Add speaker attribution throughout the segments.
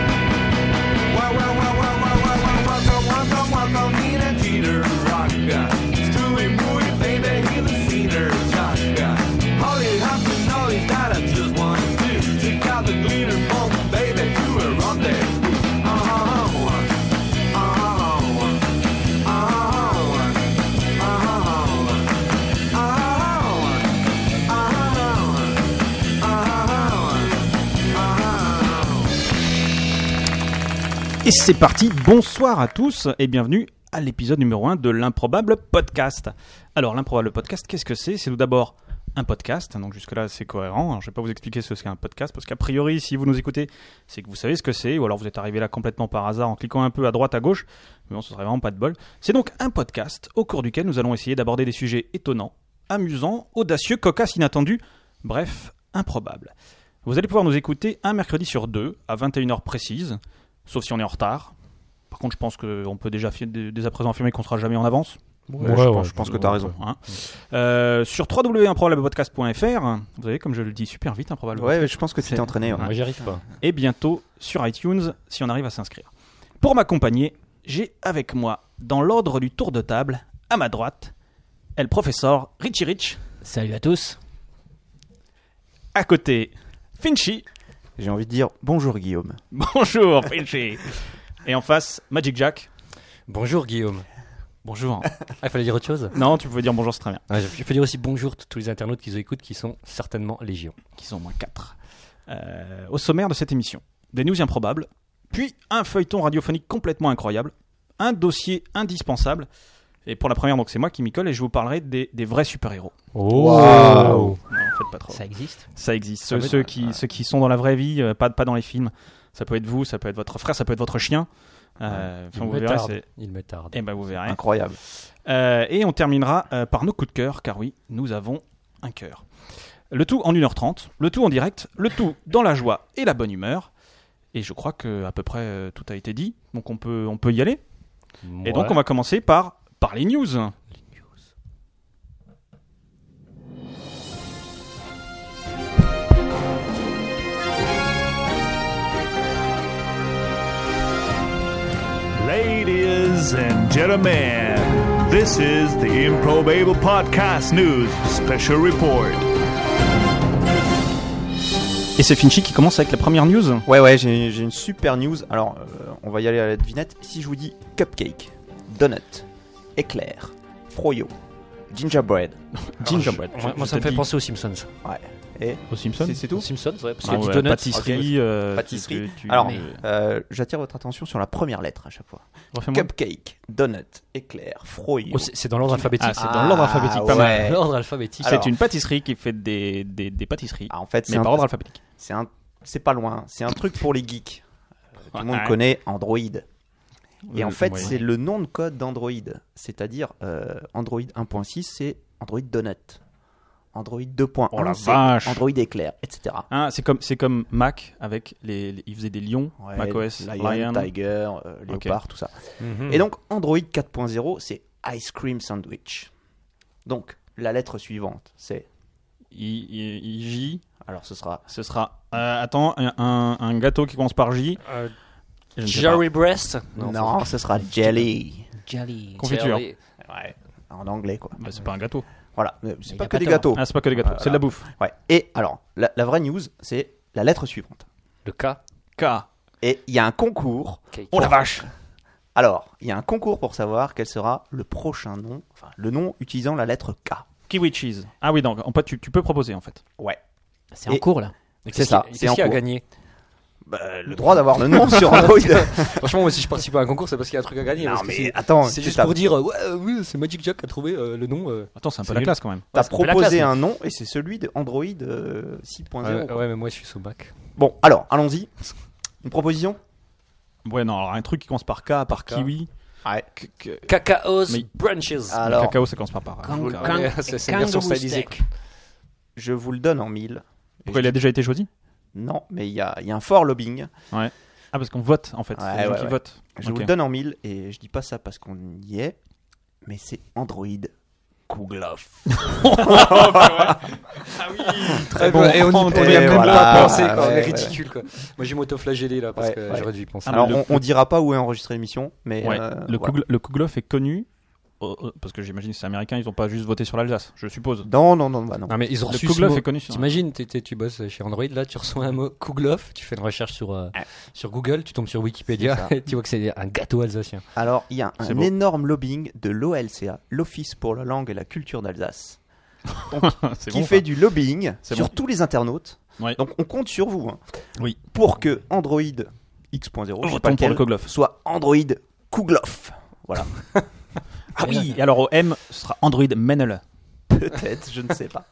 Speaker 1: Wow, wow, wow, wow, wow, wow, wow, welcome, welcome, welcome, Nina Jeter, rock, uh, Stewie Moody, baby, he's a senior, jock, uh, Holly Hopkins, all he's got, I just want to check out the glitter bomb, baby, to a rendezvous. Uh-huh, uh, uh-huh, uh, uh-huh, uh, uh-huh, uh, uh-huh, uh-huh.
Speaker 2: Et c'est parti, bonsoir à tous et bienvenue à l'épisode numéro 1 de l'improbable podcast. Alors l'improbable podcast, qu'est-ce que c'est C'est tout d'abord un podcast, donc jusque-là c'est cohérent. Alors, je ne vais pas vous expliquer ce qu'est un podcast, parce qu'a priori si vous nous écoutez, c'est que vous savez ce que c'est, ou alors vous êtes arrivé là complètement par hasard en cliquant un peu à droite, à gauche, mais bon ce serait vraiment pas de bol. C'est donc un podcast au cours duquel nous allons essayer d'aborder des sujets étonnants, amusants, audacieux, cocasses, inattendus, bref, improbables. Vous allez pouvoir nous écouter un mercredi sur deux, à 21h précise, sauf si on est en retard. Par contre, je pense qu'on peut déjà fi- dé- dès à présent affirmer qu'on sera jamais en avance.
Speaker 3: Ouais,
Speaker 4: je,
Speaker 3: ouais,
Speaker 4: pense, je pense que tu as raison.
Speaker 2: hein. Euh, sur www.improbablepodcast.fr, vous avez, comme je le dis super vite, improbable.
Speaker 4: Ouais, mais je pense que tu t'es entraîné. ouais.
Speaker 3: Moi, j'y arrive pas.
Speaker 2: Et bientôt sur iTunes, si on arrive à s'inscrire. Pour m'accompagner, j'ai avec moi, dans l'ordre du tour de table, à ma droite, elle professeur Richie Rich.
Speaker 5: Salut à tous.
Speaker 2: À côté, Finchy.
Speaker 4: J'ai envie de dire bonjour Guillaume.
Speaker 2: Bonjour, Finchy. Et en face, Magic Jack.
Speaker 5: Bonjour Guillaume.
Speaker 2: Bonjour.
Speaker 5: Ah, il fallait dire autre chose
Speaker 2: Non, tu pouvais dire bonjour, c'est très bien.
Speaker 5: Ah, Je je peux dire aussi bonjour à tous les internautes qui nous écoutent, qui sont certainement légion.
Speaker 2: qui sont au moins 4. au sommaire de cette émission, des news improbables, puis un feuilleton radiophonique complètement incroyable, un dossier indispensable, et pour la première, donc c'est moi qui m'y colle, et je vous parlerai des, des vrais super-héros.
Speaker 3: Waouh
Speaker 2: Non, faites pas trop. Ça,
Speaker 5: Ça existe
Speaker 2: existe. Ceux, ceux qui, ceux qui sont dans la vraie vie, euh, pas, pas dans les films. Ça peut être vous, ça peut être votre frère, ça peut être votre chien. Euh, enfin,
Speaker 5: il,
Speaker 2: vous
Speaker 5: me
Speaker 2: verrez,
Speaker 5: tarde.
Speaker 2: c'est-
Speaker 5: il me tarde.
Speaker 2: eh ben, vous verrez.
Speaker 4: Incroyable.
Speaker 2: Euh, et on terminera euh, par nos coups de cœur, car oui, nous avons un cœur. Le tout en 1h30, le tout en direct, le tout dans la joie et la bonne humeur. Et je crois que à peu près euh, tout a été dit, donc on peut, on peut y aller. Et donc on va commencer par, par les news.
Speaker 6: Ladies and gentlemen, this is the Improbable Podcast News Special Report.
Speaker 2: Et c'est Finchy qui commence avec la première news.
Speaker 4: Ouais, ouais, j'ai j'ai une super news. Alors, euh, on va y aller à la devinette. Si je vous dis cupcake, donut, éclair, froyo, gingerbread.
Speaker 2: Gingerbread.
Speaker 5: Moi, moi, ça me fait penser aux Simpsons.
Speaker 4: Ouais. Et
Speaker 2: aux Simpsons.
Speaker 4: c'est c'est tout
Speaker 5: Aux Simpsons, ouais, parce
Speaker 2: Ah
Speaker 5: qu'il y a
Speaker 2: ouais,
Speaker 5: du donut.
Speaker 2: pâtisserie. euh,
Speaker 4: Pâtisserie.
Speaker 2: tu- tu-
Speaker 4: Alors,
Speaker 2: mais-
Speaker 4: euh, j'attire votre attention sur la première lettre à chaque fois.
Speaker 2: refais-moi.
Speaker 4: Cupcake, donut, éclair, froyo.
Speaker 5: Oh, c'est c'est dans l'ordre alphabétique.
Speaker 2: Ah, c'est dans l'ordre alphabétique, pas
Speaker 4: ouais.
Speaker 2: mal.
Speaker 5: Dans l'ordre alphabétique.
Speaker 2: C'est
Speaker 4: Alors-
Speaker 2: une pâtisserie qui fait des, des, des pâtisseries,
Speaker 4: Ah, en fait, c'est
Speaker 2: mais
Speaker 4: un,
Speaker 2: par ordre alphabétique.
Speaker 4: c'est un- c'est pas loin. C'est un truc pour les geeks. Euh, Tout le monde
Speaker 2: Ouais.
Speaker 4: connaît Android. Et en
Speaker 2: Euh,
Speaker 4: fait,
Speaker 2: ouais.
Speaker 4: c'est le nom de code d'Android. C'est-à-dire, euh, Android 1.6, c'est Android Donut. Android 2.1,
Speaker 2: Oh la
Speaker 4: c'est
Speaker 2: vache.
Speaker 4: Android Éclair, etc.
Speaker 2: Hein, c'est comme c'est comme Mac avec les, les- ils faisaient des lions,
Speaker 4: Ouais,
Speaker 2: macOS,
Speaker 4: Lion,
Speaker 2: Lion, Hmm.
Speaker 4: Tiger, euh, Léopard, tout ça.
Speaker 3: Mhm.
Speaker 4: Et donc, Android 4.0, c'est Ice Cream Sandwich. Donc, la lettre suivante, c'est...
Speaker 2: I- I- IJ,
Speaker 4: Alors, ce sera...
Speaker 2: ce sera euh, attends un, un- un gâteau qui commence par J.
Speaker 5: Euh,
Speaker 2: Je ne sais pas.
Speaker 5: Jerry Breast.
Speaker 4: Non, ce sera Jelly.
Speaker 5: Jelly.
Speaker 2: Confiture.
Speaker 5: Jerry.
Speaker 4: Ouais, en anglais, quoi.
Speaker 2: Bah, c'est pas un gâteau.
Speaker 4: Voilà, mais c'est
Speaker 5: il
Speaker 4: pas
Speaker 5: a
Speaker 4: que
Speaker 5: pas
Speaker 4: des
Speaker 5: tort.
Speaker 4: gâteaux.
Speaker 2: Ah, c'est pas que des gâteaux, c'est de la bouffe.
Speaker 4: Ouais. Et alors, la- la vraie news, c'est la lettre suivante.
Speaker 5: Le K.
Speaker 2: K.
Speaker 4: Et il y a un concours
Speaker 5: Cake.
Speaker 2: Oh la vache.
Speaker 4: Alors, il y a un concours pour savoir quel sera le prochain nom, enfin le nom utilisant la lettre K.
Speaker 2: Kiwi cheese. Ah oui, donc en fait tu, tu peux proposer en fait.
Speaker 4: Ouais.
Speaker 5: C'est
Speaker 4: Et-
Speaker 5: en cours là.
Speaker 4: C'est
Speaker 5: Qu'est-ce
Speaker 4: ça,
Speaker 5: qui-
Speaker 4: c'est
Speaker 5: Qu'est-ce
Speaker 4: en
Speaker 5: qui a
Speaker 4: cours.
Speaker 5: gagné
Speaker 4: Bah, le droit d'avoir le nom sur Android.
Speaker 5: Franchement, moi, si je participe à un concours, c'est parce qu'il y a un truc à gagner.
Speaker 4: non
Speaker 5: parce que
Speaker 4: mais
Speaker 5: c'est-
Speaker 4: attends,
Speaker 5: C'est
Speaker 4: tu
Speaker 5: juste
Speaker 4: t'as-
Speaker 5: pour dire, euh, ouais, euh, oui, c'est Magic Jack qui a trouvé euh, le nom. euh.
Speaker 2: Attends, c'est un peu
Speaker 5: C'est
Speaker 2: la
Speaker 5: nul.
Speaker 2: classe quand même.
Speaker 4: t'as
Speaker 5: ça fait la
Speaker 4: proposé
Speaker 5: classe,
Speaker 4: un nom et c'est celui de Android euh, 6.0.
Speaker 5: Euh,
Speaker 4: quoi.
Speaker 5: ouais, mais moi je suis sous bac.
Speaker 4: Bon, alors allons-y. Une proposition
Speaker 2: Ouais, non, alors un truc qui commence par K, par
Speaker 5: K.
Speaker 2: kiwi.
Speaker 4: Ouais.
Speaker 5: Cacao's
Speaker 2: Mais-
Speaker 5: Branches.
Speaker 4: Alors,
Speaker 2: Cacao, ça commence par par.
Speaker 5: Kang-
Speaker 4: vous le-
Speaker 5: Kang- c'est- c'est une
Speaker 4: Kangaroo
Speaker 5: version stylisée.
Speaker 4: steak. Je vous le donne en mille.
Speaker 2: Pourquoi il a déjà été choisi
Speaker 4: Non, mais il y a, il y a un fort lobbying.
Speaker 2: Ah, parce qu'on vote en fait.
Speaker 4: Ouais,
Speaker 2: Il y a des gens
Speaker 4: ouais,
Speaker 2: qui
Speaker 4: ouais.
Speaker 2: votent.
Speaker 4: Je
Speaker 2: Ok.
Speaker 4: vous le donne en mille et je dis pas ça parce qu'on y est, mais c'est Android. Kougloff.
Speaker 2: Très bon.
Speaker 5: Ah Et on
Speaker 2: on y
Speaker 5: y on y
Speaker 4: est
Speaker 5: a même
Speaker 4: voilà.
Speaker 5: pas pensé, quoi.
Speaker 4: Ouais,
Speaker 5: On est
Speaker 4: ouais.
Speaker 5: ridicule, quoi. Moi, j'ai m'autoflagellé, là, parce
Speaker 4: Ouais,
Speaker 5: que
Speaker 4: ouais.
Speaker 5: j'aurais dû y penser.
Speaker 2: Ah,
Speaker 4: Alors,
Speaker 2: le-
Speaker 4: on, on dira pas où est enregistrée l'émission, mais.
Speaker 2: Ouais.
Speaker 4: euh,
Speaker 2: le,
Speaker 4: voilà.
Speaker 2: Kougl- le Kougloff est connu euh, euh, parce que j'imagine que c'est américain. Ils n'ont pas juste voté sur l'Alsace, je suppose.
Speaker 4: Non, non, non, bah non.
Speaker 5: Non, mais ils ont
Speaker 2: Le
Speaker 5: reçu ce
Speaker 2: Kougloff
Speaker 5: mot.
Speaker 2: est connu sur.
Speaker 5: T'imagines, t'es- t'es- tu bosses chez Android, là, tu reçois un mot Kougloff, tu fais une recherche sur, euh, sur Google, tu tombes sur Wikipédia,
Speaker 4: C'est
Speaker 5: et tu vois que c'est un gâteau alsacien.
Speaker 4: Alors, il y a
Speaker 2: C'est
Speaker 4: un
Speaker 2: beau.
Speaker 4: énorme lobbying de l'OLCA, l'Office pour la langue et la culture d'Alsace,
Speaker 2: C'est
Speaker 4: qui
Speaker 2: bon,
Speaker 4: fait du lobbying
Speaker 2: C'est
Speaker 4: sur
Speaker 2: bon.
Speaker 4: tous les internautes.
Speaker 2: Ouais.
Speaker 4: Donc, on compte sur vous. hein,
Speaker 2: Oui.
Speaker 4: Pour que Android X.0, je sais pas
Speaker 2: Votons pour
Speaker 4: lequel,
Speaker 2: le Kougloff.
Speaker 4: soit Android Kougloff. Voilà,
Speaker 2: Ah oui, et alors au M, ce sera Android Menel.
Speaker 4: peut-être, je ne sais pas.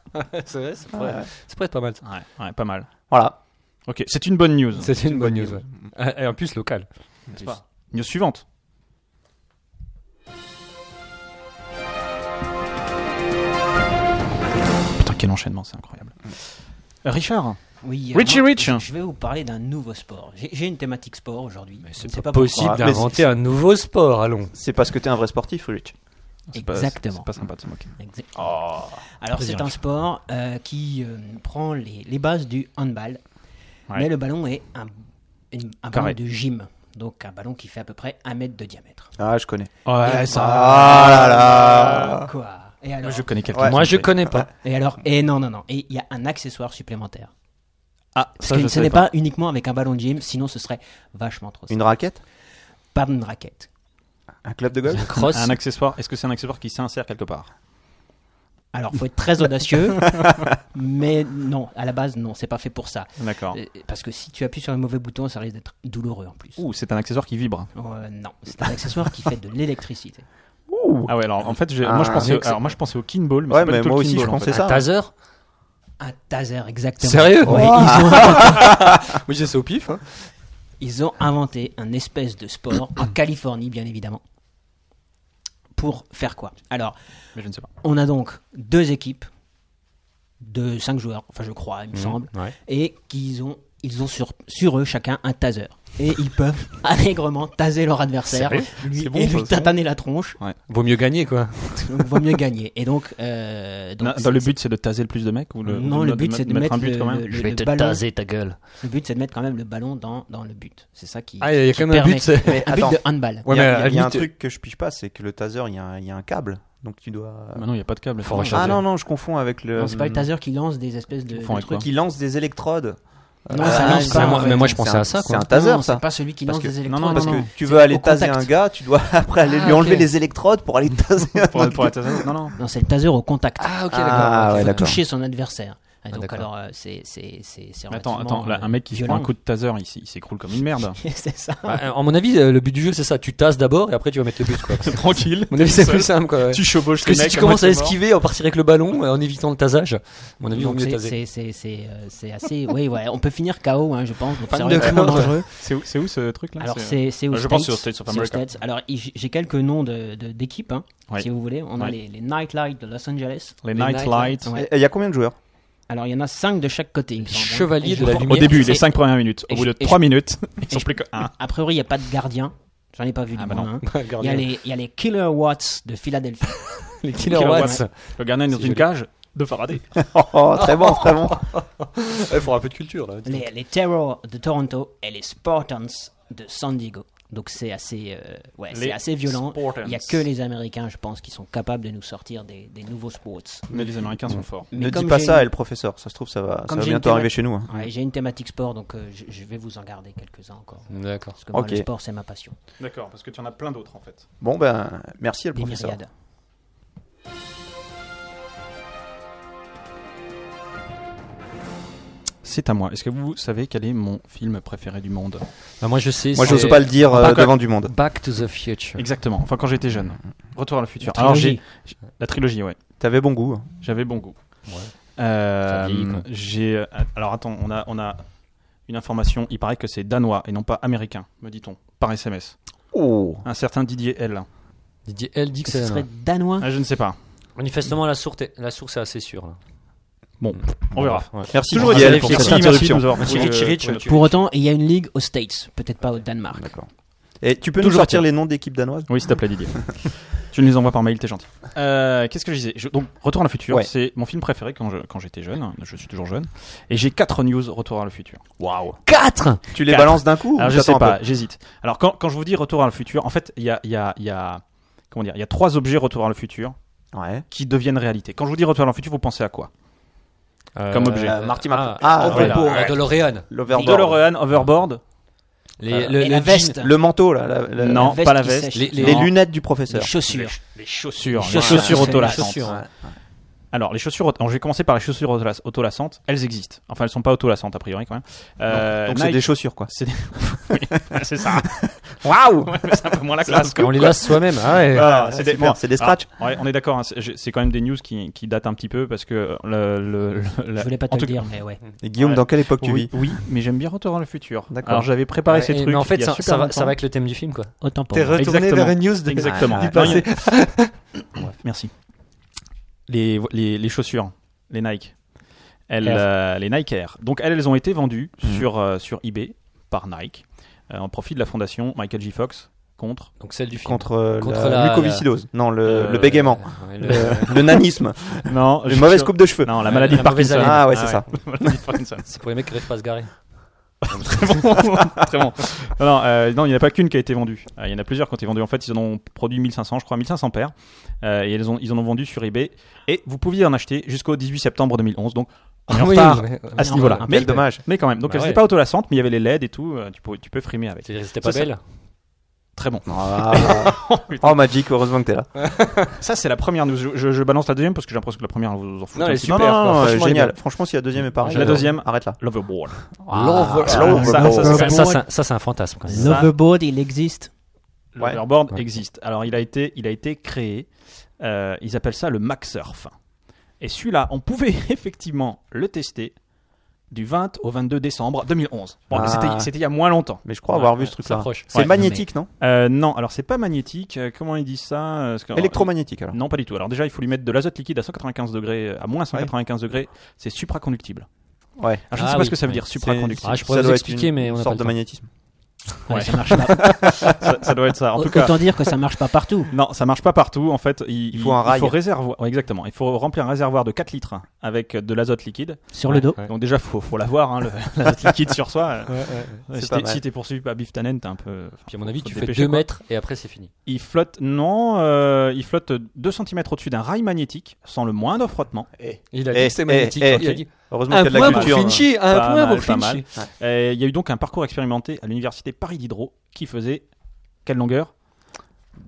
Speaker 5: c'est vrai, ça
Speaker 4: Ouais.
Speaker 5: pourrait, ça pourrait être pas mal. ça.
Speaker 2: Ouais, ouais, pas mal.
Speaker 4: Voilà.
Speaker 2: Ok, c'est une bonne news.
Speaker 5: C'est une bonne news. ouais. Ah, Et en plus, local.
Speaker 2: News suivante. Putain, quel enchaînement, c'est incroyable. Euh, Richard,
Speaker 7: Oui,
Speaker 2: Richie
Speaker 7: moi,
Speaker 2: Rich.
Speaker 7: je- Je vais vous parler d'un nouveau sport. J'ai j'ai une thématique sport aujourd'hui. Je ne sais pas
Speaker 5: Possible
Speaker 4: pourquoi. Mais
Speaker 5: d'inventer un nouveau sport, allons.
Speaker 4: C'est parce que t'es un vrai sportif, Rich.
Speaker 7: pourquoi.
Speaker 2: pas-
Speaker 7: Exactement.
Speaker 2: c'est pas sympa de se moquer.
Speaker 7: Exact- Alors c'est un sport euh, qui euh, prend les, les bases du handball,
Speaker 2: Ouais.
Speaker 7: mais le ballon est un, une- un
Speaker 2: Carré.
Speaker 7: ballon de gym, donc un ballon qui fait à peu près un mètre de diamètre.
Speaker 4: Ah, je connais.
Speaker 2: Oh, Ouais,
Speaker 7: Et-
Speaker 4: Ah là là.
Speaker 7: Quoi Et alors,
Speaker 2: Moi, je connais quelqu'un.
Speaker 4: Ouais.
Speaker 2: qui
Speaker 5: Bah, Moi,
Speaker 2: le
Speaker 5: je
Speaker 2: fait.
Speaker 5: connais pas.
Speaker 7: et alors Et non, non, non. Et il y a un accessoire supplémentaire.
Speaker 2: Ah,
Speaker 7: Parce
Speaker 2: ça,
Speaker 7: que
Speaker 2: je
Speaker 7: ce
Speaker 2: savais
Speaker 7: n'est
Speaker 2: pas.
Speaker 7: pas uniquement avec un ballon de gym, sinon ce serait vachement trop.
Speaker 4: Une raquette
Speaker 7: Pas une raquette.
Speaker 4: Un club de golf
Speaker 5: Cross.
Speaker 2: Un accessoire. Est-ce que c'est un accessoire qui s'insère quelque part
Speaker 7: Alors, faut être très audacieux, mais non, à la base, non, c'est pas fait pour ça.
Speaker 2: D'accord.
Speaker 7: Euh, Parce que si tu appuies sur le mauvais bouton, ça risque d'être douloureux en plus.
Speaker 2: Ouh, c'est un accessoire qui vibre.
Speaker 7: Euh, non, c'est un accessoire qui fait de l'électricité.
Speaker 2: Ah ouais, alors en fait, j'ai- moi, je
Speaker 4: Ah,
Speaker 2: pensais,
Speaker 5: c'est que c'est-
Speaker 2: alors moi je pensais au kinball, mais
Speaker 4: Ouais,
Speaker 2: c'est pas
Speaker 4: mais
Speaker 2: du tout
Speaker 4: moi
Speaker 2: le
Speaker 4: aussi,
Speaker 2: kinball,
Speaker 4: je
Speaker 2: en fait.
Speaker 4: pensais ça. hein.
Speaker 5: Taser
Speaker 7: Un taser, exactement.
Speaker 5: Sérieux Oh.
Speaker 7: Ouais,
Speaker 5: Oui, j'ai ça au pif. hein.
Speaker 7: Ils ont inventé un espèce de sport en Californie, bien évidemment. Pour faire quoi Alors,
Speaker 2: Mais je ne sais pas.
Speaker 7: on a donc deux équipes de cinq joueurs, enfin je crois, il me semble,
Speaker 5: Mmh, ouais.
Speaker 7: et qu'ils ont, ils ont sur, sur eux chacun un taser. Et ils peuvent allègrement taser leur adversaire,
Speaker 5: Sérieux
Speaker 7: lui,
Speaker 2: C'est bon,
Speaker 7: et
Speaker 2: ça,
Speaker 7: lui
Speaker 2: c'est
Speaker 7: tataner la tronche,
Speaker 5: Vaut mieux gagner, quoi.
Speaker 7: donc vaut mieux gagner. Et donc, euh, donc
Speaker 2: Non,
Speaker 7: c'est-
Speaker 2: dans le but, c'est de taser le plus de mecs ou le,
Speaker 7: non,
Speaker 2: de-
Speaker 7: le but c'est de mettre
Speaker 2: un but
Speaker 7: le,
Speaker 2: quand même.
Speaker 7: le- le- le ballon-
Speaker 5: ta gueule.
Speaker 7: le but c'est de mettre quand même le ballon dans, dans le but. C'est ça qui.
Speaker 5: Ah, il y a
Speaker 7: qui
Speaker 5: quand même un
Speaker 7: permet-
Speaker 5: but, c'est-
Speaker 4: Mais
Speaker 7: un but
Speaker 4: attends,
Speaker 7: de handball.
Speaker 4: il
Speaker 5: Ouais,
Speaker 4: y
Speaker 5: mais
Speaker 4: a,
Speaker 5: à la
Speaker 4: il y a un
Speaker 5: limite,
Speaker 4: truc que je pige pas, c'est que le taser, il y, a un- il y a un câble. Donc tu dois.
Speaker 2: Bah non, il n'y a pas de câble.
Speaker 5: Faut
Speaker 2: c'est-
Speaker 5: recharger.
Speaker 4: Ah non, non, je confonds avec le.
Speaker 7: Non, c'est pas le taser qui lance des espèces de,
Speaker 2: Ils
Speaker 7: de
Speaker 2: font avec
Speaker 7: trucs.
Speaker 2: quoi
Speaker 4: qui lance des électrodes.
Speaker 7: Non,
Speaker 4: Euh,
Speaker 7: ça
Speaker 4: ah,
Speaker 7: lance
Speaker 4: il-
Speaker 7: pas,
Speaker 4: c'est
Speaker 7: moi-
Speaker 4: un-
Speaker 5: mais moi, je
Speaker 4: c'est
Speaker 5: pensais
Speaker 4: un-
Speaker 5: à ça,
Speaker 4: C'est
Speaker 5: quoi.
Speaker 4: un taser
Speaker 7: Non,
Speaker 4: ça.
Speaker 7: C'est pas celui qui
Speaker 4: Parce
Speaker 7: lance
Speaker 4: que-
Speaker 7: des
Speaker 2: non,
Speaker 7: électrodes.
Speaker 2: non,
Speaker 4: Parce
Speaker 2: non, non.
Speaker 4: que tu veux aller
Speaker 7: au
Speaker 4: taser
Speaker 7: contact.
Speaker 4: un gars, tu dois après aller
Speaker 5: Ah,
Speaker 4: lui
Speaker 5: ok.
Speaker 4: enlever les électrodes pour aller taser. un
Speaker 2: Pour,
Speaker 4: autre
Speaker 2: pour
Speaker 4: gars.
Speaker 2: être taser- non, non.
Speaker 7: Non, c'est le taser au contact.
Speaker 5: Ah, ok,
Speaker 4: Ah,
Speaker 5: d'accord.
Speaker 4: ouais,
Speaker 7: il faut
Speaker 4: d'accord.
Speaker 7: toucher son adversaire. Et
Speaker 5: Ah,
Speaker 7: donc
Speaker 5: d'accord.
Speaker 7: alors euh, c'est c'est c'est c'est
Speaker 2: Mais Attends,
Speaker 7: relativement,
Speaker 2: attends, là,
Speaker 7: euh,
Speaker 2: un mec qui se prend
Speaker 7: violent.
Speaker 2: un coup de taser, il, s- il s'écroule comme une merde.
Speaker 7: c'est ça.
Speaker 5: Bah, en mon avis, euh, le but du jeu, c'est ça. Tu tasses d'abord et après, tu vas mettre le but, quoi. À
Speaker 2: Tranquille.
Speaker 5: mon avis, c'est plus simple, quoi. ouais.
Speaker 2: Tu chevauches
Speaker 5: Parce que si tu commences à esquiver, on partirait avec le ballon euh, en évitant le tasage. À mon avis, on
Speaker 7: Donc
Speaker 5: mieux
Speaker 7: c'est
Speaker 5: taser.
Speaker 7: c'est c'est c'est euh, c'est assez oui ouais, on peut finir KO hein, je pense. Donc,
Speaker 5: Fan
Speaker 7: C'est
Speaker 5: de
Speaker 7: vraiment
Speaker 5: KO.
Speaker 7: dangereux.
Speaker 2: C'est où, c'est où ce truc là
Speaker 7: Alors c'est c'est aux
Speaker 2: Je pense
Speaker 7: States,
Speaker 2: sur States of
Speaker 7: c'est aux
Speaker 2: America.
Speaker 7: States. Alors il- j'ai quelques noms de de- d'équipes hein,
Speaker 2: Ouais.
Speaker 7: si vous voulez, on
Speaker 2: Ouais.
Speaker 7: a les les Night Lights de Los Angeles.
Speaker 2: les
Speaker 5: les
Speaker 2: Night
Speaker 5: Night
Speaker 2: Lights.
Speaker 7: Lights.
Speaker 4: Et- et Il y a combien de joueurs
Speaker 7: Alors il y en a 5 de chaque côté, il me semble, hein.
Speaker 5: Chevaliers de
Speaker 7: Et je
Speaker 5: la
Speaker 7: crois-
Speaker 2: Au
Speaker 5: lumière.
Speaker 2: début,
Speaker 7: Et-
Speaker 2: les 5 premières minutes. Au
Speaker 7: et
Speaker 2: bout
Speaker 7: je-
Speaker 2: de
Speaker 7: et
Speaker 2: 3 minutes, ils sont
Speaker 7: je-
Speaker 2: plus que 1.
Speaker 7: A priori, il n'y a pas de gardien. J'en ai pas vu
Speaker 2: Ah,
Speaker 7: du
Speaker 2: bah
Speaker 7: moins,
Speaker 2: non.
Speaker 7: hein. Il y,
Speaker 5: Gardien.
Speaker 7: a les, il y a les Killer Watts de Philadelphie.
Speaker 5: Les Killer
Speaker 2: Killer
Speaker 5: Watts.
Speaker 2: Le gardien est dans
Speaker 5: C'est
Speaker 2: une
Speaker 5: joli.
Speaker 2: cage de Faraday.
Speaker 4: Oh, oh, Très bon, très bon.
Speaker 5: Il faudra un peu de culture, là.
Speaker 7: les, les Terror de Toronto et les Spartans de San Diego. Donc c'est assez, euh, ouais,
Speaker 2: Les
Speaker 7: c'est assez violent.
Speaker 2: Spartans.
Speaker 7: Il n'y a que les Américains, je pense, qui sont capables de nous sortir des, des nouveaux sports.
Speaker 2: Mais les Américains sont forts.
Speaker 7: Mais
Speaker 4: Ne
Speaker 7: comme
Speaker 4: dis pas
Speaker 7: j'ai
Speaker 4: ça à
Speaker 7: une-
Speaker 4: le professeur, ça se trouve, ça va ça
Speaker 7: Comme
Speaker 4: va
Speaker 7: j'ai une
Speaker 4: bientôt arriver
Speaker 7: théma-
Speaker 4: chez nous. hein.
Speaker 7: ouais, J'ai une thématique sport, donc euh, je, je vais vous en garder quelques-uns encore.
Speaker 5: D'accord.
Speaker 7: Parce que moi,
Speaker 4: Ok.
Speaker 7: le sport, c'est ma passion.
Speaker 2: D'accord, parce que tu en as plein d'autres en fait.
Speaker 4: Bon, ben, merci à le
Speaker 7: Des
Speaker 4: professeur.
Speaker 7: myriades.
Speaker 2: C'est à moi. Est-ce que vous savez quel est mon film préféré du monde
Speaker 5: Bah, moi, je sais.
Speaker 4: Moi,
Speaker 5: c'est
Speaker 4: je n'ose pas le dire
Speaker 5: Enfin,
Speaker 4: euh,
Speaker 5: quoi-
Speaker 4: devant du monde.
Speaker 5: Back to the Future.
Speaker 2: Exactement. Enfin, quand j'étais jeune. Retour à le futur.
Speaker 7: La
Speaker 2: Alors, j'ai
Speaker 7: trilogie.
Speaker 2: la trilogie, ouais.
Speaker 4: T'avais bon goût. hein.
Speaker 2: J'avais bon goût.
Speaker 5: Ouais.
Speaker 2: Euh,
Speaker 5: Ça vieillit, quoi.
Speaker 2: j'ai. euh, Alors, attends, on a, on a une information. Il paraît que c'est danois et non pas américain, me dit-on, par SMS.
Speaker 4: Oh
Speaker 2: Un certain Didier L.
Speaker 5: Didier L. dit que
Speaker 7: Ce
Speaker 5: c'est.
Speaker 7: serait danois.
Speaker 2: Ah, je ne sais pas.
Speaker 5: Manifestement, la source, est- la source est assez sûre. là.
Speaker 2: Bon, on verra.
Speaker 5: Bref, ouais.
Speaker 4: Merci
Speaker 2: Toujours
Speaker 4: Didier,
Speaker 2: est-il,
Speaker 4: pour
Speaker 2: merci,
Speaker 4: cette
Speaker 2: merci
Speaker 4: interruption.
Speaker 2: de nous avoir
Speaker 5: Merci,
Speaker 2: pris,
Speaker 5: Richie
Speaker 2: euh,
Speaker 5: Rich,
Speaker 2: pour
Speaker 5: tu-
Speaker 2: notre-
Speaker 5: tu-
Speaker 7: Pour autant, il y a une ligue aux States, peut-être pas au Danemark.
Speaker 4: D'accord. Et tu peux nous
Speaker 2: Toujours
Speaker 4: sortir
Speaker 2: est-il.
Speaker 4: les noms d'équipes danoises
Speaker 2: Oui, s'il te plaît, Didier. tu nous les envoies par mail, t'es gentil. Euh, Qu'est-ce que je disais Je- Donc, Retour à le futur,
Speaker 4: Ouais.
Speaker 2: c'est mon film préféré quand je- quand j'étais jeune. Je suis toujours jeune. Et j'ai 4 news Retour à le futur. Waouh
Speaker 7: Quatre
Speaker 4: Tu les
Speaker 2: Quatre.
Speaker 4: balances d'un coup
Speaker 2: Alors
Speaker 4: ou
Speaker 2: je sais
Speaker 4: t'attends un
Speaker 2: pas,
Speaker 4: peu
Speaker 2: j'hésite. Alors quand, quand je vous dis Retour à le futur, en fait, il y a, il y, a, il y a comment dire, il y a trois objets Retour à le futur
Speaker 4: Ouais.
Speaker 2: qui deviennent réalité. Quand je vous dis Retour à le futur, vous pensez à quoi Comme objet.
Speaker 4: Euh, Marty Martin. Ah,
Speaker 5: Ah,
Speaker 4: ouais,
Speaker 5: voilà.
Speaker 4: pour-
Speaker 5: Euh, DeLorean.
Speaker 4: L'overboard.
Speaker 2: DeLorean, Overboard,
Speaker 5: Les,
Speaker 4: Euh,
Speaker 5: le-
Speaker 7: Et
Speaker 5: le
Speaker 7: la
Speaker 5: jean.
Speaker 7: veste,
Speaker 4: Le manteau, là. la- la-
Speaker 2: non,
Speaker 7: veste
Speaker 2: pas la
Speaker 7: qui
Speaker 2: veste,
Speaker 7: sèche.
Speaker 5: Les- les-
Speaker 4: Les
Speaker 5: Non.
Speaker 4: lunettes du professeur.
Speaker 7: les chaussures.
Speaker 2: les chaussures,
Speaker 7: Les
Speaker 2: les
Speaker 7: chaussures,
Speaker 2: chaussures
Speaker 7: c'est les
Speaker 2: autolassantes.
Speaker 5: chaussures, ouais.
Speaker 2: Alors les chaussures, auto- je vais commencer par les chaussures autolas- autolassantes. Elles existent. Enfin, elles sont pas autolassantes a priori quand même. Euh,
Speaker 4: Donc c'est
Speaker 2: Nike-
Speaker 4: des chaussures, quoi.
Speaker 2: c'est des- Oui, c'est ça.
Speaker 4: Waouh
Speaker 2: Ouais, mais c'est un peu moins la classe. quoi.
Speaker 5: On les lasse soi-même. Ah ouais.
Speaker 2: Ah,
Speaker 4: c'est super, c'est des scratchs.
Speaker 2: Ah, ouais, on est d'accord. hein, c'est j'ai- c'est quand même des news qui, qui datent un petit peu parce que le. le- le- la-
Speaker 7: Je voulais pas
Speaker 2: en
Speaker 7: te
Speaker 2: tout
Speaker 7: le dire, mais ouais.
Speaker 4: Et Guillaume,
Speaker 2: Ouais.
Speaker 4: dans quelle époque tu
Speaker 2: oui,
Speaker 4: vis
Speaker 2: oui, mais j'aime bien Retour dans le futur.
Speaker 4: D'accord.
Speaker 2: Alors j'avais préparé
Speaker 5: Ouais,
Speaker 2: ces
Speaker 5: et-
Speaker 2: trucs.
Speaker 5: Mais en fait,
Speaker 2: il y a
Speaker 5: ça,
Speaker 2: super
Speaker 5: ça va,
Speaker 2: longtemps.
Speaker 5: ça va avec le thème du film, quoi.
Speaker 7: Autant pour
Speaker 8: T'es
Speaker 7: moi.
Speaker 8: retourné
Speaker 2: Exactement.
Speaker 8: vers une news de...
Speaker 2: Exactement.
Speaker 4: Ah,
Speaker 8: du passé.
Speaker 2: les, les, les chaussures, les Nike, elles, euh, les Nike Air. Donc elles, elles ont été vendues sur, euh, sur eBay par Nike euh, en profit de la fondation Michael J. Fox contre.
Speaker 5: Donc celle du film.
Speaker 4: Contre, euh,
Speaker 5: Contre
Speaker 4: la,
Speaker 5: la-
Speaker 4: mucoviscidose. Non, le,
Speaker 2: Euh,
Speaker 4: le bégaiement.
Speaker 5: Ouais, le-
Speaker 4: Le, le nanisme.
Speaker 2: Non,
Speaker 4: Une mauvaise coupe de cheveux.
Speaker 2: Non, la maladie
Speaker 5: La
Speaker 2: de
Speaker 5: mauvaise
Speaker 2: Parkinson.
Speaker 5: haleine.
Speaker 4: Ah ouais, c'est ça.
Speaker 2: La maladie de Parkinson.
Speaker 5: C'est pour les mecs qui rêvent pas à se garer.
Speaker 2: Très bon, très bon. Non, non, euh, non, il n'y en a pas qu'une qui a été vendue. Euh, il y en a plusieurs qui ont été vendues. En fait, ils en ont produit 1500, je crois, 1500 paires. Euh, et ils, ont, ils en ont vendu sur eBay. Et vous pouviez en acheter jusqu'au 18 septembre 2011. Donc, on est en
Speaker 5: Oui,
Speaker 2: retard
Speaker 5: mais-
Speaker 2: à ce niveau-là.
Speaker 7: un
Speaker 2: Mais,
Speaker 4: Quel dommage.
Speaker 2: mais quand même. Donc,
Speaker 5: Bah
Speaker 2: elles n'étaient
Speaker 5: ouais.
Speaker 2: pas autolassantes, mais il y avait les LED et tout. euh, Tu peux, tu peux frimer avec.
Speaker 5: C'est- C'était pas
Speaker 2: Ça,
Speaker 5: belle.
Speaker 2: Très bon.
Speaker 4: Ah. oh, Magic, heureusement que t'es là.
Speaker 2: Ça, c'est la première news. Je, je- je balance la deuxième parce que j'ai l'impression que la première, vous vous en foutez.
Speaker 5: Non,
Speaker 2: un
Speaker 5: elle est
Speaker 2: petit
Speaker 5: super,
Speaker 2: peu.
Speaker 4: Non, non, non,
Speaker 5: quoi.
Speaker 4: euh,
Speaker 5: Franchement,
Speaker 4: génial.
Speaker 5: elle
Speaker 4: Franchement, si la deuxième est pareil.
Speaker 2: La
Speaker 4: euh,
Speaker 2: deuxième.
Speaker 4: Arrête là.
Speaker 2: L'overboard.
Speaker 4: L'over-
Speaker 2: ça,
Speaker 4: l'overboard.
Speaker 2: ça,
Speaker 5: est-
Speaker 2: ça,
Speaker 5: Ça,
Speaker 2: c'est-
Speaker 5: ça, c'est un- ça, c'est un fantasme. Quand même.
Speaker 7: L'overboard, il existe.
Speaker 4: Ouais.
Speaker 2: L'overboard
Speaker 5: Ouais.
Speaker 2: existe. Alors, il a été, il a été créé. euh, ils appellent ça le MaxSurf. Et celui-là, on pouvait effectivement le tester du 20 au 22 décembre 2011. Bon, mais
Speaker 4: Ah.
Speaker 2: c'était- c'était il y a moins longtemps.
Speaker 4: Mais je crois avoir
Speaker 5: Ouais,
Speaker 4: vu ce
Speaker 5: Ça
Speaker 4: truc-là.
Speaker 5: approche.
Speaker 4: C'est
Speaker 2: Ouais,
Speaker 4: magnétique, non
Speaker 2: Euh, non, alors c'est pas magnétique. Euh, Comment ils disent ça Euh, parce que-
Speaker 4: Électromagnétique, alors.
Speaker 2: Non, pas du tout. Alors déjà, il faut lui mettre de l'azote liquide à 195 degrés, euh, à moins 195 degrés. C'est supraconductible.
Speaker 4: Ouais.
Speaker 2: Alors, je ne
Speaker 5: Ah
Speaker 2: sais pas
Speaker 5: oui,
Speaker 2: ce que ça veut
Speaker 5: oui.
Speaker 2: dire, supraconductible.
Speaker 5: Ah, je pourrais vous
Speaker 4: doit être
Speaker 5: expliquer,
Speaker 4: une
Speaker 5: mais on n'a pas
Speaker 4: sorte
Speaker 5: le
Speaker 4: de
Speaker 5: temps.
Speaker 4: magnétisme.
Speaker 7: Ouais, ça marche pas.
Speaker 2: ça, ça doit être ça. En tout
Speaker 7: Au-
Speaker 2: cas,
Speaker 7: Autant dire que ça marche pas partout.
Speaker 2: non, ça marche pas partout. En fait, il,
Speaker 4: faut un
Speaker 2: Il
Speaker 4: rail.
Speaker 2: faut réservoir. ouais, exactement. Il faut remplir un réservoir de 4 litres avec de l'azote liquide.
Speaker 7: Sur le dos.
Speaker 5: Ouais.
Speaker 2: Donc déjà, faut, faut l'avoir, hein, le- l'azote liquide sur soi.
Speaker 4: C'est
Speaker 2: Euh, Si
Speaker 4: pas
Speaker 2: t'es-
Speaker 4: mal.
Speaker 2: si t'es poursuivi par Biftanen, t'es un peu.
Speaker 5: Puis à mon avis, tu fais
Speaker 2: dépêcher,
Speaker 5: 2
Speaker 2: quoi.
Speaker 5: mètres et après c'est fini.
Speaker 2: Il flotte, non, euh, il flotte 2 cm au-dessus d'un rail magnétique sans le moindre frottement.
Speaker 5: Il a
Speaker 4: Eh,
Speaker 5: dit c'est
Speaker 4: eh,
Speaker 5: magnétique.
Speaker 4: eh,
Speaker 5: il a dit un
Speaker 4: Heureusement qu'il y a de
Speaker 5: point
Speaker 4: la
Speaker 5: pour
Speaker 4: culture. hein.
Speaker 5: Finchy,
Speaker 2: Pas
Speaker 5: un point
Speaker 2: mal,
Speaker 5: pour
Speaker 2: pas mal.
Speaker 5: Finchy.
Speaker 2: Euh, Il y a eu donc un parcours expérimenté à l'université Paris Diderot qui faisait quelle longueur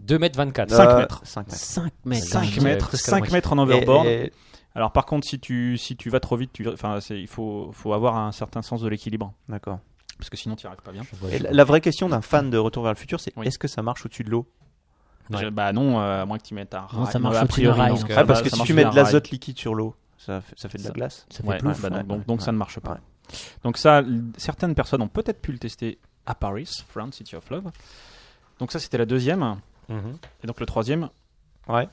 Speaker 5: 2 mètres 24.
Speaker 2: Non. Cinq
Speaker 4: Euh,
Speaker 2: mètres.
Speaker 4: cinq mètres.
Speaker 7: 5 mètres.
Speaker 2: Cinq
Speaker 5: je dirais
Speaker 2: mètres,
Speaker 5: presque à la
Speaker 2: 5
Speaker 5: moitié.
Speaker 2: mètres en overboard.
Speaker 4: Et- et-
Speaker 2: Alors par contre, si tu si tu vas trop vite, tu, enfin, c'est- il faut faut avoir un certain sens de l'équilibre
Speaker 4: D'accord.
Speaker 2: parce que sinon tu n'y arrives pas bien.
Speaker 4: Et la- La vraie question d'un fan de Retour vers le futur, c'est
Speaker 2: Oui.
Speaker 4: est-ce que ça marche au-dessus de l'eau
Speaker 5: Ouais.
Speaker 2: Je- Bah non, euh, à moins que tu mettes un rail.
Speaker 7: Non, ça marche
Speaker 2: a
Speaker 7: au-dessus d'un
Speaker 2: priori,
Speaker 7: rail,
Speaker 2: non.
Speaker 7: donc
Speaker 2: Ça
Speaker 4: Ah, parce
Speaker 2: va-
Speaker 4: que
Speaker 2: Euh, bah, ça
Speaker 4: si tu
Speaker 2: marche
Speaker 4: mets
Speaker 2: d'un
Speaker 4: de
Speaker 2: rail.
Speaker 4: l'azote liquide sur l'eau, ça fait, ça fait de la
Speaker 2: Ça-
Speaker 4: glace.
Speaker 7: Ça fait
Speaker 2: Ouais,
Speaker 7: plouf.
Speaker 2: ouais, bah non,
Speaker 4: ouais,
Speaker 2: donc,
Speaker 4: ouais,
Speaker 2: donc ça
Speaker 4: ouais.
Speaker 2: ne marche pas.
Speaker 4: Ouais.
Speaker 2: Donc ça, l- certaines personnes ont peut-être pu le tester à Paris, France, City of Love. Donc ça, c'était la deuxième.
Speaker 5: Mhm.
Speaker 2: Et donc le troisième.
Speaker 4: Ouais.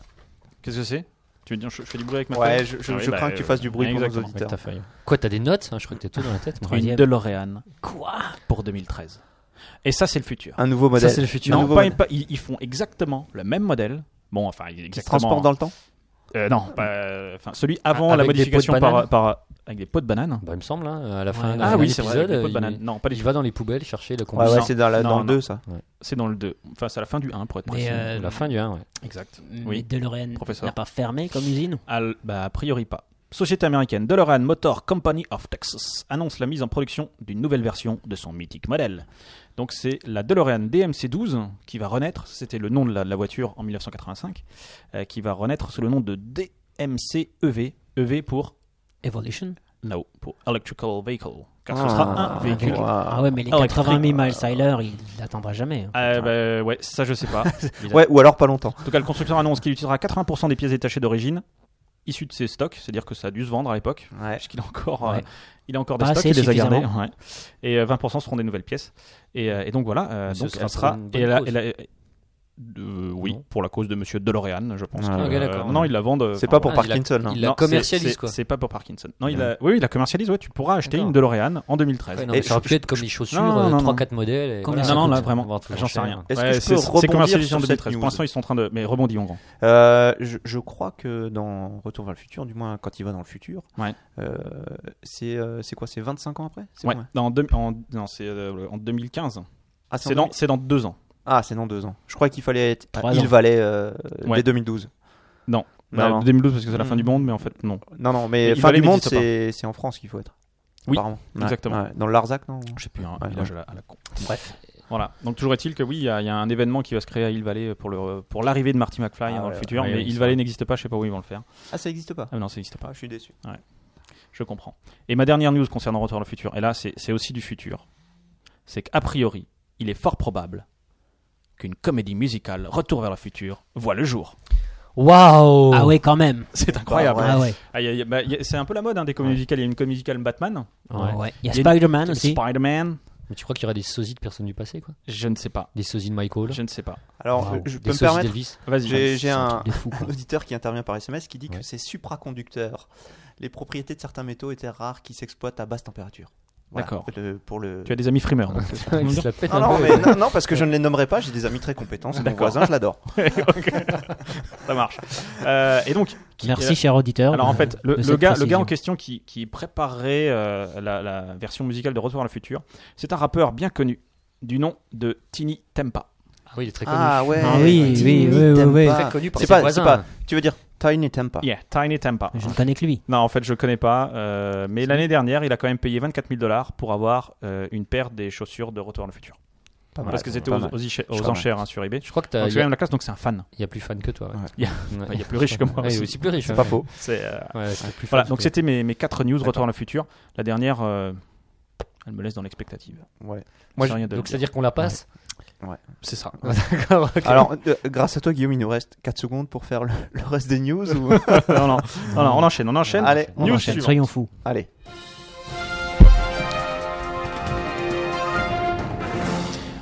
Speaker 2: Qu'est-ce que c'est Tu veux dire, je, je fais du bruit avec ma
Speaker 4: Ouais,
Speaker 2: feuille
Speaker 4: je, je,
Speaker 2: Ah oui,
Speaker 4: je
Speaker 2: bah,
Speaker 4: crains que tu
Speaker 2: euh,
Speaker 4: fasses du bruit pour nos
Speaker 2: exactement.
Speaker 5: Avec
Speaker 4: auditeurs.
Speaker 5: ta feuille. Quoi, t'as des notes Je crois que t'as tout dans la tête. moi.
Speaker 2: Une
Speaker 7: Troisième.
Speaker 2: DeLorean
Speaker 7: Quoi
Speaker 2: pour 2013. Et ça, c'est le futur.
Speaker 4: Un nouveau
Speaker 5: Ça,
Speaker 4: modèle.
Speaker 5: c'est le futur.
Speaker 4: Un
Speaker 2: non,
Speaker 4: nouveau
Speaker 2: pas,
Speaker 4: modèle.
Speaker 2: pas- ils, ils font exactement le même modèle. Bon, enfin,
Speaker 4: Qui se
Speaker 2: exactement.
Speaker 4: transporte dans le temps
Speaker 2: Euh, non, pas- euh, enfin, celui avant
Speaker 5: Ah,
Speaker 2: la
Speaker 5: avec des
Speaker 2: modification
Speaker 5: pots de
Speaker 2: par,
Speaker 5: banane
Speaker 2: par- avec des pots de banane.
Speaker 5: Bah, il me semble, hein, à la
Speaker 7: Ouais.
Speaker 5: fin de
Speaker 2: Ah oui, c'est vrai,
Speaker 5: l'épisode,
Speaker 2: avec des pots de banane.
Speaker 5: il,
Speaker 2: Non, pas du
Speaker 5: il
Speaker 2: tout.
Speaker 5: va dans les poubelles chercher le
Speaker 4: Ouais,
Speaker 5: combien
Speaker 4: ouais,
Speaker 2: Non.
Speaker 4: c'est dans, la-
Speaker 2: Non,
Speaker 4: dans le
Speaker 2: non.
Speaker 4: 2, ça.
Speaker 2: C'est dans le 2. Enfin, c'est à la fin du 1 pour être
Speaker 7: Mais,
Speaker 2: précis.
Speaker 7: euh,
Speaker 5: La fin du 1, ouais.
Speaker 2: Exact.
Speaker 7: Mais
Speaker 2: Oui.
Speaker 7: DeLorean
Speaker 2: Professeur.
Speaker 7: n'a pas fermé comme usine
Speaker 2: Al- bah, a priori pas. Société américaine DeLorean Motor Company of Texas annonce la mise en production d'une nouvelle version de son mythique modèle. Donc c'est la DeLorean DMC-12 qui va renaître, c'était le nom de la, de la voiture en 1985, euh, qui va renaître sous le nom de DMC-EV, EV E pour
Speaker 7: Evolution.
Speaker 2: No, pour Electrical Vehicle, car
Speaker 4: Ah,
Speaker 2: ce sera un véhicule.
Speaker 4: Wow.
Speaker 7: Ah ouais, mais les
Speaker 2: Ah ouais,
Speaker 7: 80 000 miles
Speaker 2: électrique.
Speaker 7: Tyler, il l'attendra jamais. hein.
Speaker 2: Euh, bah, ouais, ça je sais pas.
Speaker 4: Ouais, ou alors pas longtemps.
Speaker 2: En tout cas, le constructeur annonce qu'il utilisera 80% des pièces détachées d'origine. issu de ses stocks, c'est-à-dire que ça a dû se vendre à l'époque,
Speaker 4: Ouais.
Speaker 2: puisqu'il a encore, euh,
Speaker 7: Ouais.
Speaker 2: il a encore des
Speaker 7: Pas
Speaker 2: stocks,
Speaker 7: assez,
Speaker 2: il les a gardés.
Speaker 7: suffisamment.
Speaker 2: ouais. Et euh, 20% seront des nouvelles pièces. Et, euh, et donc voilà, euh,
Speaker 5: Mais ce
Speaker 2: donc ça
Speaker 5: sera
Speaker 2: sera.
Speaker 5: pour une bonne
Speaker 2: Et là,
Speaker 5: cause.
Speaker 2: et là- euh, oui,
Speaker 5: Non.
Speaker 2: pour la cause de Monsieur Delorean, je pense.
Speaker 4: Ah,
Speaker 2: que,
Speaker 5: ok,
Speaker 2: euh,
Speaker 5: d'accord.
Speaker 2: non, il la vendent.
Speaker 4: C'est pas pour
Speaker 5: Ah, il a-
Speaker 4: Parkinson. hein.
Speaker 5: Il la
Speaker 2: non, c'est-
Speaker 5: commercialise
Speaker 2: c'est-
Speaker 5: quoi.
Speaker 2: C'est pas pour Parkinson. Non, il a, oui, il la commercialise. Ouais, tu pourras acheter
Speaker 5: D'accord.
Speaker 2: une DeLorean en 2013.
Speaker 5: Ouais, non,
Speaker 4: Et
Speaker 5: mais ça aurait
Speaker 4: je-
Speaker 5: pu être comme les chaussures,
Speaker 2: Non, non, non,
Speaker 5: 3-4 modèles. et
Speaker 7: Combien
Speaker 5: voilà,
Speaker 7: ça
Speaker 2: non, non,
Speaker 5: coûte.
Speaker 2: là
Speaker 5: On va
Speaker 2: vraiment,
Speaker 5: en trouver
Speaker 2: j'en sais
Speaker 5: cher.
Speaker 2: rien.
Speaker 4: Est-ce
Speaker 2: Ouais,
Speaker 4: que je
Speaker 2: c'est-
Speaker 4: peux
Speaker 2: c'est
Speaker 4: rebondir
Speaker 2: commercialisé en
Speaker 4: sur cette
Speaker 2: 2013. Pour
Speaker 4: news
Speaker 2: l'instant, ils sont en train de. Mais rebondis, en grand.
Speaker 4: Euh, je, je crois que dans Retour vers le futur, du moins quand il va dans le futur,
Speaker 2: Ouais.
Speaker 4: euh, c'est euh, c'est quoi C'est 25 ans après C'est
Speaker 2: Ouais,
Speaker 4: combien
Speaker 2: dans deux- en, non, c'est euh, en 2015.
Speaker 4: Ah, en
Speaker 2: C'est dans,
Speaker 4: 2000
Speaker 2: c'est dans deux ans.
Speaker 4: Ah, c'est dans deux ans. Je crois qu'il fallait être.
Speaker 7: Trois
Speaker 4: il
Speaker 7: ans.
Speaker 4: valait euh,
Speaker 2: Ouais.
Speaker 4: dès 2012.
Speaker 2: Non.
Speaker 4: Non,
Speaker 2: Bah,
Speaker 4: non.
Speaker 2: 2012 parce que c'est la fin
Speaker 4: Mm.
Speaker 2: du monde, mais en fait non.
Speaker 4: Non, non,
Speaker 2: Mais
Speaker 4: mais,
Speaker 2: il
Speaker 4: fin
Speaker 2: valait,
Speaker 4: du
Speaker 2: mais il
Speaker 4: monde,
Speaker 2: disait pas.
Speaker 4: c'est c'est en France qu'il faut être.
Speaker 2: Oui,
Speaker 4: apparemment. Ouais,
Speaker 2: exactement.
Speaker 4: ouais. Dans le Larzac, non
Speaker 2: Je sais plus, un
Speaker 4: Ouais,
Speaker 2: village à la- à la con.
Speaker 5: Bref.
Speaker 2: Voilà. Donc toujours est-il que oui, il y, a il y a un événement qui va se créer à Hill Valley pour le pour l'arrivée de Marty McFly
Speaker 4: Ah
Speaker 2: dans
Speaker 4: ouais,
Speaker 2: le futur,
Speaker 5: ouais,
Speaker 2: mais
Speaker 5: oui,
Speaker 2: Hill
Speaker 5: ça.
Speaker 2: Valley n'existe pas, je sais pas où ils vont le faire.
Speaker 4: Ah, ça n'existe pas.
Speaker 2: Ah non, ça n'existe pas.
Speaker 4: Ah, je suis déçu.
Speaker 2: Je comprends. Et ma dernière news concernant Retour vers le futur, et là c'est c'est aussi du futur, c'est qu'a priori, il est fort probable qu'une comédie musicale Retour vers le futur voit le jour.
Speaker 5: Waouh
Speaker 7: Ah ouais, quand même.
Speaker 2: C'est incroyable.
Speaker 7: Ah ouais.
Speaker 2: Ah, il y a- il y a- bah, il y a- c'est un peu la mode hein, des comédies musicales. Il y a une comédie musicale Batman,
Speaker 7: Ah Ouais.
Speaker 5: Ouais.
Speaker 7: Il y a
Speaker 2: Il y a-
Speaker 7: Spider-Man aussi.
Speaker 2: Spider-Man.
Speaker 5: Mais tu crois qu'il y aurait des sosies de personnes du passé quoi
Speaker 2: Je ne sais pas.
Speaker 5: Des sosies de Michael
Speaker 2: Je ne sais pas.
Speaker 4: Alors,
Speaker 5: Waouh.
Speaker 4: je, je
Speaker 5: Des
Speaker 4: peux me
Speaker 5: sosies
Speaker 4: permettre.
Speaker 5: d'Elvis
Speaker 2: Vas-y.
Speaker 4: J'ai j'ai
Speaker 5: C'est un
Speaker 4: un,
Speaker 5: truc de fou, quoi.
Speaker 4: un auditeur qui intervient par SMS qui dit
Speaker 5: Ouais.
Speaker 4: que ces supraconducteurs, les propriétés de certains métaux étaient rares qui s'exploitent à basse température. Voilà.
Speaker 2: D'accord.
Speaker 4: Le- Pour le.
Speaker 2: Tu as des amis frimeurs. donc, euh, c'est
Speaker 5: Ouais,
Speaker 2: pour nous
Speaker 5: qui
Speaker 2: dire.
Speaker 5: se la pète
Speaker 4: Non,
Speaker 5: un
Speaker 4: non,
Speaker 5: peu,
Speaker 4: mais
Speaker 5: ouais.
Speaker 4: non, non, parce que je ne les nommerai pas, j'ai des amis très compétents, c'est mon
Speaker 2: D'accord.
Speaker 4: voisin, je l'adore.
Speaker 2: Ça marche. Euh, et donc,
Speaker 7: Merci, cher auditeur.
Speaker 2: alors en
Speaker 7: de-
Speaker 2: fait, le,
Speaker 7: de
Speaker 2: le
Speaker 7: cette
Speaker 2: gars, le gars en
Speaker 7: précision.
Speaker 2: question qui, qui préparait euh, la, la version musicale de Retour à le futur, c'est un rappeur bien connu du nom de Tini Tempa.
Speaker 5: Ah oui, il est très connu.
Speaker 4: Ah ouais.
Speaker 7: Ah oui, oui, oui, oui, oui.
Speaker 5: Très connu par
Speaker 4: C'est
Speaker 5: ses
Speaker 4: pas, c'est
Speaker 5: voisins.
Speaker 4: pas. Tu veux dire Tiny Tempa.
Speaker 2: Yeah, Tiny Tempa.
Speaker 7: Je ne connais que lui.
Speaker 2: Non, en fait, je connais pas. euh, mais l'année dernière, il a quand même payé 24 000 dollars pour avoir euh, une paire des chaussures de Retour à le futur.
Speaker 4: Pas mal.
Speaker 2: Parce que c'était
Speaker 4: Pas
Speaker 2: aux,
Speaker 4: mal.
Speaker 2: aux iche- aux
Speaker 4: crois,
Speaker 2: enchères hein, sur eBay.
Speaker 5: Je crois que t'as.
Speaker 2: Donc
Speaker 5: Il
Speaker 2: c'est quand
Speaker 5: y, a-
Speaker 2: même la classe, donc c'est un fan.
Speaker 5: il y a plus fan que toi. ouais.
Speaker 4: Ouais.
Speaker 2: Il y a-
Speaker 5: Ouais.
Speaker 2: il y a plus riche que moi
Speaker 5: Ouais, il est
Speaker 2: aussi.
Speaker 5: aussi plus riche.
Speaker 4: C'est
Speaker 5: ouais.
Speaker 4: pas faux.
Speaker 2: C'est, euh,
Speaker 5: Ouais, c'est plus
Speaker 2: Voilà,
Speaker 5: fan
Speaker 2: donc
Speaker 5: que-
Speaker 2: c'était mes, mes 4 news, retour vers le futur. La dernière, euh, elle me laisse dans l'expectative.
Speaker 4: Ouais.
Speaker 2: Moi,
Speaker 5: Moi,
Speaker 2: j'ai rien de.
Speaker 5: Donc c'est-à-dire qu'on la passe
Speaker 2: c'est ça.
Speaker 5: D'accord, ok.
Speaker 4: Alors, euh, grâce à toi, Guillaume, il nous reste 4 secondes pour faire le, le reste des news. ou-
Speaker 2: non, non, non, non, on enchaîne, on enchaîne.
Speaker 4: Allez, on
Speaker 2: news
Speaker 4: enchaîne.
Speaker 2: suivante.
Speaker 7: Soyons fous.
Speaker 4: Allez.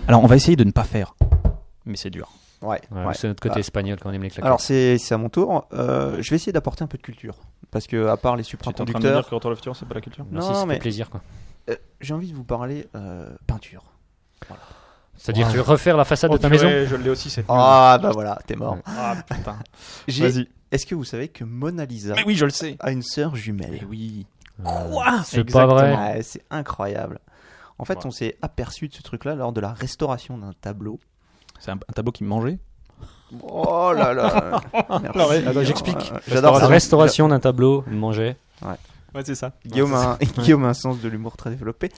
Speaker 2: Alors, on va essayer de ne pas faire, mais c'est dur.
Speaker 4: Ouais.
Speaker 5: Ouais,
Speaker 4: ouais.
Speaker 5: C'est notre côté
Speaker 4: Ah.
Speaker 5: espagnol quand on aime les claquettes.
Speaker 4: Alors, c'est c'est à mon tour. Euh, je vais essayer d'apporter un peu de culture. Parce que, à part les
Speaker 2: Tu es en train de me dire
Speaker 4: supraconducteurs,
Speaker 2: que retour vers le futur, c'est pas la culture
Speaker 5: Merci,
Speaker 4: non,
Speaker 5: c'était
Speaker 4: mais-
Speaker 5: plaisir quoi.
Speaker 4: euh, j'ai envie de vous parler euh, peinture.
Speaker 5: C'est-à-dire que tu veux refaire la façade de ta maison
Speaker 2: Je l'ai aussi cette.
Speaker 4: Ah, bah voilà, t'es mort.
Speaker 5: Ouais.
Speaker 2: Ah putain.
Speaker 4: J'ai-
Speaker 2: Vas-y.
Speaker 4: Est-ce que vous savez que Mona Lisa
Speaker 2: Mais oui, je le sais.
Speaker 4: a une sœur jumelle Ah,
Speaker 2: Mais oui.
Speaker 5: Quoi C'est pas
Speaker 2: Exactement.
Speaker 5: vrai.
Speaker 4: Ouais, C'est incroyable. En fait,
Speaker 2: Ouais.
Speaker 4: on s'est aperçu de ce truc-là lors de la restauration d'un tableau.
Speaker 2: C'est un, un tableau qui me mangeait.
Speaker 4: Oh là là Merci.
Speaker 5: Alors, attends, j'explique.
Speaker 4: Ouais, J'adore
Speaker 5: La
Speaker 4: ça.
Speaker 5: restauration d'un tableau, manger.
Speaker 2: Ouais, c'est ça.
Speaker 4: Guillaume a, un, Guillaume a un sens de l'humour très développé.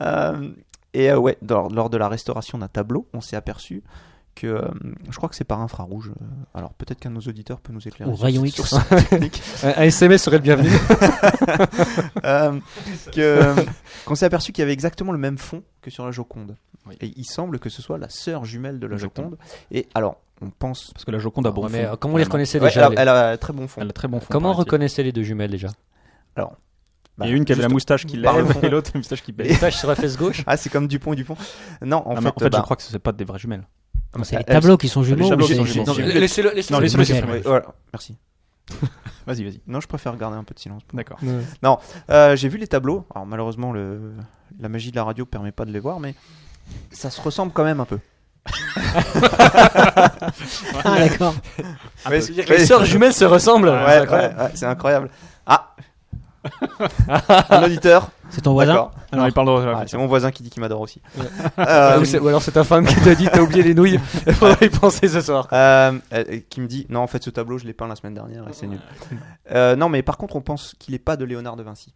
Speaker 4: Euh, et euh, ouais, dans- lors de la restauration d'un tableau, on s'est aperçu que euh, je crois que c'est par infrarouge. Euh, Alors peut-être qu'un de nos auditeurs peut nous éclairer
Speaker 7: Au
Speaker 4: sur-
Speaker 7: rayon
Speaker 4: sur
Speaker 7: X.
Speaker 4: ça.
Speaker 5: Un SMS serait le bienvenu.
Speaker 4: Euh, que- qu'on s'est aperçu qu'il y avait exactement le même fond que sur la Joconde.
Speaker 2: Oui.
Speaker 4: Et il semble que ce soit la sœur jumelle de la
Speaker 2: Exactement.
Speaker 4: Joconde. Et alors, on pense.
Speaker 2: Parce que la Joconde a bon
Speaker 5: mais
Speaker 2: fond.
Speaker 5: euh, comment les
Speaker 2: Vraiment.
Speaker 5: reconnaissait
Speaker 4: Ouais,
Speaker 5: déjà
Speaker 4: elle,
Speaker 5: les-
Speaker 4: a, elle a un très bon fond.
Speaker 2: Elle a très bon fond.
Speaker 5: Comment on
Speaker 2: paraît-il.
Speaker 5: reconnaissait les deux jumelles déjà
Speaker 4: Bah,
Speaker 2: Il y a une qui avait la
Speaker 4: juste-
Speaker 2: moustache qui
Speaker 4: Par le
Speaker 2: lève
Speaker 4: fond.
Speaker 2: et l'autre une moustache qui baisse.
Speaker 5: Les taches sur la fesse gauche
Speaker 4: Ah, c'est comme Dupont et Dupont. Non, en
Speaker 2: Ah, mais
Speaker 4: fait,
Speaker 2: je
Speaker 4: bah,
Speaker 2: crois que ce n'est pas des vraies jumelles.
Speaker 4: Ah, bah,
Speaker 7: C'est les
Speaker 4: elle-
Speaker 7: tableaux qui sont
Speaker 2: les
Speaker 7: jumeaux.
Speaker 2: tableaux
Speaker 7: ou c'est-
Speaker 2: sont jumeaux.
Speaker 4: Non, mais-
Speaker 5: Laissez-le,
Speaker 2: Non,
Speaker 5: laissez-le.
Speaker 2: laissez-le
Speaker 7: modèle.
Speaker 2: s'exprimer.
Speaker 4: Ouais, voilà, merci.
Speaker 2: Vas-y, vas-y.
Speaker 4: Non, je préfère garder un peu de silence.
Speaker 2: D'accord.
Speaker 4: Euh, j'ai vu les tableaux. Alors malheureusement, le... la magie de la radio permet pas de les voir, mais ça se ressemble quand même un peu.
Speaker 7: Ah, d'accord.
Speaker 2: bah,
Speaker 4: Ouais,
Speaker 5: dire que les sœurs jumelles se ressemblent.
Speaker 4: Ouais,
Speaker 5: C'est
Speaker 4: ouais,
Speaker 5: incroyable.
Speaker 4: ouais, c'est incroyable. Ah, un auditeur.
Speaker 7: C'est ton voisin
Speaker 4: D'accord.
Speaker 2: Non, il parle de retour vers
Speaker 4: Ouais,
Speaker 2: le
Speaker 4: c'est
Speaker 2: futur.
Speaker 4: mon voisin qui dit qu'il m'adore aussi. Euh,
Speaker 5: Ou c'est- Ou alors c'est ta femme qui t'a dit t'as oublié les nouilles. Il faudrait y penser ce soir.
Speaker 4: euh, euh, qui me dit non, en fait, ce tableau, je l'ai peint la semaine dernière et c'est nul. Euh, non, mais par contre, on pense qu'il est pas de Léonard de Vinci.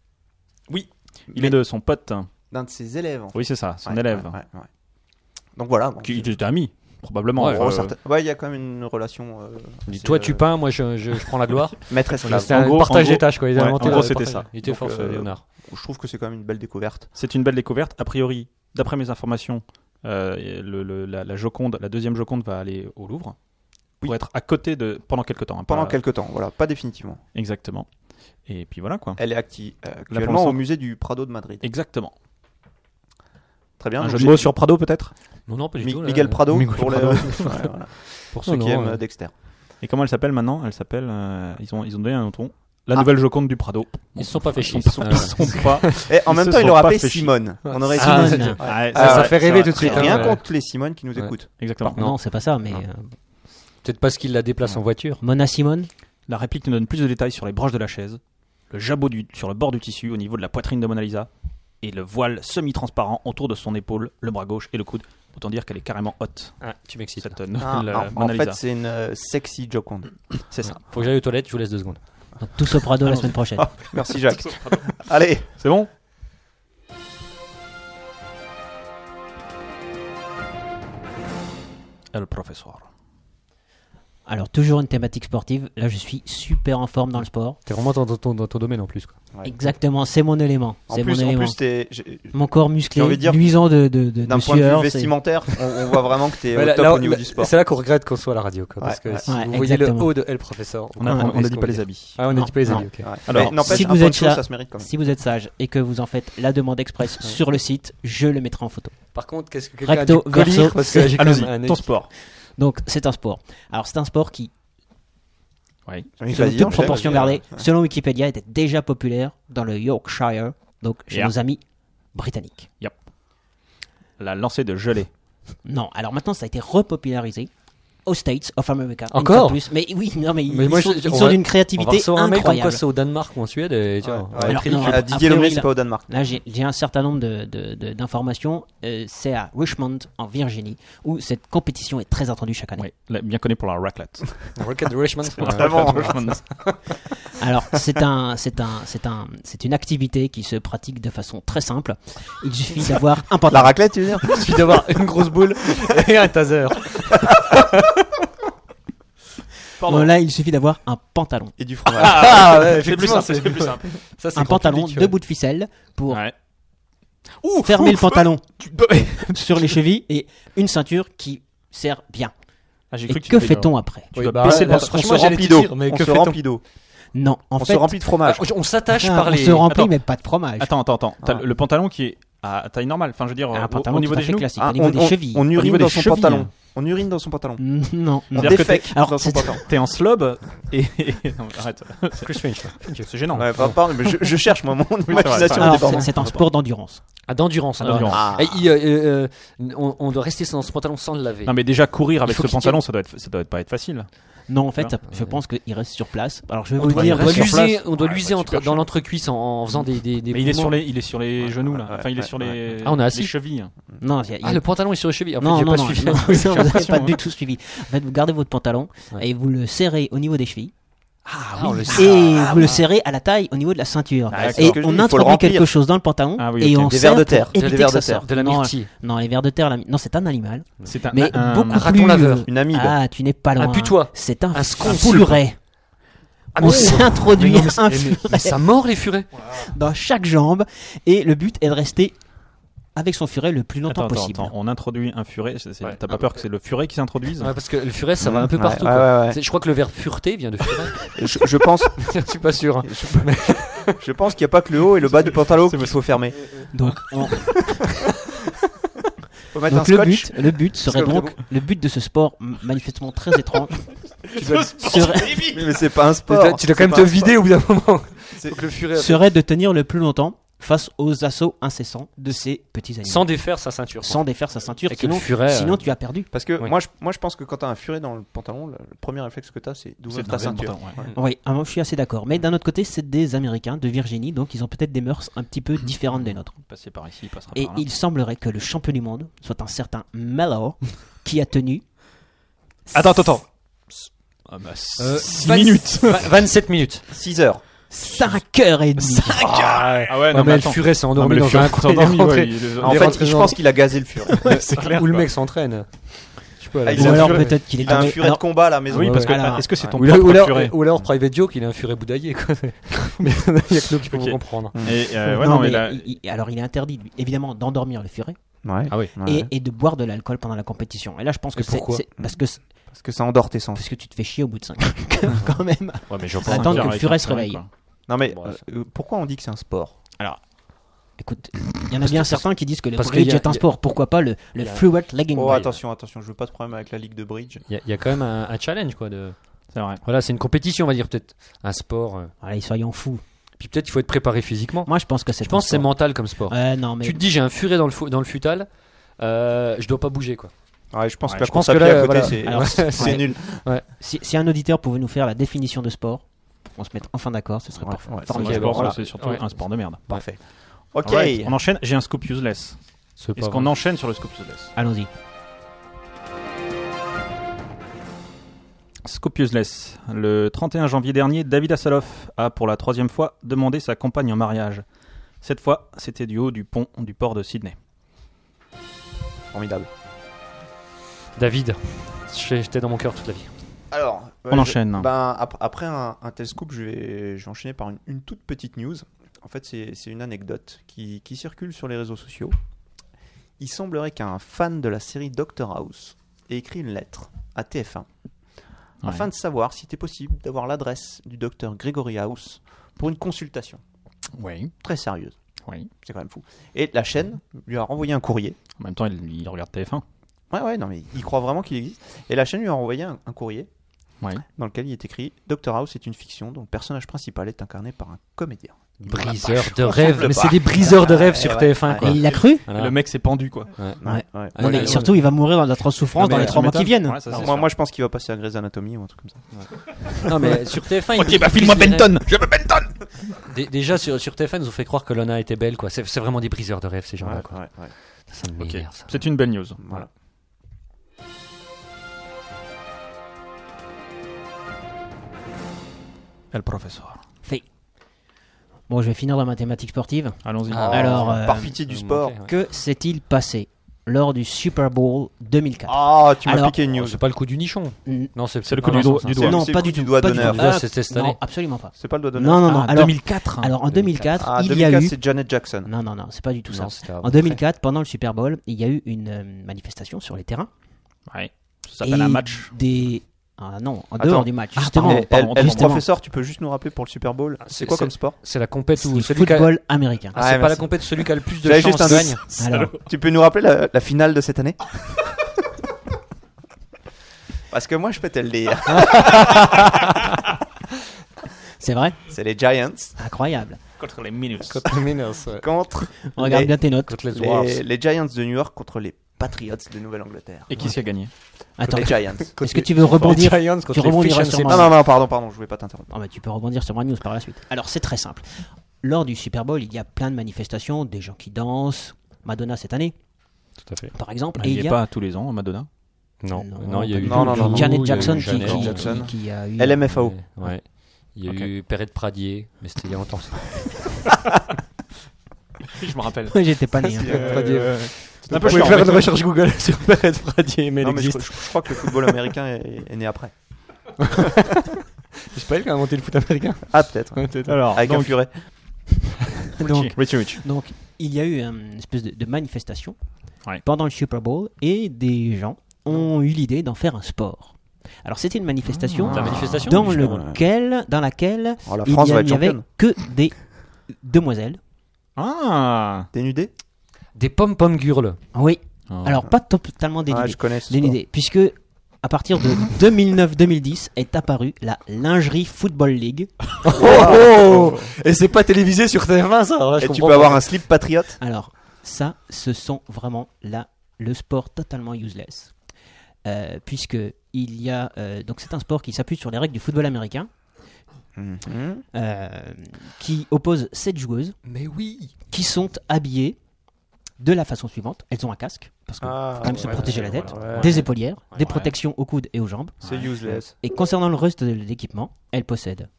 Speaker 2: Oui, Il
Speaker 4: Mais
Speaker 2: est de son pote. hein.
Speaker 4: d'un de ses élèves. En fait.
Speaker 2: Oui, c'est ça, son
Speaker 4: Ouais,
Speaker 2: élève.
Speaker 4: ouais, ouais, ouais. Donc voilà. bon,
Speaker 2: Qui
Speaker 4: c'est-
Speaker 2: ils étaient amis, probablement.
Speaker 4: en
Speaker 2: Enfin,
Speaker 4: gros,
Speaker 2: euh,
Speaker 4: certain- ouais, il y a quand même une relation. euh, c'est,
Speaker 5: Toi tu
Speaker 4: euh,
Speaker 5: peins, moi je, je- je prends la gloire.
Speaker 4: Maître esclave.
Speaker 5: C'était un
Speaker 2: gros-
Speaker 5: partage
Speaker 2: en gros-
Speaker 5: des tâches quoi. Ils
Speaker 2: ouais,
Speaker 5: inventaient
Speaker 2: en gros,
Speaker 5: le
Speaker 2: c'était
Speaker 5: partage.
Speaker 2: ça.
Speaker 5: Il était
Speaker 4: Donc,
Speaker 5: fort ce
Speaker 4: euh,
Speaker 5: Léonard.
Speaker 4: Je trouve que c'est quand même une belle découverte.
Speaker 2: C'est une belle découverte. A priori, d'après mes informations, euh, le- le- la, la Joconde, la deuxième Joconde va aller au Louvre. pour être à côté de pendant quelques temps. hein,
Speaker 4: Pendant
Speaker 2: pas-
Speaker 4: quelques temps, voilà, pas définitivement.
Speaker 2: Exactement. Et puis voilà quoi.
Speaker 4: Elle est active
Speaker 2: pour
Speaker 4: actuellement au
Speaker 2: l'instant-
Speaker 4: musée du Prado de Madrid.
Speaker 2: Exactement.
Speaker 4: Très bien.
Speaker 2: Un
Speaker 4: donc
Speaker 2: jeu de
Speaker 4: j'ai-
Speaker 2: mots sur Prado peut-être.
Speaker 5: Non, non, pas du
Speaker 4: Mi-
Speaker 5: tout. là.
Speaker 4: Miguel Prado
Speaker 3: Miguel
Speaker 4: pour, les-
Speaker 3: Prado.
Speaker 4: Ouais, voilà. Pour
Speaker 2: Oh
Speaker 4: ceux
Speaker 5: Non,
Speaker 4: qui
Speaker 5: non,
Speaker 4: aiment
Speaker 5: ouais.
Speaker 4: euh, Dexter.
Speaker 2: Et comment elle s'appelle maintenant Elle s'appelle. euh, ils ont ils ont donné un ton. La nouvelle Joconde du Prado.
Speaker 5: Ils se sont pas fait
Speaker 2: Ils
Speaker 5: chier.
Speaker 2: sont,
Speaker 5: Euh,
Speaker 2: ils sont pas.
Speaker 4: Et en
Speaker 2: Ils
Speaker 4: même
Speaker 2: se
Speaker 4: temps, il
Speaker 2: sont
Speaker 4: l'aura
Speaker 2: pas
Speaker 4: appelé
Speaker 2: fait chier.
Speaker 4: Simone. On aurait
Speaker 5: Ah,
Speaker 4: dit
Speaker 7: Simone.
Speaker 2: Ouais,
Speaker 5: ça, ça
Speaker 4: ouais,
Speaker 5: fait rêver tout de suite.
Speaker 4: rien
Speaker 5: hein, ouais.
Speaker 4: contre les Simone qui nous
Speaker 5: Ouais.
Speaker 4: écoutent.
Speaker 2: Exactement.
Speaker 7: Non, c'est pas ça, mais
Speaker 5: Non.
Speaker 7: euh,
Speaker 5: Peut-être parce qu'il la déplace en voiture.
Speaker 7: Mona Simone,
Speaker 2: La réplique nous donne plus de détails sur les branches de la chaise, le jabot du- sur le bord du tissu au niveau de la poitrine de Mona Lisa et le voile semi-transparent autour de son épaule, le bras gauche et le coude. Autant dire qu'elle est carrément haute,
Speaker 5: Ah, tu m'excites.
Speaker 2: cette nouvelle
Speaker 4: Ah,
Speaker 2: euh,
Speaker 4: en- en,
Speaker 2: Mona
Speaker 4: fait,
Speaker 2: Lisa.
Speaker 4: c'est une euh, sexy Joconde.
Speaker 2: C'est ça.
Speaker 5: Faut que j'aille aux toilettes, je vous laisse deux secondes.
Speaker 7: donc tout soprado la semaine prochaine.
Speaker 4: Ah, merci Jacques. Allez.
Speaker 2: C'est bon El professeur.
Speaker 7: Alors, toujours une thématique sportive. Là, je suis super en forme dans le sport.
Speaker 5: T'es vraiment dans, dans ton, dans ton domaine en plus. Quoi.
Speaker 4: Ouais.
Speaker 7: Exactement, c'est mon élément.
Speaker 4: En
Speaker 7: C'est mon
Speaker 4: plus, en
Speaker 7: élément.
Speaker 4: plus, t'es- j'ai-
Speaker 7: mon corps musclé,
Speaker 4: J'ai envie de dire-
Speaker 7: luisant de, de, de,
Speaker 4: d'un
Speaker 7: de
Speaker 4: point de
Speaker 7: sueur,
Speaker 4: vue
Speaker 7: c'est-
Speaker 4: vestimentaire, on, on voit vraiment que t'es au
Speaker 5: Ouais, là-
Speaker 4: top
Speaker 5: là-
Speaker 4: au niveau
Speaker 5: là-
Speaker 4: du sport.
Speaker 5: C'est là qu'on regrette qu'on soit à la radio. quoi, parce que
Speaker 4: Ouais,
Speaker 5: si
Speaker 7: ouais.
Speaker 5: vous
Speaker 7: Ouais,
Speaker 5: voyez le
Speaker 7: exactement.
Speaker 5: haut de El Professeur,
Speaker 2: On a-
Speaker 5: vous
Speaker 2: on- on
Speaker 5: comprenez
Speaker 2: ne
Speaker 5: ce
Speaker 2: dit
Speaker 5: qu'on
Speaker 2: pas
Speaker 5: dit.
Speaker 2: les habits.
Speaker 5: Ah, on n'a
Speaker 7: Non,
Speaker 5: dit pas les
Speaker 7: non.
Speaker 5: habits. ok.
Speaker 4: Ouais.
Speaker 2: Alors,
Speaker 4: Mais n'empêche,
Speaker 7: si
Speaker 4: un
Speaker 7: vous
Speaker 4: point de
Speaker 7: êtes
Speaker 4: chose,
Speaker 7: là-
Speaker 4: ça se mérite quand même.
Speaker 7: Si vous êtes sage et que vous en faites la demande express sur le site, je le mettrai en photo.
Speaker 5: Par contre, qu'est-ce que quelqu'un a dit
Speaker 7: Recto,
Speaker 5: collier
Speaker 7: verso,
Speaker 5: Parce que j'ai quand même un
Speaker 2: Allons-y,
Speaker 5: œil
Speaker 2: ton
Speaker 5: qui-
Speaker 2: sport.
Speaker 7: Donc, c'est un sport. Alors, c'est un sport qui,
Speaker 4: Oui,
Speaker 7: selon
Speaker 4: vas-y, euh,
Speaker 7: toute
Speaker 4: enchaîne,
Speaker 7: proportion
Speaker 4: vas-y.
Speaker 7: gardée, selon Wikipédia, était déjà populaire dans le Yorkshire, donc chez
Speaker 2: Yeah.
Speaker 7: nos amis britanniques.
Speaker 2: La lancée de gelée.
Speaker 7: Non, alors maintenant, ça a été repopularisé aux States of America. une
Speaker 5: Encore
Speaker 7: fois de plus. Mais oui, non, mais,
Speaker 5: Mais
Speaker 7: ils
Speaker 5: moi,
Speaker 7: sont,
Speaker 5: je-
Speaker 7: ils
Speaker 5: on
Speaker 7: sont
Speaker 5: va-
Speaker 7: d'une
Speaker 5: On va
Speaker 7: créativité
Speaker 5: recevoir un mec comme quoi
Speaker 7: incroyable.
Speaker 5: c'est au Danemark ou en Suède et
Speaker 4: Ouais,
Speaker 5: tiens, on
Speaker 4: ouais.
Speaker 5: va
Speaker 4: Alors,
Speaker 5: écrire
Speaker 7: non,
Speaker 5: une-
Speaker 4: Ah,
Speaker 7: a
Speaker 4: Didier
Speaker 7: priori,
Speaker 4: Lomé, c'est
Speaker 7: là-
Speaker 4: pas au Danemark.
Speaker 7: Là, j'ai j'ai un certain nombre de- de- de- d'informations. Euh, c'est à Richmond, en Virginie, où cette compétition est très attendue chaque année.
Speaker 2: Oui, la- bien connue pour la raclette.
Speaker 5: Rocket Richmond.
Speaker 4: Vraiment.
Speaker 7: Alors, c'est un, c'est un, c'est un, c'est une activité qui se pratique de façon très simple. Il suffit d'avoir un
Speaker 4: La
Speaker 7: pantalon.
Speaker 4: raclette, tu veux dire
Speaker 5: Il suffit d'avoir une grosse boule et un taser.
Speaker 7: Bon, là, il suffit d'avoir un pantalon,
Speaker 4: Et du fromage.
Speaker 5: Ah, ouais,
Speaker 2: C'est plus simple, c'est
Speaker 5: effectivement,
Speaker 2: plus simple.
Speaker 5: Ça, c'est
Speaker 7: un
Speaker 5: grand
Speaker 7: pantalon,
Speaker 5: public,
Speaker 7: deux
Speaker 5: ouais.
Speaker 7: bouts de ficelle pour
Speaker 2: Ouais.
Speaker 7: fermer le pantalon sur les chevilles et une ceinture qui sert bien.
Speaker 2: Ah, j'ai
Speaker 7: Et
Speaker 2: cru tu
Speaker 7: que
Speaker 2: devais-
Speaker 7: fait-on après
Speaker 2: Tu
Speaker 5: Oui,
Speaker 2: dois
Speaker 5: bah,
Speaker 2: baisser
Speaker 5: ouais,
Speaker 2: le-
Speaker 5: bah,
Speaker 2: on se
Speaker 5: franchement,
Speaker 4: remplit
Speaker 5: j'allais te
Speaker 4: d'eau.
Speaker 5: dire, Mais
Speaker 4: on
Speaker 5: que
Speaker 4: se
Speaker 5: fait-on
Speaker 4: remplit d'eau.
Speaker 7: Non, en
Speaker 4: On
Speaker 7: fait,
Speaker 4: se remplit de
Speaker 5: Ah,
Speaker 4: fromage.
Speaker 5: on- On s'attache
Speaker 7: ah,
Speaker 5: par
Speaker 7: on
Speaker 5: les.
Speaker 7: se remplit,
Speaker 2: Attends.
Speaker 7: mais pas de fromage.
Speaker 2: Attends, attends, attends. T'as
Speaker 4: Ah.
Speaker 2: le pantalon qui est à taille normale. Enfin, je veux dire,
Speaker 7: un
Speaker 2: au-
Speaker 7: pantalon
Speaker 2: au niveau
Speaker 7: tout à
Speaker 2: des
Speaker 7: fait
Speaker 2: genoux.
Speaker 7: classique
Speaker 4: Ah,
Speaker 7: au niveau
Speaker 4: on,
Speaker 7: des
Speaker 4: on-
Speaker 7: chevilles.
Speaker 4: on
Speaker 2: Au niveau
Speaker 4: urine
Speaker 2: des
Speaker 4: dans son
Speaker 2: chevilles.
Speaker 4: pantalon. On urine dans son pantalon.
Speaker 7: Non, non.
Speaker 4: On
Speaker 2: C'est-à-dire que
Speaker 4: défèque
Speaker 7: Alors,
Speaker 4: dans son
Speaker 7: c'est-
Speaker 4: pantalon.
Speaker 2: T'es en slob et. Non, mais Arrête.
Speaker 5: Chris Finch.
Speaker 2: C'est gênant.
Speaker 4: Ouais, pas- pas- mais je, je cherche moi mon
Speaker 2: vrai, c'est
Speaker 4: imagination
Speaker 7: Alors,
Speaker 4: déborde.
Speaker 7: c'est- c'est un sport d'endurance.
Speaker 5: Ah, d'endurance. alors.
Speaker 2: D'endurance.
Speaker 5: Ah, il, euh, euh, on, on doit rester dans ce pantalon sans le laver.
Speaker 2: Non, mais déjà courir avec
Speaker 5: faut
Speaker 2: ce
Speaker 5: qu'il tienne.
Speaker 2: pantalon, ça doit être, ça doit être pas être facile.
Speaker 7: Non, en fait,
Speaker 2: Alors,
Speaker 7: je pense qu'il reste sur place. Alors, je vais
Speaker 5: on
Speaker 7: vous
Speaker 5: doit,
Speaker 7: dire.
Speaker 5: on doit
Speaker 2: sur
Speaker 5: l'user,
Speaker 2: place.
Speaker 5: on doit
Speaker 2: Ouais,
Speaker 5: l'user
Speaker 2: ouais,
Speaker 5: entre-
Speaker 2: super
Speaker 5: dans
Speaker 2: chaud.
Speaker 5: l'entrcuisse en, en faisant des, des, des
Speaker 2: Mais il est
Speaker 5: mouvements.
Speaker 2: sur les, il est sur les genoux là. Enfin, il est
Speaker 4: ouais,
Speaker 2: sur les.
Speaker 5: Ah, on est
Speaker 2: les
Speaker 5: assis.
Speaker 2: chevilles.
Speaker 7: Non, il y a- il y a-
Speaker 5: Ah, le pantalon est sur les chevilles. En
Speaker 7: non,
Speaker 5: fait, j'ai
Speaker 7: non,
Speaker 5: pas
Speaker 7: non,
Speaker 5: suivi.
Speaker 7: non, non,
Speaker 5: J'ai
Speaker 7: vous n'avez
Speaker 5: l'impression,
Speaker 7: pas
Speaker 5: hein.
Speaker 7: du tout suivi. En fait, vous gardez votre pantalon
Speaker 5: Ouais.
Speaker 7: et vous le serrez au niveau des chevilles
Speaker 5: Ah, on le sait.
Speaker 7: et vous le serrez à la taille au niveau de la ceinture.
Speaker 4: Ah, c'est
Speaker 7: et
Speaker 4: ce que je dis,
Speaker 7: on
Speaker 4: il faut le
Speaker 7: introduit
Speaker 4: remplir.
Speaker 7: quelque chose dans le pantalon
Speaker 2: Ah oui,
Speaker 7: et
Speaker 2: ok.
Speaker 7: on
Speaker 4: Des
Speaker 7: serre
Speaker 4: vers de
Speaker 7: pour
Speaker 4: terre,
Speaker 7: éviter
Speaker 4: des
Speaker 7: que
Speaker 4: vers
Speaker 7: ça
Speaker 4: de terre.
Speaker 7: sorte.
Speaker 5: De la
Speaker 7: non,
Speaker 5: myrtille.
Speaker 7: non, les vers de terre, la- non, c'est un animal.
Speaker 2: C'est un,
Speaker 7: Mais
Speaker 2: Ah, un-
Speaker 7: beaucoup
Speaker 2: un-
Speaker 5: raton
Speaker 7: plus...
Speaker 5: laveur.
Speaker 4: Une amide.
Speaker 7: Ah, tu n'es pas loin.
Speaker 5: putois.
Speaker 7: C'est un,
Speaker 5: Un sconce.
Speaker 7: furet.
Speaker 5: Ah,
Speaker 7: on
Speaker 5: mais c'est-
Speaker 7: s'est introduit
Speaker 5: Mais non, mais c'est-
Speaker 7: un
Speaker 5: mais-
Speaker 7: furet
Speaker 5: mais ça mord les furets.
Speaker 7: dans chaque jambe et le but est de rester avec son furet le plus longtemps
Speaker 2: Attends, attends,
Speaker 7: possible.
Speaker 2: attends, on introduit un furet. c'est- c'est-
Speaker 5: Ouais.
Speaker 2: T'as pas peur que c'est le furet qui s'introduise
Speaker 5: Ouais, parce que le furet, ça va un peu
Speaker 4: Ouais,
Speaker 5: partout.
Speaker 4: ouais,
Speaker 5: quoi.
Speaker 4: ouais, ouais.
Speaker 5: C'est- Je crois que le verbe fureté vient de furet.
Speaker 4: Je, je pense,
Speaker 5: Je suis pas sûr. hein.
Speaker 4: je pense qu'il n'y a pas que le haut et le bas du pantalon qu'il faut fermer.
Speaker 7: Donc, on-
Speaker 4: Faut mettre
Speaker 7: Donc
Speaker 4: un
Speaker 7: le
Speaker 4: scotch.
Speaker 7: but, le but serait
Speaker 4: Parce que
Speaker 7: donc le but de ce sport m- manifestement très étrange serait,
Speaker 4: Oui, mais c'est pas un
Speaker 5: Tu
Speaker 4: sport.
Speaker 5: dois, tu dois
Speaker 4: C'est
Speaker 5: quand même
Speaker 4: pas
Speaker 5: te
Speaker 4: un sport.
Speaker 5: vider au bout d'un moment.
Speaker 4: C'est-
Speaker 5: le furet.
Speaker 7: serait de tenir le plus longtemps face aux assauts incessants de ces petits animaux
Speaker 5: Sans défaire sa ceinture.
Speaker 7: sans défaire sa ceinture
Speaker 5: Et que le
Speaker 7: sinon
Speaker 5: furet, euh,
Speaker 7: sinon tu as perdu.
Speaker 4: Parce que
Speaker 5: Oui.
Speaker 4: moi, je, moi, je pense que quand t'as un furet dans le pantalon, le, le premier réflexe que t'as, c'est d'ouvrir ta ceinture.
Speaker 7: Oui, ah, moi, je suis assez d'accord. Mais d'un autre côté, c'est des Américains de Virginie, donc ils ont peut-être des mœurs un petit peu différentes des nôtres.
Speaker 2: Passer par ici, il passera
Speaker 7: Et
Speaker 2: par là.
Speaker 7: il semblerait que le champion du monde soit un certain Mello qui a tenu
Speaker 2: Attends, attends, attends. Ah, bah, six
Speaker 5: Euh, vingt-
Speaker 2: minutes.
Speaker 5: Va- 27 minutes.
Speaker 4: 6 heures.
Speaker 7: 5 heures et demie.
Speaker 5: Ah, ouais.
Speaker 2: Ah ouais,
Speaker 5: Ouais,
Speaker 2: non,
Speaker 5: mais
Speaker 2: mais
Speaker 5: le
Speaker 2: attends.
Speaker 5: furet s'est
Speaker 2: Non, mais
Speaker 5: endormi
Speaker 2: le
Speaker 5: dans
Speaker 2: furet
Speaker 5: un
Speaker 2: est
Speaker 5: coin.
Speaker 2: endormi,
Speaker 5: il est rentré-
Speaker 2: ouais, il est-
Speaker 4: En
Speaker 5: est
Speaker 4: fait,
Speaker 5: rentré
Speaker 4: je
Speaker 5: dans-
Speaker 4: pense qu'il a gazé le furet.
Speaker 2: c'est clair,
Speaker 5: Ou le
Speaker 2: quoi.
Speaker 5: mec s'entraîne. Je sais pas,
Speaker 4: Ah,
Speaker 5: là,
Speaker 4: il
Speaker 5: il
Speaker 4: a un
Speaker 7: Ou
Speaker 5: a un
Speaker 7: alors
Speaker 4: furet.
Speaker 7: peut-être qu'il est
Speaker 4: Il a un
Speaker 7: tombé-
Speaker 4: furet
Speaker 7: alors-
Speaker 4: de combat à la maison.
Speaker 2: Oui, parce que
Speaker 7: Alors-
Speaker 2: est-ce que c'est ton
Speaker 5: Ou alors, ou
Speaker 2: propre
Speaker 5: alors-
Speaker 2: furet
Speaker 5: ou alors Private Joke, il a un furet boudaillé. quoi. Mais Il y a que nous qui pouvons
Speaker 2: Ok.
Speaker 5: comprendre.
Speaker 2: Et, euh, ouais,
Speaker 7: Non,
Speaker 2: non, mais
Speaker 7: mais
Speaker 2: là-
Speaker 7: il- il- alors il est interdit, lui, évidemment, d'endormir le furet,
Speaker 4: Ouais.
Speaker 5: Ah oui.
Speaker 4: Ouais,
Speaker 7: et,
Speaker 4: ouais.
Speaker 7: et de boire de l'alcool pendant la compétition. Et là, je pense
Speaker 5: Et
Speaker 7: que c'est
Speaker 5: pourquoi
Speaker 7: c'est- parce que c'est-
Speaker 4: Parce que ça endort tes sens.
Speaker 7: parce que tu te fais chier au bout de 5 quand même.
Speaker 5: Ouais, mais je pense.
Speaker 7: Attends que
Speaker 2: Bizarre
Speaker 7: le
Speaker 2: avec
Speaker 7: furet
Speaker 2: un
Speaker 7: se
Speaker 2: furet,
Speaker 7: réveille.
Speaker 2: quoi.
Speaker 4: Non mais
Speaker 5: Bon, ça-
Speaker 4: euh, pourquoi on dit que c'est un sport
Speaker 7: Écoute, il y en a bien certains qui disent que le
Speaker 5: parce que
Speaker 7: bridge
Speaker 5: y a-
Speaker 7: est un
Speaker 5: y a-
Speaker 7: sport. Pourquoi pas le, le
Speaker 5: y a-
Speaker 7: fluid legging
Speaker 4: Oh
Speaker 7: bridge
Speaker 4: attention, attention, je veux pas de problème avec la ligue de bridge.
Speaker 5: Il y a- il y, a quand même un, un challenge, quoi. De...
Speaker 2: C'est vrai.
Speaker 5: Voilà, c'est une compétition, on va dire, peut-être. Un sport. euh.
Speaker 7: Voilà, ils soyons fous.
Speaker 5: Puis peut-être il faut être préparé physiquement.
Speaker 7: Moi, je pense que c'est.
Speaker 5: Je pense que c'est mental comme sport.
Speaker 7: Ouais, non, mais
Speaker 5: Tu te dis, j'ai un furet dans le, fou- dans le futal, euh, je dois pas bouger, quoi.
Speaker 4: Ouais, je pense
Speaker 2: Ouais,
Speaker 4: que la
Speaker 5: je
Speaker 4: course
Speaker 5: pense que
Speaker 4: à pied à
Speaker 5: là,
Speaker 4: côté
Speaker 5: voilà.
Speaker 4: c'est
Speaker 7: Alors,
Speaker 4: c'est
Speaker 7: ouais.
Speaker 4: nul.
Speaker 7: si, si un auditeur pouvait nous faire la définition de sport, on se mettre enfin d'accord, ce serait
Speaker 4: Ouais,
Speaker 7: parfait.
Speaker 4: ouais,
Speaker 2: Moi,
Speaker 5: Ok,
Speaker 2: je
Speaker 5: bon,
Speaker 2: pense
Speaker 5: voilà.
Speaker 2: que c'est surtout
Speaker 5: Ouais.
Speaker 2: un sport de merde.
Speaker 4: Parfait. OK.
Speaker 2: Alright, On enchaîne. J'ai un scoop useless.
Speaker 5: C'est
Speaker 2: Est-ce qu'on enchaîne sur le scoop useless
Speaker 7: Allons-y.
Speaker 2: Scoop useless. Le 31 janvier dernier, David Asseloff a pour la troisième fois demandé sa compagne en mariage. Cette fois, c'était du haut du pont du port de Sydney.
Speaker 4: Formidable.
Speaker 5: David, j'ai- j'étais dans mon cœur toute la vie.
Speaker 4: Alors, euh,
Speaker 2: On
Speaker 4: je-
Speaker 2: enchaîne.
Speaker 4: ben, ap- après un, un tel scoop, je vais, je vais enchaîner par une, une toute petite news. En fait, c'est c'est une anecdote qui, qui circule sur les réseaux sociaux. Il semblerait qu'un fan de la série Doctor House ait écrit une lettre à TF1
Speaker 2: Ouais.
Speaker 4: afin de savoir s'il était possible d'avoir l'adresse du docteur Gregory House pour une consultation
Speaker 2: Oui.
Speaker 4: très sérieuse.
Speaker 2: Oui.
Speaker 4: C'est quand même fou. Et la chaîne lui a renvoyé un courrier.
Speaker 2: En même temps, il, il regarde TF1.
Speaker 4: Ouais, ouais, non, mais il croit vraiment qu'il existe. Et la chaîne lui a envoyé un, un courrier
Speaker 2: Ouais.
Speaker 4: dans lequel il est écrit Doctor House est une fiction dont le personnage principal est incarné par un comédien.
Speaker 5: Briseur de
Speaker 4: on
Speaker 5: rêve.
Speaker 4: semble
Speaker 5: Mais
Speaker 4: pas.
Speaker 5: c'est des briseurs de rêve
Speaker 4: Ouais,
Speaker 5: sur
Speaker 4: ouais.
Speaker 5: TF1, quoi.
Speaker 7: Et il l'a cru
Speaker 5: Voilà.
Speaker 2: Le mec s'est pendu, quoi.
Speaker 7: Ouais.
Speaker 4: ouais.
Speaker 5: Ah,
Speaker 7: Non, mais
Speaker 5: il-
Speaker 7: Surtout, il va mourir dans l'atroce souffrance,
Speaker 5: Non, mais
Speaker 7: dans les
Speaker 5: tu
Speaker 7: trois mois qui viennent.
Speaker 4: Non, moi, moi, je pense qu'il va passer à Grey's Anatomy ou un truc comme ça.
Speaker 5: Non, mais sur TF1. ils-
Speaker 2: Ok, bah file-moi
Speaker 5: ils- ils-
Speaker 2: Benton
Speaker 5: Dé- Déjà sur, sur TF1, ils nous ont fait croire que Lona était belle, quoi. C'est c'est vraiment des briseurs de rêve, ces gens-là, quoi.
Speaker 4: ouais, ouais.
Speaker 5: Ça me
Speaker 2: Ok,
Speaker 5: m'énerve, ça.
Speaker 2: c'est une belle news.
Speaker 4: Voilà.
Speaker 2: El professeur.
Speaker 7: Bon, je vais finir dans ma thématique sportive.
Speaker 2: Allons-y.
Speaker 5: Ah.
Speaker 7: Alors, euh,
Speaker 4: Par pitié du
Speaker 5: Vous
Speaker 4: sport.
Speaker 5: montez, ouais.
Speaker 7: que s'est-il passé lors du Super Bowl 2004
Speaker 4: Ah, tu m'as
Speaker 7: Alors-
Speaker 4: piqué une
Speaker 5: Oh,
Speaker 4: news.
Speaker 5: C'est pas le coup du nichon.
Speaker 7: Mm.
Speaker 5: Non, c'est
Speaker 2: C'est le
Speaker 5: non,
Speaker 2: coup
Speaker 5: non,
Speaker 2: du,
Speaker 5: ça-
Speaker 2: do-
Speaker 5: ça-
Speaker 2: du
Speaker 5: ça-
Speaker 2: doigt.
Speaker 4: Non,
Speaker 5: non,
Speaker 4: c'est
Speaker 5: pas
Speaker 4: le
Speaker 5: du
Speaker 4: coup du
Speaker 5: tout.
Speaker 4: doigt
Speaker 5: pas du
Speaker 4: d'honneur.
Speaker 5: tout. Ah,
Speaker 7: Ah,
Speaker 5: c'est- c'est cette
Speaker 7: Non,
Speaker 5: année.
Speaker 7: absolument pas.
Speaker 4: C'est pas le doigt d'honneur.
Speaker 7: Non, non, non.
Speaker 2: Ah,
Speaker 7: alors,
Speaker 2: 2004. hein.
Speaker 7: alors, en 2004,
Speaker 4: Ah,
Speaker 7: il y a
Speaker 4: 2004,
Speaker 7: eu.
Speaker 4: c'est Janet Jackson.
Speaker 7: Non, non, non, c'est pas du tout ça.
Speaker 5: Non, c'était
Speaker 7: En
Speaker 5: avant.
Speaker 7: 2004, pendant le Super Bowl, il y a eu une euh, manifestation sur les terrains.
Speaker 2: Ouais. Ça s'appelle
Speaker 7: Et
Speaker 2: un match.
Speaker 7: Des... Ah non, en
Speaker 4: Attends.
Speaker 7: dehors du match.
Speaker 2: Ah,
Speaker 7: Justement,
Speaker 2: pardon,
Speaker 4: Eh, elle- elle-
Speaker 2: justement.
Speaker 4: professeur, tu peux juste nous rappeler pour le Super Bowl, c'est
Speaker 5: c'est-
Speaker 4: quoi
Speaker 5: c'est-
Speaker 4: comme sport
Speaker 5: C'est la compète
Speaker 7: c'est
Speaker 5: où
Speaker 7: du
Speaker 5: celui qui a-
Speaker 7: football américain.
Speaker 5: Ah, c'est
Speaker 4: Ouais,
Speaker 5: pas
Speaker 4: mais
Speaker 5: la
Speaker 4: c'est-
Speaker 5: compète, celui qui a le plus de
Speaker 4: J'avais juste
Speaker 5: chance
Speaker 4: un
Speaker 5: gagne.
Speaker 7: Alors,
Speaker 4: Tu peux nous rappeler la, la finale de cette année Parce que moi, je peux te le dire.
Speaker 7: c'est vrai
Speaker 4: C'est les Giants
Speaker 7: Incroyable.
Speaker 2: Contre les minutes.
Speaker 4: contre
Speaker 7: Regarde
Speaker 4: les-
Speaker 7: bien tes notes.
Speaker 5: Contre les Wars.
Speaker 4: les, les Giants de New York contre les Patriots de Nouvelle-Angleterre.
Speaker 2: Et qui s'est gagné
Speaker 7: Attends,
Speaker 4: les Giants.
Speaker 7: est-ce que tu veux rebondir
Speaker 5: Giants
Speaker 7: Tu rebondiras sur
Speaker 4: Non,
Speaker 7: moi.
Speaker 4: non, non, pardon, pardon, je voulais pas t'interrompre.
Speaker 7: Ah bah, tu peux rebondir sur ma news par la suite. Alors c'est très simple. Lors du Super Bowl, il y a plein de manifestations, des gens qui dansent. Madonna cette année,
Speaker 5: Tout à fait.
Speaker 7: par exemple.
Speaker 2: Ah, Il n'y est pas tous les ans, Madonna.
Speaker 5: Non,
Speaker 7: Non,
Speaker 5: non, il y a eu
Speaker 4: non, non, non, non.
Speaker 7: Janet Jackson qui,
Speaker 4: Janet
Speaker 7: qui-
Speaker 4: Jackson.
Speaker 7: qui- qui a eu.
Speaker 4: LMFAO.
Speaker 5: Ouais. Il y a
Speaker 2: Ok.
Speaker 5: eu Perrette Pradier, mais c'était il y a longtemps.
Speaker 2: Je me rappelle.
Speaker 7: J'étais pas né. hein.
Speaker 2: un peu chiant, en fait.
Speaker 5: recherche Google sur Perrette Pradier, mais
Speaker 4: Non, mais je, je- je crois que le football américain est, est né après.
Speaker 5: C'est pas elle qui a inventé le foot américain.
Speaker 4: Ah, peut-être. ouais.
Speaker 2: Alors,
Speaker 4: Avec un
Speaker 2: donc,
Speaker 4: furet.
Speaker 7: Donc,
Speaker 2: Richie Rich.
Speaker 7: donc, il y a eu euh, une espèce de, de manifestation
Speaker 2: Ouais.
Speaker 7: pendant le Super Bowl et des gens ont eu l'idée d'en faire un sport. Alors c'était une manifestation
Speaker 5: La manifestation
Speaker 7: dans,
Speaker 5: du Super Bowl.
Speaker 7: lequel, dans laquelle
Speaker 4: Oh, la
Speaker 7: il
Speaker 4: France
Speaker 7: n'y
Speaker 4: va être
Speaker 7: avait
Speaker 4: championne.
Speaker 7: que des demoiselles.
Speaker 2: Ah
Speaker 4: Dénudé
Speaker 5: Des pom-pom girls.
Speaker 7: Oui,
Speaker 2: Ah.
Speaker 7: alors pas totalement dénudées.
Speaker 4: Ah, je connais. ce
Speaker 7: J'ai une
Speaker 4: sport.
Speaker 7: idée, puisque à partir de 2009-2010 est apparue la lingerie Football League.
Speaker 5: Oh Et c'est pas télévisé sur TF1 ça
Speaker 4: Et tu peux avoir un slip patriote
Speaker 7: Alors ça, ce sont vraiment là le sport totalement useless, Euh, puisque il y a euh, donc c'est un sport qui s'appuie sur les règles du football américain,
Speaker 5: Mm.
Speaker 4: Hmm.
Speaker 7: euh, qui oppose sept joueuses
Speaker 5: Mais oui
Speaker 7: qui sont habillées de la façon suivante. Elles ont un casque parce que
Speaker 4: Ah,
Speaker 7: quand même se
Speaker 4: ouais,
Speaker 7: protéger
Speaker 4: ouais,
Speaker 7: la tête,
Speaker 4: ouais, ouais.
Speaker 7: des épaulières, des
Speaker 2: ouais.
Speaker 7: protections aux coudes et aux jambes.
Speaker 4: C'est useless.
Speaker 7: Et concernant le reste de l'équipement, elle possède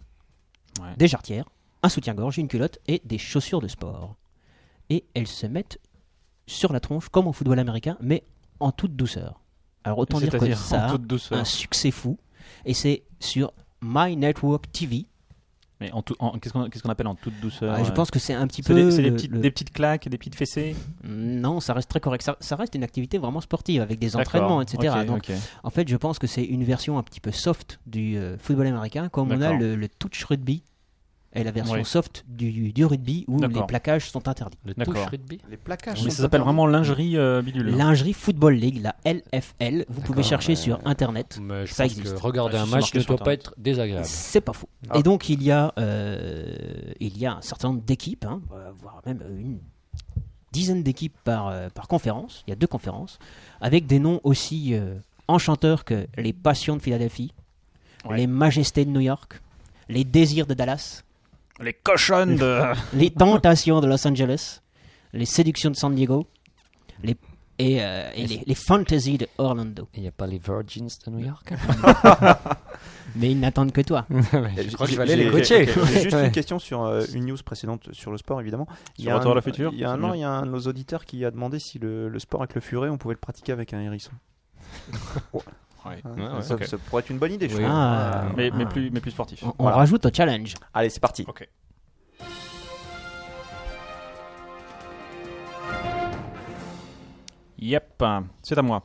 Speaker 2: Ouais.
Speaker 7: des jarretières, un soutien-gorge, une culotte et des chaussures de sport. Et elles se mettent sur la tronche comme au football américain, mais en toute douceur. Alors autant dire que
Speaker 2: C'est-à-dire en
Speaker 7: ça
Speaker 2: toute
Speaker 7: a
Speaker 2: douceur.
Speaker 7: un succès fou. Et c'est sur My Network TV
Speaker 2: Mais en tout- en- qu'est-ce qu'on qu'est-ce qu'on appelle en toute douceur
Speaker 7: Ah, je
Speaker 2: euh,
Speaker 7: pense que c'est un petit
Speaker 2: c'est
Speaker 7: peu.
Speaker 2: des- c'est des
Speaker 7: le-
Speaker 2: petites-
Speaker 7: le-
Speaker 2: des petites claques, des petites fessées
Speaker 7: Non, ça reste très correct. Ça, ça reste une activité vraiment sportive avec des
Speaker 2: D'accord.
Speaker 7: entraînements, etc.
Speaker 2: Ok,
Speaker 7: Donc,
Speaker 2: ok.
Speaker 7: en fait, je pense que c'est une version un petit peu soft du euh, football américain, comme on a
Speaker 2: D'accord.
Speaker 7: le, le touch rugby et la version
Speaker 2: Oui.
Speaker 7: soft du, du rugby où les
Speaker 2: D'accord.
Speaker 7: plaquages sont interdits.
Speaker 5: Le
Speaker 2: D'accord.
Speaker 5: touche rugby.
Speaker 4: Les plaquages.
Speaker 2: Mais
Speaker 4: sont
Speaker 2: ça s'appelle
Speaker 4: interdits.
Speaker 2: vraiment lingerie euh, bidule.
Speaker 7: Lingerie Football League, la LFL. Vous pouvez
Speaker 5: D'accord,
Speaker 7: chercher
Speaker 5: mais-
Speaker 7: sur internet.
Speaker 5: Mais je
Speaker 7: Ça
Speaker 5: pense
Speaker 7: existe.
Speaker 5: que regarder
Speaker 2: Ah,
Speaker 5: un
Speaker 2: c'est
Speaker 5: match
Speaker 2: marqué
Speaker 5: ne
Speaker 2: sur
Speaker 5: doit pas
Speaker 2: Internet.
Speaker 5: être désagréable.
Speaker 7: C'est pas fou.
Speaker 4: Ah.
Speaker 7: Et donc il y a, euh, il y a un certain nombre d'équipes, hein, euh, voire même une dizaine d'équipes par, euh, par conférence. Il y a deux conférences avec des noms aussi euh, enchanteurs que les Passions de Philadelphie,
Speaker 2: Ouais.
Speaker 7: les Majestés de New York, les Désirs de Dallas,
Speaker 2: Les cochonnes de.
Speaker 7: les Tentations de Los Angeles, les Séductions de San Diego, les et, euh, et les, les Fantasies de Orlando.
Speaker 5: Il n'y a pas les Virgins de New York
Speaker 7: Mais ils n'attendent que toi.
Speaker 5: Je crois que je vais aller
Speaker 4: J'ai-
Speaker 5: les
Speaker 4: j'ai-
Speaker 5: coacher.
Speaker 4: ok, j'ai juste une
Speaker 5: Ouais.
Speaker 4: question sur euh, une news précédente sur le sport, évidemment. Il y
Speaker 2: Sur
Speaker 4: a
Speaker 2: Retour
Speaker 4: un-
Speaker 2: à le futur,
Speaker 4: Il y a
Speaker 2: c'est
Speaker 4: un
Speaker 2: bien.
Speaker 4: an, il y a un de nos auditeurs qui a demandé si le, le sport avec le furet, on pouvait le pratiquer avec un hérisson.
Speaker 2: Ouais.
Speaker 4: Hein,
Speaker 2: Ouais, ouais,
Speaker 4: ça,
Speaker 2: ok.
Speaker 4: ça pourrait être une bonne idée, je
Speaker 5: Oui.
Speaker 4: trouve.
Speaker 7: Ah.
Speaker 2: Mais, mais
Speaker 7: Ah.
Speaker 2: plus, mais plus sportif.
Speaker 7: On, on
Speaker 4: Voilà.
Speaker 7: rajoute au challenge.
Speaker 4: Allez, c'est parti.
Speaker 2: Ok. Yep, c'est à moi.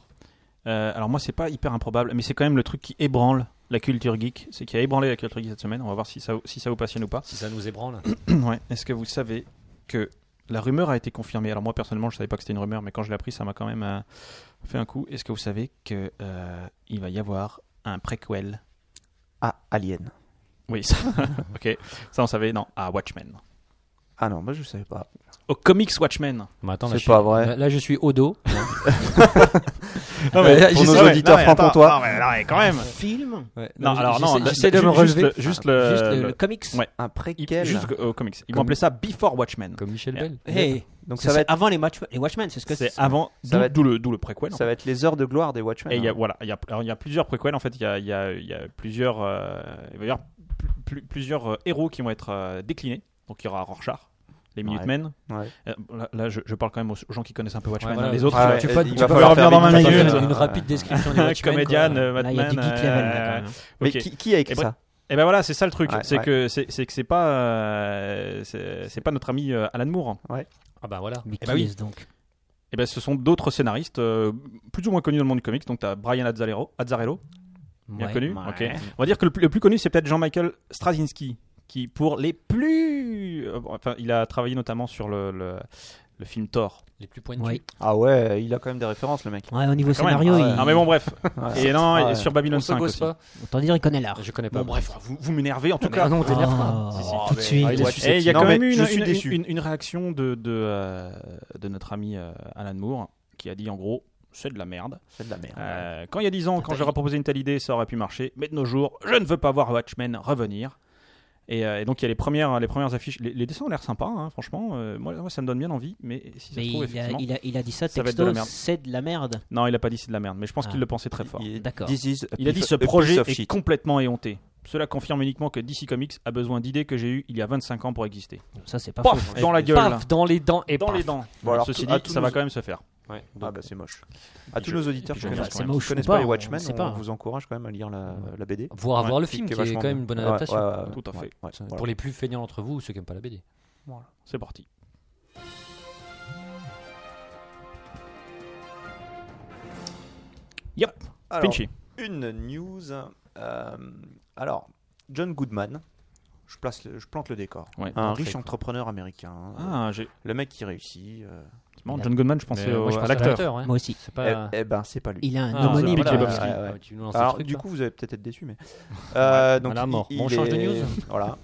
Speaker 2: Euh, alors moi, c'est pas hyper improbable, mais c'est quand même le truc qui ébranle la culture geek. C'est qui a ébranlé la culture geek cette semaine. On va voir si ça, si ça vous passionne ou pas.
Speaker 5: Si ça nous ébranle.
Speaker 2: Ouais. Est-ce que vous savez que la rumeur a été confirmée Alors moi, personnellement, je savais pas que c'était une rumeur, mais quand je l'ai appris, ça m'a quand même euh, fait un coup. Est-ce que vous savez que euh, il va y avoir un préquel
Speaker 4: Ah, Alien.
Speaker 2: Oui, ça. ok. Ça, on savait. Non, à Watchmen.
Speaker 4: Ah non, moi je savais pas.
Speaker 2: Au comics Watchmen.
Speaker 5: Mais attends, là,
Speaker 4: C'est
Speaker 5: je
Speaker 4: pas
Speaker 5: suis-
Speaker 4: vrai.
Speaker 5: Là, là, je suis au dos.
Speaker 2: Non,
Speaker 4: mais pour nos auditeurs franc-comtois.
Speaker 2: quand même.
Speaker 7: Film,
Speaker 5: Ouais.
Speaker 2: Non,
Speaker 5: je-
Speaker 2: alors non, bah,
Speaker 5: j'essaie- J'essaie de
Speaker 2: ju-
Speaker 5: me
Speaker 2: juste
Speaker 5: relever.
Speaker 2: le- Juste le,
Speaker 7: juste le,
Speaker 2: le-
Speaker 7: le comics.
Speaker 2: Ouais.
Speaker 4: Un
Speaker 2: il-
Speaker 4: préquel.
Speaker 2: juste au comics. Ils vont
Speaker 4: Comme-
Speaker 2: appeler ça Before Watchmen.
Speaker 5: Comme Michel
Speaker 2: Ouais.
Speaker 5: Bell.
Speaker 7: Hey,
Speaker 4: Donc
Speaker 7: Ça,
Speaker 4: ça va
Speaker 7: c'est
Speaker 4: être,
Speaker 7: avant les, match les Watchmen, c'est ce que c'est.
Speaker 2: C'est avant,
Speaker 4: ça
Speaker 2: d'où
Speaker 4: va être-
Speaker 2: d'où le, d'où le préquel. en
Speaker 4: ça va être les heures de gloire des Watchmen.
Speaker 2: Et il y a,
Speaker 4: hein.
Speaker 2: voilà, il y a, alors il y a plusieurs préquels en fait. Il y a, il y a- il y a plusieurs, euh, il va y avoir pl- pl- plusieurs euh, héros qui vont être euh, déclinés. Donc il y aura Rorschach, les
Speaker 4: Ouais.
Speaker 2: Minutemen.
Speaker 4: Ouais.
Speaker 2: Euh, là, là, je, je parle quand même aux gens qui connaissent un peu Watchmen.
Speaker 5: Ouais, voilà.
Speaker 2: Les autres,
Speaker 4: Ah
Speaker 2: euh,
Speaker 4: ouais,
Speaker 5: tu peux-
Speaker 4: il
Speaker 5: tu
Speaker 4: va
Speaker 5: peux
Speaker 4: falloir
Speaker 2: revenir
Speaker 4: faire
Speaker 2: dans
Speaker 4: vite,
Speaker 2: ma
Speaker 4: attention,
Speaker 2: minute.
Speaker 4: hein.
Speaker 5: Une rapide description des Watchmen,
Speaker 2: comédienne,
Speaker 5: quoi.
Speaker 2: euh,
Speaker 7: Là, il y a du
Speaker 2: Batman.
Speaker 7: geek level, là,
Speaker 2: euh,
Speaker 7: quand même.
Speaker 4: Mais
Speaker 2: ok.
Speaker 4: qui, qui a écrit
Speaker 2: Et bref,
Speaker 4: ça
Speaker 2: Et ben voilà, c'est ça le truc.
Speaker 4: Ouais,
Speaker 2: c'est
Speaker 4: ouais.
Speaker 2: que c'est c'est que c'est pas euh, c'est c'est pas notre ami euh, Alan Moore.
Speaker 5: Ah bah voilà.
Speaker 7: Mais qui
Speaker 2: bah oui.
Speaker 7: est-ce donc
Speaker 2: Et ben ce sont d'autres scénaristes euh, plus ou moins connus dans le monde du comics. Donc t'as Brian Azzarello, Azzarello bien
Speaker 7: Ouais.
Speaker 2: connu.
Speaker 7: Ouais.
Speaker 2: ok. On va dire que le plus, le plus connu c'est peut-être Jean-Michael Straczynski qui pour les plus euh, bon, enfin il a travaillé notamment sur le le, le film Thor.
Speaker 5: Les plus pointus.
Speaker 7: Ouais.
Speaker 4: Ah ouais, il a quand même des références, le mec.
Speaker 7: Ouais, au niveau
Speaker 2: Ah, Quand même.
Speaker 7: scénario,
Speaker 4: ouais.
Speaker 7: il...
Speaker 2: Non mais bon bref.
Speaker 4: Ouais.
Speaker 2: et non
Speaker 4: Ah
Speaker 2: et
Speaker 4: ouais.
Speaker 2: sur
Speaker 5: On
Speaker 2: Babylon
Speaker 5: se
Speaker 2: 5
Speaker 5: gosse
Speaker 2: aussi.
Speaker 5: pas.
Speaker 7: autant dire il connaît l'art.
Speaker 5: Je connais pas.
Speaker 2: Bon bref, vous, vous m'énervez en tout
Speaker 5: Ah
Speaker 2: cas.
Speaker 5: non, t'énerves pas.
Speaker 7: Oh,
Speaker 2: Si, si.
Speaker 7: tout de suite.
Speaker 5: Ah, il est
Speaker 4: Ouais.
Speaker 2: Et il y a
Speaker 4: Non,
Speaker 2: quand
Speaker 4: mais
Speaker 2: même eu
Speaker 4: je
Speaker 2: une,
Speaker 4: suis
Speaker 2: une-
Speaker 4: déçu.
Speaker 2: une- une réaction de, de, euh, de notre ami euh, Alan Moore qui a dit en gros c'est de la merde.
Speaker 4: C'est de la merde.
Speaker 2: Euh, quand il y a 10 ans, quand j'aurais proposé une telle idée, ça aurait pu marcher. Mais de nos jours, je ne veux pas voir Watchmen revenir. Et, euh, et donc il y a les premières, les premières affiches. Les, les dessins ont l'air sympas, hein, franchement. Euh, moi, moi, ça me donne bien envie. Mais si ça
Speaker 7: Mais
Speaker 2: se trouve,
Speaker 7: il a,
Speaker 2: effectivement.
Speaker 7: il a- il a dit ça,
Speaker 2: Ça va être de
Speaker 7: texto,
Speaker 2: la merde.
Speaker 7: c'est de la merde.
Speaker 2: Non, il a pas dit c'est de la merde. Mais je pense
Speaker 7: Ah.
Speaker 2: qu'il le pensait très fort.
Speaker 4: Il-
Speaker 7: D'accord.
Speaker 4: this is a
Speaker 2: Il a dit
Speaker 4: piece-
Speaker 2: ce
Speaker 4: a piece
Speaker 2: projet
Speaker 4: of
Speaker 2: est
Speaker 4: shit.
Speaker 2: complètement éhonté. Cela confirme uniquement que DC Comics a besoin d'idées que j'ai eues il y a 25 ans pour exister.
Speaker 7: Ça, c'est pas faux.
Speaker 2: Paf dans la gueule.
Speaker 5: Paf dans les dents et
Speaker 2: dans
Speaker 5: paf.
Speaker 2: les dents.
Speaker 4: Bon, alors,
Speaker 2: Ceci
Speaker 4: tout- à
Speaker 2: dit,
Speaker 4: tous
Speaker 2: ça
Speaker 4: nos-
Speaker 2: va quand même se faire.
Speaker 5: Ouais.
Speaker 4: Ah bah c'est moche. À tous nos auditeurs
Speaker 2: et
Speaker 4: qui
Speaker 2: puis je
Speaker 4: connaissent
Speaker 2: reste,
Speaker 4: qui
Speaker 2: c'est
Speaker 7: moche ou
Speaker 4: connaissent
Speaker 7: pas,
Speaker 4: pas les
Speaker 7: on
Speaker 4: Watchmen,
Speaker 7: sait
Speaker 4: on,
Speaker 7: pas.
Speaker 4: vous encourage quand même à lire la, la BD.
Speaker 5: Voir, voir le film, qui est
Speaker 4: vachement
Speaker 5: quand même une bonne
Speaker 4: bien.
Speaker 5: adaptation.
Speaker 4: Ouais, ouais, ouais, ouais.
Speaker 2: Tout à fait.
Speaker 4: Ouais,
Speaker 5: Ça,
Speaker 4: voilà.
Speaker 5: Pour les plus feignants d'entre vous ou ceux qui n'aiment pas la BD.
Speaker 2: C'est parti. Yep,
Speaker 4: Alors,
Speaker 2: Finchy.
Speaker 4: une news. euh, alors, John Goodman, je, place le- je plante le décor.
Speaker 2: Ouais.
Speaker 4: un
Speaker 5: très
Speaker 4: riche
Speaker 5: cool.
Speaker 4: entrepreneur américain.
Speaker 2: Ah, j'ai.
Speaker 4: Le mec qui réussit. euh,
Speaker 2: c'est marrant, John Goodman, je pensais
Speaker 5: Mais
Speaker 2: au-
Speaker 5: moi, je
Speaker 2: à
Speaker 5: pense
Speaker 2: l'acteur.
Speaker 5: ouais.
Speaker 7: hein. Moi aussi.
Speaker 5: C'est pas.
Speaker 4: eh, eh ben, c'est pas lui.
Speaker 7: Il a un
Speaker 5: Ah,
Speaker 7: homonyme. Euh,
Speaker 5: voilà,
Speaker 4: Lebowski.
Speaker 5: ouais,
Speaker 4: Ouais, ouais.
Speaker 5: ouais, tu nous lances
Speaker 4: Alors,
Speaker 5: le truc,
Speaker 4: du
Speaker 5: là.
Speaker 4: coup, vous allez peut-être être déçu, mais. Euh, donc,
Speaker 5: à la
Speaker 4: il-
Speaker 5: mort.
Speaker 4: il
Speaker 5: Bon, on change de
Speaker 4: est-
Speaker 5: news.
Speaker 4: Voilà.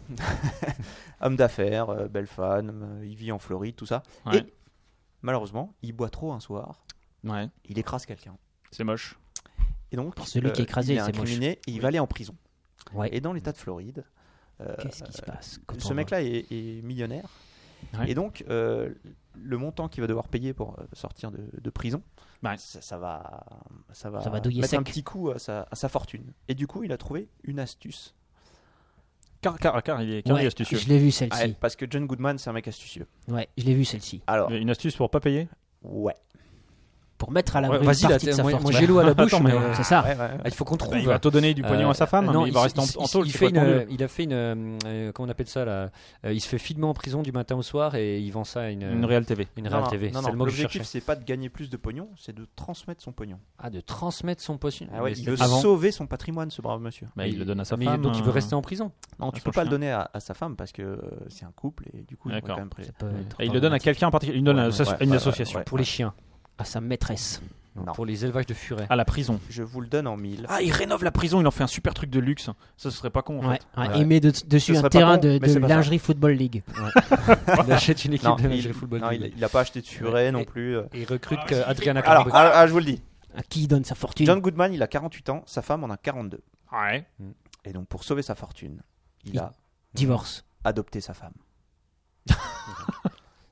Speaker 4: Homme d'affaires, euh, belle femme, euh, il vit en Floride, tout ça.
Speaker 2: Ouais.
Speaker 4: Et malheureusement, il boit trop un soir,
Speaker 2: Ouais,
Speaker 4: il écrase quelqu'un.
Speaker 2: c'est moche.
Speaker 4: Et donc,
Speaker 5: Oh,
Speaker 4: euh,
Speaker 7: Pour celui qui est écrasé,
Speaker 4: il est
Speaker 7: c'est moche.
Speaker 4: incriminé et il va aller en prison.
Speaker 7: Ouais.
Speaker 4: Et dans l'État de Floride, euh,
Speaker 7: Qu'est-ce qui se passe
Speaker 4: ce mec-là est, est millionnaire.
Speaker 2: Ouais.
Speaker 4: Et donc, euh, le montant qu'il va devoir payer pour euh, sortir de, de prison,
Speaker 2: Ouais.
Speaker 4: ça, ça va, ça va,
Speaker 7: Ça va douiller
Speaker 4: mettre un
Speaker 7: sec.
Speaker 4: petit coup à sa, à sa fortune. Et du coup, il a trouvé une astuce.
Speaker 2: Car, car, car, il est, car il est
Speaker 7: Ouais,
Speaker 2: astucieux.
Speaker 7: je l'ai vu
Speaker 4: Ouais,
Speaker 7: celle-ci.
Speaker 4: parce que John Goodman, c'est un mec astucieux.
Speaker 7: Ouais, je l'ai vu celle-ci.
Speaker 4: Alors,
Speaker 2: Une astuce pour pas payer
Speaker 4: ouais.
Speaker 7: pour mettre à l'abri
Speaker 5: Ouais,
Speaker 7: une
Speaker 5: vas-y, là,
Speaker 7: partie de
Speaker 5: t'es-
Speaker 7: sa
Speaker 5: moi-
Speaker 7: force.
Speaker 5: moi,
Speaker 7: voilà.
Speaker 5: j'ai l'eau à la bouche,
Speaker 7: Attends,
Speaker 5: mais-
Speaker 7: mais c'est ça.
Speaker 5: Ah, Il faut qu'on trouve.
Speaker 2: Bah, il va tout donner du pognon à sa femme,
Speaker 5: non,
Speaker 2: mais il va rester en- en tôle,
Speaker 5: Il
Speaker 2: c'est
Speaker 5: fait
Speaker 2: pas
Speaker 5: une-
Speaker 2: tendu.
Speaker 5: il a fait une, euh, euh, comment on appelle ça là Euh, Il se fait filmer en prison du matin au soir et il vend ça à une,
Speaker 2: Une Real TV.
Speaker 5: Une Real TV.
Speaker 4: Non,
Speaker 5: C'est
Speaker 4: non,
Speaker 5: le mot que je
Speaker 4: L'objectif,
Speaker 5: cherchais.
Speaker 4: c'est pas de gagner plus de pognon, c'est de transmettre son pognon.
Speaker 5: Ah, de transmettre son potion.
Speaker 4: Ah
Speaker 5: Mais
Speaker 4: ouais, il
Speaker 5: c'est-
Speaker 4: veut
Speaker 2: Avant.
Speaker 4: sauver son patrimoine, ce brave monsieur.
Speaker 2: Bah, il le donne à sa
Speaker 5: mais
Speaker 2: femme.
Speaker 5: donc il veut
Speaker 2: euh,
Speaker 5: rester en prison.
Speaker 4: Non, tu
Speaker 2: son
Speaker 4: peux pas le
Speaker 2: chien.
Speaker 4: donner à, à sa femme parce que euh, c'est un couple et du coup, il
Speaker 2: D'accord.
Speaker 4: quand même pré-
Speaker 7: Ça peut être
Speaker 2: Et il le donne à quelqu'un en particulier. Il le donne à une asso-
Speaker 4: ouais,
Speaker 2: à une
Speaker 4: ouais,
Speaker 2: association.
Speaker 4: ouais,
Speaker 5: Pour les chiens,
Speaker 7: à sa maîtresse.
Speaker 5: donc
Speaker 4: Non.
Speaker 5: pour les élevages de furets.
Speaker 2: À la prison.
Speaker 4: Je vous le donne en mille.
Speaker 2: Ah, il rénove la prison, il en fait un super truc de luxe. Ça, ce serait pas con. en
Speaker 7: Ouais,
Speaker 2: fait.
Speaker 7: ouais,
Speaker 4: Ouais.
Speaker 7: Il met de- dessus
Speaker 4: Ce serait
Speaker 7: un
Speaker 4: pas
Speaker 7: terrain
Speaker 4: bon,
Speaker 7: de,
Speaker 4: mais
Speaker 7: de
Speaker 4: c'est pas ça.
Speaker 7: lingerie Football League.
Speaker 5: Il achète une équipe
Speaker 4: Non,
Speaker 5: de
Speaker 4: il,
Speaker 5: Major football.
Speaker 4: non,
Speaker 5: League.
Speaker 4: il, il a pas acheté de furet
Speaker 5: Ouais.
Speaker 4: non
Speaker 5: Et-
Speaker 4: plus. euh.
Speaker 5: Et il recrute euh, Adriana
Speaker 4: Alors,
Speaker 5: Colombo.
Speaker 4: ah, ah, je vous le dis.
Speaker 7: À qui il donne sa fortune
Speaker 4: John Goodman, il a 48 ans, sa femme en a 42.
Speaker 2: Ouais.
Speaker 4: Et donc, pour sauver sa fortune, il
Speaker 7: Il-
Speaker 4: a
Speaker 7: Divorce.
Speaker 4: adopté sa femme.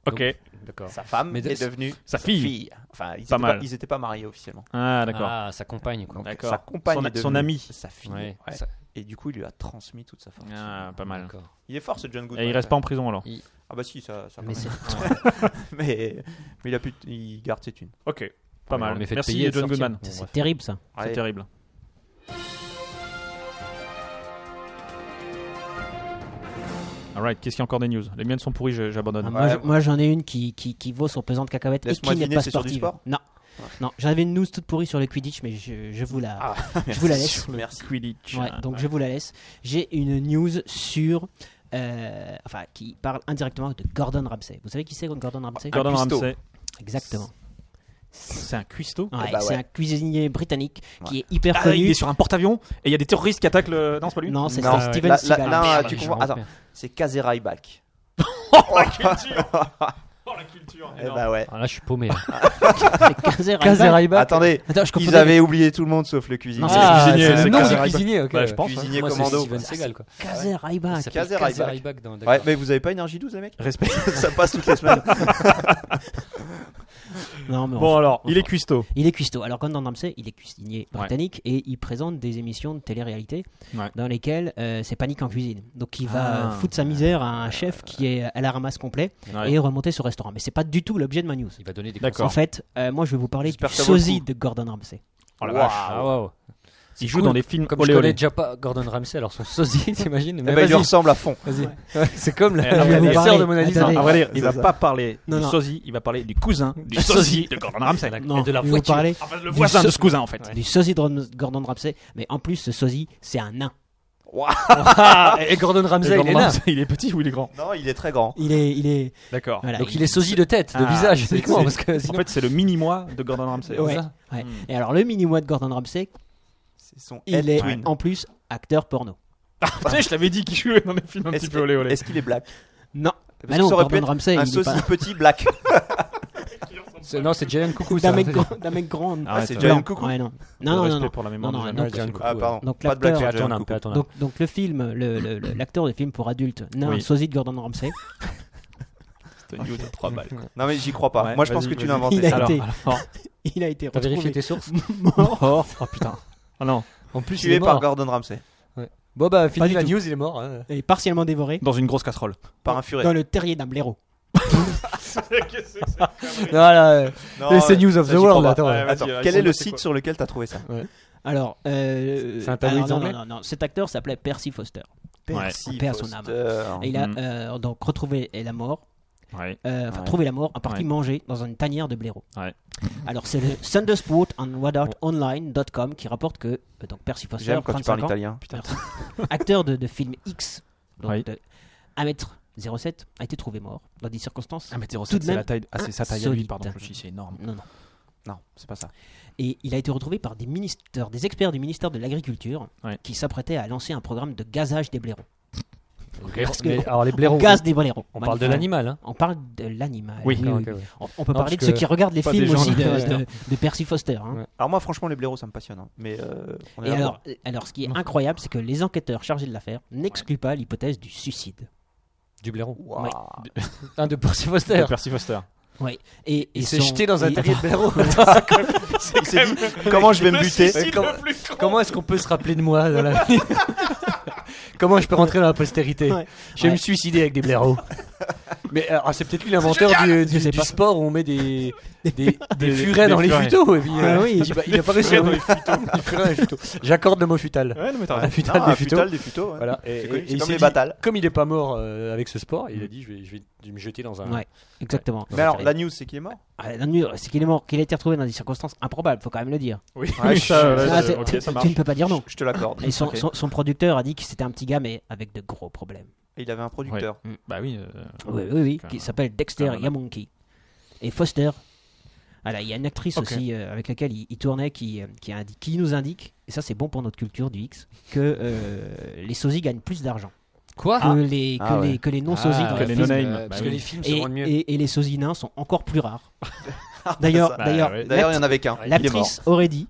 Speaker 2: Ok.
Speaker 5: D'accord.
Speaker 4: Sa femme
Speaker 5: Mais de-
Speaker 4: est devenue
Speaker 2: Sa fille.
Speaker 4: Enfin, ils
Speaker 2: Pas
Speaker 4: étaient
Speaker 2: mal.
Speaker 4: ils étaient pas mariés officiellement.
Speaker 2: Ah, d'accord.
Speaker 5: Ah, sa compagne quoi.
Speaker 4: Donc,
Speaker 2: D'accord.
Speaker 4: Sa compagne
Speaker 2: Son-
Speaker 4: est devenue
Speaker 2: son ami.
Speaker 4: Sa fille.
Speaker 5: Ouais.
Speaker 4: Ouais.
Speaker 5: Ça-
Speaker 4: Et du coup, il lui a transmis toute sa fortune.
Speaker 2: Ah, pas mal.
Speaker 5: d'accord.
Speaker 4: Il est fort ce John Goodman.
Speaker 2: Et il reste pas en prison alors.
Speaker 4: Ah bah si, ça. ça
Speaker 7: Mais
Speaker 4: quand
Speaker 7: c'est-
Speaker 4: même. mais, mais il a pu, il garde ses thunes.
Speaker 2: Ok. Pas
Speaker 5: Ouais,
Speaker 2: mal.
Speaker 5: on les fait
Speaker 2: Merci
Speaker 5: payer et
Speaker 2: John
Speaker 5: sortir.
Speaker 2: Goodman.
Speaker 7: c'est
Speaker 2: Bon, bref,
Speaker 7: terrible ça.
Speaker 2: C'est
Speaker 4: Allez.
Speaker 2: terrible. Alright, qu'est-ce qu'il y a encore des news Les miennes sont pourries, je- j'abandonne.
Speaker 7: Ah, moi, je-
Speaker 4: ouais.
Speaker 7: moi, j'en ai une qui, qui, qui vaut son pesant de cacahuète et
Speaker 4: Laisse-moi
Speaker 7: qui n'est
Speaker 4: deviner,
Speaker 7: pas
Speaker 4: c'est sur du
Speaker 7: sportive.
Speaker 4: sport
Speaker 7: non. Non, j'avais une news toute pourrie sur le Quidditch, mais je, je vous la,
Speaker 4: Ah,
Speaker 7: je vous la laisse.
Speaker 4: Merci.
Speaker 2: Quidditch.
Speaker 7: Ouais, donc je vous la laisse. J'ai une news sur. euh, enfin, qui parle indirectement de Gordon Ramsay. Vous savez qui c'est Gordon Ramsay
Speaker 2: Gordon
Speaker 4: cuistot.
Speaker 2: Ramsay,
Speaker 7: Exactement.
Speaker 2: c'est un cuistot
Speaker 7: Ouais,
Speaker 4: ah. bah
Speaker 7: C'est
Speaker 4: ouais.
Speaker 7: un cuisinier britannique qui
Speaker 4: Ouais.
Speaker 7: est hyper
Speaker 2: Ah,
Speaker 7: connu.
Speaker 2: il est sur un porte-avions et il y a des terroristes qui attaquent le. Non, c'est pas lui
Speaker 7: Non, c'est
Speaker 4: Non,
Speaker 7: ça,
Speaker 4: ouais.
Speaker 7: Steven
Speaker 4: Là- là-
Speaker 7: Seagal.
Speaker 4: là,
Speaker 7: Merde.
Speaker 4: tu
Speaker 5: je
Speaker 4: comprends
Speaker 5: me
Speaker 4: Attends,
Speaker 5: rappelle.
Speaker 4: c'est Kazeraï Back. Eh bah ouais.
Speaker 5: Ah, là, je suis paumé. là.
Speaker 7: C'est Kaiser Eyeball.
Speaker 4: Attendez,
Speaker 7: Attends, je
Speaker 4: ils
Speaker 7: confondais.
Speaker 4: avaient oublié tout le monde sauf le cuisinier.
Speaker 7: Non,
Speaker 4: c'est
Speaker 7: Ah,
Speaker 5: c'est
Speaker 2: cuisinier, c'est
Speaker 5: non,
Speaker 2: Kaiser
Speaker 5: c'est
Speaker 2: Eyeball.
Speaker 5: cuisinier, ok.
Speaker 2: Bah, je pense,
Speaker 4: Cuisinier
Speaker 5: Moi, c'est
Speaker 4: commando.
Speaker 5: Steven Seagal, quoi.
Speaker 7: Kaiser Eyeball.
Speaker 5: Ça s'appelle
Speaker 4: Kaiser Eyeball.
Speaker 5: Kaiser Eyeball dans-
Speaker 4: Ouais,
Speaker 5: d'accord.
Speaker 4: mais vous avez pas énergie 12 les mecs
Speaker 2: Respect.
Speaker 4: Ça passe toutes les semaines.
Speaker 7: Non, mais
Speaker 2: Bon,
Speaker 7: enfin,
Speaker 2: alors,
Speaker 7: enfin.
Speaker 2: il est cuistot.
Speaker 7: Il est cuistot. Alors, Gordon Ramsay, il est cuisinier britannique et il présente des émissions de télé-réalité
Speaker 2: Ouais.
Speaker 7: dans lesquelles euh, c'est panique en cuisine. Donc, il va
Speaker 2: Ah.
Speaker 7: foutre sa misère à un chef qui est à la ramasse complet
Speaker 2: Ouais.
Speaker 7: et remonter ce restaurant. Mais c'est pas du tout l'objet de ma news.
Speaker 5: Il va donner des
Speaker 2: D'accord.
Speaker 7: En fait, euh, moi, je vais vous parler du
Speaker 4: J'espère que ça vaut le
Speaker 7: sosie
Speaker 4: coup.
Speaker 7: de Gordon Ramsay.
Speaker 2: Oh la
Speaker 4: Waouh.
Speaker 2: vache.
Speaker 5: Ah, waouh.
Speaker 2: Il
Speaker 5: C'est
Speaker 2: joue
Speaker 5: cool.
Speaker 2: dans les films
Speaker 5: Comme
Speaker 2: olé
Speaker 5: je connais
Speaker 2: olé.
Speaker 5: déjà pas Gordon Ramsay, alors son sosie, t'imagines
Speaker 4: Eh
Speaker 5: Mais
Speaker 4: bah, il lui
Speaker 5: vas-y,
Speaker 4: ressemble à fond.
Speaker 5: vas-y. Ouais, c'est comme
Speaker 2: Eh, non,
Speaker 5: la,
Speaker 2: mais
Speaker 5: la
Speaker 2: vous
Speaker 5: sœur
Speaker 7: parlez.
Speaker 5: de Mona Lisa.
Speaker 7: Attendez.
Speaker 2: Non, à vrai dire, il
Speaker 4: C'est
Speaker 2: va
Speaker 4: ça.
Speaker 2: pas parler
Speaker 7: Non,
Speaker 2: du
Speaker 7: non.
Speaker 2: sosie, il va parler du cousin du sosie de Gordon Ramsay.
Speaker 7: Non,
Speaker 5: de la
Speaker 7: je vais vous
Speaker 5: voiture.
Speaker 7: parler
Speaker 2: Le voisin
Speaker 7: so-
Speaker 2: de ce cousin en fait.
Speaker 7: du sosie de Ron- Gordon Ramsay. Mais en plus, ce sosie, c'est un nain.
Speaker 5: Ah, et Gordon
Speaker 2: Et
Speaker 5: Ramsay, il
Speaker 2: Gordon
Speaker 5: est là.
Speaker 2: Ramsay, il est petit ou il est grand
Speaker 4: Non, il est très grand.
Speaker 7: Il est, il est,
Speaker 2: D'accord.
Speaker 7: voilà,
Speaker 5: Donc il est sosie de tête, de
Speaker 2: Ah,
Speaker 5: visage
Speaker 2: c'est-
Speaker 5: uniquement,
Speaker 2: c'est-
Speaker 5: parce que
Speaker 2: En
Speaker 5: sinon-
Speaker 2: fait, c'est le mini-moi de Gordon Ramsay.
Speaker 7: Ouais,
Speaker 2: C'est ça
Speaker 7: ouais. Et alors, le mini-moi de Gordon Ramsay,
Speaker 4: C'est son
Speaker 7: il
Speaker 4: head
Speaker 7: est
Speaker 4: twin.
Speaker 7: en plus acteur porno.
Speaker 2: Ah, putain, je l'avais dit qu'il jouait dans des films un
Speaker 4: Est-ce
Speaker 2: petit peu olé olé.
Speaker 4: Est-ce qu'il est black
Speaker 7: Non,
Speaker 4: Parce
Speaker 7: mais
Speaker 4: que
Speaker 7: Bah non,
Speaker 4: ça aurait pu
Speaker 7: Gordon
Speaker 4: être
Speaker 7: Ramsay,
Speaker 4: un
Speaker 7: il est
Speaker 4: sosie
Speaker 7: pas
Speaker 4: petit black.
Speaker 5: C'est- Non, c'est Jalen Coucou,
Speaker 7: d'un
Speaker 5: ça.
Speaker 7: mec, grand- d'un mec grand.
Speaker 2: Ah,
Speaker 4: c'est
Speaker 2: ouais,
Speaker 4: John
Speaker 7: Blanc.
Speaker 4: Coucou.
Speaker 7: Ouais, non.
Speaker 2: Le
Speaker 7: Non, non, non,
Speaker 2: respect
Speaker 7: non.
Speaker 2: pour la mémoire
Speaker 7: Non,
Speaker 2: de
Speaker 7: non,
Speaker 2: Jean-Jacques.
Speaker 5: Jalen Coucou.
Speaker 4: Ah, pardon.
Speaker 7: Donc,
Speaker 4: pas de black
Speaker 5: ouais.
Speaker 7: l'acteur-
Speaker 4: Jack.
Speaker 5: Attends un peu, attends un peu.
Speaker 7: Donc, donc le film, le- le- le- l'acteur de film pour adultes, nain,
Speaker 2: Oui.
Speaker 7: sosie de Gordon Ramsay,
Speaker 2: C'était une news de trois balles.
Speaker 4: Non, mais j'y crois pas.
Speaker 2: Ouais,
Speaker 4: Moi, je pense
Speaker 2: vas-y,
Speaker 4: que tu
Speaker 2: vas-y.
Speaker 4: l'as
Speaker 7: il
Speaker 4: inventé.
Speaker 7: a,
Speaker 2: Alors,
Speaker 7: été,
Speaker 2: alors.
Speaker 7: il a été
Speaker 5: T'as vérifié tes
Speaker 7: retrouvé
Speaker 5: sources
Speaker 7: mort.
Speaker 2: Oh, oh, putain. Oh non.
Speaker 5: En plus, il
Speaker 4: Tué
Speaker 5: est
Speaker 4: par
Speaker 5: mort.
Speaker 4: Gordon Ramsay.
Speaker 5: Bon, bah, fini
Speaker 7: du
Speaker 5: la
Speaker 7: tout.
Speaker 5: news, il est mort. hein.
Speaker 7: et partiellement dévoré
Speaker 2: Dans une grosse casserole.
Speaker 4: Par un furet.
Speaker 7: dans le terrier d'un blaireau.
Speaker 5: Voilà.
Speaker 4: Non,
Speaker 5: Et c'est
Speaker 4: euh,
Speaker 5: News of
Speaker 4: ça,
Speaker 5: the
Speaker 4: j'y
Speaker 5: World,
Speaker 4: crois
Speaker 5: attends.
Speaker 4: pas.
Speaker 5: Ouais,
Speaker 2: vas-y,
Speaker 4: Attends, quel est
Speaker 2: raconte-nous,
Speaker 4: le
Speaker 2: c'est
Speaker 4: site
Speaker 2: quoi
Speaker 4: sur lequel t'as trouvé ça
Speaker 7: Alors, euh,
Speaker 5: C'est un tabloïd
Speaker 7: alors, non,
Speaker 5: anglais
Speaker 7: non, non, non, cet acteur s'appelait Percy Foster.
Speaker 4: Percy
Speaker 7: Père son âme.
Speaker 4: Foster.
Speaker 7: Et il a
Speaker 2: Mhm.
Speaker 7: euh, donc retrouvé la mort,
Speaker 2: Ouais.
Speaker 7: euh, enfin
Speaker 4: Ouais.
Speaker 7: trouvé la mort en partie
Speaker 2: Ouais.
Speaker 7: mangée dans une tanière de blaireau.
Speaker 2: Ouais.
Speaker 7: Alors c'est le Sundersport and Online.com qui rapporte que euh, donc Percy Foster,
Speaker 4: J'aime quand tu
Speaker 7: 35
Speaker 4: parles
Speaker 7: ans,
Speaker 4: italien.
Speaker 7: Merci. acteur de, de film X, donc
Speaker 2: Oui.
Speaker 7: de 1m07, a été trouvé mort dans des circonstances.
Speaker 2: Ah, mais
Speaker 7: Tout de
Speaker 2: 07,
Speaker 7: même
Speaker 2: c'est la taille. Ah, c'est sa taille à lui,
Speaker 7: insolite.
Speaker 2: pardon. Je me suis dit, c'est énorme.
Speaker 7: Non, non.
Speaker 4: Non, c'est pas ça.
Speaker 7: Et il a été retrouvé par des ministères, des experts du ministère de l'Agriculture
Speaker 2: Ouais.
Speaker 7: qui s'apprêtaient à lancer un programme de gazage des blaireaux. Parce que-
Speaker 5: Mais Alors, les blaireaux.
Speaker 7: On gaze des blaireaux.
Speaker 5: On parle de
Speaker 7: Magnifique.
Speaker 5: l'animal, hein.
Speaker 7: On parle de l'animal. Euh,
Speaker 2: Oui.
Speaker 5: D'accord, ok, ouais.
Speaker 7: On, on peut
Speaker 5: Non,
Speaker 7: parler de
Speaker 5: parce
Speaker 7: ceux
Speaker 5: que
Speaker 7: qui regardent les
Speaker 2: pas des
Speaker 7: films
Speaker 2: gens
Speaker 7: aussi de,
Speaker 2: de-
Speaker 7: de- de Percy Foster. hein.
Speaker 5: Ouais.
Speaker 4: Alors moi, franchement, les blaireaux, ça me passionne. hein. Mais euh, on est
Speaker 7: Et
Speaker 4: là
Speaker 7: alors, alors, ce qui est incroyable, c'est que les enquêteurs chargés de l'affaire n'excluent pas l'hypothèse du suicide.
Speaker 5: Du blaireau.
Speaker 4: pour- Waouh.
Speaker 7: ouais.
Speaker 5: Un de Percy Foster.
Speaker 2: De Percy Foster.
Speaker 7: Et, et
Speaker 5: Il s'est
Speaker 7: son-
Speaker 5: jeté dans un
Speaker 7: et-
Speaker 5: terrier de blaireau.
Speaker 4: Il s'est dit, comment je vais me buter
Speaker 5: Comment- Comment est-ce qu'on peut se rappeler de moi dans la vie Comment je peux rentrer dans la postérité
Speaker 7: Ouais.
Speaker 5: Je vais
Speaker 7: Ouais.
Speaker 5: me suicider avec des blaireaux. Mais alors, c'est peut-être lui l'inventeur du, du- du sport où on met des, des, des furets
Speaker 2: des
Speaker 5: dans les
Speaker 2: furets.
Speaker 5: futeaux. Et puis,
Speaker 7: Ah oui.
Speaker 5: il dit, bah, il a pas réussi à. Des furets dans les futeaux. J'accorde le mot futal.
Speaker 2: Ouais, non, mais t'as
Speaker 5: La
Speaker 2: raison.
Speaker 5: futale des futeaux.
Speaker 4: des futos. ouais.
Speaker 5: Voilà. Et,
Speaker 4: C'est connu,
Speaker 5: et
Speaker 4: c'est
Speaker 5: il
Speaker 4: comme
Speaker 5: s'est
Speaker 4: les
Speaker 5: dit,
Speaker 4: batales.
Speaker 5: Comme il est pas mort euh, avec ce sport, il a dit je vais, je vais- je vais me jeter dans un. Bah
Speaker 7: Ouais, exactement.
Speaker 4: Mais alors, la news, c'est qu'il est mort.
Speaker 7: Ah, la nuit, c'est qu'il est mort, qu'il a été retrouvé dans des circonstances improbables, faut quand même le dire.
Speaker 2: Oui,
Speaker 4: Ouais, je-
Speaker 2: ça, ouais,
Speaker 7: Ah,
Speaker 2: je- euh,
Speaker 7: c'est-
Speaker 2: ok,
Speaker 7: tu-
Speaker 2: ça
Speaker 7: tu
Speaker 2: marche.
Speaker 7: ne peux pas dire non.
Speaker 4: Je te l'accorde.
Speaker 7: Et son,
Speaker 4: Ok.
Speaker 7: son- son producteur a dit que c'était un petit gars, mais avec de gros problèmes.
Speaker 4: Il avait un producteur.
Speaker 2: Bah oui. euh,
Speaker 7: Oui, oui, oui,
Speaker 2: Quand
Speaker 7: qui
Speaker 2: même.
Speaker 7: s'appelle Dexter
Speaker 2: quand même.
Speaker 7: Yamonki. Et Foster. Voilà, il y a une actrice
Speaker 2: Ok.
Speaker 7: aussi euh, avec laquelle il, il tournait qui, euh, qui, indi- qui nous indique, et ça c'est bon pour notre culture du X, que euh, les sosies gagnent plus d'argent
Speaker 5: Quoi
Speaker 7: que, les, que,
Speaker 4: Ah ouais.
Speaker 7: les, que les non-sosies. dans
Speaker 2: que les
Speaker 7: les films.
Speaker 2: non-names.
Speaker 5: Euh,
Speaker 2: Bah
Speaker 5: Parce que
Speaker 2: oui.
Speaker 5: les films se
Speaker 7: et,
Speaker 5: vendent mieux.
Speaker 7: et- et les sosies nains sont encore plus rares.
Speaker 2: Ah,
Speaker 7: D'ailleurs,
Speaker 4: Bah,
Speaker 7: d'ailleurs,
Speaker 2: ouais.
Speaker 4: D'ailleurs, il y en avait qu'un.
Speaker 2: Ah,
Speaker 4: Il est mort.
Speaker 7: l'actrice aurait dit,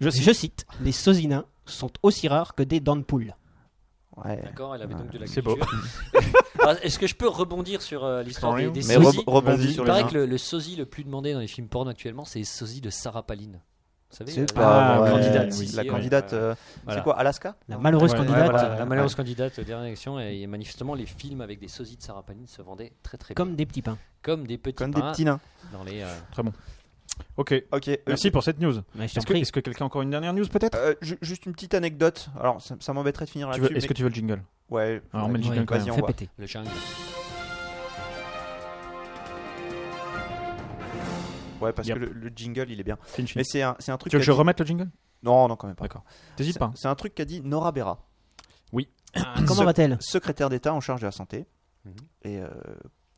Speaker 2: Je
Speaker 7: je
Speaker 2: cite.
Speaker 7: cite, les sosies nains sont aussi rares que des dents de poule.
Speaker 4: Ouais.
Speaker 5: D'accord, elle avait donc de la
Speaker 2: C'est beau.
Speaker 5: Alors, Est-ce que je peux rebondir sur euh, l'histoire des, des
Speaker 4: Mais
Speaker 5: sosies
Speaker 4: re- rebondis
Speaker 2: Vas-y.
Speaker 4: sur
Speaker 5: Il
Speaker 4: les
Speaker 5: paraît
Speaker 4: gens.
Speaker 5: que le, le sosie le plus demandé dans les films porno actuellement, c'est les sosies de Sarah Palin. Vous savez
Speaker 4: C'est
Speaker 5: euh,
Speaker 4: pas
Speaker 2: Ah,
Speaker 4: vrai.
Speaker 2: candidate,
Speaker 4: Oui,
Speaker 2: si,
Speaker 4: la
Speaker 5: si,
Speaker 4: candidate.
Speaker 5: ouais.
Speaker 4: euh,
Speaker 2: Voilà.
Speaker 4: C'est quoi, Alaska
Speaker 7: La malheureuse
Speaker 2: Ouais,
Speaker 5: Ouais,
Speaker 7: candidate.
Speaker 5: voilà,
Speaker 7: euh,
Speaker 5: la malheureuse candidate, euh, dernière élection, et manifestement les films avec des sosies de Sarah Palin se vendaient très très bien.
Speaker 7: Comme des petits pains.
Speaker 5: comme des petits
Speaker 4: Comme des
Speaker 5: pains
Speaker 4: petits nains.
Speaker 5: dans les. euh,
Speaker 2: Ok.
Speaker 4: Ok. euh,
Speaker 2: Merci pour cette news.
Speaker 7: Ouais, je t'en
Speaker 2: Est-ce que,
Speaker 7: prie.
Speaker 2: est-ce que quelqu'un a encore une dernière news peut-être
Speaker 4: euh, ju- Juste une petite anecdote. Alors, ça, ça m'embêterait de finir
Speaker 2: Tu veux-
Speaker 4: Ah, là-dessus.
Speaker 2: Est-ce que tu veux le jingle
Speaker 4: mais- Ouais.
Speaker 2: Alors, on met le
Speaker 4: ouais,
Speaker 2: jingle quand
Speaker 4: vas-y,
Speaker 2: même.
Speaker 4: on
Speaker 7: Fais
Speaker 4: va.
Speaker 7: péter.
Speaker 5: le jungle.
Speaker 4: Ouais, parce
Speaker 2: Yep.
Speaker 4: que le, le jingle, il est bien.
Speaker 2: Finch.
Speaker 4: Mais c'est un, c'est un truc.
Speaker 2: Tu veux que je
Speaker 4: qu'a dit-
Speaker 2: remette le jingle
Speaker 4: Non, non, quand même pas.
Speaker 2: D'accord. T'hésites
Speaker 4: C'est-
Speaker 2: pas. hein.
Speaker 4: C'est un truc qu'a dit Nora Berra,
Speaker 2: Ah,
Speaker 7: Comment va-t-elle
Speaker 4: secrétaire d'État en charge de la santé.
Speaker 5: Mhm.
Speaker 4: Et euh,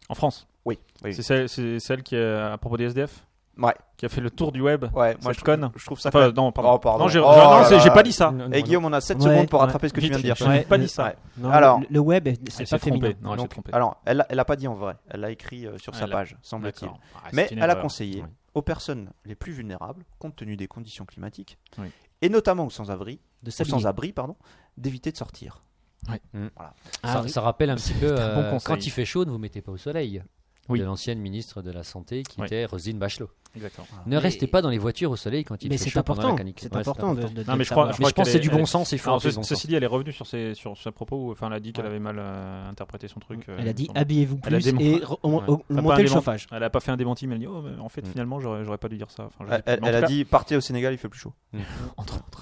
Speaker 2: En France.
Speaker 4: oui, oui.
Speaker 2: C'est celle, c'est celle qui, euh, à propos des SDF,
Speaker 4: Ouais,
Speaker 2: qui a fait le tour du web.
Speaker 4: ouais. Moi,
Speaker 2: Cette
Speaker 4: je,
Speaker 2: conne.
Speaker 4: je trouve ça.
Speaker 2: Enfin,
Speaker 4: pas-
Speaker 2: non, pardon.
Speaker 4: Oh, pardon.
Speaker 2: Non, j'ai
Speaker 4: Oh
Speaker 2: non,
Speaker 4: là
Speaker 2: c'est- j'ai
Speaker 4: là.
Speaker 2: pas dit ça.
Speaker 4: Et Guillaume, on a 7
Speaker 7: Ouais,
Speaker 4: secondes pour
Speaker 7: ouais.
Speaker 4: rattraper ce que tu
Speaker 2: Vite,
Speaker 4: viens de dire.
Speaker 2: j'ai pas dit ça.
Speaker 4: Ouais.
Speaker 7: Non,
Speaker 4: Alors-
Speaker 7: le, le web,
Speaker 2: Elle
Speaker 7: c'est
Speaker 2: s'est
Speaker 7: pas féminin.
Speaker 2: trompée. Non, elle s'est
Speaker 4: Donc,
Speaker 2: trompée.
Speaker 4: alors, elle, l'a- elle l'a pas dit en vrai. Elle l'a écrit euh, sur sa
Speaker 2: Elle l'a-
Speaker 4: page, semble-t-il.
Speaker 2: D'accord. Ah,
Speaker 4: Mais
Speaker 2: c'est une
Speaker 4: elle a
Speaker 2: erreur.
Speaker 4: conseillé
Speaker 2: Ouais.
Speaker 4: aux personnes les plus vulnérables, compte tenu des conditions climatiques,
Speaker 2: Oui.
Speaker 4: et notamment aux sans-abri,
Speaker 7: De
Speaker 4: aux
Speaker 7: s'habiller.
Speaker 4: sans-abri, pardon, d'éviter de sortir.
Speaker 7: Ah
Speaker 5: ça,
Speaker 7: oui.
Speaker 5: ça rappelle un petit peu
Speaker 2: C'est un bon
Speaker 5: euh,
Speaker 2: conseil.
Speaker 5: quand il fait chaud, ne vous mettez pas au soleil.
Speaker 2: Oui.
Speaker 5: De l'ancienne ministre de la santé qui
Speaker 2: Ouais.
Speaker 5: était Roselyne Bachelot.
Speaker 2: Exactement.
Speaker 5: Ne
Speaker 7: Mais-
Speaker 5: restez pas dans les voitures au soleil quand il
Speaker 7: Mais
Speaker 5: fait
Speaker 7: c'est
Speaker 5: chaud pendant la
Speaker 7: important.
Speaker 5: canicule.
Speaker 7: C'est
Speaker 5: Ouais,
Speaker 7: important de, de- de
Speaker 2: Non, mais
Speaker 7: le
Speaker 2: je crois-
Speaker 7: savoir.
Speaker 5: Mais je pense que c'est du
Speaker 2: qu'elle
Speaker 5: bon
Speaker 2: est-
Speaker 5: sens, il faut
Speaker 2: Alors,
Speaker 5: avoir du
Speaker 2: ce-
Speaker 5: bon sens.
Speaker 2: ceci dit, elle est revenue sur ses, sur ses propos. Enfin, elle a dit qu'elle avait mal euh, interprété son truc. euh,
Speaker 7: Elle a dit
Speaker 2: il me semble.
Speaker 7: habillez-vous
Speaker 2: Elle a
Speaker 7: plus
Speaker 2: démon-
Speaker 7: et re- on-
Speaker 2: Ouais.
Speaker 7: on-
Speaker 2: Enfin, pas un
Speaker 7: montez le
Speaker 2: démon-
Speaker 7: chauffage.
Speaker 2: Elle a pas fait un démenti, mais elle a dit Oh, mais en fait,
Speaker 5: Mm.
Speaker 2: finalement, j'aurais j'aurais pas dû dire ça. Enfin, je sais
Speaker 4: Elle,
Speaker 2: plus. Mais en tout
Speaker 4: elle a
Speaker 2: cas,
Speaker 4: dit partez au Sénégal, il fait plus chaud.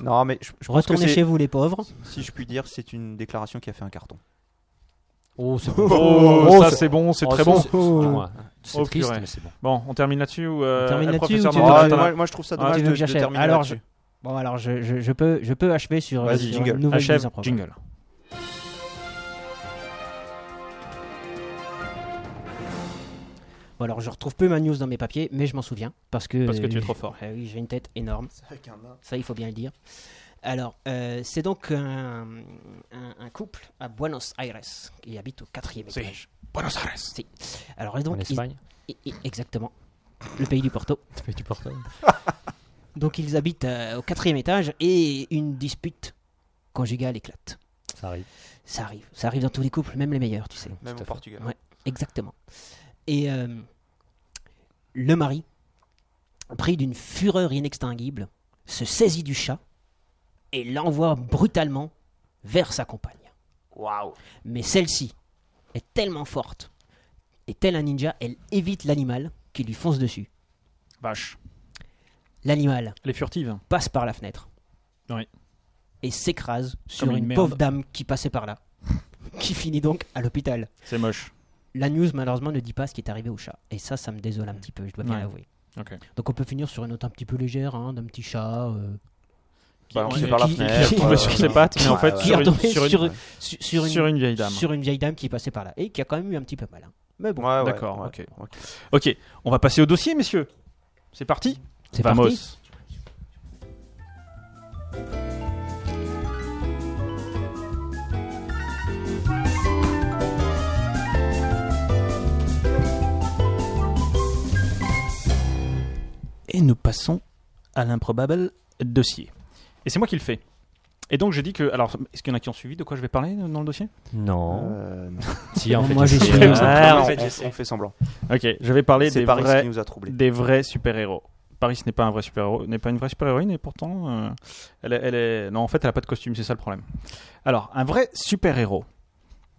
Speaker 4: Non, mais je, je pense que
Speaker 7: Retournez
Speaker 4: c'est-
Speaker 7: chez vous les pauvres.
Speaker 4: si je puis dire, c'est une déclaration qui a fait un carton.
Speaker 5: Oh, c'est
Speaker 2: Oh, ça c'est bon, c'est très bon.
Speaker 5: bon.
Speaker 2: Oh,
Speaker 5: C'est triste,
Speaker 2: purée.
Speaker 5: mais c'est bon.
Speaker 2: Bon, on termine là-dessus ou euh,
Speaker 7: On termine
Speaker 2: le
Speaker 7: là-dessus ou
Speaker 2: professeur
Speaker 7: tu
Speaker 4: Oh,
Speaker 7: veux-
Speaker 2: Morata,
Speaker 7: tu veux-
Speaker 2: là-
Speaker 4: moi, moi, je trouve ça
Speaker 2: Ah,
Speaker 4: dommage
Speaker 7: tu veux
Speaker 4: de,
Speaker 7: que j'achève
Speaker 4: de terminer
Speaker 7: Alors,
Speaker 4: là-dessus.
Speaker 7: Bon alors je, je, je peux je peux achever sur,
Speaker 4: Vas-y,
Speaker 7: sur une
Speaker 4: jingle.
Speaker 7: nouvelle
Speaker 2: Achève,
Speaker 7: mise en preuve.
Speaker 2: jingle.
Speaker 7: Bon alors je retrouve peu ma news dans mes papiers, mais je m'en souviens parce que
Speaker 2: Parce que tu es trop fort.
Speaker 7: Ah oui, j'ai une tête énorme. Ça il faut bien le dire. Alors euh, c'est donc un, un- un couple à Buenos Aires qui habite au quatrième
Speaker 2: Si.
Speaker 7: étage.
Speaker 2: Buenos Aires.
Speaker 7: Si. Alors et donc
Speaker 5: En
Speaker 7: ils-
Speaker 5: Espagne,
Speaker 7: et- et- exactement le pays du Porto.
Speaker 5: tu fais du portail.
Speaker 7: Donc ils habitent euh, au quatrième étage et une dispute conjugale éclate.
Speaker 5: Ça arrive.
Speaker 7: Ça arrive, ça arrive dans tous les couples, même les meilleurs, tu sais.
Speaker 4: Même au Portugal.
Speaker 7: Ouais. Exactement. Et euh, le mari, pris d'une fureur inextinguible, se saisit du chat et l'envoie brutalement vers sa compagne. Mais celle-ci est tellement forte et telle un ninja, elle évite l'animal qui lui fonce dessus.
Speaker 2: Vache.
Speaker 7: L'animal
Speaker 2: Elle est furtive.
Speaker 7: passe par la fenêtre
Speaker 2: Oui.
Speaker 7: et s'écrase sur
Speaker 2: une
Speaker 7: une,
Speaker 2: merde.
Speaker 7: pauvre dame qui passait par là, qui finit donc à l'hôpital.
Speaker 2: C'est moche.
Speaker 7: La news, malheureusement, ne dit pas ce qui est arrivé au chat. Et ça, ça me désole un petit peu, je dois bien
Speaker 2: Ouais.
Speaker 7: l'avouer.
Speaker 2: Ok.
Speaker 7: Donc on peut finir sur une note un petit peu légère, hein, d'un petit chat euh,
Speaker 4: Balancé
Speaker 2: qui-
Speaker 4: par la
Speaker 7: qui-
Speaker 4: fenêtre.
Speaker 7: qui-
Speaker 4: euh,
Speaker 2: tombe sur ses
Speaker 4: voilà.
Speaker 2: pattes, mais en
Speaker 4: Ouais,
Speaker 2: fait
Speaker 4: ouais.
Speaker 7: qui est
Speaker 2: Ah bah, sur, une,
Speaker 7: retombé
Speaker 2: sur, une,
Speaker 7: sur, su- sur une,
Speaker 2: sur une vieille dame.
Speaker 7: sur une vieille dame qui passait par là et qui a quand même eu un petit peu mal. hein. Mais bon,
Speaker 4: Ouais, ouais,
Speaker 2: D'accord,
Speaker 4: ouais.
Speaker 2: ok. Ok, on va passer au dossier, messieurs. C'est parti.
Speaker 7: c'est
Speaker 2: Vamos.
Speaker 7: parti.
Speaker 2: Et nous passons à l'improbable dossier. Et c'est moi qui le fais. Et donc je dis que. Alors, est-ce qu'il y en a qui ont suivi de quoi je vais parler dans le dossier
Speaker 5: Non.
Speaker 4: Euh, non.
Speaker 5: Si, en fait,
Speaker 7: Moi,
Speaker 5: je
Speaker 7: j'ai
Speaker 5: sais.
Speaker 7: suivi.
Speaker 2: Ah,
Speaker 4: Non,
Speaker 2: en
Speaker 4: on-
Speaker 2: fait,
Speaker 4: on, fait semblant.
Speaker 2: Ok, je vais parler
Speaker 4: C'est
Speaker 2: des
Speaker 4: Paris
Speaker 2: vrais,
Speaker 4: qui nous a troublés.
Speaker 2: des vrais super-héros. Paris ce n'est pas un vrai super-héros, n'est pas une vraie super-héroïne et pourtant, euh, elle, est- elle est. Non, en fait, elle n'a pas de costume, c'est ça le problème. Alors, un vrai super-héros,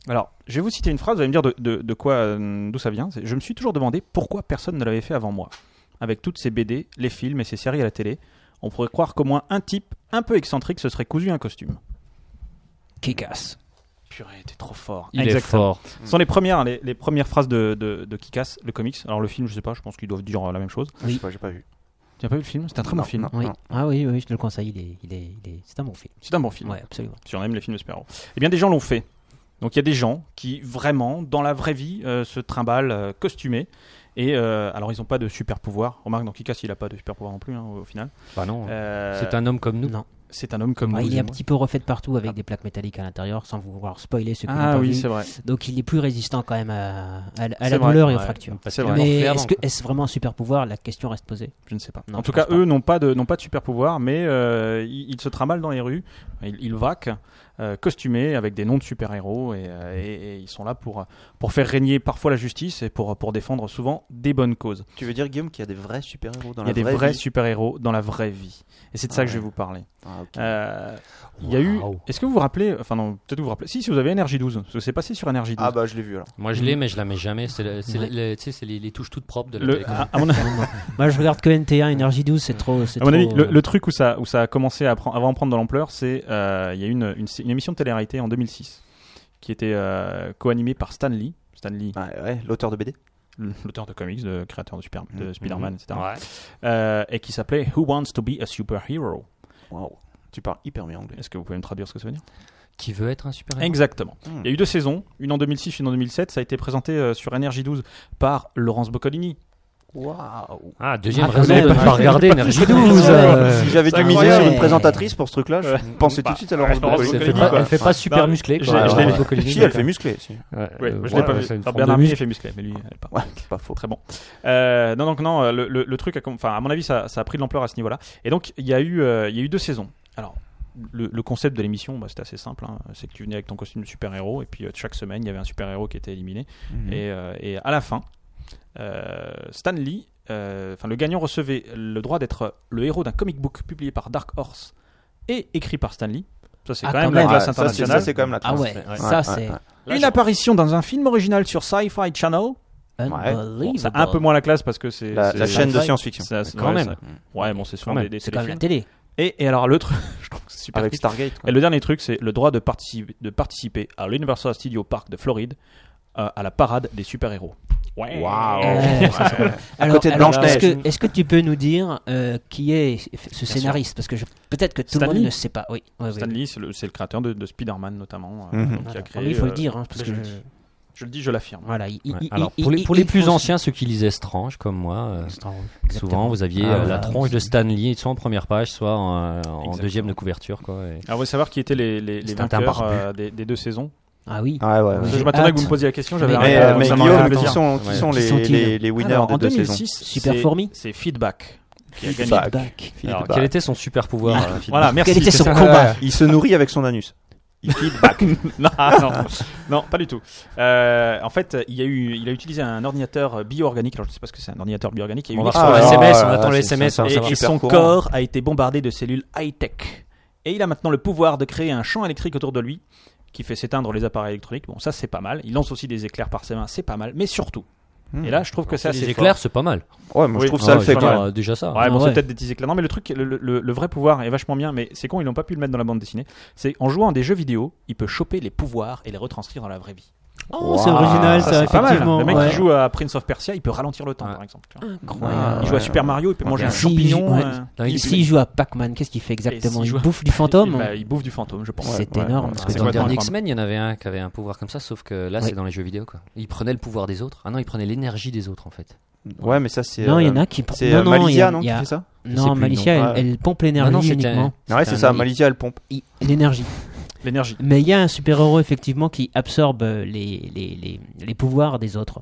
Speaker 2: Alors, je vais vous citer une phrase, vous allez me dire de, de- de quoi, euh, d'où ça vient. C'est, Je me suis toujours demandé pourquoi personne ne l'avait fait avant moi. Avec toutes ces BD, les films et ces séries à la télé, on pourrait croire qu'au moins un type un peu excentrique se serait cousu un costume.
Speaker 7: Kick-ass.
Speaker 2: Purée, t'es trop fort.
Speaker 5: Il est fort.
Speaker 2: Ce sont les premières, hein, les, les premières phrases de, de, de Kick-Ass, le comics. Alors le film, je sais pas, je pense qu'ils doivent dire euh, la même chose.
Speaker 4: Je sais pas, j'ai pas vu.
Speaker 2: Tu n'as pas vu le film C'est un très
Speaker 4: Non,
Speaker 2: bon film.
Speaker 4: non.
Speaker 7: Oui. Ah oui, oui, je te le conseille. Il est, il est, il est- C'est un bon film.
Speaker 2: C'est un bon film.
Speaker 7: Ouais, absolument.
Speaker 2: si on aime les films de super-héros. Eh bien, des gens l'ont fait. Donc, il y a des gens qui, vraiment, dans la vraie vie, euh, se trimballent euh, costumés. Et euh, alors, ils n'ont pas de super-pouvoir. Remarque, dans Kikas, il n'a pas de super-pouvoir non plus, hein, au au final.
Speaker 5: Bah non.
Speaker 2: Euh,
Speaker 5: C'est un homme comme nous.
Speaker 7: Non.
Speaker 2: c'est un homme comme
Speaker 7: Ah,
Speaker 2: nous.
Speaker 7: il est un
Speaker 2: dis-moi.
Speaker 7: petit peu refait de partout avec des plaques métalliques à l'intérieur, sans vouloir spoiler ce que
Speaker 2: Ah oui, c'est vrai.
Speaker 7: Donc il est plus résistant quand même à, à- à
Speaker 2: C'est
Speaker 7: la
Speaker 2: vrai,
Speaker 7: douleur et aux
Speaker 2: ouais.
Speaker 7: fractures.
Speaker 2: C'est vrai.
Speaker 7: Mais
Speaker 5: Enfer,
Speaker 7: est-ce
Speaker 5: donc.
Speaker 7: que- est-ce vraiment un super pouvoir La question reste posée.
Speaker 2: Je ne sais pas.
Speaker 7: Non,
Speaker 2: en tout
Speaker 7: je pense
Speaker 2: cas,
Speaker 7: pas.
Speaker 2: eux n'ont pas de n'ont pas de super pouvoir, mais euh, ils, ils se trimallent dans les rues, ils, ils vaquent, euh, costumés avec des noms de super héros et, euh, et- et ils sont là pour pour faire régner parfois la justice et pour pour défendre souvent des bonnes causes.
Speaker 4: Tu veux dire, Guillaume, qu'il y a des vrais super-héros dans
Speaker 2: Il y a
Speaker 4: la
Speaker 2: des
Speaker 4: vraie
Speaker 2: vrais
Speaker 4: vie
Speaker 2: super héros dans la vraie vie et c'est de
Speaker 4: Ah
Speaker 2: ça que je
Speaker 4: ouais.
Speaker 2: vais vous parler.
Speaker 4: Ah, ok.
Speaker 2: Euh, Il y a eu.
Speaker 5: Waouh.
Speaker 2: Est-ce que vous vous rappelez Enfin non, peut-être que vous vous rappelez. Si, si vous avez Energy 12, parce que c'est passé sur Energy 12.
Speaker 4: Ah bah, je l'ai vu alors.
Speaker 5: Moi je l'ai, mais je la mets jamais. C'est le- c'est
Speaker 7: Ouais.
Speaker 5: le- le- tu sais, c'est les, les touches toutes propres de la
Speaker 2: Mm. le, Ah.
Speaker 5: télécommande.
Speaker 2: à- à mon- à
Speaker 7: Moi je regarde que NT1, Energy 12, c'est trop. c'est
Speaker 2: mon
Speaker 7: trop,
Speaker 2: avis, le,
Speaker 7: euh,
Speaker 2: le truc où ça, où ça a commencé à, prendre- à vraiment prendre dans l'ampleur, c'est euh, il y a eu une, une, une émission de télé-réalité en 2006 qui était euh, co-animée par Stan Lee. Stan Lee,
Speaker 4: Ouais, ouais, l'auteur de BD.
Speaker 2: l'auteur de comics, de créateur de, Super, de
Speaker 4: Mhm.
Speaker 2: Spider-Man, etc.
Speaker 5: Ouais.
Speaker 2: Euh, et qui s'appelait Who Wants to Be a Superhero
Speaker 4: Waouh. Tu parles hyper bien anglais.
Speaker 2: Est-ce que vous pouvez me traduire ce que ça veut dire
Speaker 5: Qui veut être un super héros
Speaker 2: Exactement.
Speaker 4: Hmm.
Speaker 2: Il y a eu deux saisons, une en 2006, une en 2007. Ça a été présenté euh, sur Energy 12 par Laurence Boccolini.
Speaker 4: Waouh.
Speaker 5: Ah, deuxième
Speaker 7: Ah, quand
Speaker 5: raison
Speaker 7: même.
Speaker 5: de ne pas regarder Energy 12. euh,
Speaker 4: Si j'avais
Speaker 2: c'est
Speaker 4: dû miser
Speaker 2: incroyable.
Speaker 4: sur une
Speaker 7: Ouais.
Speaker 4: présentatrice pour ce truc-là, je
Speaker 2: Ouais.
Speaker 4: pensais
Speaker 2: Bah,
Speaker 4: tout de suite à Laurence
Speaker 2: Laurence
Speaker 4: Boccolini.
Speaker 5: Elle
Speaker 2: Boccolini,
Speaker 5: fait
Speaker 4: quoi.
Speaker 5: pas, elle fait pas super
Speaker 2: Non,
Speaker 5: musclée.
Speaker 2: je
Speaker 5: Quoi,
Speaker 2: l'ai- je l'ai-
Speaker 5: Laurence Boccolini,
Speaker 4: Si, elle fait
Speaker 5: quoi.
Speaker 4: musclée. si.
Speaker 5: Ouais,
Speaker 2: Ouais,
Speaker 5: euh,
Speaker 2: je l'ai pas
Speaker 5: ouais,
Speaker 2: vu.
Speaker 5: c'est une
Speaker 2: Alors,
Speaker 5: forme de
Speaker 2: Bernard Mier
Speaker 5: muscle.
Speaker 2: fait musclé, mais lui, elle est pas.
Speaker 4: Ouais, pas faux.
Speaker 2: Très bon. Euh, non, donc non, le, le- le truc, a com- enfin, à mon avis, ça, ça a pris de l'ampleur à ce niveau-là. Et donc, il y, a eu, euh, il y a eu deux saisons. Alors, le, le concept de l'émission, bah, c'était assez simple. hein. C'est que tu venais avec ton costume de super-héros, et puis euh, chaque semaine, il y avait un super-héros qui était éliminé. Et, euh, et à la fin, euh, Stan Lee, euh, enfin, le gagnant recevait le droit d'être le héros d'un comic book publié par Dark Horse et écrit par Stan Lee. Ça, c'est
Speaker 7: Ah,
Speaker 2: quand même
Speaker 7: quand
Speaker 2: la
Speaker 7: même.
Speaker 4: Ah,
Speaker 2: classe
Speaker 4: ça, c'est-
Speaker 2: internationale.
Speaker 4: ça, c'est quand même la
Speaker 7: Ah
Speaker 4: classe.
Speaker 7: ouais,
Speaker 5: Ouais,
Speaker 7: ça
Speaker 4: ouais,
Speaker 7: c'est
Speaker 4: ouais.
Speaker 2: Une apparition dans un film original sur Sci-Fi Channel.
Speaker 7: unbelievable.
Speaker 2: Bon, c'est un peu moins la classe parce que c'est
Speaker 4: La,
Speaker 2: c'est-
Speaker 4: la
Speaker 2: c'est-
Speaker 4: chaîne de
Speaker 2: c'est-
Speaker 4: science-fiction.
Speaker 2: c'est- c'est-
Speaker 5: Quand
Speaker 2: ouais,
Speaker 5: même.
Speaker 2: ça- Ouais, bon, c'est souvent
Speaker 5: Quand
Speaker 2: des,
Speaker 5: même.
Speaker 2: des
Speaker 7: C'est comme la
Speaker 2: téléfilms.
Speaker 7: télé.
Speaker 2: Et, et alors, l'autre, je trouve que c'est super.
Speaker 4: Avec
Speaker 2: triste.
Speaker 4: Stargate. quoi.
Speaker 2: Et le dernier truc, c'est le droit de participer, de participer à l'Universal Studio Park de Floride euh, à la parade des super-héros. Oh. Ouais. Euh,
Speaker 7: Ouais, ça, Euh, c'est cool. Alors,
Speaker 4: côté de
Speaker 7: alors,
Speaker 4: Blanche-Neige.
Speaker 7: est-ce que, est-ce que tu peux nous dire euh, qui est ce scénariste Parce que je- peut-être que tout
Speaker 2: Stan
Speaker 7: le monde
Speaker 2: Lee.
Speaker 7: ne sait pas. Oui, oui, oui.
Speaker 2: Stan Lee, c'est le, c'est le créateur de, de Spider-Man notamment. euh,
Speaker 4: Mhm.
Speaker 2: donc, qui a
Speaker 7: Voilà.
Speaker 2: créé,
Speaker 7: Mais il faut
Speaker 2: euh,
Speaker 7: le dire, hein, parce
Speaker 2: le
Speaker 7: que
Speaker 2: jeu. Je le dis, je l'affirme.
Speaker 7: voilà. il- il-
Speaker 5: Ouais.
Speaker 7: il-
Speaker 5: Alors,
Speaker 7: il-
Speaker 5: pour les,
Speaker 7: il-
Speaker 5: pour les
Speaker 7: il
Speaker 5: plus
Speaker 7: faut-
Speaker 5: anciens, ceux qui lisaient Strange, comme moi, euh, souvent vous aviez
Speaker 7: Ah,
Speaker 5: euh, la
Speaker 7: voilà.
Speaker 5: tronche de Stanley, soit en première page, soit en, euh, en
Speaker 2: Exactement.
Speaker 5: deuxième de couverture. Quoi, et-
Speaker 2: Alors, Ah, vous voulez savoir qui étaient les, les, les
Speaker 5: C'est un
Speaker 2: vainqueurs
Speaker 5: barbu.
Speaker 2: euh, des, des deux saisons
Speaker 7: Ah oui.
Speaker 4: Ouais, ouais, ouais.
Speaker 2: Parce que Je
Speaker 7: j'ai
Speaker 2: m'attendais à
Speaker 7: hâte.
Speaker 2: que vous me posiez la question, j'avais
Speaker 7: Mais,
Speaker 4: Mais,
Speaker 2: arrêté,
Speaker 4: euh,
Speaker 2: donc
Speaker 4: mais
Speaker 2: ça m'aurait fait
Speaker 4: Guillaume, qui
Speaker 2: plaisir.
Speaker 4: sont, qui
Speaker 5: Ouais.
Speaker 4: sont
Speaker 7: Qui
Speaker 4: les,
Speaker 7: sont-ils
Speaker 4: les, les winners
Speaker 2: Alors,
Speaker 4: de
Speaker 2: en
Speaker 4: deux
Speaker 2: 2006,
Speaker 4: saisons
Speaker 2: c'est-
Speaker 7: Super Fourmi.
Speaker 2: C'est Feedback qui a gagné.
Speaker 4: Feedback.
Speaker 7: Back.
Speaker 4: Philippe
Speaker 2: Bah.
Speaker 5: Alors,
Speaker 4: Bas.
Speaker 5: quel était son super pouvoir euh, Philippe
Speaker 2: Voilà, merci.
Speaker 7: Quel était
Speaker 2: c'est
Speaker 7: son
Speaker 2: ça.
Speaker 7: combat
Speaker 4: Il se nourrit avec son anus.
Speaker 2: Il feedback. non, ah, non, non, pas du tout. Euh, en fait, il a, eu, il a utilisé un ordinateur euh, bio-organique. Alors, je ne sais pas ce que c'est un ordinateur bio-organique. Il y a eu
Speaker 5: On
Speaker 2: une
Speaker 5: va
Speaker 4: Ah,
Speaker 2: explosion
Speaker 5: sur le
Speaker 4: ouais,
Speaker 5: SMS,
Speaker 4: ouais,
Speaker 5: on attend
Speaker 4: ouais,
Speaker 5: le
Speaker 4: c'est-
Speaker 5: SMS.
Speaker 4: c'est un-
Speaker 5: Et-
Speaker 4: c'est un
Speaker 2: et, et
Speaker 4: super
Speaker 2: son
Speaker 4: courant.
Speaker 2: corps a été bombardé de cellules high-tech. Et il a maintenant le pouvoir de créer un champ électrique autour de lui qui fait s'éteindre les appareils électroniques. Bon, ça, c'est pas mal. Il lance aussi des éclairs par ses mains, c'est pas mal. Mais surtout,
Speaker 4: Hmm.
Speaker 2: et là, je trouve que c'est
Speaker 5: Les
Speaker 2: assez
Speaker 5: éclairs, c'est pas mal.
Speaker 4: Ouais, moi
Speaker 2: Oui.
Speaker 4: je trouve ça
Speaker 2: Ah,
Speaker 4: le fait
Speaker 2: ouais,
Speaker 4: quand
Speaker 2: ouais.
Speaker 4: même.
Speaker 5: euh, déjà ça.
Speaker 2: fort. Ouais,
Speaker 7: Ah,
Speaker 2: bon, c'est
Speaker 7: ouais.
Speaker 2: peut-être des petits éclairs. Non, mais le truc, le, le- le vrai pouvoir est vachement bien, mais c'est con, ils n'ont pas pu le mettre dans la bande dessinée. C'est en jouant à des jeux vidéo, il peut choper les pouvoirs et les retranscrire dans la vraie vie.
Speaker 7: Oh, c'est original,
Speaker 2: Ça,
Speaker 7: ça,
Speaker 2: c'est pas mal.
Speaker 7: effectivement.
Speaker 2: Le mec
Speaker 7: ouais.
Speaker 2: qui joue à Prince of Persia, il peut ralentir le temps,
Speaker 5: Ouais. Ah.
Speaker 2: par
Speaker 5: bah,
Speaker 2: exemple. tu vois.
Speaker 7: Incroyable.
Speaker 2: il joue à Super Mario, il peut manger un
Speaker 7: Si,
Speaker 2: champignon.
Speaker 7: ouais.
Speaker 2: euh,
Speaker 5: Non,
Speaker 7: Il-
Speaker 5: il-
Speaker 7: S'il joue à Pac-Man, qu'est-ce qu'il fait exactement
Speaker 2: s'il
Speaker 7: Il
Speaker 2: joue à-
Speaker 7: bouffe du
Speaker 2: il-
Speaker 7: fantôme
Speaker 2: bah, il bouffe du fantôme, je pense.
Speaker 7: C'est
Speaker 4: ouais,
Speaker 7: énorme.
Speaker 4: ouais.
Speaker 7: ça.
Speaker 5: Parce que
Speaker 2: C'est
Speaker 5: dans le
Speaker 2: complètement
Speaker 5: dernier
Speaker 2: incroyable.
Speaker 5: X-Men, il y en avait un qui avait un pouvoir comme ça, sauf que là,
Speaker 7: Oui.
Speaker 5: c'est dans les jeux vidéo. Quoi. Il prenait le pouvoir des autres. Ah non, il prenait l'énergie des autres en fait.
Speaker 4: Ouais, mais ça c'est.
Speaker 7: Non, il y
Speaker 4: euh,
Speaker 7: en a qui.
Speaker 4: C'est
Speaker 7: non,
Speaker 4: euh,
Speaker 7: non, il y
Speaker 4: Malizia,
Speaker 7: a-
Speaker 4: non,
Speaker 7: il y
Speaker 4: qui
Speaker 7: a-
Speaker 4: fait ça
Speaker 5: Je sais
Speaker 7: Non,
Speaker 5: plus le
Speaker 4: nom.
Speaker 7: Malicia,
Speaker 4: Ouais.
Speaker 7: elle, elle pompe
Speaker 5: Ah non,
Speaker 7: l'énergie
Speaker 5: c'était-
Speaker 7: uniquement.
Speaker 4: Ouais, c'est
Speaker 5: un
Speaker 4: ça,
Speaker 5: ami.
Speaker 4: Malizia elle pompe.
Speaker 7: Il- L'énergie.
Speaker 2: L'énergie.
Speaker 7: Mais il y a un super-héros, effectivement, qui absorbe euh, les, les, les, les pouvoirs des autres.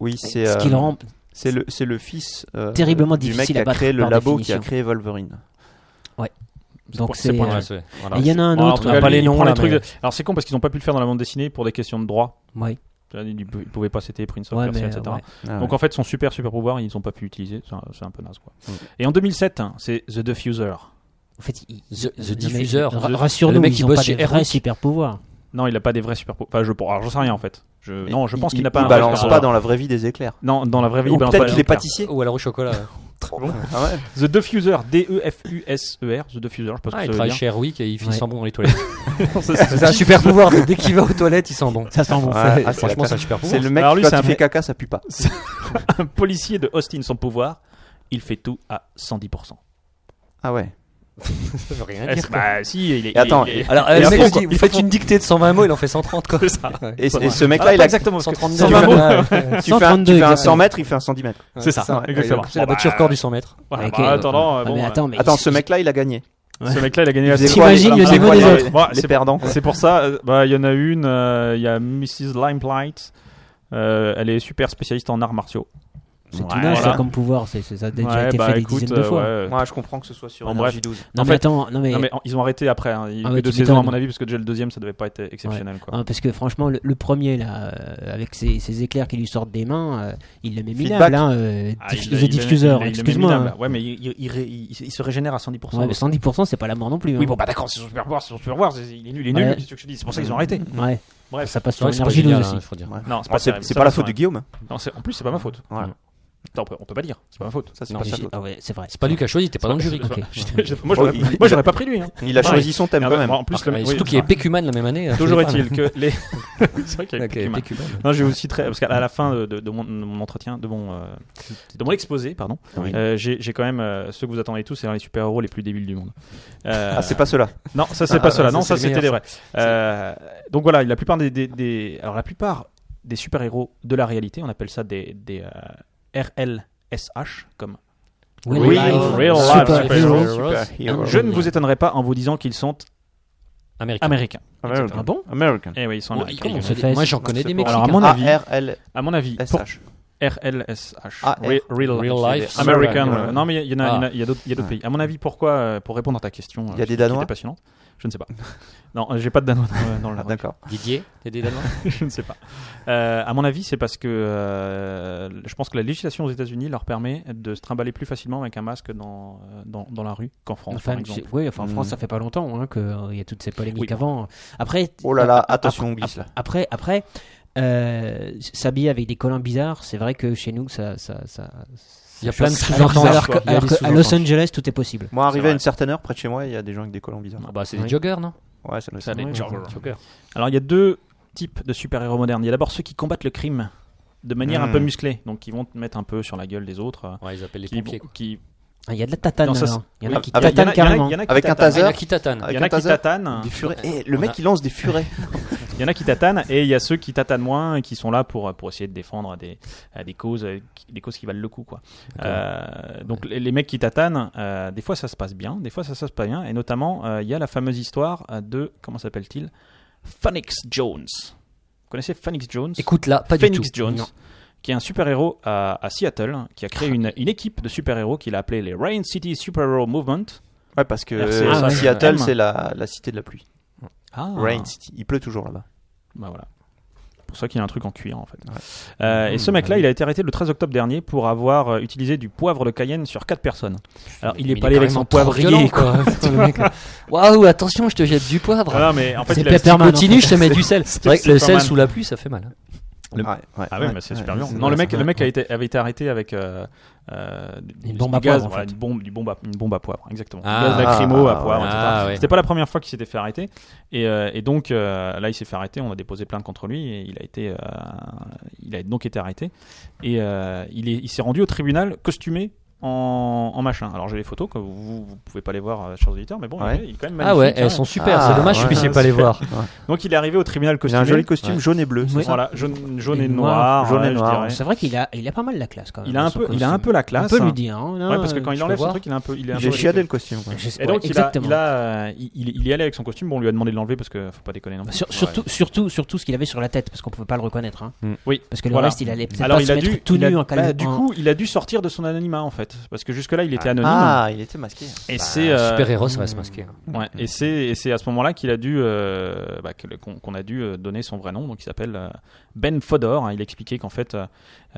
Speaker 4: Oui, c'est.
Speaker 7: Ce
Speaker 4: euh,
Speaker 7: qui le rend
Speaker 4: C'est le, c'est le fils euh,
Speaker 7: Terriblement
Speaker 4: du mec
Speaker 7: difficile
Speaker 4: qui
Speaker 7: à
Speaker 4: a
Speaker 7: battre,
Speaker 4: créé le
Speaker 7: par
Speaker 4: labo qui a
Speaker 7: définition.
Speaker 4: créé Wolverine.
Speaker 7: Donc
Speaker 2: c'est
Speaker 7: c'est.
Speaker 2: pour-
Speaker 7: euh,
Speaker 5: Ouais, c'est- voilà.
Speaker 7: et Il y en a un
Speaker 2: Bon, alors, en
Speaker 7: autre. euh,
Speaker 2: tout cas,
Speaker 5: pas
Speaker 2: lui,
Speaker 5: les
Speaker 2: il
Speaker 5: noms,
Speaker 2: prend
Speaker 5: là,
Speaker 2: trucs
Speaker 5: mais-
Speaker 2: de- Alors, c'est con parce qu'ils n'ont pas pu le faire dans la bande dessinée pour des questions de droit.
Speaker 7: Ouais.
Speaker 2: Ils ne pouvaient pas citer Prince of
Speaker 7: Ouais,
Speaker 2: Persia,
Speaker 7: mais,
Speaker 2: etc.
Speaker 7: ouais.
Speaker 4: Ah
Speaker 2: Donc
Speaker 4: ouais.
Speaker 2: en fait, son super super pouvoir, ils n'ont pas pu l'utiliser. C'est un, c'est un peu naze quoi. Et en 2007, hein, c'est The Diffuser.
Speaker 7: En fait, il-
Speaker 5: The- The
Speaker 7: non, mais
Speaker 5: Diffuser.
Speaker 7: ra-
Speaker 5: The-
Speaker 7: Rassure-nous,
Speaker 5: le mec
Speaker 7: ils
Speaker 5: qui
Speaker 7: ont
Speaker 5: bosse
Speaker 7: pas
Speaker 5: chez
Speaker 7: des vrais
Speaker 5: Eric.
Speaker 7: super pouvoirs.
Speaker 2: Non, il n'a pas des vrais super pouvoirs. Enfin, je alors, j'en sais rien en fait. Je...
Speaker 4: Mais
Speaker 2: Non, je pense
Speaker 4: il-
Speaker 2: qu'il n'a
Speaker 4: il-
Speaker 2: pas
Speaker 4: il
Speaker 2: un vrai
Speaker 4: balance
Speaker 2: super
Speaker 4: pas
Speaker 2: pouvoir.
Speaker 4: dans la vraie vie des éclairs.
Speaker 2: Non, dans la vraie vie,
Speaker 4: Ou
Speaker 2: il balance
Speaker 4: peut-être
Speaker 2: pas
Speaker 4: qu'il
Speaker 2: les
Speaker 4: est
Speaker 2: éclairs.
Speaker 4: pâtissier.
Speaker 5: Ou alors au chocolat.
Speaker 4: bah, euh, Ah ouais.
Speaker 2: The Diffuser, E D-E-F-U-S-E-R, The Diffuser, je pense
Speaker 5: Ah,
Speaker 2: que ça
Speaker 5: il
Speaker 2: veut
Speaker 5: travaille
Speaker 2: dire.
Speaker 5: chez Airwick et il finit
Speaker 7: Ouais.
Speaker 5: sent bon dans les toilettes.
Speaker 2: Ça,
Speaker 5: c'est un super pouvoir. Dès qu'il va aux toilettes, il sent bon.
Speaker 7: Ça sent bon.
Speaker 4: Ah,
Speaker 5: C'est-
Speaker 4: ah, c'est
Speaker 5: franchement,
Speaker 4: la-
Speaker 5: c'est un super pouvoir.
Speaker 4: C'est le mec
Speaker 2: Alors
Speaker 4: qui
Speaker 2: lui,
Speaker 4: quand
Speaker 2: c'est un
Speaker 4: il fait
Speaker 2: mec-
Speaker 4: caca, ça pue pas.
Speaker 2: Un policier de Austin, son pouvoir, il fait tout à 110%.
Speaker 4: Ah ouais.
Speaker 5: Ça veut rien
Speaker 2: Eh,
Speaker 5: dire.
Speaker 2: c'est- bah si, il est...
Speaker 4: Et attends,
Speaker 2: il est-
Speaker 5: Alors,
Speaker 2: Et
Speaker 5: le
Speaker 2: à
Speaker 5: mec,
Speaker 2: fond,
Speaker 5: il-
Speaker 2: quoi.
Speaker 5: vous faites une dictée de 120 mots, il en fait 130 quoi.
Speaker 2: C'est ça.
Speaker 5: Ouais.
Speaker 4: Et,
Speaker 2: Ouais.
Speaker 4: et ce
Speaker 2: Ah,
Speaker 4: mec-là,
Speaker 2: pas
Speaker 4: il a.
Speaker 2: exactement. parce que
Speaker 5: 132.
Speaker 2: c'est un
Speaker 5: Ouais,
Speaker 2: mot.
Speaker 5: ouais, ouais.
Speaker 4: Tu fais, un, tu
Speaker 7: 132,
Speaker 4: fais un
Speaker 7: exactement.
Speaker 4: 100 mètres, il fait un 110 mètres.
Speaker 2: C'est ça,
Speaker 5: ouais. Ah,
Speaker 2: exactement.
Speaker 5: C'est la
Speaker 2: Bon,
Speaker 5: voiture
Speaker 2: bah,
Speaker 5: corps du 100 mètres.
Speaker 2: Voilà,
Speaker 7: Avec,
Speaker 2: bah,
Speaker 7: euh,
Speaker 2: attendant,
Speaker 7: Ah,
Speaker 2: bon,
Speaker 7: mais attends, mais
Speaker 4: Attends,
Speaker 7: il-
Speaker 4: ce mec-là, il a gagné.
Speaker 2: ce mec-là, il a gagné la
Speaker 4: Il faisait
Speaker 2: série.
Speaker 4: quoi, les-
Speaker 7: T'imagines le
Speaker 4: il faisait
Speaker 7: niveau
Speaker 4: quoi,
Speaker 7: des
Speaker 4: les-
Speaker 7: autres
Speaker 2: Bon,
Speaker 4: Les
Speaker 2: c'est-
Speaker 4: perdants.
Speaker 2: C'est pour ça, euh, bah, il y en a une, euh, il y a Mrs. Limelight. Euh, elle est super spécialiste en arts martiaux.
Speaker 7: C'est
Speaker 2: Ouais,
Speaker 7: tout nage,
Speaker 2: voilà.
Speaker 7: ça, comme pouvoir. c'est- c'est- ça a déjà
Speaker 2: Ouais,
Speaker 7: été
Speaker 2: bah,
Speaker 7: fait des
Speaker 2: écoute,
Speaker 7: dizaines
Speaker 2: euh,
Speaker 7: de fois.
Speaker 2: ouais.
Speaker 4: Moi, je comprends que ce soit sur
Speaker 2: En
Speaker 4: Energy 12.
Speaker 7: Non,
Speaker 2: En
Speaker 7: mais
Speaker 2: fait-
Speaker 7: attends, non, mais,
Speaker 2: Non, mais en- ils ont arrêté après. hein. Il y a
Speaker 7: Ah
Speaker 2: eu
Speaker 7: ouais,
Speaker 2: que deux
Speaker 7: tu
Speaker 2: saisons, à
Speaker 7: m'étonnes.
Speaker 2: mon avis, parce que déjà le deuxième, ça devait pas être euh, exceptionnel. Quoi.
Speaker 7: Ah, parce que franchement, le, le premier, là, euh, avec ses, ses éclairs qui lui sortent des mains, euh, il le met
Speaker 4: Feedback.
Speaker 7: minable, hein, euh,
Speaker 2: Ah,
Speaker 7: diff-
Speaker 2: il- il-
Speaker 7: The
Speaker 2: il-
Speaker 7: Diffuser,
Speaker 2: il- il- il-
Speaker 7: excuse-moi.
Speaker 2: minable.
Speaker 7: hein.
Speaker 2: Ouais, mais il, il- il ré- il- il se régénère à 110%.
Speaker 7: Ouais, mais 110%, c'est pas la mort non plus.
Speaker 2: Oui,
Speaker 7: hein.
Speaker 2: bon, bah d'accord, c'est son super pouvoir, c'est son super pouvoir, c'est- il est nul, il est
Speaker 7: Ouais.
Speaker 2: nul, qu'est-ce que je te dis, c'est pour ça qu'ils ont arrêté.
Speaker 7: Ouais.
Speaker 2: Bref.
Speaker 7: ça passe sur
Speaker 5: Ouais, c'est pas
Speaker 7: l'énergie
Speaker 5: génial,
Speaker 7: aussi.
Speaker 5: hein, faut dire.
Speaker 2: Non, c'est
Speaker 4: Ah,
Speaker 2: pas,
Speaker 4: C'est
Speaker 2: terrible,
Speaker 4: c'est
Speaker 2: ça
Speaker 4: pas la
Speaker 2: va,
Speaker 4: faute
Speaker 2: ça
Speaker 4: de Guillaume.
Speaker 2: va. Non, c'est- en plus, c'est pas ma faute.
Speaker 4: Voilà.
Speaker 2: Attends, on peut- on peut pas dire, c'est pas ma faute.
Speaker 4: Ça, c'est
Speaker 5: Non,
Speaker 4: pas sa
Speaker 5: mais-
Speaker 4: faute.
Speaker 7: Ah ouais, c'est vrai.
Speaker 5: C'est pas lui qui a choisi, t'es pas dans le jury.
Speaker 2: C'est pas-
Speaker 7: Ok.
Speaker 2: c'est pas- Moi,
Speaker 4: Bon,
Speaker 2: j'aurais-
Speaker 4: il-
Speaker 2: moi, j'aurais pas pris lui. hein.
Speaker 4: Il a
Speaker 2: Ouais.
Speaker 4: choisi son thème
Speaker 2: Ah,
Speaker 4: quand
Speaker 2: bah,
Speaker 4: même.
Speaker 2: bon, En plus,
Speaker 5: Ah,
Speaker 2: le-
Speaker 5: et
Speaker 2: oui,
Speaker 5: Surtout qu'il est
Speaker 2: ah,
Speaker 5: Pécuman la même année.
Speaker 2: Toujours
Speaker 5: c'est pas mal.
Speaker 2: est-il que les. c'est vrai qu'il y a
Speaker 5: Ok,
Speaker 2: Pécuman.
Speaker 5: Pécuman.
Speaker 2: Non, je vais vous citerai parce qu'à la fin de, de- de mon, de mon entretien, de mon, euh, de mon exposé, pardon,
Speaker 4: Oui.
Speaker 2: euh, j'ai j'ai quand même euh, ceux que vous attendez tous, c'est les super héros les plus débiles du monde. Euh,
Speaker 4: Ah, c'est pas cela.
Speaker 2: Non, ça c'est
Speaker 5: Ah,
Speaker 2: pas
Speaker 5: ah,
Speaker 2: cela.
Speaker 5: ça,
Speaker 2: Non,
Speaker 5: c'est
Speaker 2: ça
Speaker 5: les
Speaker 2: c'était les
Speaker 5: meilleurs,
Speaker 2: vrais. Euh, donc voilà, la plupart des, des, des- alors la plupart des super héros de la réalité, on appelle ça des, des euh, RLSH comme.
Speaker 7: Real
Speaker 2: Real
Speaker 7: life,
Speaker 2: life
Speaker 7: super
Speaker 2: super
Speaker 7: hero.
Speaker 5: Heroes.
Speaker 4: Superhero.
Speaker 2: Je ne vous étonnerai pas en vous disant qu'ils sont
Speaker 5: Américain.
Speaker 2: américains.
Speaker 4: American.
Speaker 7: Ah bon
Speaker 4: American.
Speaker 2: Eh oui, ils sont
Speaker 5: Ouais,
Speaker 2: américains.
Speaker 5: Oh, comment on
Speaker 7: se
Speaker 5: fait
Speaker 7: fait
Speaker 5: Moi j'en connais des mecs.
Speaker 2: Alors, à mon avis-
Speaker 4: A-R-L-S-H.
Speaker 2: À mon avis, pour RLSH.
Speaker 4: Ah,
Speaker 2: Re- Real,
Speaker 5: Real life.
Speaker 2: American.
Speaker 4: Ouais.
Speaker 2: ouais. Non, mais il y en a, il y en a- il y a d'autres il y a d'autres
Speaker 4: Ouais.
Speaker 2: pays. À mon avis, pourquoi, euh, pour répondre à ta question, euh,
Speaker 4: Il y a des
Speaker 2: qui était
Speaker 4: Danois
Speaker 2: passionnante, je ne sais pas. Non, euh, j'ai pas de Danois dans, le- dans le
Speaker 4: Ah, D'accord.
Speaker 5: Didier, t'es des Danois
Speaker 2: Je ne sais pas. Euh, à mon avis, c'est parce que euh, je pense que la législation aux États-Unis leur permet de se trimballer plus facilement avec un masque dans, euh, dans, dans la rue qu'en France,
Speaker 7: Enfin,
Speaker 2: par
Speaker 7: tu sais-
Speaker 2: exemple.
Speaker 7: oui, enfin, en France,
Speaker 4: Mm.
Speaker 7: ça fait pas longtemps hein, qu'il y a toutes ces polémiques
Speaker 2: Oui.
Speaker 7: avant. Après,
Speaker 4: Oh là là,
Speaker 7: ap- ap-
Speaker 4: attention, on glisse, là.
Speaker 7: Après, après euh, s'habiller avec des collants bizarres, c'est vrai que chez nous, ça. ça, ça
Speaker 5: Il y a
Speaker 7: ça
Speaker 5: plein de
Speaker 7: choque.
Speaker 5: sous-entendus,
Speaker 7: Alors, alors
Speaker 5: quoi.
Speaker 7: que-
Speaker 5: Il y a
Speaker 7: alors
Speaker 5: des
Speaker 7: que à Los
Speaker 5: sous-entendus.
Speaker 7: Angeles, tout est possible.
Speaker 4: Moi, arrivé
Speaker 2: vrai.
Speaker 4: à une certaine heure, près de chez moi, il y a des gens avec des collants bizarres.
Speaker 5: Bah c'est
Speaker 7: Oui.
Speaker 5: des joggers, non
Speaker 4: Ouais, ça doit
Speaker 2: Ça,
Speaker 4: être
Speaker 2: les
Speaker 5: Ouais,
Speaker 2: joggers.
Speaker 5: joggers.
Speaker 2: Alors, il y a deux types de super-héros modernes. Il y a d'abord ceux qui combattent le crime de manière un peu
Speaker 5: Hmm.
Speaker 4: Mm.
Speaker 2: musclée, donc qui vont te mettre un peu sur la gueule des autres. euh,
Speaker 5: Ouais, ils appellent les
Speaker 2: qui,
Speaker 5: pompiers.
Speaker 2: bon, qui-
Speaker 7: Ah, Il y a de la tatane.
Speaker 2: Non, ça,
Speaker 7: alors. Il y en a
Speaker 2: Oui, bah,
Speaker 7: qui
Speaker 2: Ah, il y a- il y en
Speaker 7: tatanent
Speaker 2: a- il y en a-
Speaker 7: carrément.
Speaker 2: il y en a qui
Speaker 4: Avec un
Speaker 2: tatanent.
Speaker 4: taser.
Speaker 5: Ah, Kitatan.
Speaker 4: Avec
Speaker 2: Il y en a
Speaker 4: un
Speaker 2: qui
Speaker 4: taser.
Speaker 2: tatanent.
Speaker 4: Des furets.
Speaker 5: Ouais.
Speaker 4: Eh, le
Speaker 5: On
Speaker 4: mec,
Speaker 5: a-
Speaker 4: il lance des furets.
Speaker 2: Il y en a qui tatanent et il y a ceux qui tatanent moins et qui sont là pour, pour essayer de défendre des, euh, des, causes, euh, qui- des causes qui valent le coup. Quoi. Euh, donc les, les mecs qui tatanent, euh, des fois ça se passe bien, des fois ça, se passe pas bien. Et notamment, euh, il y a la fameuse histoire euh, de, comment s'appelle-t-il Phoenix Jones. Vous connaissez Phoenix Jones
Speaker 5: Écoute là, pas du tout.
Speaker 2: Phoenix Jones, qui est un super-héros à, à Seattle, hein, qui a créé
Speaker 5: Ah.
Speaker 2: une, une équipe de super-héros qu'il a appelée les Rain City Superhero Movement.
Speaker 4: Ouais, parce que
Speaker 2: Merci,
Speaker 4: euh,
Speaker 7: ah ouais.
Speaker 4: Seattle,
Speaker 2: M.
Speaker 4: c'est la, la cité de la pluie.
Speaker 2: Ah.
Speaker 4: Rain City. Il pleut toujours là-bas.
Speaker 2: Bah voilà. Pour ça qu'il a un truc en cuir en fait. Euh, et
Speaker 4: Mmh.
Speaker 2: ce mec-là, il a été arrêté le 13 octobre dernier pour avoir euh, utilisé du poivre de Cayenne sur quatre personnes. Alors il est
Speaker 5: Mais
Speaker 2: pas allé avec
Speaker 5: carrément
Speaker 2: son
Speaker 5: trop violent,
Speaker 2: poivrier. quoi.
Speaker 5: quoi. Putain, le mec, là. Waouh, attention, je te jette du poivre.
Speaker 2: Ah, non, mais en fait,
Speaker 7: C'est
Speaker 2: il a-
Speaker 7: Pepper- Superman, en
Speaker 5: Continue, je te mets du sel. C'est vrai que le
Speaker 2: Superman.
Speaker 5: sel sous la pluie, ça fait mal.
Speaker 2: Le-
Speaker 4: Ouais, ouais,
Speaker 2: Ah oui,
Speaker 4: ouais,
Speaker 2: mais c'est
Speaker 4: ouais,
Speaker 2: super
Speaker 4: ouais,
Speaker 2: bien.
Speaker 4: c'est
Speaker 2: Non, le
Speaker 4: vrai,
Speaker 2: mec,
Speaker 4: c'est
Speaker 2: le
Speaker 4: vrai.
Speaker 2: mec a été, avait été arrêté avec euh, euh, du-
Speaker 7: Une
Speaker 2: du
Speaker 7: bombe à
Speaker 2: gaz,
Speaker 7: poivre, en
Speaker 2: voilà,
Speaker 7: fait.
Speaker 2: une bombe, du bombe à, une bombe à poivre, exactement. Du
Speaker 5: Ah,
Speaker 2: gaz lacrymo à
Speaker 4: ah,
Speaker 2: poivre,
Speaker 4: ouais.
Speaker 2: etc.
Speaker 5: Ah, ouais.
Speaker 2: C'était pas la première fois qu'il s'était fait arrêter. Et, euh, et donc euh, là, il s'est fait arrêter. On a déposé plainte contre lui et il a été, euh, il a donc été arrêté. Et euh, il est- il s'est rendu au tribunal costumé. En, en machin. Alors j'ai les photos que vous, vous, vous pouvez pas les voir, euh, chers auditeurs, mais bon,
Speaker 4: Ouais.
Speaker 2: il, est, il est quand même
Speaker 5: Ah
Speaker 2: magnifique.
Speaker 5: ouais,
Speaker 2: hein.
Speaker 5: elles sont super.
Speaker 4: Ah,
Speaker 5: C'est dommage, je
Speaker 4: ouais.
Speaker 5: puisse pas les voir.
Speaker 2: Donc il est arrivé au tribunal
Speaker 4: Il a
Speaker 2: costumé.
Speaker 4: un joli costume jaune et bleu. c'est
Speaker 7: Ouais.
Speaker 4: ça
Speaker 2: Voilà, jaune, jaune
Speaker 7: Et
Speaker 2: et noir.
Speaker 4: jaune et
Speaker 2: ouais, je
Speaker 4: noir.
Speaker 2: dirais.
Speaker 7: C'est vrai qu'il a, il a pas mal la classe quand même.
Speaker 2: Il a un
Speaker 7: son
Speaker 2: peu, il a un
Speaker 7: costume.
Speaker 2: peu la classe.
Speaker 7: On peut lui dire. hein, non,
Speaker 2: Ouais, parce que quand
Speaker 7: euh,
Speaker 2: il
Speaker 5: peux
Speaker 2: enlève son
Speaker 5: voir
Speaker 2: truc, il est un peu, il est un
Speaker 4: J'ai
Speaker 2: peu
Speaker 4: chiadé le costume. quoi.
Speaker 7: je sais-
Speaker 2: Et donc
Speaker 7: ouais,
Speaker 2: il a,
Speaker 7: exactement.
Speaker 2: il a, euh, il, il- il y est allé avec son costume. Bon, on lui a demandé de l'enlever parce que faut pas déconner non plus.
Speaker 7: Sur- surtout, surtout, surtout ce qu'il avait sur la tête, parce qu'on pouvait pas le reconnaître. hein.
Speaker 2: Mm. Oui.
Speaker 7: Parce que le
Speaker 2: Voilà.
Speaker 7: reste, il allait peut-être
Speaker 2: Alors
Speaker 7: pas
Speaker 2: il
Speaker 7: se
Speaker 2: a
Speaker 7: mettre
Speaker 2: dû,
Speaker 7: tout
Speaker 2: il a-
Speaker 7: nu hein, en
Speaker 2: bah,
Speaker 7: calme.
Speaker 2: du coup, il a dû sortir de son anonymat en fait. fait, parce que jusque-là, il était
Speaker 4: Ah.
Speaker 2: anonyme.
Speaker 4: Ah, il était masqué.
Speaker 2: Et
Speaker 4: Bah,
Speaker 2: c'est euh,
Speaker 5: Super héros, ça va se masquer.
Speaker 2: Ouais, et c'est et c'est à ce moment-là qu'il a dû euh, bah, que le- qu'on qu'on a dû euh, donner son vrai nom, donc il s'appelle euh, Ben Fodor. hein. Il expliquait qu'en fait, euh,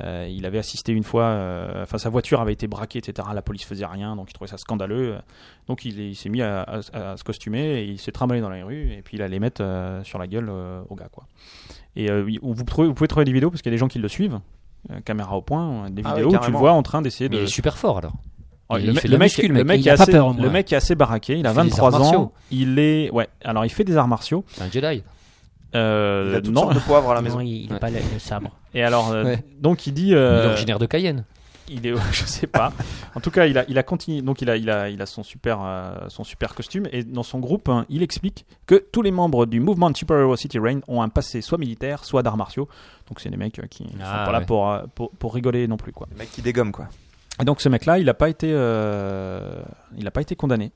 Speaker 2: euh, il avait assisté une fois, euh, enfin sa voiture avait été braquée, etc. La police faisait rien, donc il trouvait ça scandaleux. Donc il, est- il s'est mis à, à- à se costumer, et il s'est trimballé dans les rues, et puis il allait mettre euh, sur la gueule euh, aux gars, quoi. Et euh, oui, vous, trouvez- vous pouvez trouver des vidéos parce qu'il y a des gens qui le suivent, euh, caméra au point, des
Speaker 4: Ah oui,
Speaker 2: vidéos où tu le
Speaker 4: carrément.
Speaker 2: vois en train d'essayer
Speaker 5: Mais
Speaker 2: de.
Speaker 5: il est super fort alors.
Speaker 2: Oh,
Speaker 5: Il
Speaker 2: le,
Speaker 5: fait de
Speaker 2: le
Speaker 5: la
Speaker 2: mec,
Speaker 5: muscu, le
Speaker 2: le
Speaker 5: mec,
Speaker 2: mec
Speaker 5: il
Speaker 2: est
Speaker 5: a pas
Speaker 2: assez,
Speaker 5: peur, moi.
Speaker 2: le mec est assez baraqué. Il, a
Speaker 5: fait des
Speaker 2: 23
Speaker 5: arts
Speaker 2: ans.
Speaker 5: martiaux.
Speaker 2: Il est, ouais. Alors il fait des arts martiaux.
Speaker 5: C'est un Jedi.
Speaker 2: Euh,
Speaker 4: Il a toutes
Speaker 2: non.
Speaker 4: sortes de poivre à la maison.
Speaker 7: Non, il n'a
Speaker 5: Ouais.
Speaker 7: pas le, le sabre.
Speaker 2: Et alors, euh,
Speaker 5: Ouais.
Speaker 2: donc il dit,
Speaker 5: Il est
Speaker 2: euh,
Speaker 5: originaire de Cayenne.
Speaker 2: il est, je sais pas. En tout cas, il a, il a continué. Donc il a, il a, il a son super, euh, son super costume. Et dans son groupe, hein, il explique que tous les membres du mouvement Superhero City Rain ont un passé soit militaire, soit d'arts martiaux. Donc c'est des mecs euh, qui sont
Speaker 5: Ah,
Speaker 2: pas là
Speaker 5: ouais.
Speaker 2: pour, euh, pour, pour rigoler non plus, quoi.
Speaker 4: Le mec qui dégomme, quoi.
Speaker 2: Et donc ce mec-là, il n'a pas été, euh, il a pas été condamné.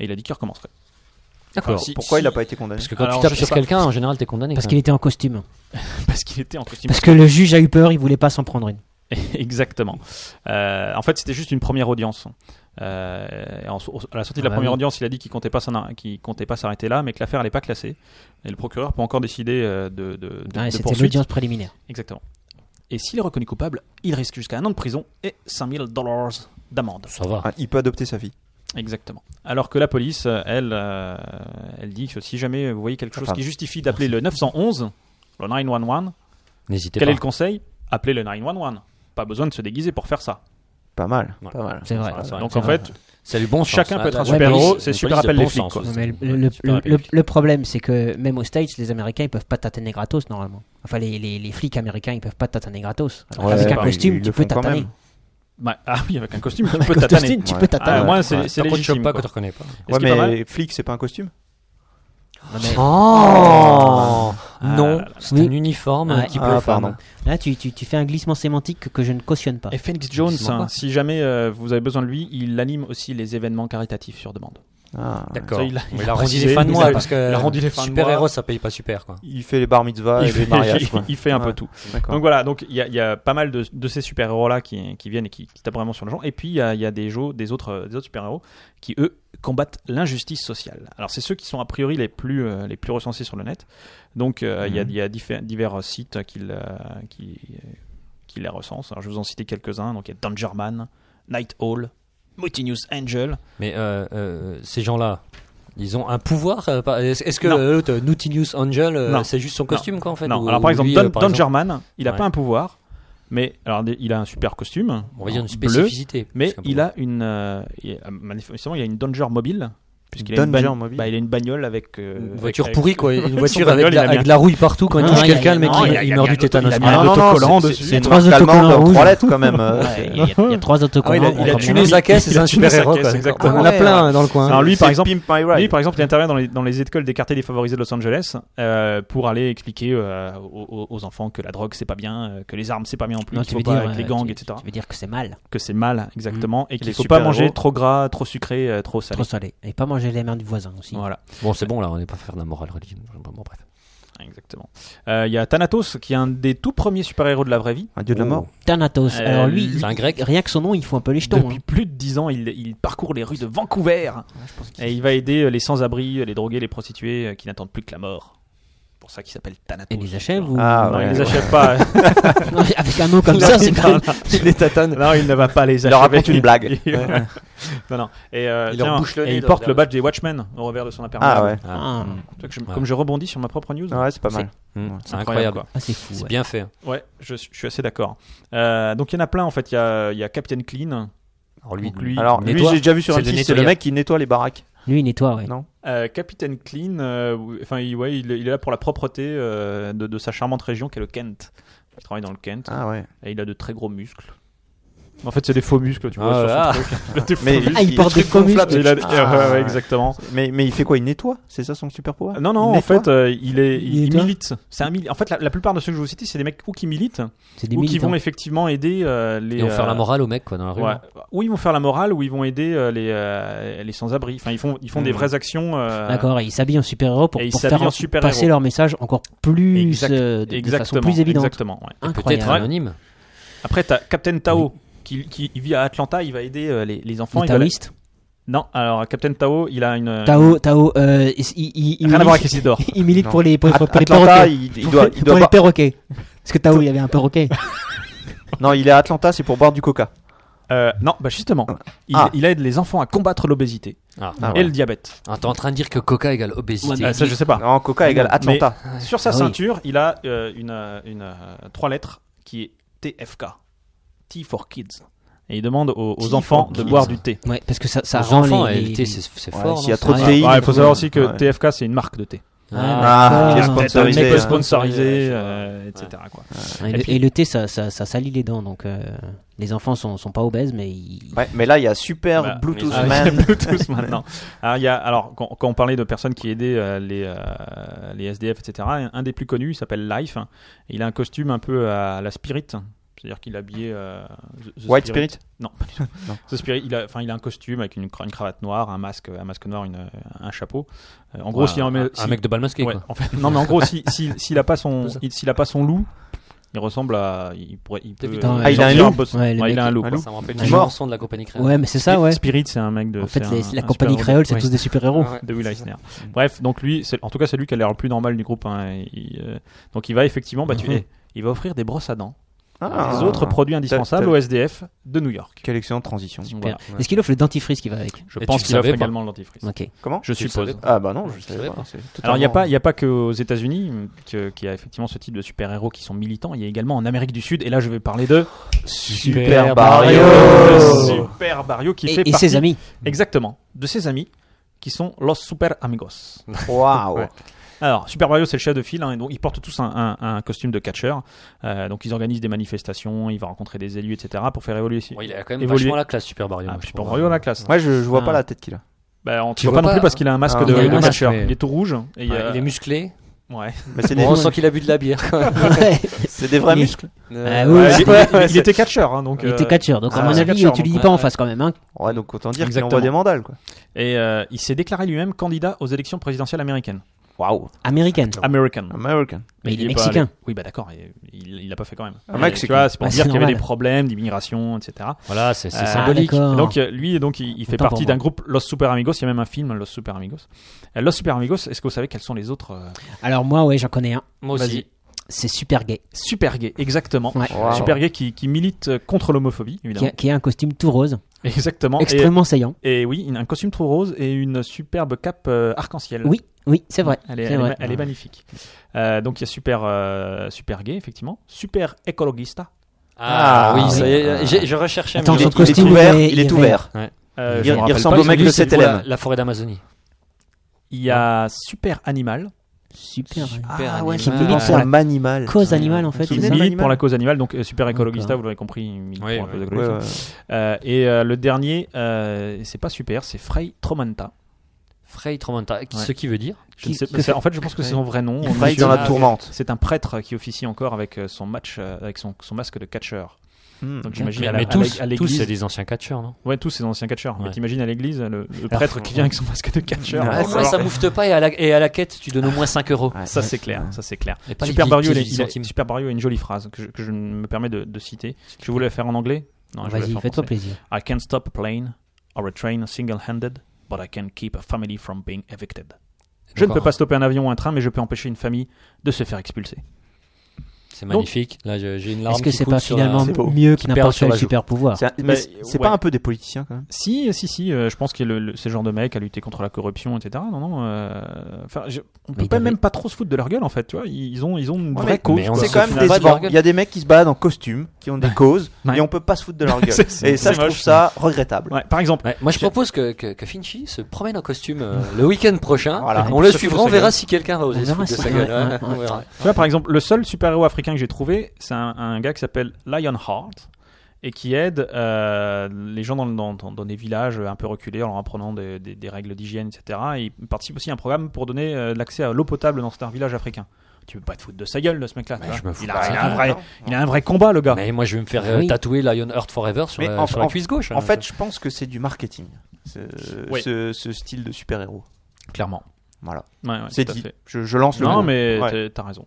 Speaker 2: Et il a dit qu'il recommencerait.
Speaker 5: D'accord.
Speaker 2: Si-
Speaker 4: Pourquoi
Speaker 2: si-
Speaker 4: il a pas été condamné
Speaker 5: Parce que quand
Speaker 2: Alors,
Speaker 5: tu tapes
Speaker 2: je
Speaker 5: sur
Speaker 2: sais
Speaker 5: quelqu'un, en général, t'es condamné.
Speaker 7: Parce
Speaker 5: quand
Speaker 7: qu'il était en costume.
Speaker 2: Parce qu'il était en costume.
Speaker 7: Parce que le juge a eu peur, il voulait pas s'en prendre une.
Speaker 2: Exactement. Euh, en fait, c'était juste une première audience. Euh, et en- à la sortie de la
Speaker 5: Ah bah
Speaker 2: première
Speaker 5: oui.
Speaker 2: audience, il a dit qu'il comptait pas s'en- qu'il comptait pas s'arrêter là, mais que l'affaire n'est pas classée. Et le procureur peut encore décider euh, de, de, de,
Speaker 7: Ah,
Speaker 2: de
Speaker 7: C'était
Speaker 2: poursuite.
Speaker 7: l'audience préliminaire.
Speaker 2: Exactement. Et s'il est reconnu coupable, il risque jusqu'à un an de prison et 5000 dollars d'amende.
Speaker 5: même. Ça va.
Speaker 4: Ah, Il peut adopter sa fille.
Speaker 2: Exactement. Alors que la police, euh, elle, euh, elle dit que si jamais vous voyez
Speaker 5: Ah,
Speaker 2: quelque chose
Speaker 4: Enfin,
Speaker 2: qui justifie d'appeler le 911, le 911,
Speaker 5: N'hésitez
Speaker 2: quel
Speaker 5: pas.
Speaker 2: est le conseil Appelez le 911. Pas besoin de se déguiser pour faire ça.
Speaker 4: Pas mal.
Speaker 5: Ouais.
Speaker 4: Pas mal.
Speaker 7: C'est vrai.
Speaker 5: Ça, ça,
Speaker 2: Donc
Speaker 5: c'est
Speaker 2: en
Speaker 5: vrai.
Speaker 2: fait,
Speaker 5: C'est du bon sens.
Speaker 2: Chacun
Speaker 5: Ah,
Speaker 2: peut être
Speaker 5: la-
Speaker 2: un
Speaker 5: la
Speaker 2: super-héros,
Speaker 5: police-
Speaker 2: c'est
Speaker 5: la
Speaker 2: super
Speaker 5: police de
Speaker 2: appel les
Speaker 5: bon
Speaker 2: flics,
Speaker 5: sens,
Speaker 2: quoi.
Speaker 5: ouais.
Speaker 7: Non, mais le,
Speaker 5: Ouais,
Speaker 7: le-
Speaker 5: super
Speaker 7: le-
Speaker 5: appel
Speaker 7: le-
Speaker 5: les flics.
Speaker 7: le problème, c'est que même aux States, les Américains, ils peuvent pas tataner gratos normalement. Enfin, les, les, les flics américains, ils peuvent pas tataner gratos. Alors,
Speaker 4: Ouais,
Speaker 7: avec un
Speaker 4: bah,
Speaker 7: costume,
Speaker 4: ils
Speaker 7: tu
Speaker 4: le
Speaker 7: peux
Speaker 4: font quand
Speaker 7: tataner.
Speaker 4: même.
Speaker 2: bah, ah oui, avec un costume, tu
Speaker 7: Avec
Speaker 2: peux
Speaker 7: un
Speaker 2: tataner.
Speaker 7: costume, tu
Speaker 4: Ouais.
Speaker 7: peux
Speaker 2: Ah,
Speaker 7: tataner.
Speaker 2: moi, c'est c'est
Speaker 5: Tant qu'on te chope
Speaker 2: légitime.
Speaker 5: pas,
Speaker 2: quoi.
Speaker 5: quand tu reconnais pas.
Speaker 2: Est-ce
Speaker 4: Ouais,
Speaker 2: qu'il est pas mal
Speaker 4: mais flic, c'est pas un costume
Speaker 7: Non, Ah, mais
Speaker 5: Oh
Speaker 2: Ah,
Speaker 5: Non,
Speaker 2: là, là.
Speaker 5: c'est un uniforme
Speaker 7: Ouais.
Speaker 5: qui
Speaker 4: Ah,
Speaker 5: pleut femme.
Speaker 4: pardon.
Speaker 7: Là, tu, tu, tu fais un glissement sémantique que, que je ne cautionne pas.
Speaker 2: Et Phoenix Jones,
Speaker 5: Dis-moi
Speaker 2: hein,
Speaker 5: quoi.
Speaker 2: si jamais euh, vous avez besoin de lui, il anime aussi les événements caritatifs sur demande.
Speaker 4: Ah, ouais.
Speaker 5: D'accord.
Speaker 2: Ça, il
Speaker 5: Il
Speaker 2: a-
Speaker 5: a,
Speaker 2: il a
Speaker 5: arrondi
Speaker 2: précisé,
Speaker 5: les fins de
Speaker 2: il
Speaker 5: mois
Speaker 2: a-
Speaker 5: parce que
Speaker 2: il a arrondi les fins de
Speaker 5: super
Speaker 2: mois.
Speaker 5: héros, ça paye pas super quoi.
Speaker 4: Il fait les bar mitzvahs
Speaker 2: il,
Speaker 4: et les
Speaker 2: fait,
Speaker 4: mariages.
Speaker 2: il-
Speaker 4: quoi.
Speaker 2: il fait un peu
Speaker 4: Ouais,
Speaker 2: tout.
Speaker 4: D'accord.
Speaker 2: Donc voilà, donc il y a, il y a pas mal de, de ces super-héros là qui, qui viennent et qui, qui tapent vraiment sur les gens. Et puis il y a, il y a des, jeux, des autres, euh, des autres super-héros qui eux combattent l'injustice sociale. Alors c'est ceux qui sont a priori les plus, euh, les plus recensés sur le net. Donc euh, il y a, il y a diffé- divers euh, sites qui, le- qui, qui les recensent. Alors je vais vous en citer quelques-uns. Donc il y a Dangerman, Night Owl, Multi News Angel.
Speaker 5: Mais euh, euh, ces gens-là, ils ont un pouvoir euh, par- Est-ce est-ce que
Speaker 2: Non.
Speaker 5: euh, l'autre euh, Naughtinus Angel, euh,
Speaker 2: Non.
Speaker 5: c'est juste son costume quoi en fait
Speaker 2: non,
Speaker 5: ou-
Speaker 2: alors par
Speaker 5: ou
Speaker 2: exemple
Speaker 5: lui,
Speaker 2: Dan-
Speaker 5: euh, par exemple,
Speaker 2: Dangerman, il a
Speaker 5: Ouais.
Speaker 2: pas un pouvoir, mais alors des- il a un super costume.
Speaker 5: On va dire une
Speaker 2: bleu.
Speaker 5: spécificité.
Speaker 2: Mais
Speaker 5: parce qu'un
Speaker 2: il a une. euh, il- euh, manifestement, il a une Danger mobile. Puisqu'il a, une
Speaker 4: Danger
Speaker 2: bagn-
Speaker 4: mobile.
Speaker 2: bah, il a une bagnole avec. euh,
Speaker 5: Une
Speaker 2: avec-
Speaker 5: voiture
Speaker 2: avec-
Speaker 5: pourrie, quoi. Une voiture
Speaker 2: Son
Speaker 5: avec,
Speaker 2: bagnole,
Speaker 5: de la-
Speaker 2: il a
Speaker 5: avec
Speaker 2: mis
Speaker 5: de la rouille partout. Quand il
Speaker 7: Non,
Speaker 5: touche
Speaker 7: il a-
Speaker 5: quelqu'un, le mec,
Speaker 7: non,
Speaker 5: il,
Speaker 7: il a-
Speaker 5: il
Speaker 7: il a
Speaker 5: meurt
Speaker 7: mis
Speaker 5: du
Speaker 7: un auto-
Speaker 5: tétanos.
Speaker 7: il a mis
Speaker 2: un
Speaker 5: Ah,
Speaker 4: Ah, non, non,
Speaker 2: autocollant
Speaker 4: c'est-
Speaker 2: dessus.
Speaker 4: C'est une
Speaker 7: Trois
Speaker 4: marque allemande
Speaker 7: autocollants
Speaker 4: en
Speaker 7: rouges.
Speaker 4: toilette quand même. euh.
Speaker 7: Ouais, il, y a, Ah, il y a trois
Speaker 5: ouais,
Speaker 7: autocollants.
Speaker 5: il a, il a
Speaker 7: encore
Speaker 5: tuné
Speaker 7: moins.
Speaker 5: Zakès, c'est
Speaker 2: Il Ah, a
Speaker 5: un
Speaker 2: tuné
Speaker 5: super héros.
Speaker 2: Zakès,
Speaker 5: quoi.
Speaker 2: exactement.
Speaker 5: On en a
Speaker 4: Ouais,
Speaker 5: plein hein, dans le coin.
Speaker 2: Alors lui, par exemple.
Speaker 4: Pimp My
Speaker 2: Lui,
Speaker 4: Ride.
Speaker 2: par exemple, il intervient dans les, dans les écoles des quartiers défavorisés de Los Angeles euh, pour aller expliquer euh, aux, aux- aux enfants que la drogue c'est pas bien, euh, que les armes c'est pas bien en plus,
Speaker 7: Non,
Speaker 2: qu'il
Speaker 7: tu
Speaker 2: faut
Speaker 7: veux
Speaker 2: pas
Speaker 7: dire,
Speaker 2: avec les
Speaker 7: euh,
Speaker 2: gangs,
Speaker 7: tu-
Speaker 2: etc.
Speaker 7: Tu veux dire que c'est mal,
Speaker 2: Que c'est mal,
Speaker 5: Mmh.
Speaker 2: exactement, et
Speaker 4: les
Speaker 2: qu'il faut pas manger
Speaker 4: super-héros.
Speaker 2: trop gras, trop sucré, euh, trop salé.
Speaker 7: trop salé. Et pas manger les mains du voisin aussi.
Speaker 2: Voilà.
Speaker 5: Bon, c'est bon là, on n'est pas faire de la morale religieuse. Bon, bref.
Speaker 2: Exactement. Euh, Il y a Thanatos qui est un des tout premiers super-héros de la vraie vie.
Speaker 4: Un dieu de la mort.
Speaker 7: Thanatos.
Speaker 2: Euh,
Speaker 7: Alors lui,
Speaker 2: c'est
Speaker 7: lui,
Speaker 5: un grec. hein.
Speaker 7: rien que son nom, il faut un peu les jetons.
Speaker 2: Depuis
Speaker 7: hein.
Speaker 2: plus de 10 ans, il, il parcourt les rues de Vancouver. et il va aider euh, les sans-abri, euh, les drogués, les prostituées euh, qui n'attendent plus que la mort. C'est pour ça qu'il s'appelle Thanatos.
Speaker 7: Et les achève ou
Speaker 4: Ah,
Speaker 2: non,
Speaker 4: ouais.
Speaker 2: il les achève pas.
Speaker 7: Non, Avec un nom comme ça, c'est pas.
Speaker 4: Il les tatane.
Speaker 2: non, il ne va pas les achever.
Speaker 4: leur raconte une blague.
Speaker 2: non, non. Et, euh,
Speaker 5: Il leur
Speaker 2: tiens,
Speaker 5: bouche le
Speaker 2: et
Speaker 5: nez
Speaker 2: il
Speaker 5: dans
Speaker 2: porte
Speaker 5: le
Speaker 2: le badge des Watchmen au revers de son appareil.
Speaker 4: Ah ouais.
Speaker 7: Ah,
Speaker 2: Comme je rebondis sur ma propre news.
Speaker 4: Ouais, c'est pas mal.
Speaker 5: Hmm, C'est
Speaker 2: C'est
Speaker 5: incroyable.
Speaker 2: quoi.
Speaker 7: ah, c'est fou.
Speaker 5: C'est
Speaker 7: ouais.
Speaker 5: bien fait.
Speaker 2: Ouais, je, je suis assez d'accord. Euh, donc il y en a plein en fait. Il y a, il y a Captain Clean.
Speaker 5: Alors lui,
Speaker 2: Donc, lui-
Speaker 4: Alors, lui,
Speaker 5: nettoie.
Speaker 4: j'ai déjà vu sur
Speaker 5: C'est
Speaker 4: M6,
Speaker 5: le
Speaker 4: c'est le
Speaker 5: nettoyeur.
Speaker 4: mec qui nettoie les baraques.
Speaker 7: Lui, il nettoie, ouais.
Speaker 4: Non.
Speaker 2: Euh, Capitaine Clean, euh, oui, enfin, il, ouais, il, il est là pour la propreté euh, de, de sa charmante région qui est le Kent. Il travaille dans le Kent
Speaker 4: Ah ouais.
Speaker 2: et il a de très gros muscles. En fait, c'est des faux muscles, tu
Speaker 5: Ah,
Speaker 2: vois. sur son truc.
Speaker 5: ah.
Speaker 2: Il a des faux
Speaker 4: Mais
Speaker 2: muscles.
Speaker 7: Ah, il porte des faux muscles.
Speaker 2: Il a-
Speaker 4: Ah,
Speaker 2: ouais, ouais,
Speaker 4: ouais.
Speaker 2: exactement.
Speaker 4: Mais, mais il fait quoi Il nettoie C'est ça son super pouvoir
Speaker 2: Non, non,
Speaker 4: Il
Speaker 2: en
Speaker 4: nettoie
Speaker 2: fait, euh, il est, il,
Speaker 7: Il est
Speaker 2: il
Speaker 7: toi
Speaker 2: milite. C'est un mili- En fait, la, la plupart de ceux que je vous citais, c'est des mecs ou qui militent
Speaker 7: C'est des
Speaker 2: ou qui
Speaker 7: militants.
Speaker 2: vont effectivement aider euh, les.
Speaker 5: Ils vont faire la
Speaker 2: euh,
Speaker 5: morale au mec quoi, dans la rue.
Speaker 2: Ouais. Ou ils vont faire la morale, ou ils vont aider euh, les, euh, les sans-abri. Enfin, ils font, ils font des
Speaker 4: Mhm.
Speaker 2: vraies actions. euh,
Speaker 7: D'accord, et ils s'habillent en super-héros pour,
Speaker 2: Et ils
Speaker 7: pour
Speaker 2: s'habillent
Speaker 7: faire
Speaker 2: en super-héros.
Speaker 7: passer leur message encore plus
Speaker 2: Exact-
Speaker 7: euh, de, de
Speaker 2: Exactement.
Speaker 7: façon plus évidente.
Speaker 2: Exactement. ouais.
Speaker 5: Peut-être
Speaker 7: Incroyable.
Speaker 5: anonyme.
Speaker 2: Après, t'as Captain Tao qui, qui vit à Atlanta, il va aider euh, les, les enfants. il
Speaker 7: Les
Speaker 2: va la-
Speaker 7: taoïstes
Speaker 2: Non, alors Captain Tao, il a une.
Speaker 7: Tao, Tao, euh, il, il- il- il
Speaker 2: Rien à voir
Speaker 7: milite-
Speaker 2: avec Isidore.
Speaker 7: Il milite
Speaker 4: Non.
Speaker 7: pour les, pour,
Speaker 4: At-
Speaker 7: pour les
Speaker 4: Atlanta,
Speaker 7: perroquets.
Speaker 4: il- il doit- il
Speaker 7: pour
Speaker 4: doit
Speaker 7: les
Speaker 4: pas-
Speaker 7: perroquets. Parce que Tao, il y avait un perroquet.
Speaker 4: Non, il est à Atlanta, c'est pour boire du coca.
Speaker 2: Euh, non, bah justement, il,
Speaker 4: Ah.
Speaker 2: il aide les enfants à combattre l'obésité
Speaker 5: Ah.
Speaker 4: Ah
Speaker 2: et
Speaker 4: ouais.
Speaker 2: le diabète.
Speaker 5: Ah, T'es en train de dire que coca égale
Speaker 7: Ouais,
Speaker 5: obésité.
Speaker 7: mais-
Speaker 2: Ah, ça, je sais pas.
Speaker 4: Non, coca
Speaker 2: Mais
Speaker 4: égale
Speaker 2: non,
Speaker 4: Atlanta.
Speaker 2: Sur sa
Speaker 7: Ah oui.
Speaker 2: ceinture, il a euh, une, euh, une, euh, trois lettres qui est TFK, T for Kids. Et il demande aux, aux
Speaker 5: T
Speaker 2: enfants
Speaker 5: for
Speaker 2: de
Speaker 5: kids.
Speaker 2: boire du thé.
Speaker 7: Ouais, parce que ça, ça
Speaker 5: Aux
Speaker 7: rend
Speaker 5: enfants,
Speaker 7: les.
Speaker 5: LT,
Speaker 7: les-
Speaker 5: c'est c'est
Speaker 4: Ouais,
Speaker 5: fort.
Speaker 4: s'il
Speaker 5: non,
Speaker 4: y a
Speaker 5: c'est
Speaker 4: trop de
Speaker 5: vrai.
Speaker 4: théine.
Speaker 2: Il faut savoir aussi que
Speaker 4: Ouais.
Speaker 2: TFK, c'est une marque de thé.
Speaker 4: Ah,
Speaker 7: Ah,
Speaker 4: il est
Speaker 7: d'accord.
Speaker 2: Peut-être un
Speaker 4: sponsorisé.
Speaker 2: mec
Speaker 4: hein.
Speaker 2: sponsorisé,
Speaker 5: Ouais.
Speaker 2: euh, etc. quoi.
Speaker 7: Et,
Speaker 2: Et
Speaker 7: le,
Speaker 2: puis-
Speaker 7: et le thé, ça, ça, ça salit les dents. Donc, euh, les enfants sont, sont pas obèses, mais ils.
Speaker 4: Ouais, mais là, il y a Super
Speaker 2: Bah,
Speaker 4: Bluetooth
Speaker 2: Ah, il y a
Speaker 4: Man.
Speaker 2: Bluetooth maintenant. Alors, il y a, alors quand, quand on parlait de personnes qui aidaient euh, les, euh, les SDF, etc., un, un des plus connus, il s'appelle Life. hein. Il a un costume un peu à la Spirit. C'est-à-dire qu'il est habillé. euh, The- The
Speaker 4: White Spirit.
Speaker 2: Non, pas du tout.
Speaker 4: Non.
Speaker 2: The Spirit, il a, enfin, il a un costume avec une, cra- une cravate noire, un masque, un masque noir, une, un chapeau. Euh, en gros,
Speaker 5: Ouais,
Speaker 2: si en-
Speaker 5: un,
Speaker 2: si-
Speaker 5: un mec de balle masquée,
Speaker 2: ouais,
Speaker 5: quoi.
Speaker 2: en fait, non, mais en gros, si- si- s'il a pas son,
Speaker 5: C'est ça.
Speaker 2: il- s'il a pas son loup, il ressemble à, il pourrait, il peut-
Speaker 5: Putain,
Speaker 4: Ah, il a un
Speaker 2: sortir
Speaker 4: loup
Speaker 2: boss-
Speaker 7: Ouais, le
Speaker 2: ouais, il a un
Speaker 7: mec-
Speaker 2: loup.
Speaker 4: un
Speaker 2: quoi.
Speaker 5: Ça me rappelle
Speaker 7: Un
Speaker 5: une
Speaker 4: mort.
Speaker 5: chanson de la compagnie créole.
Speaker 7: Ouais, mais c'est ça,
Speaker 2: Spirit-
Speaker 7: ouais.
Speaker 2: Spirit, c'est un mec de.
Speaker 7: En fait,
Speaker 2: c'est
Speaker 7: les-
Speaker 2: un-
Speaker 7: la
Speaker 2: un super-héros.
Speaker 7: compagnie créole, c'est
Speaker 2: Ouais.
Speaker 7: tous des super-héros.
Speaker 5: Ouais.
Speaker 2: de Will Eisner. Bref, donc lui, c'est- en tout cas, c'est lui qui a l'air le plus normal du groupe. hein. Il, euh, donc il va effectivement, bah, tu-
Speaker 5: Mhm.
Speaker 2: eh, il va offrir des brosses à dents,
Speaker 4: Ah.
Speaker 2: les autres produits indispensables
Speaker 4: t'as-
Speaker 2: au SDF de New York.
Speaker 4: Quelle excellente transition.
Speaker 2: Voilà.
Speaker 5: Ouais.
Speaker 7: Est-ce qu'il offre le dentifrice qui va avec
Speaker 2: Je
Speaker 5: Et
Speaker 2: pense
Speaker 5: tu le
Speaker 2: qu'il offre
Speaker 5: savais pas
Speaker 2: également de l'antifrice.
Speaker 7: Ok.
Speaker 4: Comment
Speaker 2: Je
Speaker 5: Tu le
Speaker 2: suppose.
Speaker 5: savais pas.
Speaker 4: Ah bah non, je
Speaker 5: Je
Speaker 4: savais
Speaker 5: savais
Speaker 4: pas.
Speaker 5: pas.
Speaker 4: c'est
Speaker 2: Alors il n'y a
Speaker 4: totalement-
Speaker 2: pas, il y a pas qu'aux États-Unis mm, que- qu'il y a effectivement ce type de super-héros qui sont militants. Il y a également en Amérique du Sud. Et là, je vais parler de
Speaker 4: Super
Speaker 5: Barrio.
Speaker 4: Barrio.
Speaker 2: Super Barrio qui fait
Speaker 7: Et, et
Speaker 2: partie
Speaker 7: ses amis.
Speaker 2: exactement de ses amis qui sont los super amigos.
Speaker 4: Waouh.
Speaker 2: Ouais. Alors, Super Mario, c'est le chef de file, hein, et donc ils portent tous un, un- un costume de catcheur. Euh, donc, ils organisent des manifestations, ils vont rencontrer des élus, etc., pour faire évoluer.
Speaker 5: Bon, il a quand même
Speaker 2: Évoluer.
Speaker 5: vachement la classe, Super Mario.
Speaker 2: Ah,
Speaker 5: Hein, moi, euh, je
Speaker 2: Super
Speaker 5: trouve.
Speaker 2: Mario, la classe.
Speaker 4: Ouais, je, je vois
Speaker 2: Ah.
Speaker 4: pas la tête qu'il a.
Speaker 2: Bah, on ne
Speaker 5: Tu
Speaker 2: voit
Speaker 5: vois
Speaker 2: pas non
Speaker 5: pas,
Speaker 2: plus parce qu'il a un masque
Speaker 4: Ah,
Speaker 2: de,
Speaker 4: il a
Speaker 2: de
Speaker 4: un
Speaker 5: masque,
Speaker 2: catcheur.
Speaker 5: mais-
Speaker 2: Il est tout rouge. Et,
Speaker 5: Ouais,
Speaker 2: euh,
Speaker 5: Il est musclé.
Speaker 2: ouais.
Speaker 4: Mais c'est des,
Speaker 5: Bon, on sent qu'il a bu de la bière. quoi.
Speaker 7: Ouais.
Speaker 4: c'est des vrais
Speaker 7: il est-
Speaker 4: muscles.
Speaker 7: Ah
Speaker 5: Euh,
Speaker 7: oui,
Speaker 2: Ouais,
Speaker 7: c'est-
Speaker 2: il, il- il était catcheur, hein, donc.
Speaker 7: il
Speaker 2: euh,
Speaker 7: était catcheur, donc à
Speaker 4: ah,
Speaker 7: mon
Speaker 4: c'est
Speaker 7: avis,
Speaker 2: catcheur,
Speaker 7: tu lui dis
Speaker 2: donc,
Speaker 7: pas en
Speaker 5: ouais.
Speaker 7: face quand même. Hein.
Speaker 4: Ouais, donc autant dire qu'il
Speaker 2: Exactement.
Speaker 4: envoie des mandales quoi.
Speaker 2: Et euh, il s'est déclaré lui-même candidat aux élections présidentielles américaines.
Speaker 4: Waouh. Ah,
Speaker 7: Américaine.
Speaker 2: American.
Speaker 4: American.
Speaker 7: Mais il
Speaker 2: y
Speaker 7: est
Speaker 2: pas
Speaker 7: mexicain.
Speaker 2: allé. Oui, bah d'accord, il- il l'a pas fait quand même.
Speaker 4: Un mec,
Speaker 2: Et
Speaker 4: c'est
Speaker 2: tu vois, c'est pour
Speaker 7: Ah, c'est
Speaker 2: dire qu'il y avait
Speaker 7: normal.
Speaker 2: des problèmes d'immigration, etc.
Speaker 5: Voilà, c'est
Speaker 2: Euh,
Speaker 5: c'est symbolique.
Speaker 7: Ah, d'accord.
Speaker 2: donc euh, lui, donc il, il fait
Speaker 7: Autant
Speaker 2: partie
Speaker 7: pour
Speaker 2: d'un
Speaker 7: moi.
Speaker 2: groupe Los Super Amigos. Il y a même un film Los Super Amigos. Euh, Los Super Amigos. Est-ce que vous savez quels sont les autres euh,
Speaker 7: Alors moi, ouais, j'en connais un.
Speaker 5: Moi aussi.
Speaker 7: C'est super gay.
Speaker 2: super gays Exactement.
Speaker 7: Ouais.
Speaker 4: Wow.
Speaker 2: Super gays qui, qui militent euh, contre l'homophobie,
Speaker 7: Qui, a,
Speaker 2: évidemment.
Speaker 7: qui a un costume tout rose,
Speaker 2: Exactement. Et,
Speaker 7: extrêmement saillant.
Speaker 2: et oui, une- un costume trop rose et une superbe cape euh, arc-en-ciel.
Speaker 7: Oui, oui, c'est vrai.
Speaker 2: Elle est,
Speaker 7: c'est
Speaker 2: elle est
Speaker 7: vrai.
Speaker 2: ma- elle est magnifique. Euh, donc il y a super, euh, super gay, effectivement. Super écologista.
Speaker 5: Ah,
Speaker 4: Ah,
Speaker 5: oui, ça y est,
Speaker 4: oui.
Speaker 5: j'ai- je recherchais.
Speaker 7: Attends,
Speaker 5: mais
Speaker 4: il,
Speaker 7: son
Speaker 4: est,
Speaker 5: j'ai-
Speaker 4: il est
Speaker 7: costume,
Speaker 4: tout vert,
Speaker 7: il est-
Speaker 4: il est
Speaker 7: il est
Speaker 4: tout vert.
Speaker 2: Euh,
Speaker 4: Il-
Speaker 2: je me
Speaker 4: il
Speaker 2: rappelle
Speaker 4: ressemble
Speaker 2: pas,
Speaker 4: au mec
Speaker 2: celui-
Speaker 4: de
Speaker 5: Lui, c'est
Speaker 4: 7
Speaker 5: pour la-
Speaker 4: LM.
Speaker 5: La forêt d'Amazonie.
Speaker 2: Il y a Super Animal.
Speaker 7: Super.
Speaker 5: Super
Speaker 4: ouais,
Speaker 5: animal.
Speaker 4: ça me fait
Speaker 7: animal.
Speaker 4: penser à un animal.
Speaker 7: Cause animale en fait.
Speaker 4: Qui
Speaker 2: Qui
Speaker 7: c'est ça
Speaker 4: milite
Speaker 2: milite
Speaker 4: animal.
Speaker 2: pour la cause animale, donc euh, super écologista,
Speaker 7: D'accord.
Speaker 2: vous l'avez compris, il milite
Speaker 5: Oui,
Speaker 2: pour la cause
Speaker 5: oui.
Speaker 4: Ouais,
Speaker 2: écologiste.
Speaker 4: ouais.
Speaker 2: Euh, et euh, le dernier, euh, c'est pas super, c'est Frey Tromanta.
Speaker 5: Frey Tromanta. qui-
Speaker 2: Ouais.
Speaker 5: Ce qui veut dire
Speaker 2: Je ne
Speaker 7: Qui-
Speaker 2: sais
Speaker 7: que
Speaker 2: pas- c'est-
Speaker 7: fait-
Speaker 2: en fait, je pense que c'est son vrai nom.
Speaker 4: Il
Speaker 2: On
Speaker 4: fraye
Speaker 2: dit-
Speaker 4: dans la
Speaker 5: Ah,
Speaker 4: tourmente.
Speaker 2: C'est un prêtre qui officie encore avec euh, son match, euh, avec son, son masque de catcheur.
Speaker 4: Hmm.
Speaker 2: Donc j'imagine à la-
Speaker 5: Mais
Speaker 2: à
Speaker 5: tous,
Speaker 2: l'é- à
Speaker 5: tous,
Speaker 2: l'église.
Speaker 5: c'est des anciens catcheurs, non
Speaker 2: Ouais, tous ces anciens catcheurs. Mais
Speaker 5: Ouais.
Speaker 2: t'imagines à l'église le, le prêtre qui vient avec son masque de catcheur.
Speaker 4: Ouais,
Speaker 2: Alors,
Speaker 4: c'est
Speaker 5: Moi, ça moufte pas et à, la, et à la quête, tu donnes au moins 5 euros.
Speaker 4: Ouais.
Speaker 2: Ça c'est clair, ça c'est clair.
Speaker 5: Et pas
Speaker 2: Super
Speaker 5: les
Speaker 2: Mario, il,
Speaker 5: 10,
Speaker 2: a-
Speaker 5: 10
Speaker 2: il a-
Speaker 5: centimes.
Speaker 2: Super Mario a une jolie phrase que je, que je me permets de, de citer. Je voulais la faire en anglais. Non, je vais la
Speaker 7: Vas-y,
Speaker 2: faire en
Speaker 7: fais-toi
Speaker 2: français.
Speaker 7: plaisir.
Speaker 2: I can't stop a plane or a train single-handed, but I can keep a family from being evicted. Je ne peux
Speaker 5: Encore.
Speaker 2: pas stopper un avion ou un train, mais je peux empêcher une famille de se faire expulser.
Speaker 5: C'est magnifique. Là, je- j'ai une larme.
Speaker 7: Est-ce que
Speaker 5: qui
Speaker 7: c'est
Speaker 5: coule
Speaker 7: pas
Speaker 5: sur la-
Speaker 7: finalement
Speaker 4: C'est beau.
Speaker 7: mieux que
Speaker 5: Qui perd
Speaker 7: n'importe
Speaker 5: sur
Speaker 7: quel
Speaker 5: la joue.
Speaker 7: super pouvoir
Speaker 4: C'est un- mais
Speaker 2: Bah,
Speaker 4: c'est- c'est
Speaker 2: ouais.
Speaker 4: pas un peu des politiciens quand même
Speaker 2: Si, si, si, euh, je pense que le, le- ce genre de mec à lutter contre la corruption, etc. Non, non. euh, enfin, je- on
Speaker 7: Mais
Speaker 2: peut
Speaker 7: il
Speaker 2: pas
Speaker 7: avait-
Speaker 2: même pas trop se foutre de leur gueule, en fait. Tu vois, ils ont, ils ont une
Speaker 4: Ouais,
Speaker 2: vraie
Speaker 4: mais-
Speaker 2: cause.
Speaker 5: mais on
Speaker 2: quoi.
Speaker 5: sait
Speaker 4: C'est quand même
Speaker 5: Ils se battent de
Speaker 4: décevant.
Speaker 5: leur gueule.
Speaker 4: Il y a des mecs qui se battent en costume, qui ont des causes,
Speaker 2: Ouais.
Speaker 4: et on peut pas se foutre de leur gueule.
Speaker 2: C'est- c'est-
Speaker 4: Et ça,
Speaker 2: c'est
Speaker 4: je trouve
Speaker 2: moche.
Speaker 4: ça regrettable.
Speaker 2: Ouais, par exemple,
Speaker 5: Ouais, moi, je propose que, que, que Finchy se promène en costume euh, le week-end prochain.
Speaker 4: Voilà.
Speaker 5: On le
Speaker 2: Se fout de
Speaker 5: suivra, on
Speaker 2: sa
Speaker 5: verra
Speaker 2: gueule.
Speaker 5: si quelqu'un va
Speaker 7: On
Speaker 5: oser se
Speaker 7: verra
Speaker 5: foutre de
Speaker 7: si-
Speaker 5: sa gueule.
Speaker 7: ouais, ouais,
Speaker 5: Ouais, on
Speaker 7: ouais.
Speaker 5: verra.
Speaker 2: tu vois, par exemple, le seul super-héros africain que j'ai trouvé, c'est un, un gars qui s'appelle Lionheart et qui aide euh, les gens dans, dans, dans- dans des villages un peu reculés en leur apprenant des, des- des règles d'hygiène, etc. Et il participe aussi à un programme pour donner euh, de l'accès à l'eau potable dans certains villages africains. Tu peux pas te foutre de sa gueule de ce mec-là. tu
Speaker 5: Mais
Speaker 2: vois.
Speaker 5: je me fous
Speaker 2: il,
Speaker 5: pas
Speaker 2: a,
Speaker 5: de
Speaker 2: il
Speaker 5: sa
Speaker 2: a un
Speaker 5: gueule.
Speaker 2: vrai, il a un vrai combat, le gars.
Speaker 5: Mais moi, je vais me faire euh,
Speaker 7: Oui.
Speaker 5: tatouer Lionheart Forever sur,
Speaker 4: Mais
Speaker 5: la,
Speaker 4: en-
Speaker 5: sur la
Speaker 4: en-
Speaker 5: cuisse gauche.
Speaker 4: En
Speaker 5: hein,
Speaker 4: fait,
Speaker 5: ça.
Speaker 4: je pense que c'est du marketing, ce,
Speaker 2: Oui.
Speaker 4: ce- ce style de super-héros.
Speaker 2: Clairement.
Speaker 4: Voilà.
Speaker 2: Ouais, ouais,
Speaker 4: c'est
Speaker 2: tout à
Speaker 4: dit.
Speaker 2: fait.
Speaker 4: Je, je lance le
Speaker 2: Non,
Speaker 4: mot.
Speaker 2: mais
Speaker 4: Ouais.
Speaker 2: t'es- t'as raison.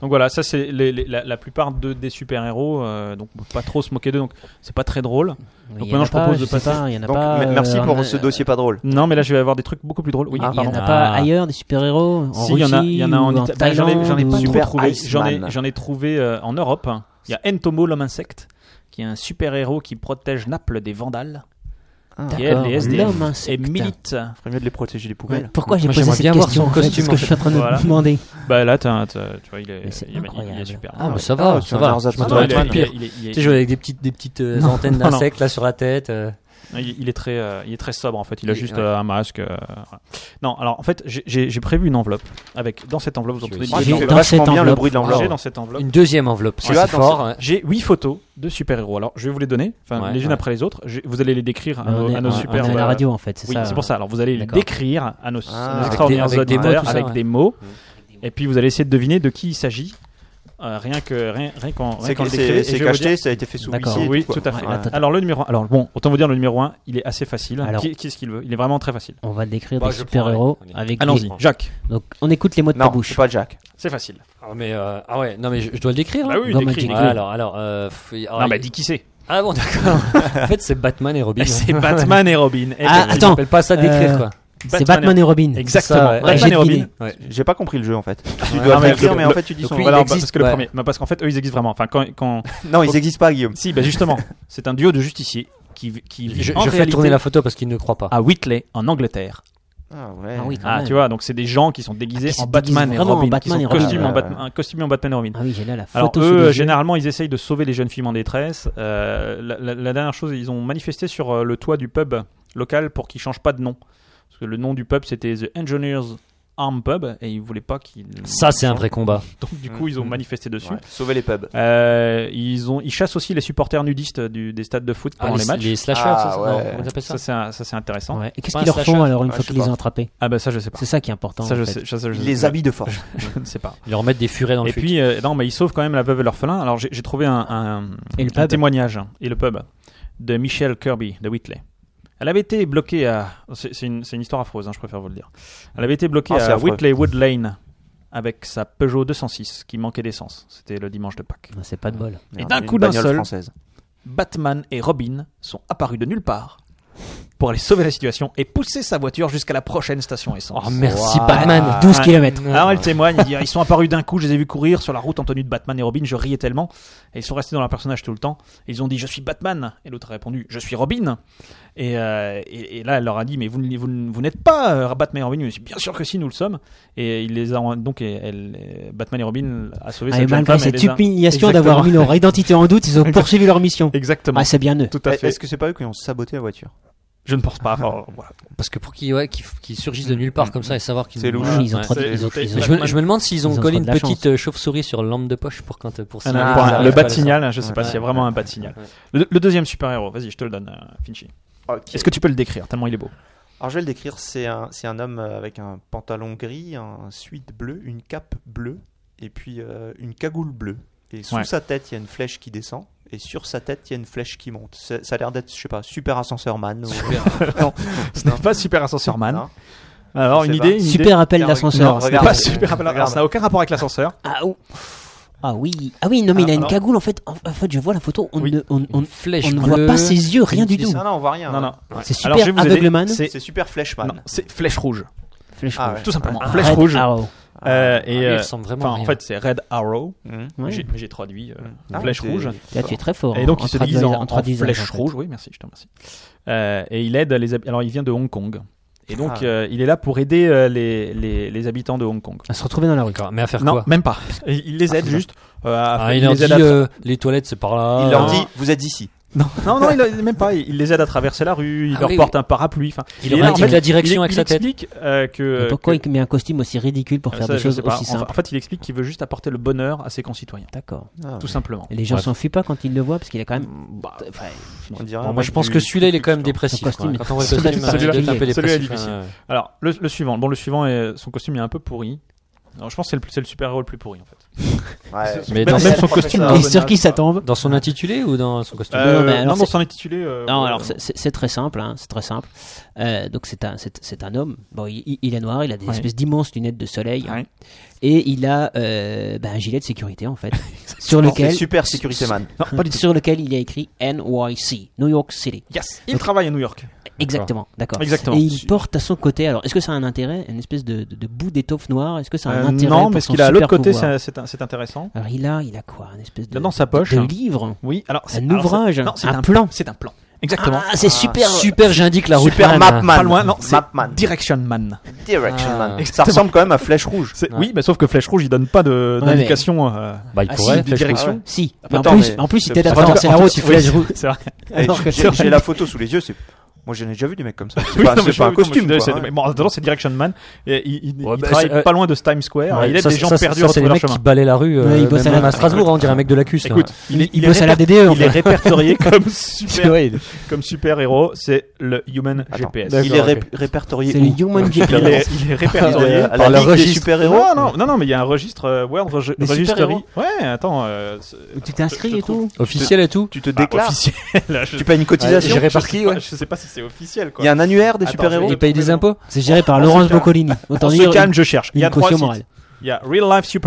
Speaker 2: Donc voilà, ça c'est les- les- la, la plupart de- des super-héros, euh, donc on peut pas trop se moquer d'eux, donc c'est pas très drôle.
Speaker 7: Il y
Speaker 2: Donc
Speaker 7: en
Speaker 2: maintenant
Speaker 7: a
Speaker 2: je
Speaker 7: pas,
Speaker 2: propose de
Speaker 7: sais
Speaker 2: passer.
Speaker 7: pas, il y en a
Speaker 4: Donc,
Speaker 7: pas,
Speaker 4: me- merci
Speaker 7: euh,
Speaker 4: pour
Speaker 7: en-
Speaker 4: ce dossier pas drôle.
Speaker 2: Non, mais là je vais avoir des trucs beaucoup plus drôles. Oui,
Speaker 7: Il y en
Speaker 2: pardon.
Speaker 7: a pas ailleurs des super-héros en
Speaker 2: Si, il y en a, il y en a en,
Speaker 7: Russie ou
Speaker 2: Ita- bah, J'en ai, j'en ai
Speaker 7: Thaïlande
Speaker 2: pas
Speaker 7: ou-
Speaker 2: trop
Speaker 4: Super
Speaker 2: trouvé. J'en ai,
Speaker 4: Iceman.
Speaker 2: j'en ai trouvé euh, en Europe. Il y a Entomo, l'homme insecte, qui est un super-héros qui protège Naples des vandales.
Speaker 4: Ah.
Speaker 2: qui aide les SDF
Speaker 7: L'homme insecte.
Speaker 2: et milite.
Speaker 4: Ferait mieux de les protéger des poubelles.
Speaker 7: Pourquoi j'ai
Speaker 5: Moi,
Speaker 7: posé
Speaker 5: j'aimerais
Speaker 7: cette
Speaker 5: bien
Speaker 7: question
Speaker 5: voir son
Speaker 7: en fait,
Speaker 5: costume,
Speaker 7: C'est ce que
Speaker 5: en
Speaker 7: je suis en train de
Speaker 2: Voilà.
Speaker 7: me demander.
Speaker 2: Bah là, t'as- t'as- tu vois, il est,
Speaker 7: Mais c'est
Speaker 2: il est- il est
Speaker 7: incroyable.
Speaker 2: super.
Speaker 5: Ah, mais
Speaker 4: ouais.
Speaker 5: ça va,
Speaker 4: Ah, c'est
Speaker 5: ça
Speaker 4: un
Speaker 5: va.
Speaker 4: Erzatz.
Speaker 5: Je m'attendais
Speaker 2: Ouais,
Speaker 5: à
Speaker 2: il,
Speaker 5: être
Speaker 2: est,
Speaker 5: pire.
Speaker 2: il est- il est-
Speaker 5: Tu sais, je joue avec des petites, des petites euh, antennes
Speaker 2: Non, non.
Speaker 5: d'insectes là sur la tête. euh.
Speaker 2: Il il est très, euh, il est très sobre en fait. Il a
Speaker 4: Il-
Speaker 2: juste
Speaker 4: ouais.
Speaker 2: euh, un masque. euh, voilà. Non, alors en fait, j'ai- j'ai j'ai prévu une enveloppe avec dans cette enveloppe. Vous entendez
Speaker 4: Ah,
Speaker 7: J'ai-
Speaker 4: tu
Speaker 2: des-
Speaker 4: fais
Speaker 7: dans
Speaker 4: vachement
Speaker 7: cette
Speaker 4: bien le
Speaker 7: enveloppe.
Speaker 4: bruit de
Speaker 2: j'ai
Speaker 4: l'enveloppe.
Speaker 2: dans cette enveloppe.
Speaker 5: Une deuxième enveloppe.
Speaker 4: Tu
Speaker 5: ça,
Speaker 4: as
Speaker 5: c'est
Speaker 4: dans
Speaker 5: fort. ouais.
Speaker 2: J'ai huit photos de super-héros. Alors, je vais vous les donner, enfin,
Speaker 5: Ouais,
Speaker 2: les unes
Speaker 5: ouais.
Speaker 2: après les autres. Je- vous allez les décrire à,
Speaker 7: Mais
Speaker 2: nos-
Speaker 7: on est-
Speaker 2: à nos
Speaker 7: on-
Speaker 2: super.
Speaker 7: on est à la
Speaker 2: euh,
Speaker 7: radio en fait, c'est
Speaker 2: oui,
Speaker 7: ça.
Speaker 2: c'est pour ça. Alors, vous allez les
Speaker 7: D'accord.
Speaker 2: décrire à nos,
Speaker 4: Ah.
Speaker 2: nos
Speaker 4: Avec des-
Speaker 2: extraordinaires
Speaker 5: avec des mots,
Speaker 2: auditeurs,
Speaker 5: tout ça,
Speaker 2: avec
Speaker 5: ouais.
Speaker 2: des mots. Et puis, vous allez essayer de deviner de qui il s'agit. Euh, rien que rien, rien qu'en rien
Speaker 4: C'est
Speaker 2: qu'en
Speaker 4: que
Speaker 2: le décrivant. Et
Speaker 4: c'est
Speaker 2: je
Speaker 4: c'est
Speaker 2: vais vous
Speaker 4: cacheté,
Speaker 2: dire-
Speaker 4: ça a été fait sous
Speaker 7: D'accord.
Speaker 4: huissier. et
Speaker 2: Oui,
Speaker 4: quoi.
Speaker 2: tout à fait.
Speaker 4: Ouais.
Speaker 7: Attends.
Speaker 2: Alors le numéro 1, alors bon, autant vous dire le numéro 1, il est assez facile. Hein.
Speaker 7: Alors-
Speaker 2: Qui, qui est-ce qu'il veut Il est vraiment très facile.
Speaker 7: On va décrire
Speaker 5: Bah,
Speaker 7: des
Speaker 5: je prends,
Speaker 7: super-héros
Speaker 5: allez.
Speaker 7: avec
Speaker 2: Allons-y,
Speaker 7: des-
Speaker 2: Jacques.
Speaker 7: Donc on écoute les mots de ta
Speaker 4: Non,
Speaker 7: bouche.
Speaker 4: c'est pas Jack.
Speaker 2: C'est facile.
Speaker 5: Ah, mais, euh, ah ouais, non mais je, je dois le décrire. là
Speaker 2: Bah oui,
Speaker 7: Non, mais
Speaker 2: décris,
Speaker 7: dis-le.
Speaker 5: Ouais,
Speaker 2: décris.
Speaker 5: alors, alors. euh, f- alors,
Speaker 2: Non,
Speaker 5: il-
Speaker 2: mais dis qui c'est.
Speaker 5: Ah bon, d'accord. en fait, c'est Batman et Robin.
Speaker 2: C'est Batman et Robin. Eh
Speaker 7: Ah,
Speaker 2: ben,
Speaker 7: attends.
Speaker 5: On appelle pas ça décrire
Speaker 7: Euh,
Speaker 5: quoi.
Speaker 7: C'est Batman et Robin.
Speaker 2: Exactement.
Speaker 5: Ça, ouais.
Speaker 7: Ouais,
Speaker 2: Batman
Speaker 7: j'ai
Speaker 2: et Robin.
Speaker 7: deviné.
Speaker 4: J'ai pas compris le jeu en fait. Tu
Speaker 5: Ouais,
Speaker 4: dois
Speaker 2: non,
Speaker 4: le
Speaker 2: mais
Speaker 4: décrire,
Speaker 2: le-
Speaker 4: mais en fait tu dis
Speaker 5: donc
Speaker 4: son.
Speaker 5: lui, il
Speaker 2: Voilà,
Speaker 5: existe,
Speaker 2: parce que le
Speaker 5: ouais.
Speaker 2: premier. bah, parce qu'en fait, eux, ils existent vraiment. Enfin, quand, quand...
Speaker 4: Non, ils existent pas, Guillaume.
Speaker 2: Si, bah justement, c'est un duo de justiciers qui, vi- qui
Speaker 5: Je,
Speaker 2: vit
Speaker 5: je
Speaker 2: en
Speaker 5: fais
Speaker 2: réalité
Speaker 5: tourner la photo parce qu'il ne croit pas.
Speaker 2: à Whitley, en Angleterre.
Speaker 4: Ah ouais.
Speaker 7: Ah oui, quand
Speaker 2: Ah,
Speaker 7: même.
Speaker 2: tu vois, donc c'est des gens qui sont déguisés
Speaker 7: Ah, qui
Speaker 2: en
Speaker 7: se
Speaker 2: Batman
Speaker 7: déguisent
Speaker 2: et
Speaker 7: vraiment en
Speaker 2: Robin.
Speaker 7: Batman
Speaker 2: qui
Speaker 7: et
Speaker 2: sont
Speaker 7: Robin.
Speaker 2: costumés en
Speaker 4: Ouais,
Speaker 2: Batman-
Speaker 4: ouais.
Speaker 2: un costume en Batman et Robin.
Speaker 7: Ah oui, j'ai là la photo.
Speaker 2: Alors
Speaker 7: sous les
Speaker 2: eux,
Speaker 7: yeux.
Speaker 2: généralement, ils essayent de sauver les jeunes filles en détresse. Euh, la, la- la dernière chose, ils ont manifesté sur euh, le toit du pub local pour qu'ils changent pas de nom. Parce que le nom du pub, c'était The Engineers Arm Pub, et ils voulaient pas qu'ils...
Speaker 5: Ça, c'est un vrai combat.
Speaker 2: Donc du coup, ils ont
Speaker 4: Mhm.
Speaker 2: manifesté dessus.
Speaker 4: Ouais. Sauver les pubs.
Speaker 2: Euh, ils, ont, ils chassent aussi les supporters nudistes du- des stades de foot pendant les, matchs.
Speaker 5: Les slashers,
Speaker 4: Ah,
Speaker 5: ça, c'est-
Speaker 4: ouais.
Speaker 5: non, on appelle ça.
Speaker 2: Ça, c'est un- ça, c'est intéressant.
Speaker 7: Ouais. Et qu'est-ce
Speaker 5: Ouais,
Speaker 7: qu'ils leur
Speaker 5: ça
Speaker 7: font
Speaker 5: chasse.
Speaker 7: alors une
Speaker 4: Ouais,
Speaker 7: fois
Speaker 4: je
Speaker 7: qu'ils
Speaker 4: sais
Speaker 7: les
Speaker 4: pas.
Speaker 7: ont attrapés
Speaker 2: Ah bah ça, je sais pas.
Speaker 7: C'est ça qui est important.
Speaker 2: Ça,
Speaker 7: en
Speaker 2: je
Speaker 7: fait.
Speaker 2: sais, ça, ça, je
Speaker 4: Ils
Speaker 2: sais
Speaker 4: les
Speaker 2: pas.
Speaker 4: habillent de force.
Speaker 2: Je ne sais pas.
Speaker 5: Ils leur mettent des furets dans le
Speaker 2: Et
Speaker 5: fut.
Speaker 2: puis, euh, non, mais ils sauvent quand même la veuve et l'orphelin. Alors, j'ai j'ai trouvé un, un-
Speaker 7: Et le
Speaker 2: un
Speaker 7: pub.
Speaker 2: témoignage hein, et le pub de Michelle Kirby de Whitley. Elle avait été bloquée à. C'est c'est une, c'est une histoire affreuse, hein, je préfère vous le dire. Elle avait été bloquée
Speaker 4: Ah, c'est
Speaker 2: à
Speaker 4: affreux.
Speaker 2: Whitley Wood Lane avec sa Peugeot 206 qui manquait d'essence. C'était le dimanche de Pâques.
Speaker 7: Ouais, C'est pas de bol.
Speaker 2: Et
Speaker 4: Merde,
Speaker 2: d'un
Speaker 4: une
Speaker 2: coup d'un
Speaker 4: bagnole
Speaker 2: seul.
Speaker 4: française.
Speaker 2: Batman et Robin sont apparus de nulle part pour aller sauver la situation et pousser sa voiture jusqu'à la prochaine station essence.
Speaker 5: Oh, merci
Speaker 4: Wow.
Speaker 5: Batman.
Speaker 7: 12
Speaker 2: Ouais.
Speaker 7: km.
Speaker 2: Alors elle témoigne, elle dit, ils sont apparus d'un coup, je les ai vus courir sur la route en tenue de Batman et Robin, je riais tellement, et ils sont restés dans leur personnage tout le temps, ils ont dit je suis Batman, et l'autre a répondu je suis Robin, et, euh, et, et là elle leur a dit mais vous, ne- vous, ne- vous n'êtes pas euh, Batman et Robin, mais bien sûr que si nous le sommes, et il les a donc et elle- Batman et Robin a sauvé
Speaker 7: Ah, et
Speaker 2: cette jeune
Speaker 7: malgré
Speaker 2: femme, et
Speaker 7: cette
Speaker 2: les a-
Speaker 7: humiliation d'avoir mis
Speaker 2: Exactement.
Speaker 7: leur identité en doute, ils ont poursuivi leur mission.
Speaker 2: Exactement,
Speaker 7: Ah, c'est bien eux.
Speaker 2: tout à fait,
Speaker 4: Eh, Est-ce que c'est pas eux qui ont saboté la voiture
Speaker 2: je ne pense pas,
Speaker 4: Ah,
Speaker 2: Enfin, voilà.
Speaker 5: Parce que pour qu'ils ouais, qu'ils- qu'ils surgissent de nulle part comme ça et savoir qu'ils.
Speaker 4: C'est louche.
Speaker 7: Ouais, Ils ont
Speaker 5: Ouais.
Speaker 7: trop de-
Speaker 2: c'est-
Speaker 7: ils ont-
Speaker 2: c'est-
Speaker 7: ils ont-
Speaker 5: Je me, je me demande s'ils ont,
Speaker 7: Ils ont
Speaker 5: collé
Speaker 7: trop
Speaker 5: une
Speaker 7: de la
Speaker 5: petite euh, chauve-souris sur le lampe de poche pour quand euh, pour
Speaker 2: Ah,
Speaker 5: signaler
Speaker 2: non,
Speaker 4: Ah,
Speaker 2: pour
Speaker 5: qu'ils
Speaker 2: un-
Speaker 4: ouais,
Speaker 2: le
Speaker 5: arrivent
Speaker 2: bat
Speaker 5: à
Speaker 2: de
Speaker 5: la
Speaker 2: signal, hein, je sais pas
Speaker 4: Ouais.
Speaker 2: s'il y a vraiment un bat de signal.
Speaker 5: Ouais.
Speaker 2: Le, le deuxième super-héros, vas-y, je te le donne, euh, Finchi. Est-ce que tu peux le décrire tellement il est beau
Speaker 4: Alors je vais le décrire, c'est un, c'est un homme euh, avec un pantalon gris, un suite bleu, une cape bleue et puis euh, une cagoule bleue. Et sous
Speaker 2: Ouais.
Speaker 4: sa tête, il y a une flèche qui descend et sur sa tête, il y a une flèche qui monte. C'est- Ça a l'air d'être, je sais pas, super ascenseur man. ou- non,
Speaker 2: Ce n'est pas Super Ascenseur Man. Ah,
Speaker 4: Non.
Speaker 2: Alors,
Speaker 4: Je
Speaker 2: une
Speaker 4: sais
Speaker 2: idée, une
Speaker 4: pas.
Speaker 2: idée.
Speaker 7: Super appel
Speaker 4: Non,
Speaker 7: d'ascenseur.
Speaker 4: regarde.
Speaker 2: C'est pas Super
Speaker 4: Regarde.
Speaker 2: Alors, Ça n'a aucun rapport avec l'ascenseur.
Speaker 7: Ah, ou- ah oui, ah oui, non mais il a une
Speaker 2: Alors-
Speaker 7: cagoule en fait. En, en fait, je vois la photo, on
Speaker 2: Oui.
Speaker 7: ne on, on-
Speaker 5: Une flèche
Speaker 7: on ne
Speaker 5: bleue.
Speaker 7: voit pas ses yeux, rien du
Speaker 4: Non,
Speaker 7: tout.
Speaker 4: non, on voit rien.
Speaker 2: Non,
Speaker 4: ouais.
Speaker 2: non. Ouais.
Speaker 7: C'est
Speaker 2: Alors, je vais
Speaker 7: super
Speaker 2: vous aider.
Speaker 7: aveugleman.
Speaker 2: C'est
Speaker 4: C'est super flèche man.
Speaker 2: non, c'est Flèche Rouge.
Speaker 7: Flèche
Speaker 4: Ah
Speaker 7: rouge.
Speaker 4: ouais.
Speaker 2: Tout simplement.
Speaker 4: Ah,
Speaker 2: Flèche
Speaker 7: Red
Speaker 2: Rouge.
Speaker 7: Arrow.
Speaker 2: Euh,
Speaker 5: Ah,
Speaker 2: et,
Speaker 5: lui, il
Speaker 2: euh,
Speaker 5: ressemble vraiment
Speaker 2: enfin,
Speaker 5: à
Speaker 2: en
Speaker 5: rien.
Speaker 2: fait, c'est Red Arrow.
Speaker 4: Mhm.
Speaker 7: Ouais.
Speaker 2: J'ai- J'ai traduit euh,
Speaker 4: Ah,
Speaker 2: Flèche
Speaker 4: t'es-
Speaker 2: Rouge.
Speaker 7: Là, tu es très fort. hein,
Speaker 2: Et donc,
Speaker 7: en-
Speaker 2: il se
Speaker 7: en
Speaker 2: déguise en, en
Speaker 7: traduisant- en traduisant,
Speaker 2: Flèche
Speaker 7: en fait.
Speaker 2: Rouge. Oui, merci, je te remercie. Euh, et il aide les. hab- Alors, il vient de Hong Kong. Et donc,
Speaker 4: Ah.
Speaker 2: euh, il est là pour aider euh, les, les, les habitants de Hong Kong.
Speaker 7: À se retrouver dans la rue.
Speaker 5: D'accord, mais à faire
Speaker 2: Non,
Speaker 5: quoi
Speaker 2: même pas. Et Il les aide juste. euh, à-
Speaker 5: Ah, Il leur
Speaker 2: les
Speaker 5: dit
Speaker 2: aide à-
Speaker 5: euh, les toilettes c'est par là.
Speaker 4: Il leur
Speaker 5: euh,
Speaker 4: dit,
Speaker 2: Ah.
Speaker 4: vous êtes ici.
Speaker 2: Non, non, non, il a- même pas. Il les aide à traverser la rue. Il
Speaker 5: Ah
Speaker 2: leur
Speaker 5: oui,
Speaker 2: porte un parapluie. Enfin,
Speaker 5: Il
Speaker 2: est
Speaker 5: leur
Speaker 2: là, en
Speaker 5: indique
Speaker 2: fait,
Speaker 5: la direction
Speaker 2: il-
Speaker 5: avec
Speaker 2: il
Speaker 5: sa tête.
Speaker 2: explique, euh, que,
Speaker 7: Mais pourquoi
Speaker 2: que-
Speaker 7: il met un costume aussi ridicule pour
Speaker 2: Ah,
Speaker 7: faire
Speaker 2: ça,
Speaker 7: des
Speaker 2: je
Speaker 7: choses
Speaker 2: sais pas.
Speaker 7: aussi
Speaker 2: En-
Speaker 7: simples
Speaker 2: En fait, il explique qu'il veut juste apporter le bonheur à ses concitoyens,
Speaker 7: D'accord.
Speaker 4: Ah,
Speaker 2: tout simplement.
Speaker 7: Et les gens
Speaker 5: Bref.
Speaker 7: s'en fuient pas quand ils le voient parce qu'il a quand même. Enfin,
Speaker 4: on dirait
Speaker 5: Bon,
Speaker 4: un
Speaker 5: moi
Speaker 4: mec
Speaker 5: je pense
Speaker 4: du-
Speaker 5: que celui-là il est quand même
Speaker 4: du-
Speaker 5: dépressif.
Speaker 7: Son costume,
Speaker 5: quoi. Quand on voit le
Speaker 2: celui-
Speaker 5: costume,
Speaker 2: celui-là-
Speaker 5: il est un peu
Speaker 2: celui-là est
Speaker 5: dépressif,
Speaker 2: difficile.
Speaker 5: hein, ouais.
Speaker 2: Alors, le, le suivant. Bon, le suivant, est, son costume est un peu pourri. Alors, je pense que c'est le, plus- c'est le super-héros le plus pourri en fait.
Speaker 4: Ouais.
Speaker 2: même,
Speaker 5: Mais dans
Speaker 2: même
Speaker 5: son
Speaker 2: son costume.
Speaker 7: Et sur qui ça tombe
Speaker 5: Dans son intitulé ou dans son costume
Speaker 2: Euh,
Speaker 7: Non, euh, mais alors
Speaker 2: non, dans
Speaker 7: c'est-
Speaker 2: son intitulé. euh,
Speaker 7: Non,
Speaker 2: euh,
Speaker 7: alors c'est- c'est c'est très simple, hein, c'est très simple. Euh, donc c'est un, c'est c'est un homme. Bon, il, il- il est noir, il a des
Speaker 2: Ouais.
Speaker 7: espèces d'immenses lunettes de soleil,
Speaker 2: Ouais.
Speaker 7: et il a euh, ben, un gilet de sécurité en fait, sur lequel
Speaker 4: Super sécurité man.
Speaker 7: sur lequel il y a écrit NYC, New York City.
Speaker 2: Yes, il travaille à New York.
Speaker 7: Exactement, d'accord.
Speaker 2: Exactement.
Speaker 7: Et il porte à son côté. Alors, est-ce que ça a un intérêt, une espèce de, de, de bout d'étoffe noire Est-ce que ça a un
Speaker 2: Euh,
Speaker 7: intérêt
Speaker 2: non,
Speaker 7: pour
Speaker 2: mais ce
Speaker 7: son
Speaker 2: qu'il a à l'autre
Speaker 7: super
Speaker 2: côté,
Speaker 7: pouvoir
Speaker 2: c'est c'est- c'est intéressant.
Speaker 7: Alors il a, il a quoi, une espèce de
Speaker 2: Dans sa poche. hein.
Speaker 7: de livre,
Speaker 2: Oui, alors c'est-
Speaker 7: un
Speaker 2: alors,
Speaker 7: ouvrage,
Speaker 2: c'est- non, c'est
Speaker 7: un plan.
Speaker 2: C'est un plan. Exactement.
Speaker 7: Ah, c'est super.
Speaker 5: Super, j'indique la route.
Speaker 2: Ah,
Speaker 4: Super map man.
Speaker 2: Pas loin, non, c'est
Speaker 4: Mapman.
Speaker 2: Ah. Direction Man.
Speaker 4: Direction
Speaker 5: Ah.
Speaker 4: man. Ça ressemble quand même à Flèche Rouge.
Speaker 2: C'est- Oui, mais sauf que Flèche Rouge, il donne pas de-
Speaker 7: Ouais, mais-
Speaker 2: d'indication. euh,
Speaker 5: Bah, il
Speaker 7: Ah,
Speaker 5: pourrait.
Speaker 7: si,
Speaker 5: Flèche
Speaker 2: direction.
Speaker 5: Rouge.
Speaker 7: Si, mais en,
Speaker 4: Attends,
Speaker 7: plus,
Speaker 4: mais-
Speaker 7: en plus, il t'aide à
Speaker 4: Attends,
Speaker 7: traverser la
Speaker 2: en
Speaker 7: route,
Speaker 2: tout-
Speaker 7: il flèche
Speaker 2: oui,
Speaker 7: rouge.
Speaker 2: C'est vrai.
Speaker 4: Eh,
Speaker 7: Non,
Speaker 4: j'ai-
Speaker 7: c'est vrai.
Speaker 4: J'ai la photo sous les yeux. C'est moi j'en ai déjà vu des mecs comme ça. C'est
Speaker 2: Oui,
Speaker 4: pas,
Speaker 2: non, mais
Speaker 4: c'est
Speaker 2: je-
Speaker 4: pas un
Speaker 2: oui, non, mais
Speaker 4: costume.
Speaker 2: je-
Speaker 4: quoi,
Speaker 2: c'est-
Speaker 4: hein.
Speaker 2: mais Bon, en attendant, c'est Direction Man. Et il, il-
Speaker 5: Ouais,
Speaker 2: il
Speaker 5: bah,
Speaker 2: travaille
Speaker 5: c'est, euh,
Speaker 2: pas loin de Times Square.
Speaker 5: Ouais,
Speaker 2: il aide
Speaker 5: ça,
Speaker 2: des
Speaker 5: c'est-
Speaker 2: gens
Speaker 5: ça, c'est-
Speaker 2: perdus
Speaker 5: ça,
Speaker 2: entre
Speaker 5: c'est les
Speaker 2: leurs
Speaker 5: mecs
Speaker 2: chemins.
Speaker 5: qui balaient la rue. euh,
Speaker 7: Ouais, ils bossent à
Speaker 5: même
Speaker 7: la-
Speaker 5: à Strasbourg, hein, on dirait un mec de la cuisse. là.
Speaker 2: Écoute, il, est- il est
Speaker 7: bosse à la
Speaker 2: réper-
Speaker 7: DDE,
Speaker 5: E,
Speaker 7: en
Speaker 2: il est
Speaker 7: fait.
Speaker 2: répertorié comme super,
Speaker 7: Ouais,
Speaker 2: comme super héros. C'est le Human
Speaker 4: Attends.
Speaker 2: GPS.
Speaker 4: Il est ré- répertorié.
Speaker 7: C'est
Speaker 4: où
Speaker 7: le human
Speaker 2: Il
Speaker 7: GPS.
Speaker 2: est, il est
Speaker 4: Il est
Speaker 2: répertorié.
Speaker 4: à
Speaker 5: Par
Speaker 4: la
Speaker 5: le
Speaker 4: Ligue des
Speaker 5: registre.
Speaker 4: super-héros.
Speaker 2: Non, non, non, non, mais il y a un registre euh, World Reg-
Speaker 4: Des
Speaker 2: Registry.
Speaker 4: super-héros.
Speaker 2: Ouais, attends. euh, c'est-
Speaker 7: Tu t'inscris et tout
Speaker 5: Officiel et tout.
Speaker 4: Tu te
Speaker 2: Bah,
Speaker 4: déclares.
Speaker 2: officiel. je-
Speaker 4: Tu payes une cotisation.
Speaker 5: Géré par
Speaker 2: je
Speaker 5: qui,
Speaker 2: sais pas-
Speaker 5: ouais.
Speaker 2: Je sais pas si c'est officiel. Quoi.
Speaker 4: Il y a un annuaire des
Speaker 2: Attends,
Speaker 4: super-héros.
Speaker 2: je
Speaker 5: Il
Speaker 2: vais-
Speaker 5: paye des impôts.
Speaker 7: C'est géré par
Speaker 2: On
Speaker 7: Laurence
Speaker 2: se calme.
Speaker 7: Boccolini. Autant
Speaker 2: Ah, On
Speaker 7: dire
Speaker 2: se calme, je cherche. Il y a
Speaker 7: une
Speaker 2: trois
Speaker 7: caution
Speaker 2: sites.
Speaker 7: morale.
Speaker 2: Il y a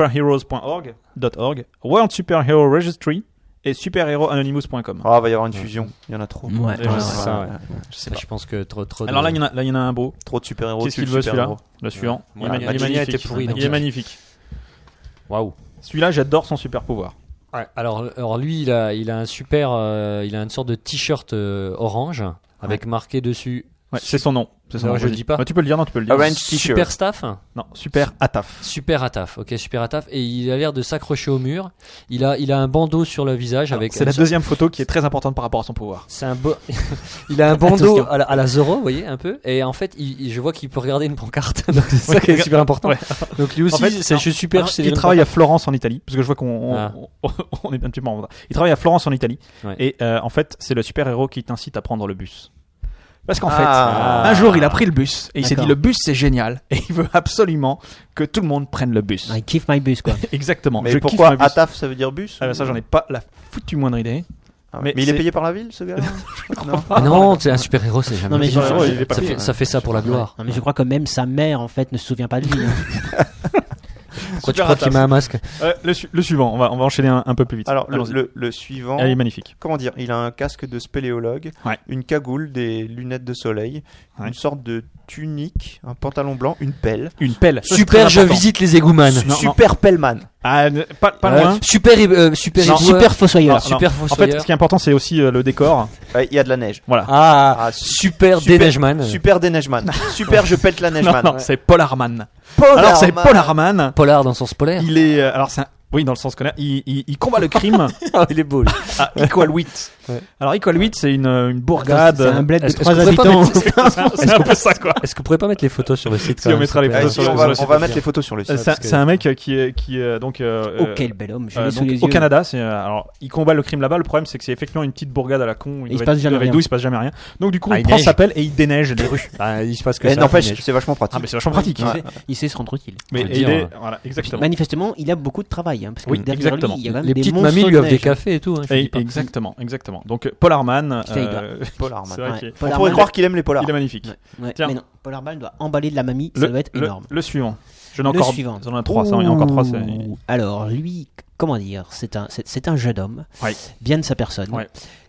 Speaker 2: reallifesuperheroes.org, .org, World Superhero Registry et superheroanonymous.com.
Speaker 4: Ah, va y avoir une fusion. Il y en a trop.
Speaker 7: Ouais, ouais,
Speaker 2: Déjà,
Speaker 7: ouais.
Speaker 2: c'est
Speaker 5: ouais,
Speaker 2: ça,
Speaker 5: ouais.
Speaker 2: ouais.
Speaker 5: Je pense que trop, trop.
Speaker 2: Ah, Alors
Speaker 5: de-
Speaker 2: là, il y en a- là, il y en a un beau.
Speaker 4: Trop de super-héros.
Speaker 2: Qu'est-ce
Speaker 4: tu
Speaker 2: qu'il
Speaker 4: le
Speaker 2: veut celui-là
Speaker 4: super-héros.
Speaker 2: Le suivant. Il est
Speaker 5: Voilà,
Speaker 2: ma- il est
Speaker 5: Paganini
Speaker 2: magnifique.
Speaker 5: était pourri, donc
Speaker 2: Il est
Speaker 5: ça.
Speaker 2: magnifique.
Speaker 5: Waouh.
Speaker 2: Celui-là, j'adore son super pouvoir.
Speaker 5: Ouais, alors, alors lui, il a, il a un super, euh, il a une sorte de t-shirt euh, orange avec marqué dessus
Speaker 2: Ouais, c'est son nom. C'est son
Speaker 5: Non,
Speaker 2: nom,
Speaker 5: je le
Speaker 2: vas-y.
Speaker 5: dis pas.
Speaker 2: Ouais, tu peux le dire, non, tu peux le dire.
Speaker 4: Orange
Speaker 5: super
Speaker 4: T-shirt.
Speaker 5: staff,
Speaker 2: Non, super Ataf.
Speaker 5: super ataf, ok, super ataf, et il a l'air de s'accrocher au mur. Il a, il a un bandeau sur le visage avec.
Speaker 2: C'est la deuxième photo qui est très importante par rapport à son pouvoir.
Speaker 5: C'est un bo- il a un bandeau à la, à la Zorro, vous voyez, un peu. Et en fait, il- il- je vois qu'il peut regarder une pancarte. Donc c'est ça
Speaker 2: Ouais,
Speaker 5: qui est
Speaker 2: regarde-
Speaker 5: super important.
Speaker 2: ouais.
Speaker 5: Donc lui aussi,
Speaker 2: En fait,
Speaker 5: c'est-
Speaker 2: non.
Speaker 5: je suis super.
Speaker 2: Alors,
Speaker 5: c'est-
Speaker 2: il travaille à Florence en Italie, parce que je vois qu'on on-
Speaker 5: Ah.
Speaker 2: on- on est un petit peu en retard. Il travaille à Florence en Italie,
Speaker 5: Ouais.
Speaker 2: et euh, en fait, c'est le super-héros qui t'incite à prendre le bus. Parce qu'en
Speaker 4: Ah.
Speaker 2: fait, un jour, il a pris le bus, et il s'est
Speaker 7: D'accord.
Speaker 2: dit, le bus, c'est génial, et il veut absolument que tout le monde prenne le bus.
Speaker 7: Ah, il kiffe my bus, quoi.
Speaker 2: Exactement. je
Speaker 4: Mais
Speaker 2: kiffe
Speaker 4: pourquoi
Speaker 2: ma bus.
Speaker 4: ATAF ça veut dire bus
Speaker 2: Ah, bah, ça, j'en ai pas la foutue moindre idée.
Speaker 4: Ah,
Speaker 2: Mais
Speaker 4: Mais il est
Speaker 2: c'est-
Speaker 4: payé par la ville ce gars-là Non.
Speaker 5: Ah non, c'est un super héros, c'est jamais.
Speaker 7: Non, mais je-
Speaker 5: ça,
Speaker 2: il est pas
Speaker 5: fait-
Speaker 2: payé.
Speaker 5: ça fait ça pour la gloire.
Speaker 7: Non, mais je crois que même sa mère, en fait, ne se souvient pas de lui. hein.
Speaker 5: Pourquoi tu
Speaker 2: Super
Speaker 5: crois qu'il
Speaker 2: Ataf.
Speaker 5: met un masque
Speaker 2: Euh, le, su- le suivant, on va, on va enchaîner un, un peu plus vite.
Speaker 4: Alors le,
Speaker 2: Allons-y.
Speaker 4: le- le suivant.
Speaker 2: Elle Ah, est magnifique.
Speaker 4: Comment dire Il a un casque de spéléologue,
Speaker 2: Ouais.
Speaker 4: une cagoule, des lunettes de soleil,
Speaker 2: Ouais.
Speaker 4: une sorte de tunique, un pantalon blanc, une pelle.
Speaker 2: Une pelle.
Speaker 5: Super, je visite les égoumanes.
Speaker 2: Non, non.
Speaker 4: Super Pellman.
Speaker 2: Ah, ne- pas, pas
Speaker 5: Ouais.
Speaker 2: loin.
Speaker 5: Super, euh, super,
Speaker 2: Non. Ah,
Speaker 5: éboueur.
Speaker 7: Super fossoyeur.
Speaker 2: Non,
Speaker 5: super
Speaker 2: En fait,
Speaker 5: fossoyeur.
Speaker 2: ce qui est important, c'est aussi euh, le décor.
Speaker 4: Ouais, Il y a de la neige.
Speaker 2: Voilà.
Speaker 5: Ah,
Speaker 4: Ah,
Speaker 5: super,
Speaker 4: super-
Speaker 5: déneigeman.
Speaker 4: Super Denejman. super Je pète la
Speaker 2: Non,
Speaker 4: Neigeman.
Speaker 2: non,
Speaker 4: Ouais.
Speaker 2: c'est Paul Arman.
Speaker 4: Paul
Speaker 2: Alors, c'est
Speaker 4: Arman.
Speaker 2: Paul Arman.
Speaker 5: Polar dans sens polaire.
Speaker 2: Il est. euh, alors, c'est un- Oui, dans le sens scolaire, il, il, il combat le crime
Speaker 5: il est beau. lui.
Speaker 2: à Equal 8.
Speaker 5: Ouais.
Speaker 2: Alors, Equal 8, c'est une, euh, une bourgade.
Speaker 7: Ah, C'est un bled de
Speaker 5: Est-ce- est-ce
Speaker 7: trois
Speaker 5: qu'on peut pas
Speaker 7: habitants.
Speaker 5: mettre-
Speaker 2: c'est un peu ça, quoi.
Speaker 5: Est-ce que vous pourrez pas mettre les photos sur le site
Speaker 2: Si, on mettra les
Speaker 4: Ouais,
Speaker 2: photos
Speaker 4: si,
Speaker 2: sur le-
Speaker 4: on
Speaker 2: sur
Speaker 4: va,
Speaker 2: le
Speaker 4: on
Speaker 2: site
Speaker 4: va
Speaker 2: aussi.
Speaker 4: mettre les photos sur le
Speaker 2: Euh,
Speaker 4: site.
Speaker 2: C'est un- c'est un mec euh, qui est, qui est donc. euh,
Speaker 7: Oh,
Speaker 2: euh,
Speaker 7: quel bel homme. Je
Speaker 2: euh,
Speaker 7: l'ai sous
Speaker 2: donc,
Speaker 7: les
Speaker 2: au
Speaker 7: yeux.
Speaker 2: Canada, c'est euh, alors il combat le crime là-bas. Le problème, c'est que c'est effectivement une petite bourgade à la con.
Speaker 7: Il se passe jamais rien.
Speaker 2: D'où il se passe jamais rien. Donc du coup,
Speaker 5: Ah,
Speaker 2: on
Speaker 5: il
Speaker 2: prend
Speaker 5: neige.
Speaker 2: sa pelle et il déneige les rues.
Speaker 7: Ah,
Speaker 5: il se passe que
Speaker 4: Eh,
Speaker 5: ça.
Speaker 4: N'empêche, c'est vachement pratique.
Speaker 2: Ah, mais c'est vachement pratique.
Speaker 7: Il sait- Il sait se rendre utile.
Speaker 2: Mais
Speaker 5: Faut le
Speaker 2: et il
Speaker 5: dire,
Speaker 2: est,
Speaker 5: hein.
Speaker 2: voilà, exactement.
Speaker 7: Manifestement, il a beaucoup de travail. hein, parce que
Speaker 2: Oui,
Speaker 7: derrière
Speaker 2: exactement.
Speaker 7: lui, il y a quand même
Speaker 5: les
Speaker 7: des
Speaker 5: petites
Speaker 7: monceaux
Speaker 5: mamies
Speaker 7: de
Speaker 5: lui offrent
Speaker 7: neige.
Speaker 5: des cafés et tout. hein, je
Speaker 2: Et-
Speaker 5: dis pas.
Speaker 2: exactement, exactement. Donc Paul Arman,
Speaker 7: Putain, il doit-
Speaker 2: euh,
Speaker 4: Paul Arman.
Speaker 2: c'est vrai
Speaker 7: Ouais.
Speaker 2: qu'il est-
Speaker 7: Paul
Speaker 4: On pourrait
Speaker 7: Arman-
Speaker 4: croire qu'il aime les polars.
Speaker 2: il est magnifique.
Speaker 7: Ouais,
Speaker 2: Tiens.
Speaker 7: mais non, Paul Arman doit emballer de la mamie, ça
Speaker 2: le,
Speaker 7: doit être
Speaker 2: le-
Speaker 7: énorme.
Speaker 2: le suivant. Je n'ai
Speaker 7: Le
Speaker 2: encore.
Speaker 7: suivant.
Speaker 2: J'en ai trois. Ça, il y en a encore trois. c'est-
Speaker 7: Ouh. Alors, lui, comment dire C'est un, c'est, c'est un jeune homme,
Speaker 2: Ouais.
Speaker 7: bien de sa personne,
Speaker 2: Ouais.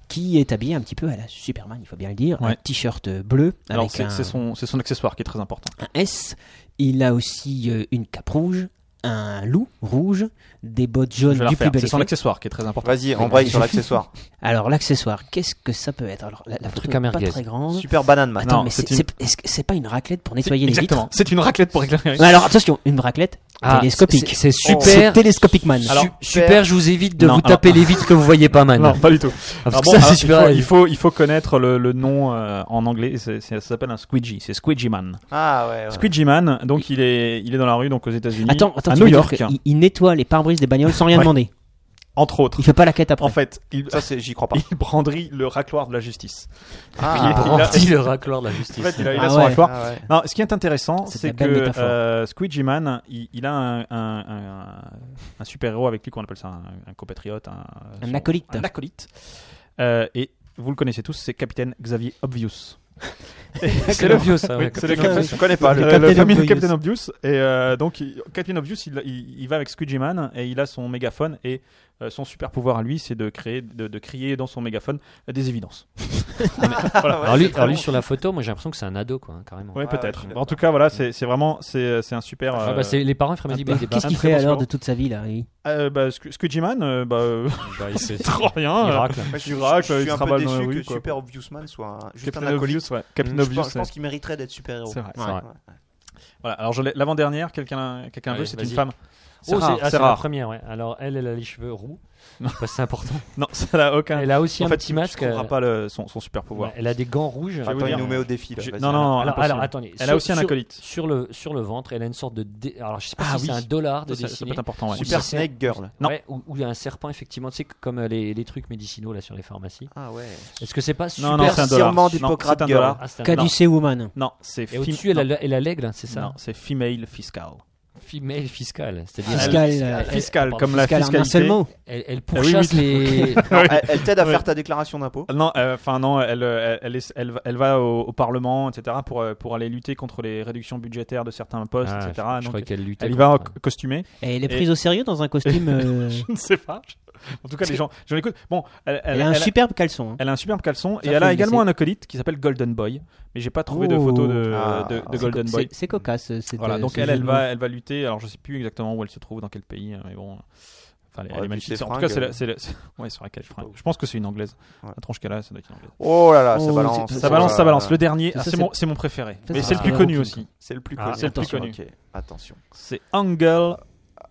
Speaker 7: qui est habillé un petit peu à la Superman, il faut bien le dire. Un
Speaker 2: Ouais.
Speaker 7: t-shirt bleu
Speaker 2: Alors
Speaker 7: avec
Speaker 2: c'est
Speaker 7: un,
Speaker 2: c'est son, c'est son accessoire qui est très important.
Speaker 7: un S. Il a aussi euh, une cape rouge, un loup rouge, des bottes
Speaker 2: Je
Speaker 7: jaunes
Speaker 2: vais la
Speaker 7: du plus
Speaker 2: refaire.
Speaker 7: bel
Speaker 2: C'est son
Speaker 7: effet.
Speaker 2: accessoire qui est très important.
Speaker 4: Vas-y, embraye sur l'accessoire.
Speaker 7: Alors, l'accessoire, qu'est-ce que ça peut être Alors, la, la
Speaker 5: truc
Speaker 7: photo
Speaker 5: à
Speaker 7: est
Speaker 5: merguez.
Speaker 7: pas très grande.
Speaker 4: Super Banane Man.
Speaker 7: Bah, Attends,
Speaker 2: Non,
Speaker 7: mais
Speaker 2: c'est
Speaker 7: c'est,
Speaker 2: une-
Speaker 7: c'est- est-ce que c'est pas une raclette pour nettoyer les
Speaker 2: Exactement.
Speaker 7: vitres
Speaker 2: C'est une raclette pour éclairer.
Speaker 7: Ouais, Alors, attention, une raclette
Speaker 5: Ah,
Speaker 7: télescopique. Oh.
Speaker 5: C'est c'est
Speaker 7: C'est
Speaker 5: super.
Speaker 7: télescopique man.
Speaker 5: su-
Speaker 2: Alors,
Speaker 5: super, je vous évite de
Speaker 2: Non,
Speaker 5: vous
Speaker 2: alors- ah.
Speaker 5: taper les vitres que vous voyez pas, man.
Speaker 2: Non, pas du tout.
Speaker 5: Ah, parce
Speaker 2: Alors
Speaker 5: que
Speaker 2: bon,
Speaker 5: ça,
Speaker 2: alors,
Speaker 5: c'est super.
Speaker 2: il, faut, il, faut, il faut connaître le, le nom euh, en anglais. C'est- c'est- ça s'appelle un squidgy. C'est Squidgy Man.
Speaker 4: Ah ouais. ouais.
Speaker 2: Squidgy Man, donc il est, il est dans la rue, donc aux États-Unis.
Speaker 7: Attends, attends,
Speaker 2: à
Speaker 7: tu
Speaker 2: New
Speaker 7: veux dire
Speaker 2: York.
Speaker 7: que Il, il nettoie les pare-brises des bagnoles sans rien
Speaker 2: Ouais.
Speaker 7: demander.
Speaker 2: entre autres.
Speaker 7: Il fait pas la quête après.
Speaker 2: En fait, il,
Speaker 4: Ça, c'est- j'y crois pas.
Speaker 2: il brandit le racloir de la justice.
Speaker 4: Ah.
Speaker 2: Il- il a-
Speaker 5: brandit le racloir de la
Speaker 2: En
Speaker 5: justice.
Speaker 2: fait, il a, il a
Speaker 7: Ah
Speaker 2: son
Speaker 7: ouais.
Speaker 2: racloir.
Speaker 4: Ah ouais.
Speaker 2: Non, ce qui est intéressant,
Speaker 7: C'est de
Speaker 2: c'est
Speaker 7: la belle
Speaker 2: que
Speaker 7: métaphore.
Speaker 2: euh, Squidgy Man, il, il a un, un- un- un super-héros avec lui, qu'on appelle ça un, un compatriote, un,
Speaker 7: Un acolyte.
Speaker 2: un acolyte. Euh, et vous le connaissez tous, c'est Capitaine Xavier Obvious.
Speaker 5: C'est le vieux, ça.
Speaker 2: Oui,
Speaker 5: ouais,
Speaker 2: c'est le
Speaker 5: comme-
Speaker 2: capitaine,
Speaker 4: Je connais pas.
Speaker 2: le,
Speaker 4: Ah, le-
Speaker 2: le
Speaker 4: le-
Speaker 2: fameux
Speaker 4: Obvious.
Speaker 2: Captain Obvious. Et euh, donc, il- Captain Obvious, il, il- il va avec Squidgy Man et il a son mégaphone. Et euh, son super pouvoir à lui, c'est de, créer, de, de crier dans son mégaphone des évidences. Voilà.
Speaker 5: Alors lui, alors lui, sur la photo, moi j'ai l'impression que c'est un ado, quoi, hein, carrément.
Speaker 2: Ouais,
Speaker 4: Ouais,
Speaker 2: peut-être.
Speaker 4: ouais, je suis
Speaker 2: en tout cas, voilà, c'est c'est vraiment c'est c'est un super.
Speaker 5: Ah,
Speaker 2: euh,
Speaker 5: bah, c'est- les parents ils feraient
Speaker 7: Mais
Speaker 5: mal dit, bah, il est
Speaker 7: Qu'est-ce
Speaker 5: pas-
Speaker 7: qu'il
Speaker 2: un
Speaker 7: fait
Speaker 2: très bon
Speaker 7: alors de
Speaker 2: sport.
Speaker 7: toute sa vie là il-
Speaker 2: euh, bah, Sque- Squidgyman, euh, bah, euh,
Speaker 5: bah, il s'est-
Speaker 2: trop rien.
Speaker 5: il
Speaker 2: euh,
Speaker 5: racle.
Speaker 4: Moi, je, suis-
Speaker 2: Chirac,
Speaker 4: je
Speaker 2: euh, il
Speaker 4: suis un
Speaker 2: se
Speaker 4: peu
Speaker 2: rabat
Speaker 4: déçu
Speaker 2: dans la rue,
Speaker 4: que
Speaker 2: quoi.
Speaker 4: Super Obviousman soit un- juste
Speaker 2: Captain
Speaker 4: un acolyte.
Speaker 2: Obvious, ouais.
Speaker 4: Mm, Je
Speaker 2: Captain
Speaker 4: pense- je
Speaker 2: Obvious,
Speaker 4: pense,
Speaker 2: ouais.
Speaker 4: qu'il mériterait d'être super-héros.
Speaker 2: C'est vrai,
Speaker 5: c'est vrai.
Speaker 2: Voilà. Alors, je l'ai- l'avant-dernière, quelqu'un quelqu'un
Speaker 5: Allez,
Speaker 2: veut, c'est une
Speaker 5: vas-y.
Speaker 2: femme.
Speaker 5: Oh,
Speaker 2: rare,
Speaker 5: ah,
Speaker 2: c'est
Speaker 5: la
Speaker 2: rare.
Speaker 5: première, ouais. Alors elle, elle a les cheveux roux. Je sais pas si c'est important.
Speaker 2: Non, ça n'a aucun.
Speaker 5: Elle a aussi
Speaker 2: en
Speaker 5: un
Speaker 2: fait,
Speaker 5: petit
Speaker 2: tu-
Speaker 5: masque.
Speaker 2: Tu trouveras
Speaker 5: euh,
Speaker 2: pas le- son, son super pouvoir.
Speaker 5: ouais, Elle a des gants rouges.
Speaker 2: Je vais vous
Speaker 4: Attends, il
Speaker 2: dire-
Speaker 4: nous met au défi. là,
Speaker 2: Je-
Speaker 4: vas-y.
Speaker 2: Non, non, non.
Speaker 5: Alors,
Speaker 2: impossible.
Speaker 5: alors, attendez.
Speaker 2: elle
Speaker 5: sur-
Speaker 2: a aussi un
Speaker 5: sur-
Speaker 2: acolyte.
Speaker 5: Sur le, sur le ventre, elle a une sorte de. dé- Alors, je sais pas
Speaker 2: Ah
Speaker 5: si
Speaker 2: oui.
Speaker 5: c'est un dollar de
Speaker 2: Ça, ça peut
Speaker 5: dessiné.
Speaker 2: être important. ouais.
Speaker 5: Ou
Speaker 4: Super
Speaker 5: si c'est-
Speaker 4: Snake Girl.
Speaker 2: Non.
Speaker 5: Ouais, ou, ou il y a un serpent, effectivement. Tu sais, que- comme euh, les, les trucs médicinaux là sur les pharmacies.
Speaker 4: Ah ouais.
Speaker 5: Est-ce que c'est pas super
Speaker 2: Non, non, c'est un dollar.
Speaker 4: serment
Speaker 2: Non,
Speaker 4: d'Hippocrate,
Speaker 2: c'est un
Speaker 4: girl.
Speaker 2: dollar.
Speaker 5: Ah, c'est un-
Speaker 2: Non.
Speaker 5: non.
Speaker 7: Caducée Woman.
Speaker 2: Non, c'est
Speaker 5: Et
Speaker 2: fem-
Speaker 5: au-dessus, elle, a
Speaker 2: non.
Speaker 5: le- elle a l'aigle, hein, c'est ça
Speaker 2: Non, c'est female fiscal.
Speaker 5: Female fiscale. C'est-à-dire.
Speaker 7: Fiscale.
Speaker 5: elle-
Speaker 7: euh,
Speaker 2: Fiscal,
Speaker 5: pardon,
Speaker 2: comme la
Speaker 7: fiscale, un
Speaker 2: fiscalité.
Speaker 7: seul mot.
Speaker 5: Elle, elle
Speaker 2: oui,
Speaker 5: pourchasse
Speaker 2: oui.
Speaker 5: les.
Speaker 2: Oui.
Speaker 4: Elle, elle t'aide à
Speaker 2: Ouais.
Speaker 4: faire ta déclaration d'impôt.
Speaker 2: Non, euh, enfin non, elle, euh, elle, est- elle, va- elle va au, au Parlement, etc., pour, euh, pour aller lutter contre les réductions budgétaires de certains postes,
Speaker 5: Ah,
Speaker 2: etc.
Speaker 5: Je
Speaker 2: Donc,
Speaker 5: crois qu'elle luttait.
Speaker 2: elle y va en
Speaker 5: contre-
Speaker 2: co- costumée.
Speaker 7: Et elle est prise au sérieux dans un costume. euh,
Speaker 2: Je ne sais pas. Je- En tout cas, les gens, je l'écoute. Bon, elle, elle-
Speaker 7: Elle a un
Speaker 2: elle-
Speaker 7: superbe caleçon. hein.
Speaker 2: elle a un superbe caleçon
Speaker 7: Ça,
Speaker 2: et elle
Speaker 7: faut
Speaker 2: a
Speaker 7: le
Speaker 2: également un
Speaker 7: laisser.
Speaker 2: acolyte qui s'appelle Golden Boy, mais j'ai pas trouvé de
Speaker 7: Oh.
Speaker 2: photo de,
Speaker 4: Ah.
Speaker 2: de- de
Speaker 4: C'est
Speaker 2: Golden
Speaker 7: C'est-
Speaker 2: Boy.
Speaker 7: C'est cocasse. euh, cette,
Speaker 2: Voilà,
Speaker 7: euh,
Speaker 2: donc
Speaker 7: ce
Speaker 2: elle, elle
Speaker 7: jeu de
Speaker 2: va,
Speaker 7: mots.
Speaker 2: elle va lutter. Alors je sais plus exactement où elle se trouve, dans quel pays, hein, mais bon. Enfin, elle,
Speaker 4: Ouais,
Speaker 2: elle est
Speaker 4: vu
Speaker 2: magnifique.
Speaker 4: ses
Speaker 2: En tout cas, c'est
Speaker 4: fringues,
Speaker 2: la, c'est la- c'est- ouais, sur laquelle je
Speaker 4: sais pas où.
Speaker 2: Je pense que c'est une anglaise.
Speaker 4: Ouais.
Speaker 2: La tronche qu'elle a, ça doit être une anglaise.
Speaker 4: Oh là là, ça
Speaker 7: Oh,
Speaker 4: balance.
Speaker 7: c'est-
Speaker 2: Ça balance, ça balance. Le dernier,
Speaker 7: Ça,
Speaker 2: ah, c'est
Speaker 7: c'est-
Speaker 2: mon, c'est mon préféré.
Speaker 7: Ça,
Speaker 2: Mais
Speaker 7: c'est
Speaker 2: c'est le
Speaker 7: un
Speaker 2: plus
Speaker 7: peu
Speaker 2: connu
Speaker 7: Hawking.
Speaker 2: aussi.
Speaker 4: C'est le plus
Speaker 5: Ah,
Speaker 4: connu.
Speaker 2: c'est le plus connu.
Speaker 4: Ok, Attention.
Speaker 2: C'est Angel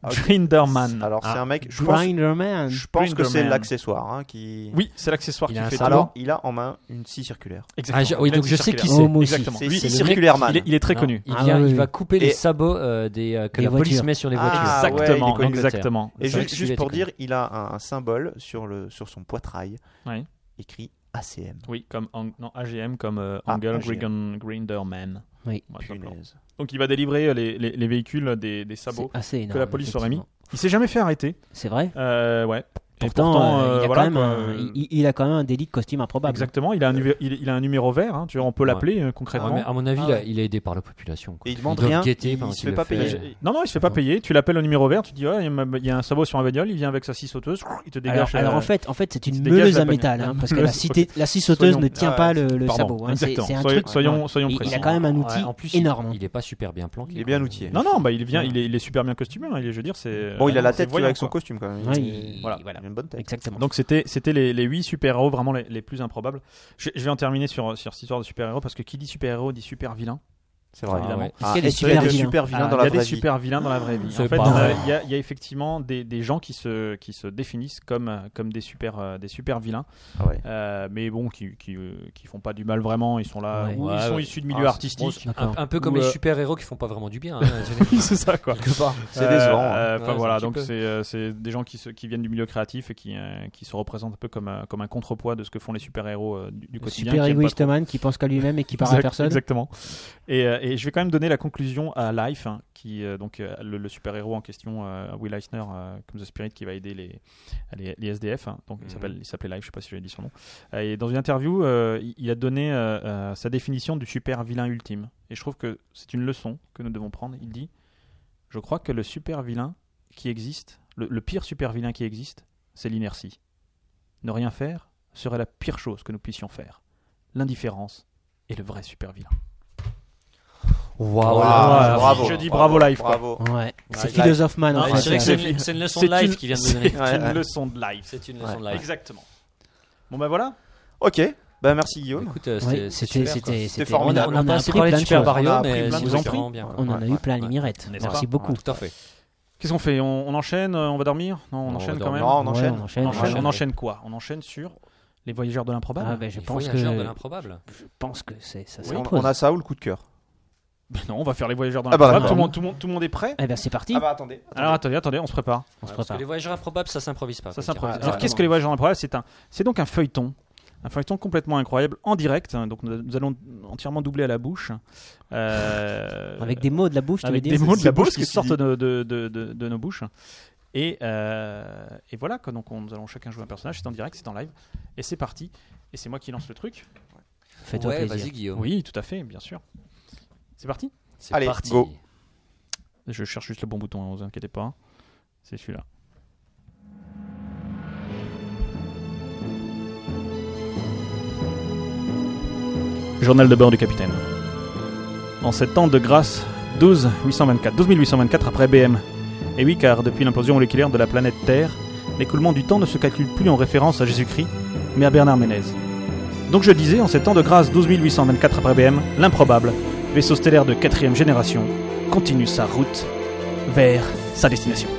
Speaker 4: Ah, ok.
Speaker 2: Grinderman.
Speaker 4: Alors, c'est
Speaker 5: Ah.
Speaker 4: un mec. Je pense,
Speaker 7: Grinder Man.
Speaker 4: je pense que c'est
Speaker 2: Grinderman.
Speaker 4: l'accessoire hein, qui.
Speaker 2: Oui, c'est l'accessoire
Speaker 5: Il
Speaker 2: qui
Speaker 5: a un
Speaker 2: fait tout.
Speaker 5: sabot.
Speaker 4: Alors, il a en main une scie circulaire.
Speaker 2: Exactement.
Speaker 5: Ah, je- oui,
Speaker 2: Il a
Speaker 5: donc
Speaker 2: une
Speaker 5: je
Speaker 2: scie
Speaker 5: sais qui
Speaker 2: circulaire.
Speaker 7: c'est. Oh, moi aussi.
Speaker 2: Exactement.
Speaker 4: C'est
Speaker 2: Lui,
Speaker 4: scie
Speaker 5: le mec
Speaker 4: circulaire man.
Speaker 2: il est, il est très
Speaker 5: Non,
Speaker 2: connu.
Speaker 5: Il,
Speaker 7: Ah
Speaker 5: vient-
Speaker 7: ouais,
Speaker 5: il
Speaker 7: ouais.
Speaker 5: va couper
Speaker 4: Et-
Speaker 5: les sabots euh, des, euh, que
Speaker 7: Des
Speaker 5: la police
Speaker 7: voitures.
Speaker 5: met sur les
Speaker 4: Ah,
Speaker 5: voitures.
Speaker 4: ouais, il est
Speaker 2: exactement,
Speaker 4: connu.
Speaker 2: exactement.
Speaker 4: Et
Speaker 5: C'est vrai
Speaker 4: ju-
Speaker 5: que
Speaker 4: juste
Speaker 5: celui-là
Speaker 4: pour
Speaker 5: était connu.
Speaker 4: dire, il a un, un symbole sur, le, sur son poitrail
Speaker 2: Oui.
Speaker 4: écrit ACM.
Speaker 2: Oui, comme Ang- non, AGM, comme euh,
Speaker 4: Ah,
Speaker 2: Angel
Speaker 4: AGM.
Speaker 2: Grigan- Grinderman.
Speaker 7: Oui.
Speaker 2: Voilà, simplement.
Speaker 4: Punaise.
Speaker 2: Donc il va délivrer euh, les, les- les véhicules des, des
Speaker 7: C'est
Speaker 2: sabots.
Speaker 7: assez énorme.
Speaker 2: la police aurait mis.
Speaker 7: effectivement.
Speaker 2: Il s'est jamais fait arrêter.
Speaker 7: C'est vrai.
Speaker 2: Euh, ouais. Et
Speaker 7: Pourtant, euh, il,
Speaker 2: euh,
Speaker 7: a
Speaker 2: voilà,
Speaker 7: quand même
Speaker 2: quoi,
Speaker 7: un,
Speaker 2: euh,
Speaker 7: il, il a quand même un délit de costume improbable.
Speaker 2: Exactement. Il a un, numé- il, il a un numéro vert. hein, tu vois, on peut
Speaker 5: Ouais.
Speaker 2: l'appeler euh,
Speaker 5: Ouais,
Speaker 2: concrètement.
Speaker 5: mais à mon avis,
Speaker 7: Ah
Speaker 5: là,
Speaker 7: ouais.
Speaker 5: il est aidé par la population. quoi.
Speaker 4: Et il demande
Speaker 5: doit
Speaker 4: rien,
Speaker 5: guetter
Speaker 4: il
Speaker 5: pendant
Speaker 4: se
Speaker 5: qu'il
Speaker 4: fait
Speaker 5: le
Speaker 4: pas payer.
Speaker 2: Euh, Non, non, il se fait pas payer. Tu l'appelles au numéro vert, tu dis, ouais, il y a ma- il y a un sabot sur un bagnole, il vient avec sa scie sauteuse, il te
Speaker 7: Alors,
Speaker 2: dégage.
Speaker 7: alors
Speaker 2: euh,
Speaker 7: en fait, en fait c'est
Speaker 2: tu
Speaker 7: une
Speaker 2: dégages
Speaker 7: meuleuse
Speaker 2: la
Speaker 7: à
Speaker 2: poignée.
Speaker 7: métal, hein, parce que
Speaker 2: Meuleuse,
Speaker 7: la, cité, la scie sauteuse
Speaker 2: Soyons-
Speaker 7: ne tient
Speaker 4: Ah,
Speaker 7: pas le, le
Speaker 2: pardon,
Speaker 7: sabot. hein, c'est-
Speaker 2: exactement.
Speaker 7: c'est un
Speaker 2: Soyons-
Speaker 7: truc.
Speaker 2: soyons, soyons
Speaker 7: il, il
Speaker 2: précis.
Speaker 7: a quand même un outil
Speaker 5: Ouais, en plus, il-
Speaker 7: énorme. hein.
Speaker 5: Il, est pas super bien planqué.
Speaker 4: Il est
Speaker 5: quoi.
Speaker 4: bien outillé.
Speaker 2: Non, non, bah, il vient, il est, il est super bien costumé. hein, il est, je veux dire, c'est.
Speaker 4: Bon, il a la
Speaker 2: c'est
Speaker 4: tête qui va
Speaker 2: voyant,
Speaker 4: avec son
Speaker 2: quoi.
Speaker 4: costume quand même.
Speaker 7: Ouais,
Speaker 4: Il-
Speaker 7: il-
Speaker 2: voilà.
Speaker 4: il a une bonne tête.
Speaker 7: Exactement.
Speaker 2: Donc c'était c'était les, les 8 super-héros vraiment les, les plus improbables. Je, je vais en terminer sur, sur cette histoire de super-héros parce que qui dit super-héros dit super-vilain.
Speaker 4: C'est vrai.
Speaker 5: Ah, ouais.
Speaker 7: Est-ce qu'il y a des
Speaker 4: est-ce qu'il y a des
Speaker 7: super-vilains
Speaker 4: super vilains
Speaker 5: Ah,
Speaker 2: Il y
Speaker 4: dans la
Speaker 2: a
Speaker 4: vraie
Speaker 2: des
Speaker 4: vie
Speaker 2: super-vilains dans la vraie vie.
Speaker 5: C'est
Speaker 2: En fait,
Speaker 5: pas
Speaker 2: euh,
Speaker 5: vrai.
Speaker 2: il y, a, il y a effectivement des, des gens qui se, qui se définissent comme, euh, comme des super euh, des super-vilains.
Speaker 4: Ah ouais.
Speaker 2: Euh, mais bon, qui, qui, euh, qui font pas du mal vraiment, ils sont là,
Speaker 7: Ouais.
Speaker 2: ou
Speaker 5: Ouais,
Speaker 2: ils sont
Speaker 5: ouais.
Speaker 2: issus de milieux
Speaker 4: Ah,
Speaker 2: artistiques.
Speaker 5: Un,
Speaker 7: D'accord.
Speaker 5: un peu comme
Speaker 2: Ou,
Speaker 5: les
Speaker 2: euh,
Speaker 5: super-héros qui font pas vraiment du bien. hein,
Speaker 2: c'est ça quoi.
Speaker 5: quelque part.
Speaker 4: C'est décevant. hein.
Speaker 2: euh, enfin,
Speaker 5: Ouais,
Speaker 2: voilà,
Speaker 5: c'est un
Speaker 2: donc
Speaker 5: petit peu.
Speaker 2: c'est euh, c'est des gens qui, se, qui viennent du milieu créatif et qui, euh, qui se représentent un peu comme, un- comme un contrepoids de ce que font les super-héros euh, du, du quotidien.
Speaker 7: Super
Speaker 2: qui aiment pas
Speaker 7: égoïste man qui pense qu'à lui-même et qui parle à
Speaker 2: Exact-
Speaker 7: personne.
Speaker 2: Exactement. Et, euh, et je vais quand même donner la conclusion à Life, hein, qui euh, donc euh, le, le super-héros en question, euh, Will Eisner, euh, comme The Spirit, qui va aider les, les, les SDF. hein. donc il
Speaker 4: Mhm.
Speaker 2: s'appelle il s'appelait Life, je sais pas si j'ai dit son nom. Euh, et dans une interview, euh, il- il a donné euh, euh, sa définition du super-vilain ultime. Et je trouve que c'est une leçon que nous devons prendre. Il dit Je crois que le super-vilain qui existe, le, le pire super-vilain qui existe, c'est l'inertie. Ne rien faire serait la pire chose que nous puissions faire. L'indifférence est le vrai super-vilain.
Speaker 5: Waouh.
Speaker 4: Waouh,
Speaker 2: là,
Speaker 4: Ah, bravo,
Speaker 2: Ah je dis bravo, live, quoi.
Speaker 4: Bravo.
Speaker 7: Ouais, c'est
Speaker 5: il-
Speaker 7: philosophe man. en
Speaker 5: Ouais,
Speaker 7: fait,
Speaker 5: je dirais que
Speaker 7: ça.
Speaker 5: c'est une, c'est une leçon
Speaker 2: C'est
Speaker 5: de live
Speaker 2: une-
Speaker 5: qui vient de donner.
Speaker 2: C'est
Speaker 4: Ouais,
Speaker 2: une
Speaker 4: ouais.
Speaker 2: leçon de live.
Speaker 5: C'est une leçon de
Speaker 4: Ouais.
Speaker 5: live.
Speaker 2: Exactement. Bon ben voilà.
Speaker 4: Ok, bah merci Guillaume.
Speaker 5: Écoute, euh,
Speaker 7: Ouais,
Speaker 5: c'était
Speaker 7: c'était-
Speaker 5: c'était super,
Speaker 7: c'était-
Speaker 5: quoi.
Speaker 7: c'était-
Speaker 4: formidable.
Speaker 5: On a- on a pas assez
Speaker 7: appris
Speaker 5: parlé de
Speaker 7: plein de
Speaker 5: super
Speaker 7: choses.
Speaker 4: On
Speaker 5: Barrio,
Speaker 4: a appris
Speaker 5: mais
Speaker 4: plein de
Speaker 5: c'est
Speaker 4: choses.
Speaker 5: vraiment bien.
Speaker 7: On en a eu plein les mirettes.
Speaker 2: N'est-ce
Speaker 7: Merci
Speaker 2: pas
Speaker 7: beaucoup.
Speaker 5: Tout à fait.
Speaker 2: Qu'est-ce qu'on fait on, on enchaîne euh, On va dormir Non, on
Speaker 5: Non, on
Speaker 2: enchaîne
Speaker 5: va
Speaker 2: quand même.
Speaker 5: dormir.
Speaker 4: Non, on
Speaker 7: Ouais,
Speaker 4: enchaîne.
Speaker 7: on
Speaker 2: On
Speaker 7: enchaîne.
Speaker 2: enchaîne,
Speaker 5: ouais.
Speaker 2: on enchaîne quoi On enchaîne sur les voyageurs de l'improbable.
Speaker 7: Ah, ben, je
Speaker 5: Les
Speaker 7: pense que
Speaker 5: voyageurs de l'improbable.
Speaker 7: je pense que c'est ça
Speaker 4: On-
Speaker 7: s'impose.
Speaker 4: on a ça ou le coup de cœur
Speaker 2: Ben non, on va faire les voyageurs dans
Speaker 4: Ah bah,
Speaker 2: l'improbable. tout, le
Speaker 4: non.
Speaker 2: monde- tout, le monde- tout le monde est prêt
Speaker 7: Eh bien, c'est parti.
Speaker 4: Ah bah attendez.
Speaker 2: Alors attendez, attendez, on se prépare. On se
Speaker 5: Parce que
Speaker 2: prépare.
Speaker 5: les voyageurs improbables, ça s'improvise pas.
Speaker 2: Ça
Speaker 5: faut le dire.
Speaker 2: s'improvise.
Speaker 7: Ah,
Speaker 2: Alors qu'est-ce
Speaker 7: exactement.
Speaker 2: que les voyageurs dans l'improbable C'est un, c'est donc un feuilleton, un feuilleton complètement incroyable en direct. hein, Donc nous, nous allons entièrement doubler à la bouche, Euh,
Speaker 7: Avec des mots de la bouche, tu veux
Speaker 2: avec
Speaker 7: dire
Speaker 2: des mots de
Speaker 4: C'est
Speaker 2: la
Speaker 4: beau
Speaker 2: bouche
Speaker 4: ce
Speaker 2: qui
Speaker 4: que tu
Speaker 2: sortent
Speaker 4: dis.
Speaker 2: de, de- de- de- de nos bouches. Et, euh, et voilà, quoi. donc on- nous allons chacun jouer un personnage, c'est en direct, c'est en live, et c'est parti. Et c'est moi qui lance le truc.
Speaker 7: Fais-toi
Speaker 5: Ouais, vas-y
Speaker 7: plaisir.
Speaker 5: Guillaume.
Speaker 2: Oui, tout à fait, bien sûr. C'est parti
Speaker 5: C'est
Speaker 4: Allez,
Speaker 5: parti.
Speaker 4: go.
Speaker 2: Je cherche juste le bon bouton, ne vous inquiétez pas. C'est celui-là. Journal de bord du capitaine. En sept ans de grâce, 12 824, 12 824 après BM. Et oui, car depuis l'implosion moléculaire de la planète Terre, l'écoulement du temps ne se calcule plus en référence à Jésus-Christ, mais à Bernard Ménez. Donc je disais, en sept ans de grâce, 12 824 après BM, l'improbable, vaisseau stellaire de quatrième génération, continue sa route vers sa destination.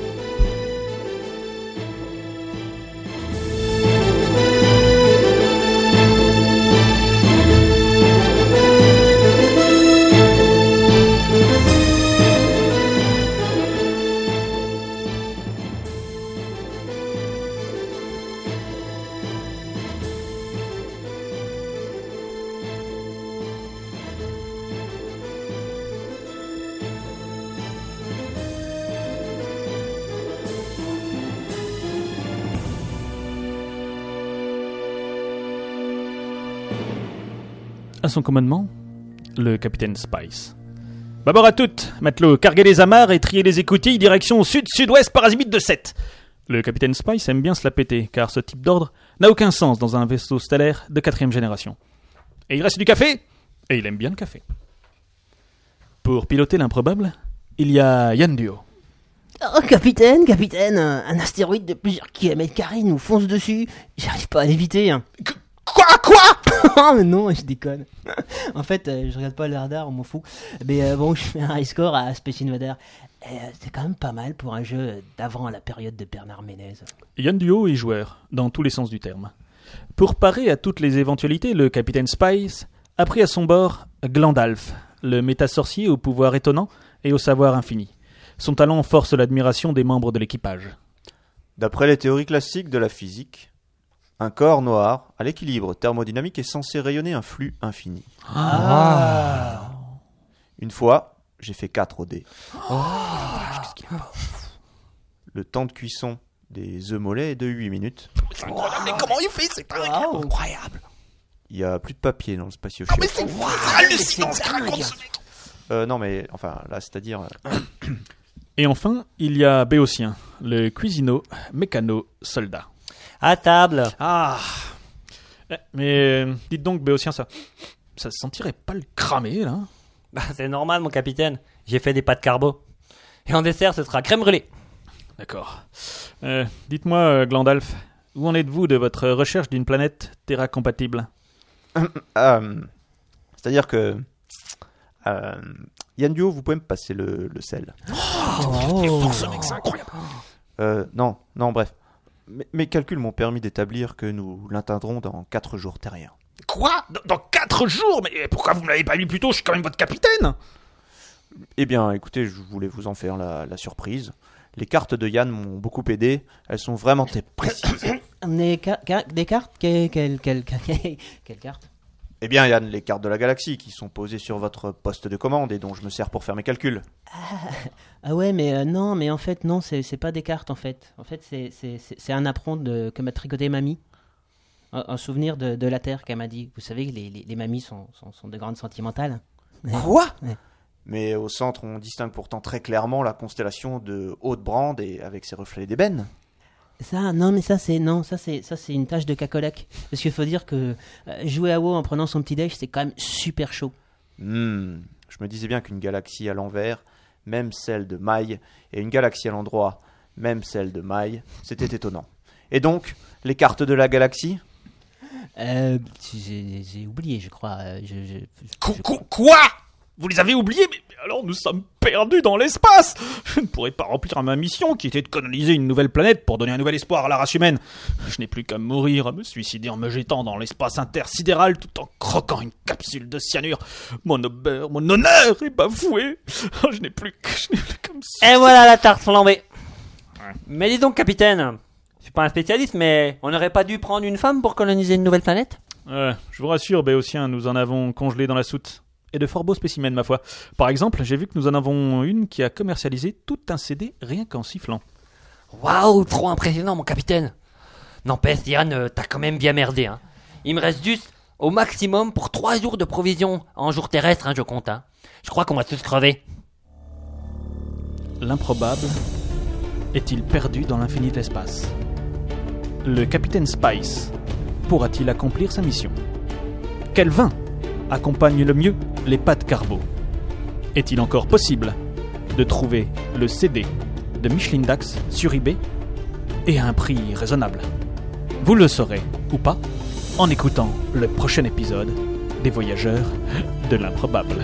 Speaker 2: À son commandement, le capitaine Spice. Babord à toutes, matelots, carguez les amarres et triez les écoutilles, direction sud-sud-ouest par azimut de 7. Le capitaine Spice aime bien se la péter, car ce type d'ordre n'a aucun sens dans un vaisseau stellaire de quatrième génération. Et il reste du café Et il aime bien le café. Pour piloter l'improbable, il y a Yann Duo.
Speaker 7: Oh, capitaine, capitaine, un un astéroïde de plusieurs kilomètres carrés nous fonce dessus. J'arrive pas à l'éviter. hein. Qu- Quoi, quoi Oh, mais non, je déconne. en fait, euh, je regarde pas le radar, on m'en fout. Mais euh, bon, je fais un high score à Space Invader. Et, euh, c'est quand même pas mal pour un jeu d'avant la période de Bernard Ménez.
Speaker 2: Yann Duo est joueur, dans tous les sens du terme. Pour parer à toutes les éventualités, le capitaine Spice a pris à son bord Glandalf, le métasorcier au pouvoir étonnant et au savoir infini. Son talent force l'admiration des membres de l'équipage.
Speaker 4: D'après les théories classiques de la physique, un corps noir à l'équilibre thermodynamique est censé rayonner un flux infini. Une fois, j'ai fait 4 au dé. Le temps de cuisson des œufs mollets est de 8 minutes.
Speaker 1: Mais comment il fait C'est
Speaker 7: Waouh.
Speaker 4: Il y a plus de papier dans le spatio chef.
Speaker 1: hallucinant ce qu'il raconte ce mec
Speaker 4: Euh, non mais enfin là c'est-à-dire euh,
Speaker 2: Et enfin, il y a Béotien, le cuisino, mécano, soldat.
Speaker 5: À table.
Speaker 2: Ah Eh, Mais euh, dites donc, Béotien, ça. Ça se sentirait pas le cramer, là hein
Speaker 5: Bah, c'est normal, mon capitaine. J'ai fait des pâtes carbo. Et en dessert, ce sera crème brûlée.
Speaker 2: D'accord. Euh, Dites-moi, euh, Glandalf, où en êtes-vous de votre recherche d'une planète Terra compatible
Speaker 4: euh, c'est-à-dire que euh, Yann Duo, vous pouvez me passer le, le sel.
Speaker 1: Ce mec, c'est incroyable
Speaker 4: Euh, non, non, bref. Mes, mes calculs m'ont permis d'établir que nous l'atteindrons dans 4 jours terriens.
Speaker 1: Quoi Dans- Dans 4 jours Mais pourquoi vous me l'avez pas mis plus tôt Je suis quand même votre capitaine
Speaker 4: Eh bien, écoutez, je voulais vous en faire la, la surprise. Les cartes de Yann m'ont beaucoup aidé. Elles sont vraiment très précises.
Speaker 7: Des, ca- ca- des cartes que- quelle, quelle- quelle- quelle carte
Speaker 4: eh bien, Yann, les cartes de la galaxie qui sont posées sur votre poste de commande et dont je me sers pour faire mes calculs.
Speaker 7: Ah ouais, mais euh, non, mais en fait, non, c'est c'est pas des cartes, en fait. En fait, c'est- c'est c'est- c'est un apprend de, que m'a tricoté mamie. Un, un souvenir de, de la Terre qu'elle m'a dit. Vous savez, les, les, les mamies sont, sont, sont de grandes sentimentales.
Speaker 4: Quoi
Speaker 7: Ouais.
Speaker 4: Mais au centre, on distingue pourtant très clairement la constellation de Haute-Brande et avec ses reflets d'ébène.
Speaker 7: Ça, non, mais ça, c'est non, ça, c'est ça, c'est une tâche de cacolac. Parce qu'il faut dire que euh, jouer à WoW en prenant son petit déj, c'est quand même super chaud.
Speaker 4: Hmm, je me disais bien qu'une galaxie à l'envers, même celle de Maille, et une galaxie à l'endroit, même celle de Maille, c'était étonnant. Et donc, les cartes de la galaxie
Speaker 7: Euh, j'ai- j'ai j'ai oublié, je crois. euh, je- je-
Speaker 1: Qu- qu- Quoi
Speaker 2: Vous les avez oubliés, mais, mais alors nous sommes perdus dans l'espace Je ne pourrais pas remplir ma mission qui était de coloniser une nouvelle planète pour donner un nouvel espoir à la race humaine. Je n'ai plus qu'à mourir, à me suicider en me jetant dans l'espace intersidéral tout en croquant une capsule de cyanure. Mon honneur, mon honneur est bafoué Je n'ai plus que... Je n'ai plus qu'à me
Speaker 8: Et voilà la tarte flambée. Mais dis donc, capitaine, je suis pas un spécialiste, mais on n'aurait pas dû prendre une femme pour coloniser une nouvelle planète
Speaker 2: Euh, je vous rassure, Béotien, nous en avons congelé dans la soute. Et de fort beaux spécimens, ma foi. Par exemple, j'ai vu que nous en avons une qui a commercialisé tout un CD rien qu'en sifflant.
Speaker 8: Waouh, trop impressionnant, mon capitaine. N'empêche, Diane, euh, t'as quand même bien merdé. Hein. Il me reste juste au maximum pour trois jours de provisions en jour terrestre, hein, je compte. hein. Je crois qu'on va tous crever.
Speaker 2: L'improbable est-il perdu dans l'infini de l'espace Le capitaine Spice pourra-t-il accomplir sa mission Quel vin accompagne le mieux les pâtes carbo Est-il encore possible de trouver le CD de Michelin Dax sur eBay et à un prix raisonnable Vous le saurez, ou pas, en écoutant le prochain épisode des Voyageurs de l'improbable.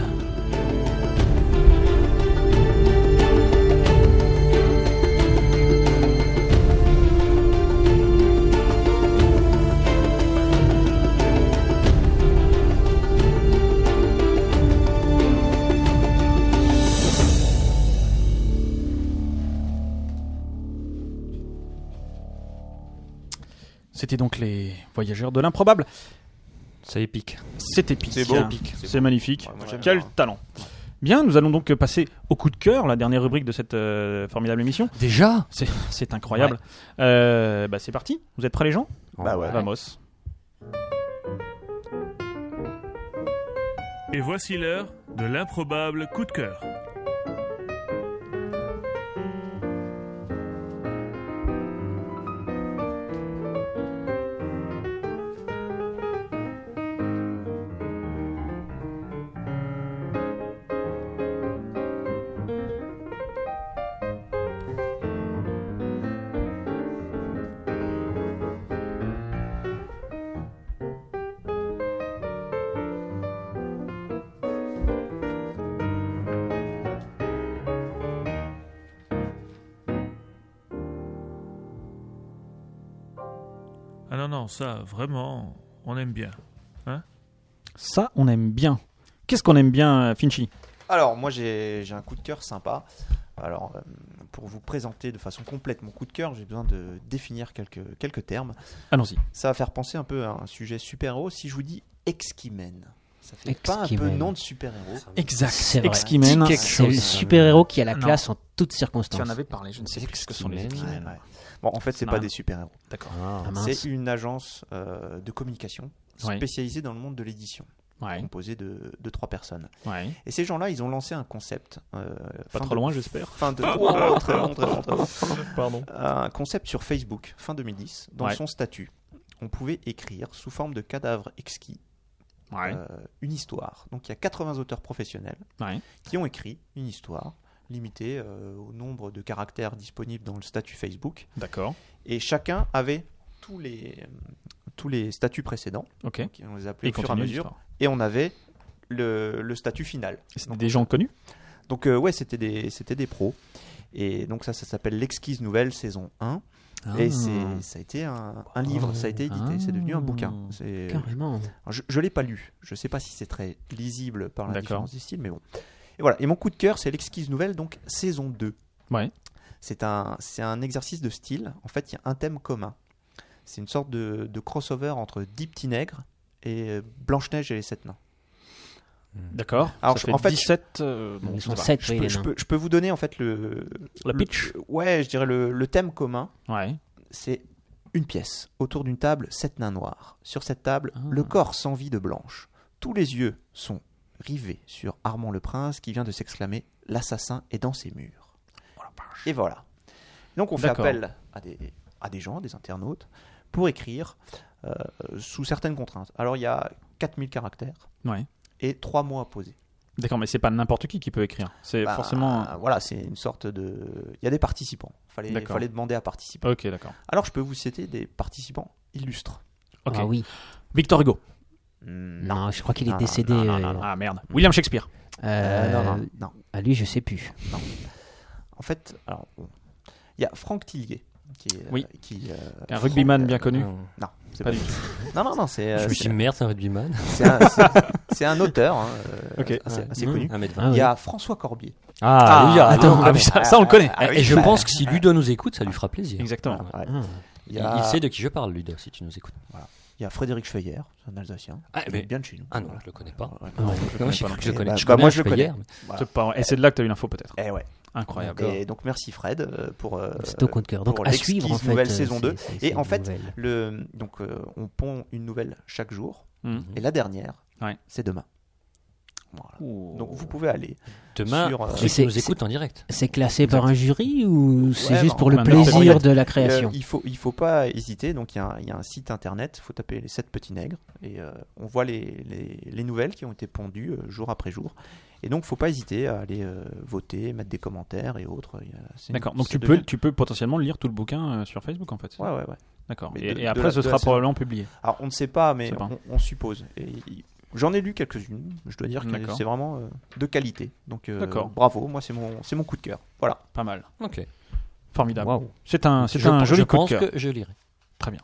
Speaker 2: C'était donc les Voyageurs de l'improbable.
Speaker 5: C'est épique.
Speaker 2: C'est épique.
Speaker 4: C'est beau.
Speaker 2: Hein.
Speaker 4: Épique. C'est
Speaker 2: C'est magnifique.
Speaker 4: Ouais, moi, j'aime
Speaker 2: Quel
Speaker 4: bien.
Speaker 2: talent. Bien, nous allons donc passer au coup de cœur, la dernière rubrique de cette euh, formidable émission.
Speaker 5: Déjà
Speaker 2: C'est c'est incroyable. Euh, bah, c'est parti. Vous êtes prêts les gens
Speaker 4: Bah ouais.
Speaker 2: Vamos.
Speaker 6: Et voici l'heure de l'improbable coup de cœur. Ah non, non, ça, vraiment, on aime bien.
Speaker 2: Ça, on aime bien. Qu'est-ce qu'on aime bien, euh, Finchy
Speaker 4: Alors, moi, j'ai j'ai un coup de cœur sympa. Alors, euh, pour vous présenter de façon complète mon coup de cœur, j'ai besoin de définir quelques, quelques termes.
Speaker 2: Allons-y.
Speaker 4: Ça va faire penser un peu à un sujet super-héros. Si je vous dis Ex-Kimen, ça fait pas un peu
Speaker 7: Ex-Kimen.
Speaker 4: nom de super-héros.
Speaker 2: Exact.
Speaker 7: C'est vrai.
Speaker 2: Ex-Kimen.
Speaker 5: Petit quelque
Speaker 7: C'est le
Speaker 5: chose.
Speaker 7: super-héros qui a la
Speaker 2: Non.
Speaker 7: classe en toutes
Speaker 2: Tu en
Speaker 7: circonstances.
Speaker 2: avais parlé, je ne sais plus ce que sont les
Speaker 5: Ex-Kimen.
Speaker 2: Ex-Kimen.
Speaker 4: Ouais, ouais. Bon, en fait, c'est
Speaker 2: Non,
Speaker 4: pas
Speaker 2: non.
Speaker 4: des super-héros.
Speaker 2: D'accord.
Speaker 7: Ah, mince.
Speaker 4: C'est une agence euh, de communication
Speaker 2: Ouais.
Speaker 4: spécialisée dans le monde de l'édition,
Speaker 2: Ouais.
Speaker 4: composée de, de trois personnes.
Speaker 2: Ouais.
Speaker 4: Et ces gens-là, ils ont lancé un concept. euh,
Speaker 2: Pas
Speaker 4: fin
Speaker 2: trop
Speaker 4: de-
Speaker 2: loin, j'espère.
Speaker 4: Fin de. Oh, très long, très long, très long.
Speaker 2: Pardon.
Speaker 4: un concept sur Facebook, fin 2010, dans
Speaker 2: Ouais.
Speaker 4: son statut. On pouvait écrire, sous forme de cadavre exquis,
Speaker 2: Ouais.
Speaker 4: euh, une histoire. Donc il y a 80 auteurs professionnels
Speaker 2: Ouais.
Speaker 4: qui ont écrit une histoire, limitée euh, au nombre de caractères disponibles dans le statut Facebook.
Speaker 2: D'accord.
Speaker 4: Et chacun avait tous les, euh, tous les statuts précédents,
Speaker 2: Ok.
Speaker 4: qui on les appelait au fur et à
Speaker 2: continue
Speaker 4: mesure,
Speaker 2: l'histoire.
Speaker 4: et on avait le, le statut final.
Speaker 2: C'était des gens connus
Speaker 4: Donc euh, ouais, c'était des, c'était des pros. Et donc ça, ça s'appelle L'Exquise Nouvelle, saison 1.
Speaker 2: Ah.
Speaker 4: Et c'est, ça a été un, un livre, ça a été édité, c'est devenu un bouquin. C'est,
Speaker 7: Carrément.
Speaker 4: je ne l'ai pas lu, je sais pas si c'est très lisible par la
Speaker 2: D'accord.
Speaker 4: différence des styles, mais bon. Et voilà, et mon coup de cœur, c'est l'exquise nouvelle, donc saison 2.
Speaker 2: Ouais.
Speaker 4: C'est un, c'est un exercice de style, en fait, il y a un thème commun. C'est une sorte de, de crossover entre Dix Petits Nègres et euh, Blanche-Neige et les Sept Nains.
Speaker 2: D'accord.
Speaker 4: Alors,
Speaker 2: Ça
Speaker 4: je-
Speaker 2: fait
Speaker 4: en fait, je-
Speaker 2: 17. euh, bon,
Speaker 7: Ils
Speaker 2: je
Speaker 7: sont
Speaker 2: sais pas.
Speaker 7: 7,
Speaker 4: Je, peux, je peux- je peux vous donner, en fait, le...
Speaker 2: La
Speaker 4: le-
Speaker 2: pitch
Speaker 4: Ouais, je dirais le, le thème commun,
Speaker 2: Ouais.
Speaker 4: c'est une pièce. Autour d'une table, sept nains noirs. Sur cette table,
Speaker 2: Ah.
Speaker 4: le corps sans vie de Blanche. Tous les yeux sont rivés sur Armand le Prince qui vient de s'exclamer L'assassin est dans ses murs. Et voilà. Donc on fait
Speaker 2: Oh D'accord.
Speaker 4: appel à des, à des gens, des internautes, pour écrire euh, sous certaines contraintes. Alors il y a 4000 caractères
Speaker 2: Ouais.
Speaker 4: et 3 mois à poser.
Speaker 2: D'accord, mais c'est pas n'importe qui qui peut écrire. C'est
Speaker 4: Bah,
Speaker 2: forcément. euh,
Speaker 4: Voilà, c'est une sorte de. Il y a des participants. Fallait,
Speaker 2: D'accord. Euh.
Speaker 4: fallait demander à participer.
Speaker 2: Ok, d'accord.
Speaker 4: Alors je peux vous citer des participants illustres.
Speaker 2: Ok.
Speaker 7: Ah oui.
Speaker 2: Victor Hugo.
Speaker 7: Non, je crois qu'il
Speaker 4: Non,
Speaker 7: est
Speaker 4: non,
Speaker 7: décédé.
Speaker 2: Ah, non,
Speaker 7: euh,
Speaker 2: non, non, ah, merde. William Shakespeare.
Speaker 7: Euh,
Speaker 4: non, non, non.
Speaker 7: À lui, je sais plus.
Speaker 4: Non. En fait, alors, il y a Franck Tillier. Qui est,
Speaker 2: Oui.
Speaker 4: qui, euh,
Speaker 2: Un rugbyman
Speaker 4: Franck,
Speaker 2: bien connu.
Speaker 4: Non, c'est
Speaker 2: Pas
Speaker 4: pas,
Speaker 2: du
Speaker 4: du tout. Non, non, non, c'est.
Speaker 5: Je
Speaker 4: euh,
Speaker 5: me suis
Speaker 4: c'est-
Speaker 5: dit, merde, c'est un rugbyman.
Speaker 4: C'est un, c'est- c'est un auteur hein, euh,
Speaker 2: Ok.
Speaker 4: assez, assez
Speaker 5: Ouais.
Speaker 4: connu.
Speaker 5: 1m20.
Speaker 7: Ah,
Speaker 4: Il
Speaker 7: oui.
Speaker 4: y a François Corbier.
Speaker 5: Ah,
Speaker 4: Ah,
Speaker 5: lui, attends,
Speaker 4: ah,
Speaker 5: ah,
Speaker 4: oui,
Speaker 5: mais ça,
Speaker 4: ah,
Speaker 5: ça, on le connaît.
Speaker 4: ah,
Speaker 5: Et
Speaker 4: oui.
Speaker 5: je pense que si Ludo nous écoute, ça lui fera plaisir.
Speaker 2: Exactement.
Speaker 4: Ouais.
Speaker 7: Ah.
Speaker 4: Il,
Speaker 5: Il,
Speaker 4: y a,
Speaker 5: il sait de qui je parle, Ludo, si tu nous écoutes.
Speaker 4: il y a Frédéric Feyer, c'est un Alsacien.
Speaker 5: Ah,
Speaker 4: Il
Speaker 5: mais-
Speaker 4: est bien de chez nous.
Speaker 5: Ah non,
Speaker 4: Voilà.
Speaker 5: je le connais pas.
Speaker 4: Ouais,
Speaker 7: Ouais.
Speaker 4: je le
Speaker 5: Non,
Speaker 4: connais
Speaker 5: je
Speaker 4: pas
Speaker 5: crois
Speaker 4: non
Speaker 5: que je le
Speaker 4: plus.
Speaker 5: connais.
Speaker 4: Eh
Speaker 5: Je
Speaker 4: ben,
Speaker 5: connais,
Speaker 4: moi,
Speaker 5: je
Speaker 4: je le
Speaker 5: fais
Speaker 4: connais.
Speaker 5: hier, mais-
Speaker 4: Voilà.
Speaker 2: C'est pas- Et c'est de là que tu as eu l'info peut-être.
Speaker 4: Eh ouais.
Speaker 2: Incroyable.
Speaker 4: Et donc merci Fred euh, pour euh,
Speaker 7: C'est au coup de cœur. Donc
Speaker 4: pour
Speaker 7: à suivre en
Speaker 4: l'exquise
Speaker 7: fait.
Speaker 4: nouvelle
Speaker 7: euh,
Speaker 4: saison 2.
Speaker 7: c'est- c'est-
Speaker 4: Et
Speaker 7: c'est
Speaker 4: en
Speaker 7: une
Speaker 4: fait,
Speaker 7: nouvelle.
Speaker 4: le donc euh, on pond une nouvelle chaque jour
Speaker 2: Mhm.
Speaker 4: et la dernière
Speaker 2: Ouais.
Speaker 4: c'est demain. Voilà. Eh, Donc vous pouvez aller
Speaker 5: Demain,
Speaker 4: Sur, euh,
Speaker 5: ceux qui
Speaker 7: c'est-
Speaker 5: nous
Speaker 7: c'est-
Speaker 5: écoutent en direct.
Speaker 7: c'est classé par un jury ou c'est
Speaker 4: Ouais,
Speaker 7: juste
Speaker 4: non,
Speaker 7: pour le
Speaker 2: maintenant, en
Speaker 7: plaisir
Speaker 4: fait,
Speaker 7: de la
Speaker 4: Euh,
Speaker 7: création
Speaker 4: il faut il faut pas hésiter. Donc il y, a un- il y a un site internet. Il faut taper les 7 petits nègres et euh, on voit les, les, les nouvelles qui ont été pondues euh, jour après jour. Et donc faut pas hésiter à aller euh, voter, mettre des commentaires et autres. Il y a- c'est une-
Speaker 2: D'accord. Donc
Speaker 4: ça
Speaker 2: tu peux,
Speaker 4: devient-
Speaker 2: tu peux potentiellement lire tout le bouquin euh, sur Facebook en fait.
Speaker 4: Ouais ouais ouais.
Speaker 2: D'accord.
Speaker 4: Mais
Speaker 2: Et,
Speaker 4: de-
Speaker 2: et
Speaker 4: de
Speaker 2: après
Speaker 4: la-
Speaker 2: ce
Speaker 4: de la
Speaker 2: sera
Speaker 4: saison.
Speaker 2: probablement publié.
Speaker 4: Alors on ne sait pas, mais
Speaker 2: Je sais pas.
Speaker 4: On, on suppose. Et il- J'en ai lu quelques-unes, je dois dire que
Speaker 2: D'accord.
Speaker 4: c'est vraiment euh, de qualité. Donc euh,
Speaker 2: D'accord.
Speaker 4: bravo, moi c'est mon, c'est mon coup de cœur. Voilà.
Speaker 2: Pas mal.
Speaker 5: Ok.
Speaker 2: Formidable.
Speaker 5: Waouh.
Speaker 2: C'est un, c'est
Speaker 5: Je
Speaker 2: un joli
Speaker 5: je
Speaker 2: coup de
Speaker 5: pense
Speaker 2: cœur.
Speaker 5: que je lirai.
Speaker 2: Très bien.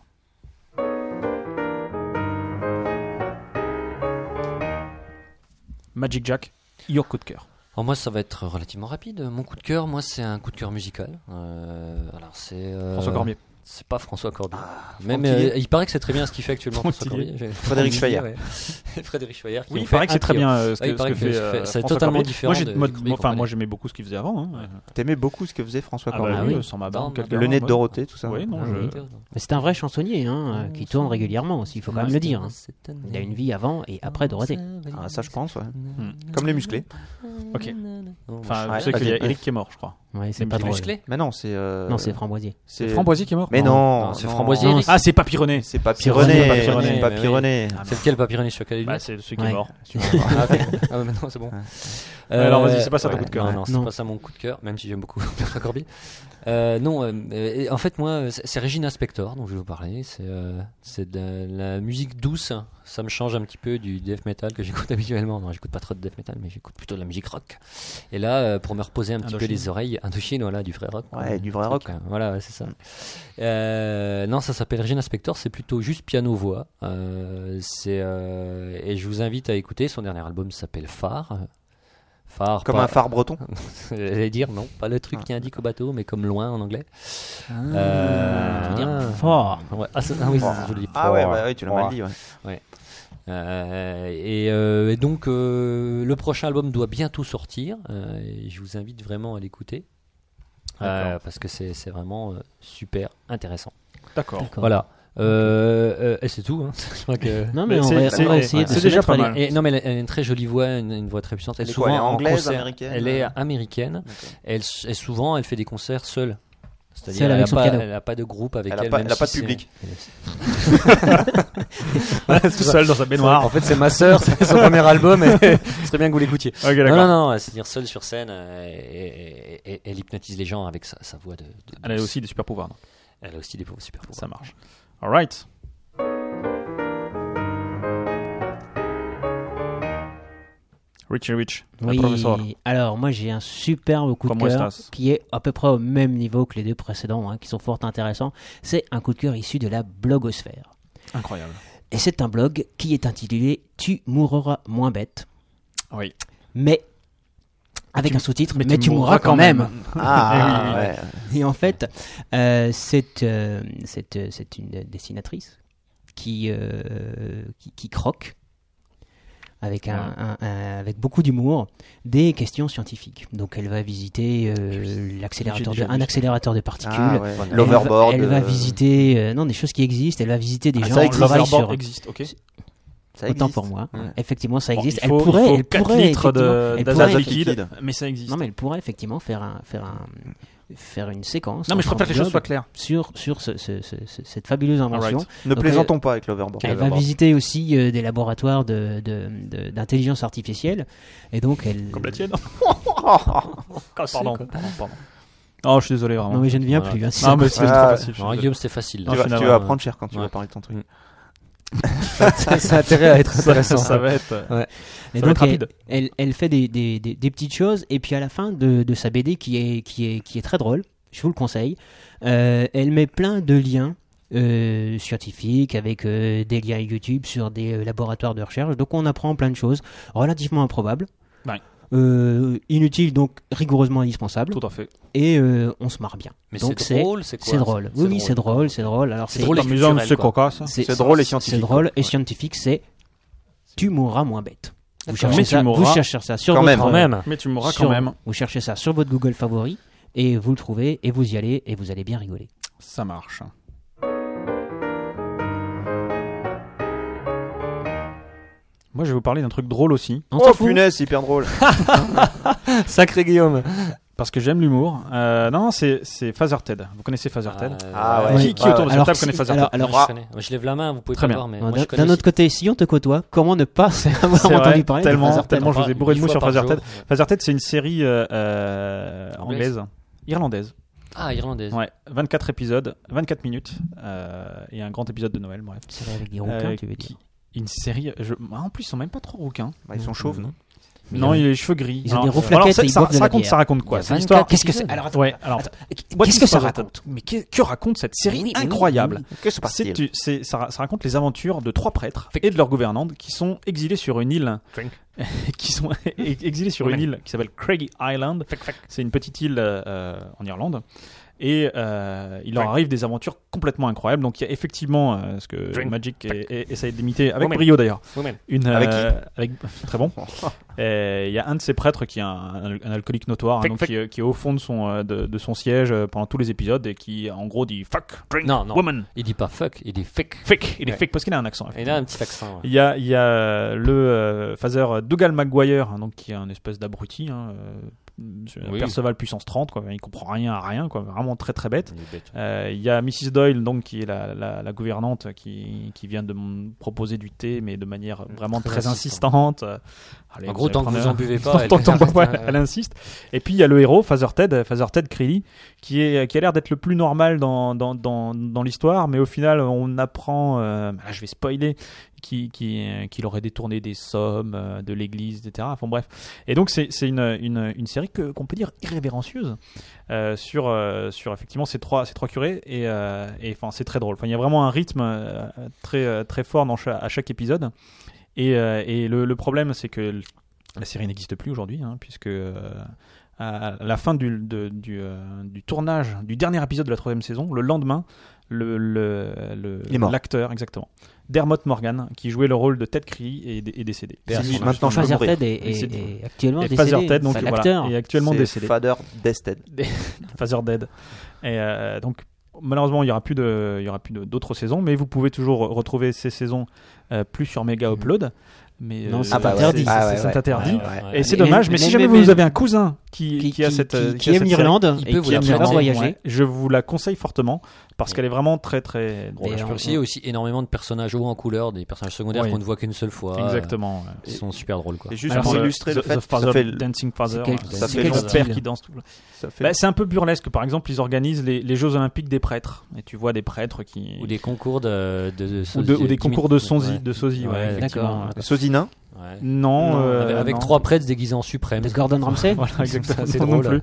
Speaker 2: Magic Jack, your coup de cœur.
Speaker 5: Alors moi, ça va être relativement rapide. Mon coup de cœur, moi, c'est un coup de cœur musical. Euh, alors, c'est. euh,
Speaker 2: François Cormier.
Speaker 5: C'est pas François Corbier. Même,
Speaker 4: Franck Tillier.
Speaker 5: euh, il paraît que c'est très bien ce qu'il fait actuellement, François
Speaker 2: Franck
Speaker 5: Corbier. J'ai-
Speaker 4: Frédéric
Speaker 5: Franck
Speaker 4: Schreier.
Speaker 5: Tillier, ouais. Frédéric Schreier. qui
Speaker 2: Oui,
Speaker 5: ont
Speaker 2: il paraît
Speaker 5: fait
Speaker 2: que c'est très
Speaker 5: Accio.
Speaker 2: bien euh, ce
Speaker 5: Ah, il
Speaker 2: que, ce
Speaker 5: paraît
Speaker 2: que
Speaker 5: que
Speaker 2: fait.
Speaker 5: c'est-
Speaker 2: euh,
Speaker 5: c'est
Speaker 2: François
Speaker 5: totalement
Speaker 2: Cormier.
Speaker 5: différent
Speaker 2: Moi, j'ai-
Speaker 5: de-
Speaker 2: moi,
Speaker 5: du Cormier
Speaker 2: enfin,
Speaker 5: qu'on
Speaker 2: moi j'aimais beaucoup ce qu'il faisait avant. hein.
Speaker 4: T'aimais beaucoup ce que faisait François
Speaker 2: Ah
Speaker 4: Corbier
Speaker 2: bah
Speaker 7: Ah
Speaker 2: oui,
Speaker 7: oui.
Speaker 2: sans ma
Speaker 5: Dans
Speaker 2: barbe,
Speaker 5: ma
Speaker 2: quelqu'un.
Speaker 5: barbe.
Speaker 4: Le nez de
Speaker 2: Ouais.
Speaker 4: Dorothée, tout ça
Speaker 2: Oui, non,
Speaker 5: Ah,
Speaker 2: je-
Speaker 5: oui.
Speaker 7: Mais C'est un vrai chansonnier hein, euh, qui tourne régulièrement aussi, il faut quand même le dire. hein. Il a une vie avant et après Dorothée.
Speaker 4: Ah, ça je pense, ouais. Comme les musclés.
Speaker 2: Ok.
Speaker 5: Non,
Speaker 2: Enfin,
Speaker 4: Ouais,
Speaker 2: je sais
Speaker 4: vas-y.
Speaker 2: qu'il y a Eric qui est mort, je crois.
Speaker 7: Ouais, c'est
Speaker 2: Les
Speaker 7: pas
Speaker 2: musclés.
Speaker 7: drôle.
Speaker 5: Musclé
Speaker 4: Mais non, c'est. euh,
Speaker 7: Non, c'est Framboisier.
Speaker 4: c'est-
Speaker 2: Framboisier qui est mort
Speaker 4: Mais non,
Speaker 5: Non, c'est
Speaker 4: non.
Speaker 5: Framboisier,
Speaker 7: Non,
Speaker 5: Eric.
Speaker 2: Ah, c'est Papyronet
Speaker 4: C'est Papy
Speaker 7: C'est
Speaker 4: René,
Speaker 7: René,
Speaker 4: Papy
Speaker 5: Papy
Speaker 4: René.
Speaker 5: René,
Speaker 4: Papy
Speaker 5: mais oui.
Speaker 4: René.
Speaker 2: Ah,
Speaker 5: C'est lequel Papyroné sur quel
Speaker 2: Bah, c'est celui qui est
Speaker 7: Ouais.
Speaker 2: mort.
Speaker 5: Ah, ok. Ah, bah, maintenant, c'est bon. Euh,
Speaker 2: Ouais, alors, vas-y, c'est pas ça ton coup de cœur.
Speaker 5: Non, non, c'est
Speaker 7: Non.
Speaker 5: pas ça mon coup de cœur, même si j'aime beaucoup François Corbier. Euh, non, euh, euh, et en fait, moi, euh, c'est c'est Regina Spector dont je vais vous parler. C'est euh, c'est de la musique douce. Ça me change un petit peu du death metal que j'écoute habituellement. Non, j'écoute pas trop de death metal, mais j'écoute plutôt de la musique rock. Et là, euh, pour me reposer un petit peu
Speaker 2: Indochine.
Speaker 5: les oreilles, Indochine, voilà, du vrai rock. quoi.
Speaker 4: Ouais, du vrai
Speaker 5: Un
Speaker 4: rock.
Speaker 5: truc, hein. Voilà, ouais, Ah, c'est ça. Euh, non, ça s'appelle Regina Spector, c'est plutôt juste piano-voix. Euh, c'est, euh, et je vous invite à écouter. Son dernier album s'appelle Phare. Phare
Speaker 4: Comme
Speaker 5: pas-
Speaker 4: un Ah. phare breton.
Speaker 5: J'allais dire non, pas le truc qui indique au bateau, mais comme loin en anglais. Euh, je veux dire fort. Ouais. Ah, c'est- ah oui, c'est- je le dis
Speaker 4: Ah ouais,
Speaker 5: fort.
Speaker 4: ouais, ouais, tu l'as
Speaker 5: Fort.
Speaker 4: mal dit. ouais.
Speaker 5: Euh, et, euh, et donc, euh, le prochain album doit bientôt sortir. euh, et je vous invite vraiment à l'écouter. Euh, parce que c'est c'est vraiment euh, super intéressant.
Speaker 2: D'accord.
Speaker 7: D'accord.
Speaker 5: Voilà. Euh, euh, et c'est tout. hein. Je crois que-
Speaker 7: Non, mais,
Speaker 2: Mais
Speaker 7: on
Speaker 2: c'est-
Speaker 7: va,
Speaker 2: c'est-
Speaker 7: on va essayer de
Speaker 2: c'est
Speaker 7: se
Speaker 2: déjà
Speaker 7: mettre
Speaker 2: pas
Speaker 7: à
Speaker 2: mal.
Speaker 7: l'écoute.
Speaker 5: Et- non, mais elle a, elle a une très jolie voix, une, une voix très puissante. Elle,
Speaker 4: Elle est
Speaker 5: souvent
Speaker 4: quoi, elle est
Speaker 5: en
Speaker 4: anglaise,
Speaker 5: concert-
Speaker 4: américaine euh
Speaker 5: Elle est américaine.
Speaker 4: D'accord.
Speaker 5: Elle, s- et souvent, elle fait des concerts seule. C'est-à-dire,
Speaker 7: Seule
Speaker 5: elle
Speaker 7: avec
Speaker 5: n'a
Speaker 7: son
Speaker 5: pas,
Speaker 7: piano.
Speaker 5: elle a pas de groupe avec
Speaker 4: Elle
Speaker 5: elle.
Speaker 4: a pas-
Speaker 5: même
Speaker 4: elle a pas
Speaker 5: si
Speaker 4: de public.
Speaker 2: Tout seul dans sa baignoire.
Speaker 5: En fait, c'est ma sœur, c'est son premier album. Et... Ce serait bien que vous l'écoutiez.
Speaker 2: Ok,
Speaker 5: Non, non,
Speaker 2: d'accord.
Speaker 5: non, elle se dire seule sur scène euh, et, et- et- elle hypnotise les gens avec sa, sa voix de, de-
Speaker 2: Elle a aussi des super pouvoirs. donc
Speaker 5: Elle a aussi des pauvres super pouvoirs.
Speaker 2: Ça marche. Alright. Richie Rich,
Speaker 7: Oui.
Speaker 2: le professeur.
Speaker 7: Alors moi j'ai un superbe coup
Speaker 2: Comment
Speaker 7: de cœur
Speaker 2: estas?
Speaker 7: qui est à peu près au même niveau que les deux précédents, hein, qui sont fort intéressants. C'est un coup de cœur issu de la blogosphère.
Speaker 2: Incroyable.
Speaker 7: Et c'est un blog qui est intitulé Tu mourras moins bête,
Speaker 2: Oui.
Speaker 7: mais avec un sous-titre Mais, tu mourras quand même.
Speaker 4: Ah ouais.
Speaker 7: Et en fait, euh, c'est euh, c'est, euh, c'est une dessinatrice qui, euh, qui, qui croque avec, un, un- un- avec beaucoup d'humour des questions scientifiques. Donc elle va visiter euh, l'accélérateur de-
Speaker 2: déjà vu
Speaker 7: un
Speaker 2: ça.
Speaker 7: accélérateur de particules.
Speaker 4: Ah, ouais.
Speaker 7: Elle va-
Speaker 4: L'overboard.
Speaker 7: Elle, va
Speaker 4: euh,
Speaker 7: visiter euh, non des choses qui existent. Elle va visiter des
Speaker 2: Ah,
Speaker 7: gens
Speaker 2: ça
Speaker 7: qui
Speaker 2: existe.
Speaker 7: travaillent
Speaker 2: L'overboard
Speaker 7: sur.
Speaker 2: existe, ok.
Speaker 4: ça
Speaker 7: Autant
Speaker 4: existe.
Speaker 7: pour moi.
Speaker 4: Ouais.
Speaker 7: Effectivement, ça
Speaker 2: Bon,
Speaker 7: existe.
Speaker 2: il faut-
Speaker 7: elle pourrait,
Speaker 2: il faut
Speaker 7: elle
Speaker 2: 4
Speaker 7: pourrait,
Speaker 2: litres de-
Speaker 7: effectivement- elle
Speaker 2: d'azote
Speaker 7: pourrait-
Speaker 2: liquide,
Speaker 4: liquide.
Speaker 2: mais ça existe.
Speaker 7: non, mais elle pourrait effectivement faire un, faire un, faire une séquence.
Speaker 2: Non, mais je
Speaker 7: dans son
Speaker 2: préfère que les
Speaker 7: blog
Speaker 2: choses soient claires.
Speaker 7: Sur, sur ce- ce- ce- ce- cette fabuleuse invention.
Speaker 2: Alright.
Speaker 4: Ne
Speaker 7: Donc,
Speaker 4: plaisantons pas avec l'overboard.
Speaker 7: Elle
Speaker 2: bah,
Speaker 7: va visiter aussi euh, des laboratoires de- de- de- d'intelligence artificielle. Et donc, elle.
Speaker 2: Comme la tienne.
Speaker 5: Pardon.
Speaker 2: Pardon, pardon, pardon. Oh, je suis désolé, vraiment.
Speaker 7: Non, mais je ne viens
Speaker 5: Voilà.
Speaker 7: plus. hein, si ça-
Speaker 2: Non, mais c'est
Speaker 4: Ah,
Speaker 2: trop facile. je suis
Speaker 5: Non,
Speaker 2: désolé.
Speaker 5: Guillaume, c'était facile.
Speaker 2: Mm.
Speaker 4: Tu vas, tu vas prendre cher quand tu
Speaker 5: Ouais.
Speaker 4: vas parler de ton truc.
Speaker 5: ça, ça a intérêt à être
Speaker 2: Ça-
Speaker 5: intéressant.
Speaker 2: ça va être-
Speaker 5: Ouais.
Speaker 7: Et
Speaker 2: Ça va
Speaker 7: donc,
Speaker 2: être rapide.
Speaker 7: Elle, elle- elle fait des, des- des- des petites choses, et puis à la fin de, de sa BD, qui est, qui, est, qui est très drôle, je vous le conseille, euh, elle met plein de liens euh, scientifiques, avec euh, des liens YouTube sur des euh, laboratoires de recherche. Donc on apprend plein de choses relativement improbables.
Speaker 2: Ouais.
Speaker 7: Euh, inutiles, donc rigoureusement indispensables.
Speaker 2: Tout à fait.
Speaker 7: Et euh, on se marre bien.
Speaker 5: Mais
Speaker 7: Donc
Speaker 5: c'est drôle, c'est quoi
Speaker 7: C'est drôle.
Speaker 5: C'est-
Speaker 7: Oui,
Speaker 5: c'est
Speaker 7: oui, c'est drôle, c'est drôle. Alors
Speaker 5: C'est
Speaker 7: c'est
Speaker 5: drôle et
Speaker 2: Amusant,
Speaker 5: culturel,
Speaker 2: monsieur
Speaker 5: quoi.
Speaker 2: Coca, ça.
Speaker 4: C'est drôle et scientifique,
Speaker 7: C'est drôle et
Speaker 5: Ouais.
Speaker 7: scientifique, c'est tu mourras moins bête. Vous
Speaker 5: D'accord.
Speaker 7: cherchez,
Speaker 2: Mais
Speaker 7: ça,
Speaker 2: tu
Speaker 7: vous
Speaker 2: mourras
Speaker 7: cherchez ça sur
Speaker 4: quand
Speaker 7: votre,
Speaker 4: même.
Speaker 5: Quand même.
Speaker 2: Mais tu mourras
Speaker 7: sur-
Speaker 2: quand même.
Speaker 7: Vous cherchez ça sur votre Google favori et vous le trouvez et vous y allez et vous allez bien rigoler.
Speaker 2: Ça marche. Moi, je vais vous parler d'un truc drôle aussi,
Speaker 7: On
Speaker 4: Oh
Speaker 7: s'en fout.
Speaker 4: punaise, c'est hyper drôle.
Speaker 5: Sacré Guillaume.
Speaker 2: parce que j'aime l'humour. Euh, non, c'est c'est Phaser Ted. Vous connaissez Phaser Ted Euh,
Speaker 5: Euh,
Speaker 4: Ah ouais.
Speaker 2: Qui, qui
Speaker 4: Ouais,
Speaker 2: autour de cette
Speaker 7: Alors,
Speaker 2: table
Speaker 7: si-
Speaker 2: connaît Phaser Ted
Speaker 7: alors-
Speaker 5: Alors,
Speaker 4: Ah.
Speaker 5: je, connais. je lève la main, vous pouvez
Speaker 2: Très
Speaker 5: pas
Speaker 2: bien.
Speaker 5: voir, mais
Speaker 7: D'un
Speaker 5: moi je connais
Speaker 7: d'un autre côté, si on te côtoie, comment ne pas avoir
Speaker 2: C'est vrai,
Speaker 7: entendu parler de
Speaker 2: tellement,
Speaker 7: Phaser Ted
Speaker 2: tellement je vous ai bourré de mots
Speaker 5: Une fois
Speaker 2: sur
Speaker 5: par
Speaker 2: Phaser
Speaker 5: jour.
Speaker 2: Ted. Phaser Ted, c'est une série euh, euh,
Speaker 5: Anglaise.
Speaker 2: anglaise, irlandaise.
Speaker 5: Ah, irlandaise.
Speaker 2: Ouais, 24 épisodes, 24 minutes, euh, et un grand épisode de Noël, bref.
Speaker 7: C'est vrai, avec des ronquins,
Speaker 2: Euh,
Speaker 7: tu veux
Speaker 2: qui-
Speaker 7: dire.
Speaker 2: Une série. je- ah, en plus, ils sont même pas trop rouquins.
Speaker 4: Bah, ils sont chauves, non
Speaker 7: Mais
Speaker 2: non,
Speaker 7: ils-
Speaker 2: il a les cheveux gris.
Speaker 7: ils ont
Speaker 2: Alors-
Speaker 7: des reflaquettes
Speaker 2: alors, ça-
Speaker 7: et ils
Speaker 2: ça,
Speaker 7: boivent de
Speaker 2: ça
Speaker 7: la
Speaker 2: raconte,
Speaker 7: bière.
Speaker 2: ça raconte quoi
Speaker 5: Il y a
Speaker 2: C'est l'histoire.
Speaker 5: 24
Speaker 7: Qu'est-ce que c'est
Speaker 5: épisodes.
Speaker 7: Alors attends,
Speaker 2: Ouais, alors,
Speaker 7: Qu'est-ce que ça raconte
Speaker 2: Mais que, que raconte cette série
Speaker 7: Ah Oui, oui,
Speaker 2: incroyable
Speaker 7: oui,
Speaker 4: Que se
Speaker 2: C'est-
Speaker 4: passe-t-il
Speaker 2: tu- c'est- ça, ra- ça raconte les aventures de trois prêtres et de leur gouvernante qui sont exilés sur une île
Speaker 8: Drink.
Speaker 2: qui sont exilés sur une île qui s'appelle Craigie Island. C'est une petite île euh, euh, en Irlande. Et euh, il leur arrive des aventures complètement incroyables. Donc il y a effectivement euh, ce que
Speaker 8: Drink.
Speaker 2: Magic et, et- essaye d'imiter avec
Speaker 8: Woman.
Speaker 2: brio d'ailleurs.
Speaker 8: Woman.
Speaker 2: Une, euh,
Speaker 4: Avec
Speaker 2: avec- très bon. Et Il y a un de ces prêtres qui est un, un- un alcoolique notoire, hein,
Speaker 8: Fuck,
Speaker 2: donc
Speaker 8: fuck.
Speaker 2: Qui, est- qui est au fond de son, euh, de, de son siège euh, pendant tous les épisodes et qui en gros dit fuck, drink,
Speaker 5: Non, non.
Speaker 2: woman,
Speaker 5: Il dit pas fuck, il dit fake.
Speaker 2: fake. Il est
Speaker 5: Ouais.
Speaker 2: fake parce qu'il a un accent.
Speaker 5: Il a un petit accent. ouais.
Speaker 2: Il y a, il y a le euh, phaser Dougal McGuire, hein, donc qui est un espèce d'abruti, hein, euh, c'est un
Speaker 5: Oui.
Speaker 2: Perceval puissance 30, quoi, il comprend rien à rien, quoi, vraiment très très bête.
Speaker 5: Il est bête.
Speaker 2: Euh, Il y a Mrs. Doyle, donc, qui est la, la- la gouvernante, qui, qui vient de me proposer du thé, mais de manière vraiment
Speaker 5: Très
Speaker 2: très, insistante.
Speaker 5: insistante.
Speaker 2: Euh, allez,
Speaker 5: En
Speaker 2: vous
Speaker 5: gros,
Speaker 2: allez
Speaker 5: tant que
Speaker 2: prendre
Speaker 5: vous
Speaker 2: un-
Speaker 5: en buvez pas,
Speaker 2: Tant-
Speaker 5: elle- hein.
Speaker 2: tant que t'en bois pas,
Speaker 5: Ouais, ouais.
Speaker 2: elle insiste. Et puis il y a le héros, Phaser Ted, Phaser Ted Creeley, qui, est, qui a l'air d'être le plus normal dans, dans, dans, dans l'histoire, mais au final, on apprend, euh, ah, je vais spoiler, qu'il qui, euh, qu'il aurait détourné des sommes euh, de l'église, etc. Enfin bref. Et donc, c'est c'est une, une, une série que- qu'on peut dire irrévérencieuse euh, sur, euh, sur effectivement ces trois, ces trois curés, et euh, et, enfin c'est très drôle. Enfin, il y a vraiment un rythme euh, très, euh, très fort dans cha- à chaque épisode. Et, euh, et le, le problème, c'est que l- la série n'existe plus aujourd'hui, hein, puisque euh, à la fin du, de- du, euh, du tournage du dernier épisode de la troisième saison, le lendemain, le- le- le-
Speaker 4: Il est mort.
Speaker 2: l'acteur, exactement, Dermot Morgan, qui jouait le rôle de Ted Cree, est, est décédé.
Speaker 4: C'est
Speaker 2: Et
Speaker 4: juste maintenant, je
Speaker 7: Phaser
Speaker 4: mourir.
Speaker 7: Ted est,
Speaker 2: Et c'est-
Speaker 7: est- est actuellement
Speaker 2: et
Speaker 7: décédé.
Speaker 2: Phaser Ted, donc
Speaker 7: Enfin,
Speaker 2: voilà,
Speaker 7: l'acteur.
Speaker 2: est actuellement
Speaker 4: C'est
Speaker 2: décédé. Bah,
Speaker 4: Fader Dested.
Speaker 2: Phaser Dead. Et euh, donc malheureusement il y aura plus de, il y aura plus de- d'autres saisons, mais vous pouvez toujours retrouver ces saisons euh, plus sur Mega Upload. Mais
Speaker 7: Mhm. Non,
Speaker 2: euh,
Speaker 7: c'est
Speaker 4: bah ouais,
Speaker 7: interdit.
Speaker 4: c'est- ah ouais,
Speaker 2: c'est
Speaker 4: ouais.
Speaker 2: interdit.
Speaker 5: Ouais, ouais, ouais.
Speaker 2: Et c'est
Speaker 7: Mais-
Speaker 2: dommage, mais,
Speaker 7: mais-
Speaker 2: si jamais
Speaker 7: mais-
Speaker 2: vous avez un cousin qui,
Speaker 7: Qui,
Speaker 2: qui a
Speaker 7: qui-
Speaker 2: cette, euh, qui
Speaker 7: qui- qui
Speaker 2: a
Speaker 7: aime
Speaker 2: cette série,
Speaker 7: l'Irlande
Speaker 5: il
Speaker 7: et
Speaker 5: peut vous
Speaker 7: qui
Speaker 5: la
Speaker 7: aime bien
Speaker 5: prendre.
Speaker 7: voyager.
Speaker 2: ouais, je vous la conseille fortement parce qu'elle est vraiment très très drôle.
Speaker 7: Et
Speaker 5: Je
Speaker 7: on-
Speaker 5: peux aussi, aussi énormément de personnages hauts en couleur, des personnages secondaires
Speaker 2: Oui.
Speaker 5: qu'on ne voit qu'une seule fois.
Speaker 2: Exactement. ouais.
Speaker 5: Ils sont super drôles quoi.
Speaker 4: C'est juste
Speaker 2: Alors,
Speaker 4: pour
Speaker 2: euh,
Speaker 4: illustrer le
Speaker 2: The-
Speaker 4: fait
Speaker 2: The
Speaker 4: que ça
Speaker 2: Father,
Speaker 4: fait.
Speaker 2: Dancing Father,
Speaker 7: quel-
Speaker 2: euh,
Speaker 4: ça
Speaker 2: c'est
Speaker 4: fait
Speaker 2: le
Speaker 4: long.
Speaker 2: père qui danse tout le-
Speaker 4: ça fait-
Speaker 2: Bah, c'est un peu burlesque. Par exemple, ils organisent les, les Jeux Olympiques des prêtres. Et tu vois des prêtres qui.
Speaker 5: Ou des concours de, de, de
Speaker 2: ou
Speaker 5: sosie-
Speaker 2: de- ou des
Speaker 5: d'imi-
Speaker 2: concours de sosie.
Speaker 5: Ouais.
Speaker 2: De sosie ouais,
Speaker 5: Ouais,
Speaker 2: effectivement.
Speaker 7: d'accord.
Speaker 4: Sosie nain
Speaker 5: Ouais.
Speaker 2: Non.
Speaker 4: Non,
Speaker 2: euh,
Speaker 5: avec avec
Speaker 2: non.
Speaker 5: trois prêtres déguisés en suprême.
Speaker 7: De Gordon Ramsay
Speaker 2: Voilà, exactement.
Speaker 5: Ça, c'est
Speaker 2: non
Speaker 5: drôle. hein.
Speaker 2: plus.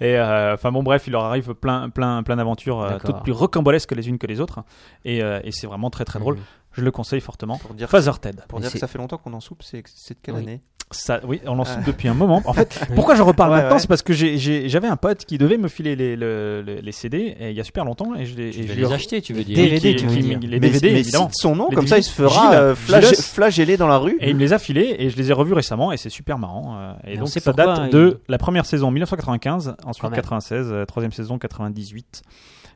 Speaker 2: Et euh, enfin bon, bref, il leur arrive plein, plein, plein d'aventures euh,
Speaker 7: D'accord.
Speaker 2: toutes plus rocambolesques les unes que les autres. Et, euh, et c'est vraiment très très drôle.
Speaker 5: Mhm.
Speaker 2: Je le conseille fortement.
Speaker 4: Pour dire,
Speaker 2: Phaser Ted.
Speaker 4: pour
Speaker 7: Mais
Speaker 4: dire que
Speaker 7: c'est-
Speaker 4: ça fait longtemps qu'on en soupe, c'est c'est de quelle
Speaker 7: Oui.
Speaker 4: année
Speaker 2: Ça, oui, on l'en
Speaker 5: Ah.
Speaker 2: soupe depuis un moment. En fait, pourquoi je reparle
Speaker 4: Ouais,
Speaker 2: maintenant,
Speaker 4: ouais.
Speaker 2: c'est parce que j'ai- j'ai- j'avais un pote qui devait me filer les, le- le- les CD et il y a super longtemps et je l'ai
Speaker 5: Tu
Speaker 2: et je
Speaker 5: vas
Speaker 2: lui ai
Speaker 5: les acheter, tu veux dire.
Speaker 7: DVD,
Speaker 2: qui-
Speaker 7: tu veux
Speaker 2: qui-
Speaker 7: dire.
Speaker 2: les DVD
Speaker 4: mais, mais
Speaker 2: évidemment.
Speaker 4: cite son nom,
Speaker 2: Les
Speaker 4: comme ça il se
Speaker 2: DVD.
Speaker 4: fera
Speaker 2: Gilles,
Speaker 4: euh, flage-
Speaker 2: Gilles.
Speaker 4: flageller dans la rue.
Speaker 2: Et il me les a filés et je les ai revus récemment et c'est super marrant. euh, Et
Speaker 7: Mais on
Speaker 2: donc
Speaker 7: sait
Speaker 2: ça
Speaker 7: pourquoi,
Speaker 2: date
Speaker 7: il-
Speaker 2: de la première saison 1995,
Speaker 7: Quand
Speaker 2: ensuite
Speaker 7: même.
Speaker 2: 96, euh, troisième saison 98.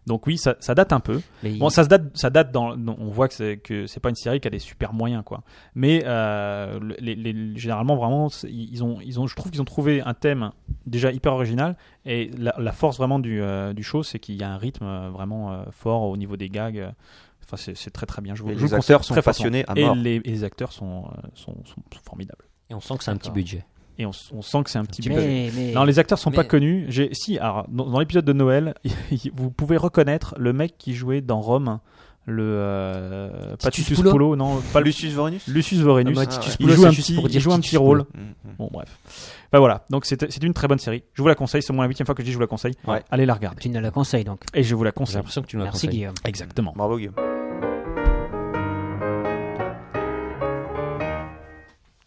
Speaker 2: Donc oui, ça, ça date un peu.
Speaker 7: Mais il-
Speaker 2: Bon, ça se date, ça date dans. dans- On voit que c'est que c'est pas une série qui a des super moyens quoi. Mais euh, le- les, les- généralement vraiment, c'est- ils ont, ils ont, je trouve qu'ils ont trouvé un thème déjà hyper original et la, la force vraiment du, euh, du show, c'est qu'il y a un rythme euh, vraiment euh, fort au niveau des gags. Enfin, c'est c'est très très bien. Je vous,
Speaker 4: Et
Speaker 2: je
Speaker 4: les
Speaker 2: vous le
Speaker 4: acteurs
Speaker 2: conseille
Speaker 4: sont
Speaker 2: très fortement.
Speaker 4: passionnés à
Speaker 2: Et
Speaker 4: mort.
Speaker 2: les, et les acteurs sont, euh, sont, sont- sont formidables.
Speaker 5: Et on sent que c'est un petit
Speaker 7: D'accord.
Speaker 5: budget.
Speaker 2: Et on, s- on sent que c'est un petit peu.
Speaker 7: mais, mais-
Speaker 2: Non, les acteurs sont
Speaker 5: mais-
Speaker 2: pas connus. J'ai si alors dans, dans l'épisode de Noël, vous pouvez reconnaître le mec qui jouait dans Rome. le euh, pas
Speaker 5: Titus
Speaker 2: Titus
Speaker 5: Pulo
Speaker 2: Pulo, non, pas le-
Speaker 4: Lucius Vorenus
Speaker 2: Lucius Vorenus.
Speaker 5: Ah, moi, Titus
Speaker 2: il
Speaker 5: Pulo,
Speaker 2: joue
Speaker 5: c'est
Speaker 2: un
Speaker 5: juste
Speaker 2: petit,
Speaker 5: pour
Speaker 2: il
Speaker 5: dire
Speaker 2: joue un
Speaker 5: Titus
Speaker 2: petit rôle.
Speaker 4: Mm, mm.
Speaker 2: Bon bref. Bah voilà, donc c'est c'est une très bonne série. Je vous la conseille, c'est au moins la huitième fois que je dis je vous la conseille.
Speaker 4: Ouais.
Speaker 2: Allez la regarder.
Speaker 7: Tu ne la conseilles donc.
Speaker 2: Et je vous la
Speaker 5: J'ai
Speaker 2: conseille.
Speaker 5: l'impression que tu nous l'as
Speaker 7: Merci
Speaker 5: conseillé.
Speaker 7: Guillaume.
Speaker 2: Exactement.
Speaker 4: Bravo Guillaume.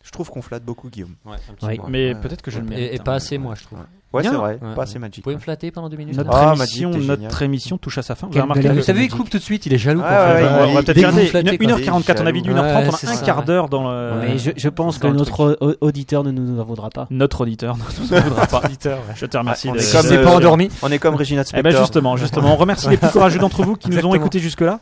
Speaker 4: Je trouve qu'on flatte beaucoup Guillaume.
Speaker 5: Ouais, un petit
Speaker 7: Oui.
Speaker 5: peu.
Speaker 2: Mais
Speaker 4: Ouais.
Speaker 2: peut-être que je le
Speaker 5: Et,
Speaker 2: mérite.
Speaker 5: et
Speaker 2: hein.
Speaker 5: pas assez, moi, je trouve.
Speaker 4: Ouais,
Speaker 2: Bien.
Speaker 4: c'est vrai,
Speaker 5: Ouais.
Speaker 4: pas assez hein. Magic.
Speaker 5: Vous pouvez me flatter pendant deux minutes
Speaker 2: Notre,
Speaker 4: Ah,
Speaker 2: émission,
Speaker 4: Magic, t'es
Speaker 2: notre
Speaker 4: génial.
Speaker 2: émission touche à sa fin. Vous
Speaker 7: Quelle
Speaker 2: avez remarqué
Speaker 7: belle
Speaker 2: que-
Speaker 5: Vous savez, il coupe tout de suite, il est jaloux.
Speaker 4: Ah Ouais,
Speaker 5: quand on
Speaker 4: ouais,
Speaker 5: fait-
Speaker 4: ouais,
Speaker 2: on va
Speaker 4: il-
Speaker 2: peut-être
Speaker 5: dès que vous
Speaker 2: garder
Speaker 5: flattez, quoi.
Speaker 2: 1h44, on a vu d'une heure
Speaker 5: Ouais,
Speaker 2: 30, on
Speaker 5: c'est
Speaker 2: a un
Speaker 5: ça,
Speaker 2: quart
Speaker 5: ouais.
Speaker 2: d'heure dans le.
Speaker 7: Mais je, je pense
Speaker 5: C'est
Speaker 7: que
Speaker 5: dans le
Speaker 7: notre au- auditeur ne nous en voudra pas.
Speaker 2: Notre auditeur ne nous en voudra pas. Je te remercie.
Speaker 4: Ah, on
Speaker 2: de-
Speaker 4: est
Speaker 5: Comme
Speaker 4: Comme,
Speaker 5: c'est
Speaker 4: euh,
Speaker 5: pas endormi.
Speaker 4: On est comme Regina
Speaker 2: Eh
Speaker 4: Spector.
Speaker 2: ben justement, justement, on remercie les plus courageux d'entre vous qui nous ont écoutés jusque-là.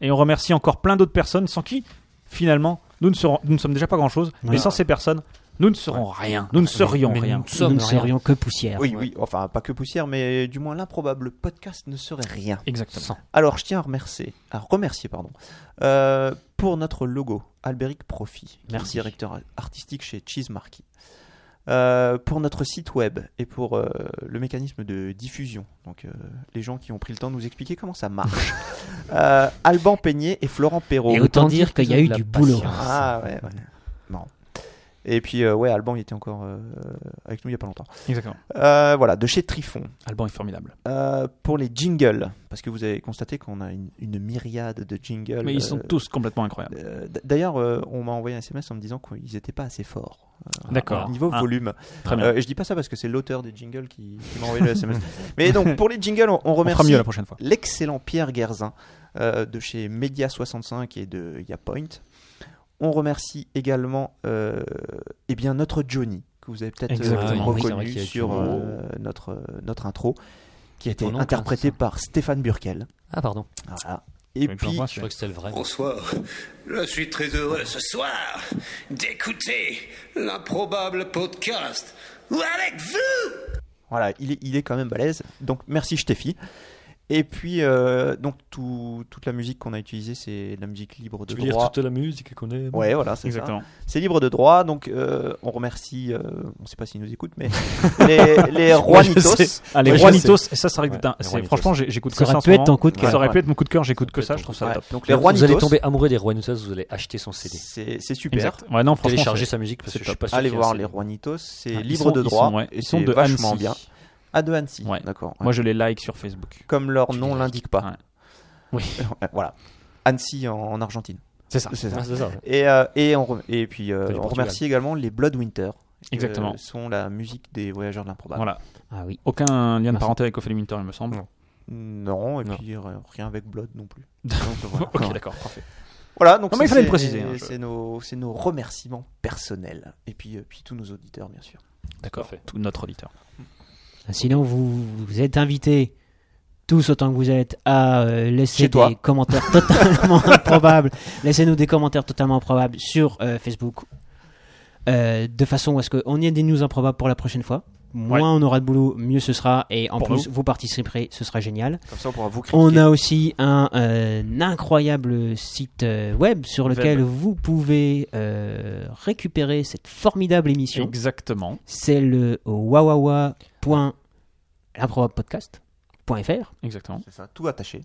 Speaker 2: Et on remercie encore plein d'autres personnes sans qui, finalement, nous ne, serons, nous ne sommes déjà pas grand-chose.
Speaker 7: Ouais.
Speaker 2: Mais sans ces personnes, nous ne serons rien. Nous ne serions
Speaker 5: mais
Speaker 2: rien.
Speaker 5: Nous sommes
Speaker 7: nous ne
Speaker 5: rien.
Speaker 7: serions que poussière.
Speaker 4: Oui, oui, enfin pas que poussière, mais du moins l'improbable podcast ne serait rien.
Speaker 2: Exactement.
Speaker 4: Alors, je tiens à remercier, à remercier pardon, euh, pour notre logo, Albéric Profi, qui est
Speaker 7: Merci.
Speaker 4: directeur artistique chez Cheese Marquis. Euh, pour notre site web et pour euh, le mécanisme de diffusion. Donc, euh, les gens qui ont pris le temps de nous expliquer comment ça marche. Euh, Alban Peigné et Florent Perrault.
Speaker 7: Et autant dire qu'il y a eu
Speaker 5: de la
Speaker 7: du boulot.
Speaker 5: patience.
Speaker 4: Ah, ouais, ouais. Marrant. Et puis, euh, ouais, Alban, il était encore euh, avec nous il n'y a pas longtemps.
Speaker 2: Exactement.
Speaker 4: Euh, voilà, de chez Trifon.
Speaker 2: Alban est formidable.
Speaker 4: Euh, pour les jingles, parce que vous avez constaté qu'on a une, une myriade de jingles.
Speaker 2: Mais ils sont
Speaker 4: euh,
Speaker 2: tous complètement incroyables.
Speaker 4: euh, d- D'ailleurs, euh, on m'a envoyé un SMS en me disant qu'ils n'étaient pas assez forts. euh,
Speaker 2: D'accord.
Speaker 4: au Niveau
Speaker 2: Ah,
Speaker 4: volume.
Speaker 2: Très bien.
Speaker 4: Euh, et je dis pas ça parce que c'est l'auteur des jingles qui, qui m'a envoyé le SMS. Mais donc, pour les jingles, on, on
Speaker 2: On fera
Speaker 4: remercie
Speaker 2: mieux la prochaine fois.
Speaker 4: l'excellent Pierre Guerzin euh, de chez Media65 et de Yapoint. On remercie également euh, eh bien, notre Johnny, que vous avez peut-être euh,
Speaker 2: Exactement.
Speaker 5: Ah Oui, c'est vrai
Speaker 4: reconnu
Speaker 5: qu'il y a eu
Speaker 4: sur
Speaker 5: Johnny.
Speaker 4: euh, notre, euh, notre intro, qui a été
Speaker 5: Mon oncle,
Speaker 4: interprété
Speaker 5: c'est ça.
Speaker 4: par Stéphane Burkel.
Speaker 5: Ah, pardon.
Speaker 4: Voilà. Et
Speaker 2: Mais je
Speaker 4: puis,
Speaker 2: l'embrasse,
Speaker 5: Je crois que c'était le vrai.
Speaker 9: Bonsoir. Je suis très heureux ce soir d'écouter l'improbable podcast avec vous.
Speaker 4: Voilà, il est, il est quand même balèze. Donc merci Steffi. Et puis euh, donc tout- toute la musique qu'on a utilisée, c'est de la musique libre de droit.
Speaker 5: la musique qu'on aime
Speaker 4: Ouais, voilà, c'est ça.
Speaker 2: Exactement.
Speaker 4: C'est libre de droit, donc euh, on remercie, euh, on sait pas s'ils nous écoutent, mais les, les Juanitos.
Speaker 2: Allez,
Speaker 4: Ouais, je
Speaker 2: Juanitos, et ça, ça arrive
Speaker 5: Ouais,
Speaker 2: d'un-
Speaker 5: les
Speaker 2: c'est-
Speaker 5: Juanitos.
Speaker 2: Franchement, j'ai- j'écoute que
Speaker 7: Ça
Speaker 2: ça. en
Speaker 7: aurait
Speaker 2: ce
Speaker 7: pu être
Speaker 2: moment.
Speaker 7: ton coup de
Speaker 4: Ouais.
Speaker 2: Ça
Speaker 7: cœur.
Speaker 2: aurait pu être mon coup de cœur, j'écoute que ça, je trouve ça
Speaker 4: Ouais,
Speaker 2: top.
Speaker 4: donc les
Speaker 5: Vous allez
Speaker 4: Juanitos,
Speaker 5: tomber amoureux des Juanitos, vous allez acheter son CD.
Speaker 4: c'est c'est super.
Speaker 2: Exact. Ouais, non, franchement.
Speaker 5: Télécharger
Speaker 2: c'est-
Speaker 5: sa musique parce
Speaker 2: c'est
Speaker 5: que je suis
Speaker 2: top.
Speaker 5: pas sûr.
Speaker 4: Allez
Speaker 5: qu'il y ait
Speaker 4: voir
Speaker 5: un
Speaker 4: les
Speaker 5: CD.
Speaker 4: Juanitos, c'est
Speaker 2: Ah, ils
Speaker 4: libre
Speaker 2: sont-
Speaker 4: de
Speaker 2: ils
Speaker 4: droit
Speaker 2: sont, ouais,
Speaker 4: et
Speaker 2: ils sont
Speaker 4: c'est
Speaker 2: de
Speaker 4: vachement
Speaker 2: Annecy.
Speaker 4: bien. À de Annecy,
Speaker 2: Ouais.
Speaker 4: d'accord.
Speaker 2: Moi, je les like sur Facebook.
Speaker 4: Comme leur nom l'indique pas.
Speaker 2: Oui.
Speaker 4: voilà. Annecy en, en Argentine.
Speaker 2: C'est ça.
Speaker 4: C'est ça.
Speaker 5: Ah, c'est ça.
Speaker 4: Et, euh, et, on re- et puis euh,
Speaker 5: Pas du
Speaker 4: on
Speaker 5: Portugal.
Speaker 4: remercie également les Blood Winter. qui,
Speaker 2: Exactement.
Speaker 4: euh, sont la musique des voyageurs de l'improbable.
Speaker 2: Voilà.
Speaker 7: Ah oui.
Speaker 2: Aucun lien de parenté avec Ophélie Winter, il me semble.
Speaker 4: Non. Non, et
Speaker 5: Non.
Speaker 4: puis euh, rien avec Blood non plus.
Speaker 2: Oh,
Speaker 4: voilà.
Speaker 2: ok, d'accord, parfait.
Speaker 4: Voilà, donc
Speaker 2: Non, mais il
Speaker 4: c'est-
Speaker 2: fallait le
Speaker 4: c'est-
Speaker 2: préciser, hein, je-
Speaker 4: C'est nos, c'est nos remerciements personnels. Et puis, euh, puis tous nos auditeurs, bien sûr.
Speaker 2: D'accord.
Speaker 5: Parfait.
Speaker 2: Tout notre auditeur.
Speaker 7: Sinon, vous, vous êtes invités, tous autant que vous êtes, à euh, laisser
Speaker 4: Chez
Speaker 7: des
Speaker 4: toi.
Speaker 7: commentaires totalement improbables. Laissez-nous des commentaires totalement improbables sur euh, Facebook. Euh, de façon à ce qu'on ait des news improbables pour la prochaine fois. Moins
Speaker 2: Ouais.
Speaker 7: on aura de boulot, mieux ce sera. Et en
Speaker 2: Pour
Speaker 7: plus, vous participerez, ce sera génial.
Speaker 4: Comme ça, on pourra vous critiquer.
Speaker 7: On a aussi un, euh, incroyable site euh, web sur lequel
Speaker 2: Web.
Speaker 7: vous pouvez euh, récupérer cette formidable émission.
Speaker 2: Exactement.
Speaker 7: C'est le wawawa.l'improbablepodcast.fr.
Speaker 2: Exactement.
Speaker 4: C'est ça, tout attaché.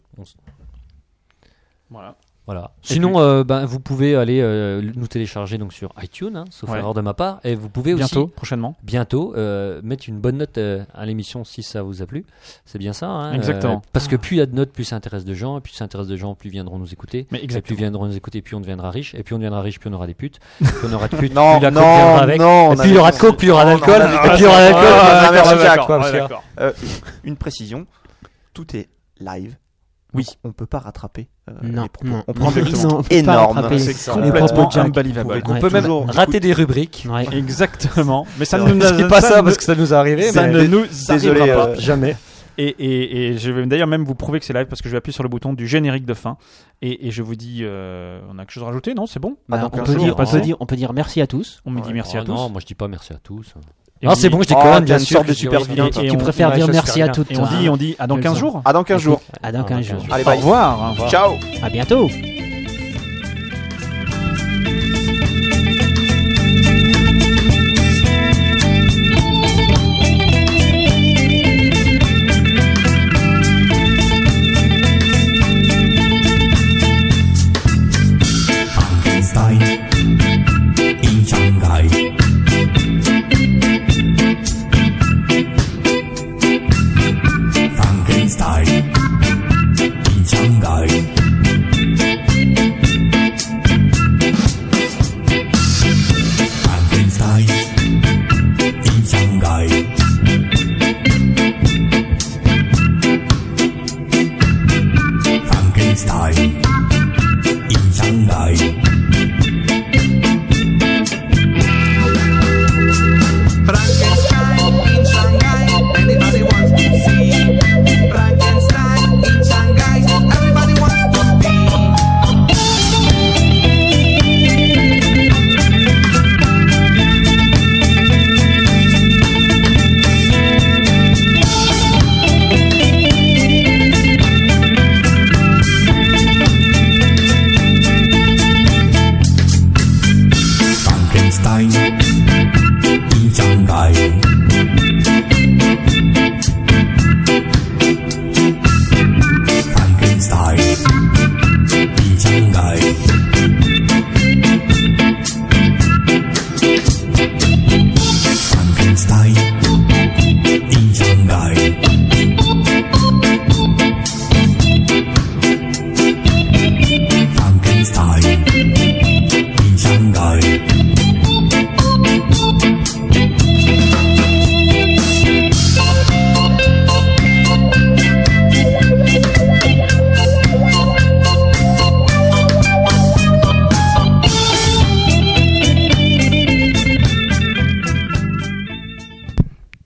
Speaker 2: Voilà.
Speaker 5: Voilà. Sinon, euh, ben, vous pouvez aller euh, nous télécharger donc sur iTunes, hein, sauf
Speaker 2: Ouais.
Speaker 5: erreur de ma part, et vous pouvez aussi
Speaker 2: Bientôt, prochainement.
Speaker 5: bientôt euh, mettre une bonne note euh, à l'émission si ça vous a plu. C'est bien ça. hein,
Speaker 2: Exactement.
Speaker 5: euh, parce que plus il y a de notes, plus ça intéresse de gens, et plus ça intéresse de gens, plus ils viendront nous écouter.
Speaker 2: Mais
Speaker 5: Et plus
Speaker 2: exactement.
Speaker 5: ils viendront nous écouter, plus on deviendra riche. Et plus on deviendra riche, plus on aura des putes. Plus on aura de putes,
Speaker 4: Non,
Speaker 5: plus la coke
Speaker 4: non,
Speaker 5: viendra avec.
Speaker 4: non.
Speaker 5: et plus il y aura de coke, plus il y aura d'alcool.
Speaker 4: on avait-
Speaker 5: Et plus il y aura d'alcool. plus
Speaker 4: Ah,
Speaker 5: on aura
Speaker 4: merci,
Speaker 5: d'alcool,
Speaker 4: Jack,
Speaker 5: quoi, parce que-
Speaker 4: Euh, une précision tout est live.
Speaker 2: Oui.
Speaker 4: On peut pas rattraper euh,
Speaker 7: Non,
Speaker 4: les propos.
Speaker 7: non.
Speaker 4: on prend des risques
Speaker 7: Non, on peut pas
Speaker 4: énormes.
Speaker 7: rattraper.
Speaker 2: C'est
Speaker 7: Les propos
Speaker 2: complètement
Speaker 7: de Jack.
Speaker 2: unbelievable.
Speaker 7: Ouais.
Speaker 5: On peut même
Speaker 4: Toujours, on
Speaker 5: rater des rubriques.
Speaker 7: Ouais.
Speaker 2: Exactement. Mais ça
Speaker 4: C'est
Speaker 2: ne nous
Speaker 5: C'est pas ça, parce que
Speaker 2: ne-
Speaker 5: ça nous est arrivé.
Speaker 2: ça
Speaker 5: mais-
Speaker 2: ne nous
Speaker 4: Désolé,
Speaker 2: arrivera
Speaker 4: euh,
Speaker 2: pas. Jamais. Et, et, et je vais d'ailleurs même vous prouver que c'est live parce que je vais appuyer sur le bouton du générique de fin. Et, et je vous dis, euh, on a quelque chose à rajouter Non, c'est bon
Speaker 7: Bah,
Speaker 4: Ah, donc,
Speaker 7: on,
Speaker 4: un
Speaker 7: peut
Speaker 4: jour, Oh,
Speaker 7: dire, on,
Speaker 2: passé.
Speaker 7: peut dire, on peut dire merci à tous.
Speaker 2: On me dit merci à
Speaker 5: Oh
Speaker 2: tous.
Speaker 5: Non, moi je dis pas merci à tous.
Speaker 2: Et on
Speaker 5: ah, c'est
Speaker 2: dit-
Speaker 5: bon, je
Speaker 4: Oh,
Speaker 5: déconne,
Speaker 4: t'es
Speaker 5: bien
Speaker 4: une
Speaker 5: sûr.
Speaker 4: sorte de
Speaker 5: je dis
Speaker 4: super
Speaker 5: oui,
Speaker 4: vilain,
Speaker 5: et
Speaker 4: toi.
Speaker 5: on-
Speaker 2: Et
Speaker 7: tu
Speaker 2: on-
Speaker 7: préfères
Speaker 5: ouais,
Speaker 7: dire
Speaker 5: ça, c'est
Speaker 7: merci à
Speaker 5: rien.
Speaker 7: toutes.
Speaker 2: Et on dit, on Ah, dit à dans
Speaker 7: Je le
Speaker 2: 15
Speaker 7: sens.
Speaker 2: jours.
Speaker 4: À Ah, dans 15 jours.
Speaker 7: À dans 15 jours.
Speaker 4: Allez,
Speaker 2: Au
Speaker 4: bye.
Speaker 2: revoir. Au revoir.
Speaker 4: Ciao.
Speaker 7: À bientôt.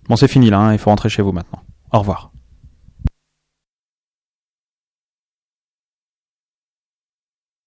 Speaker 2: Bon, c'est fini là, hein, il faut rentrer chez vous maintenant. Au revoir.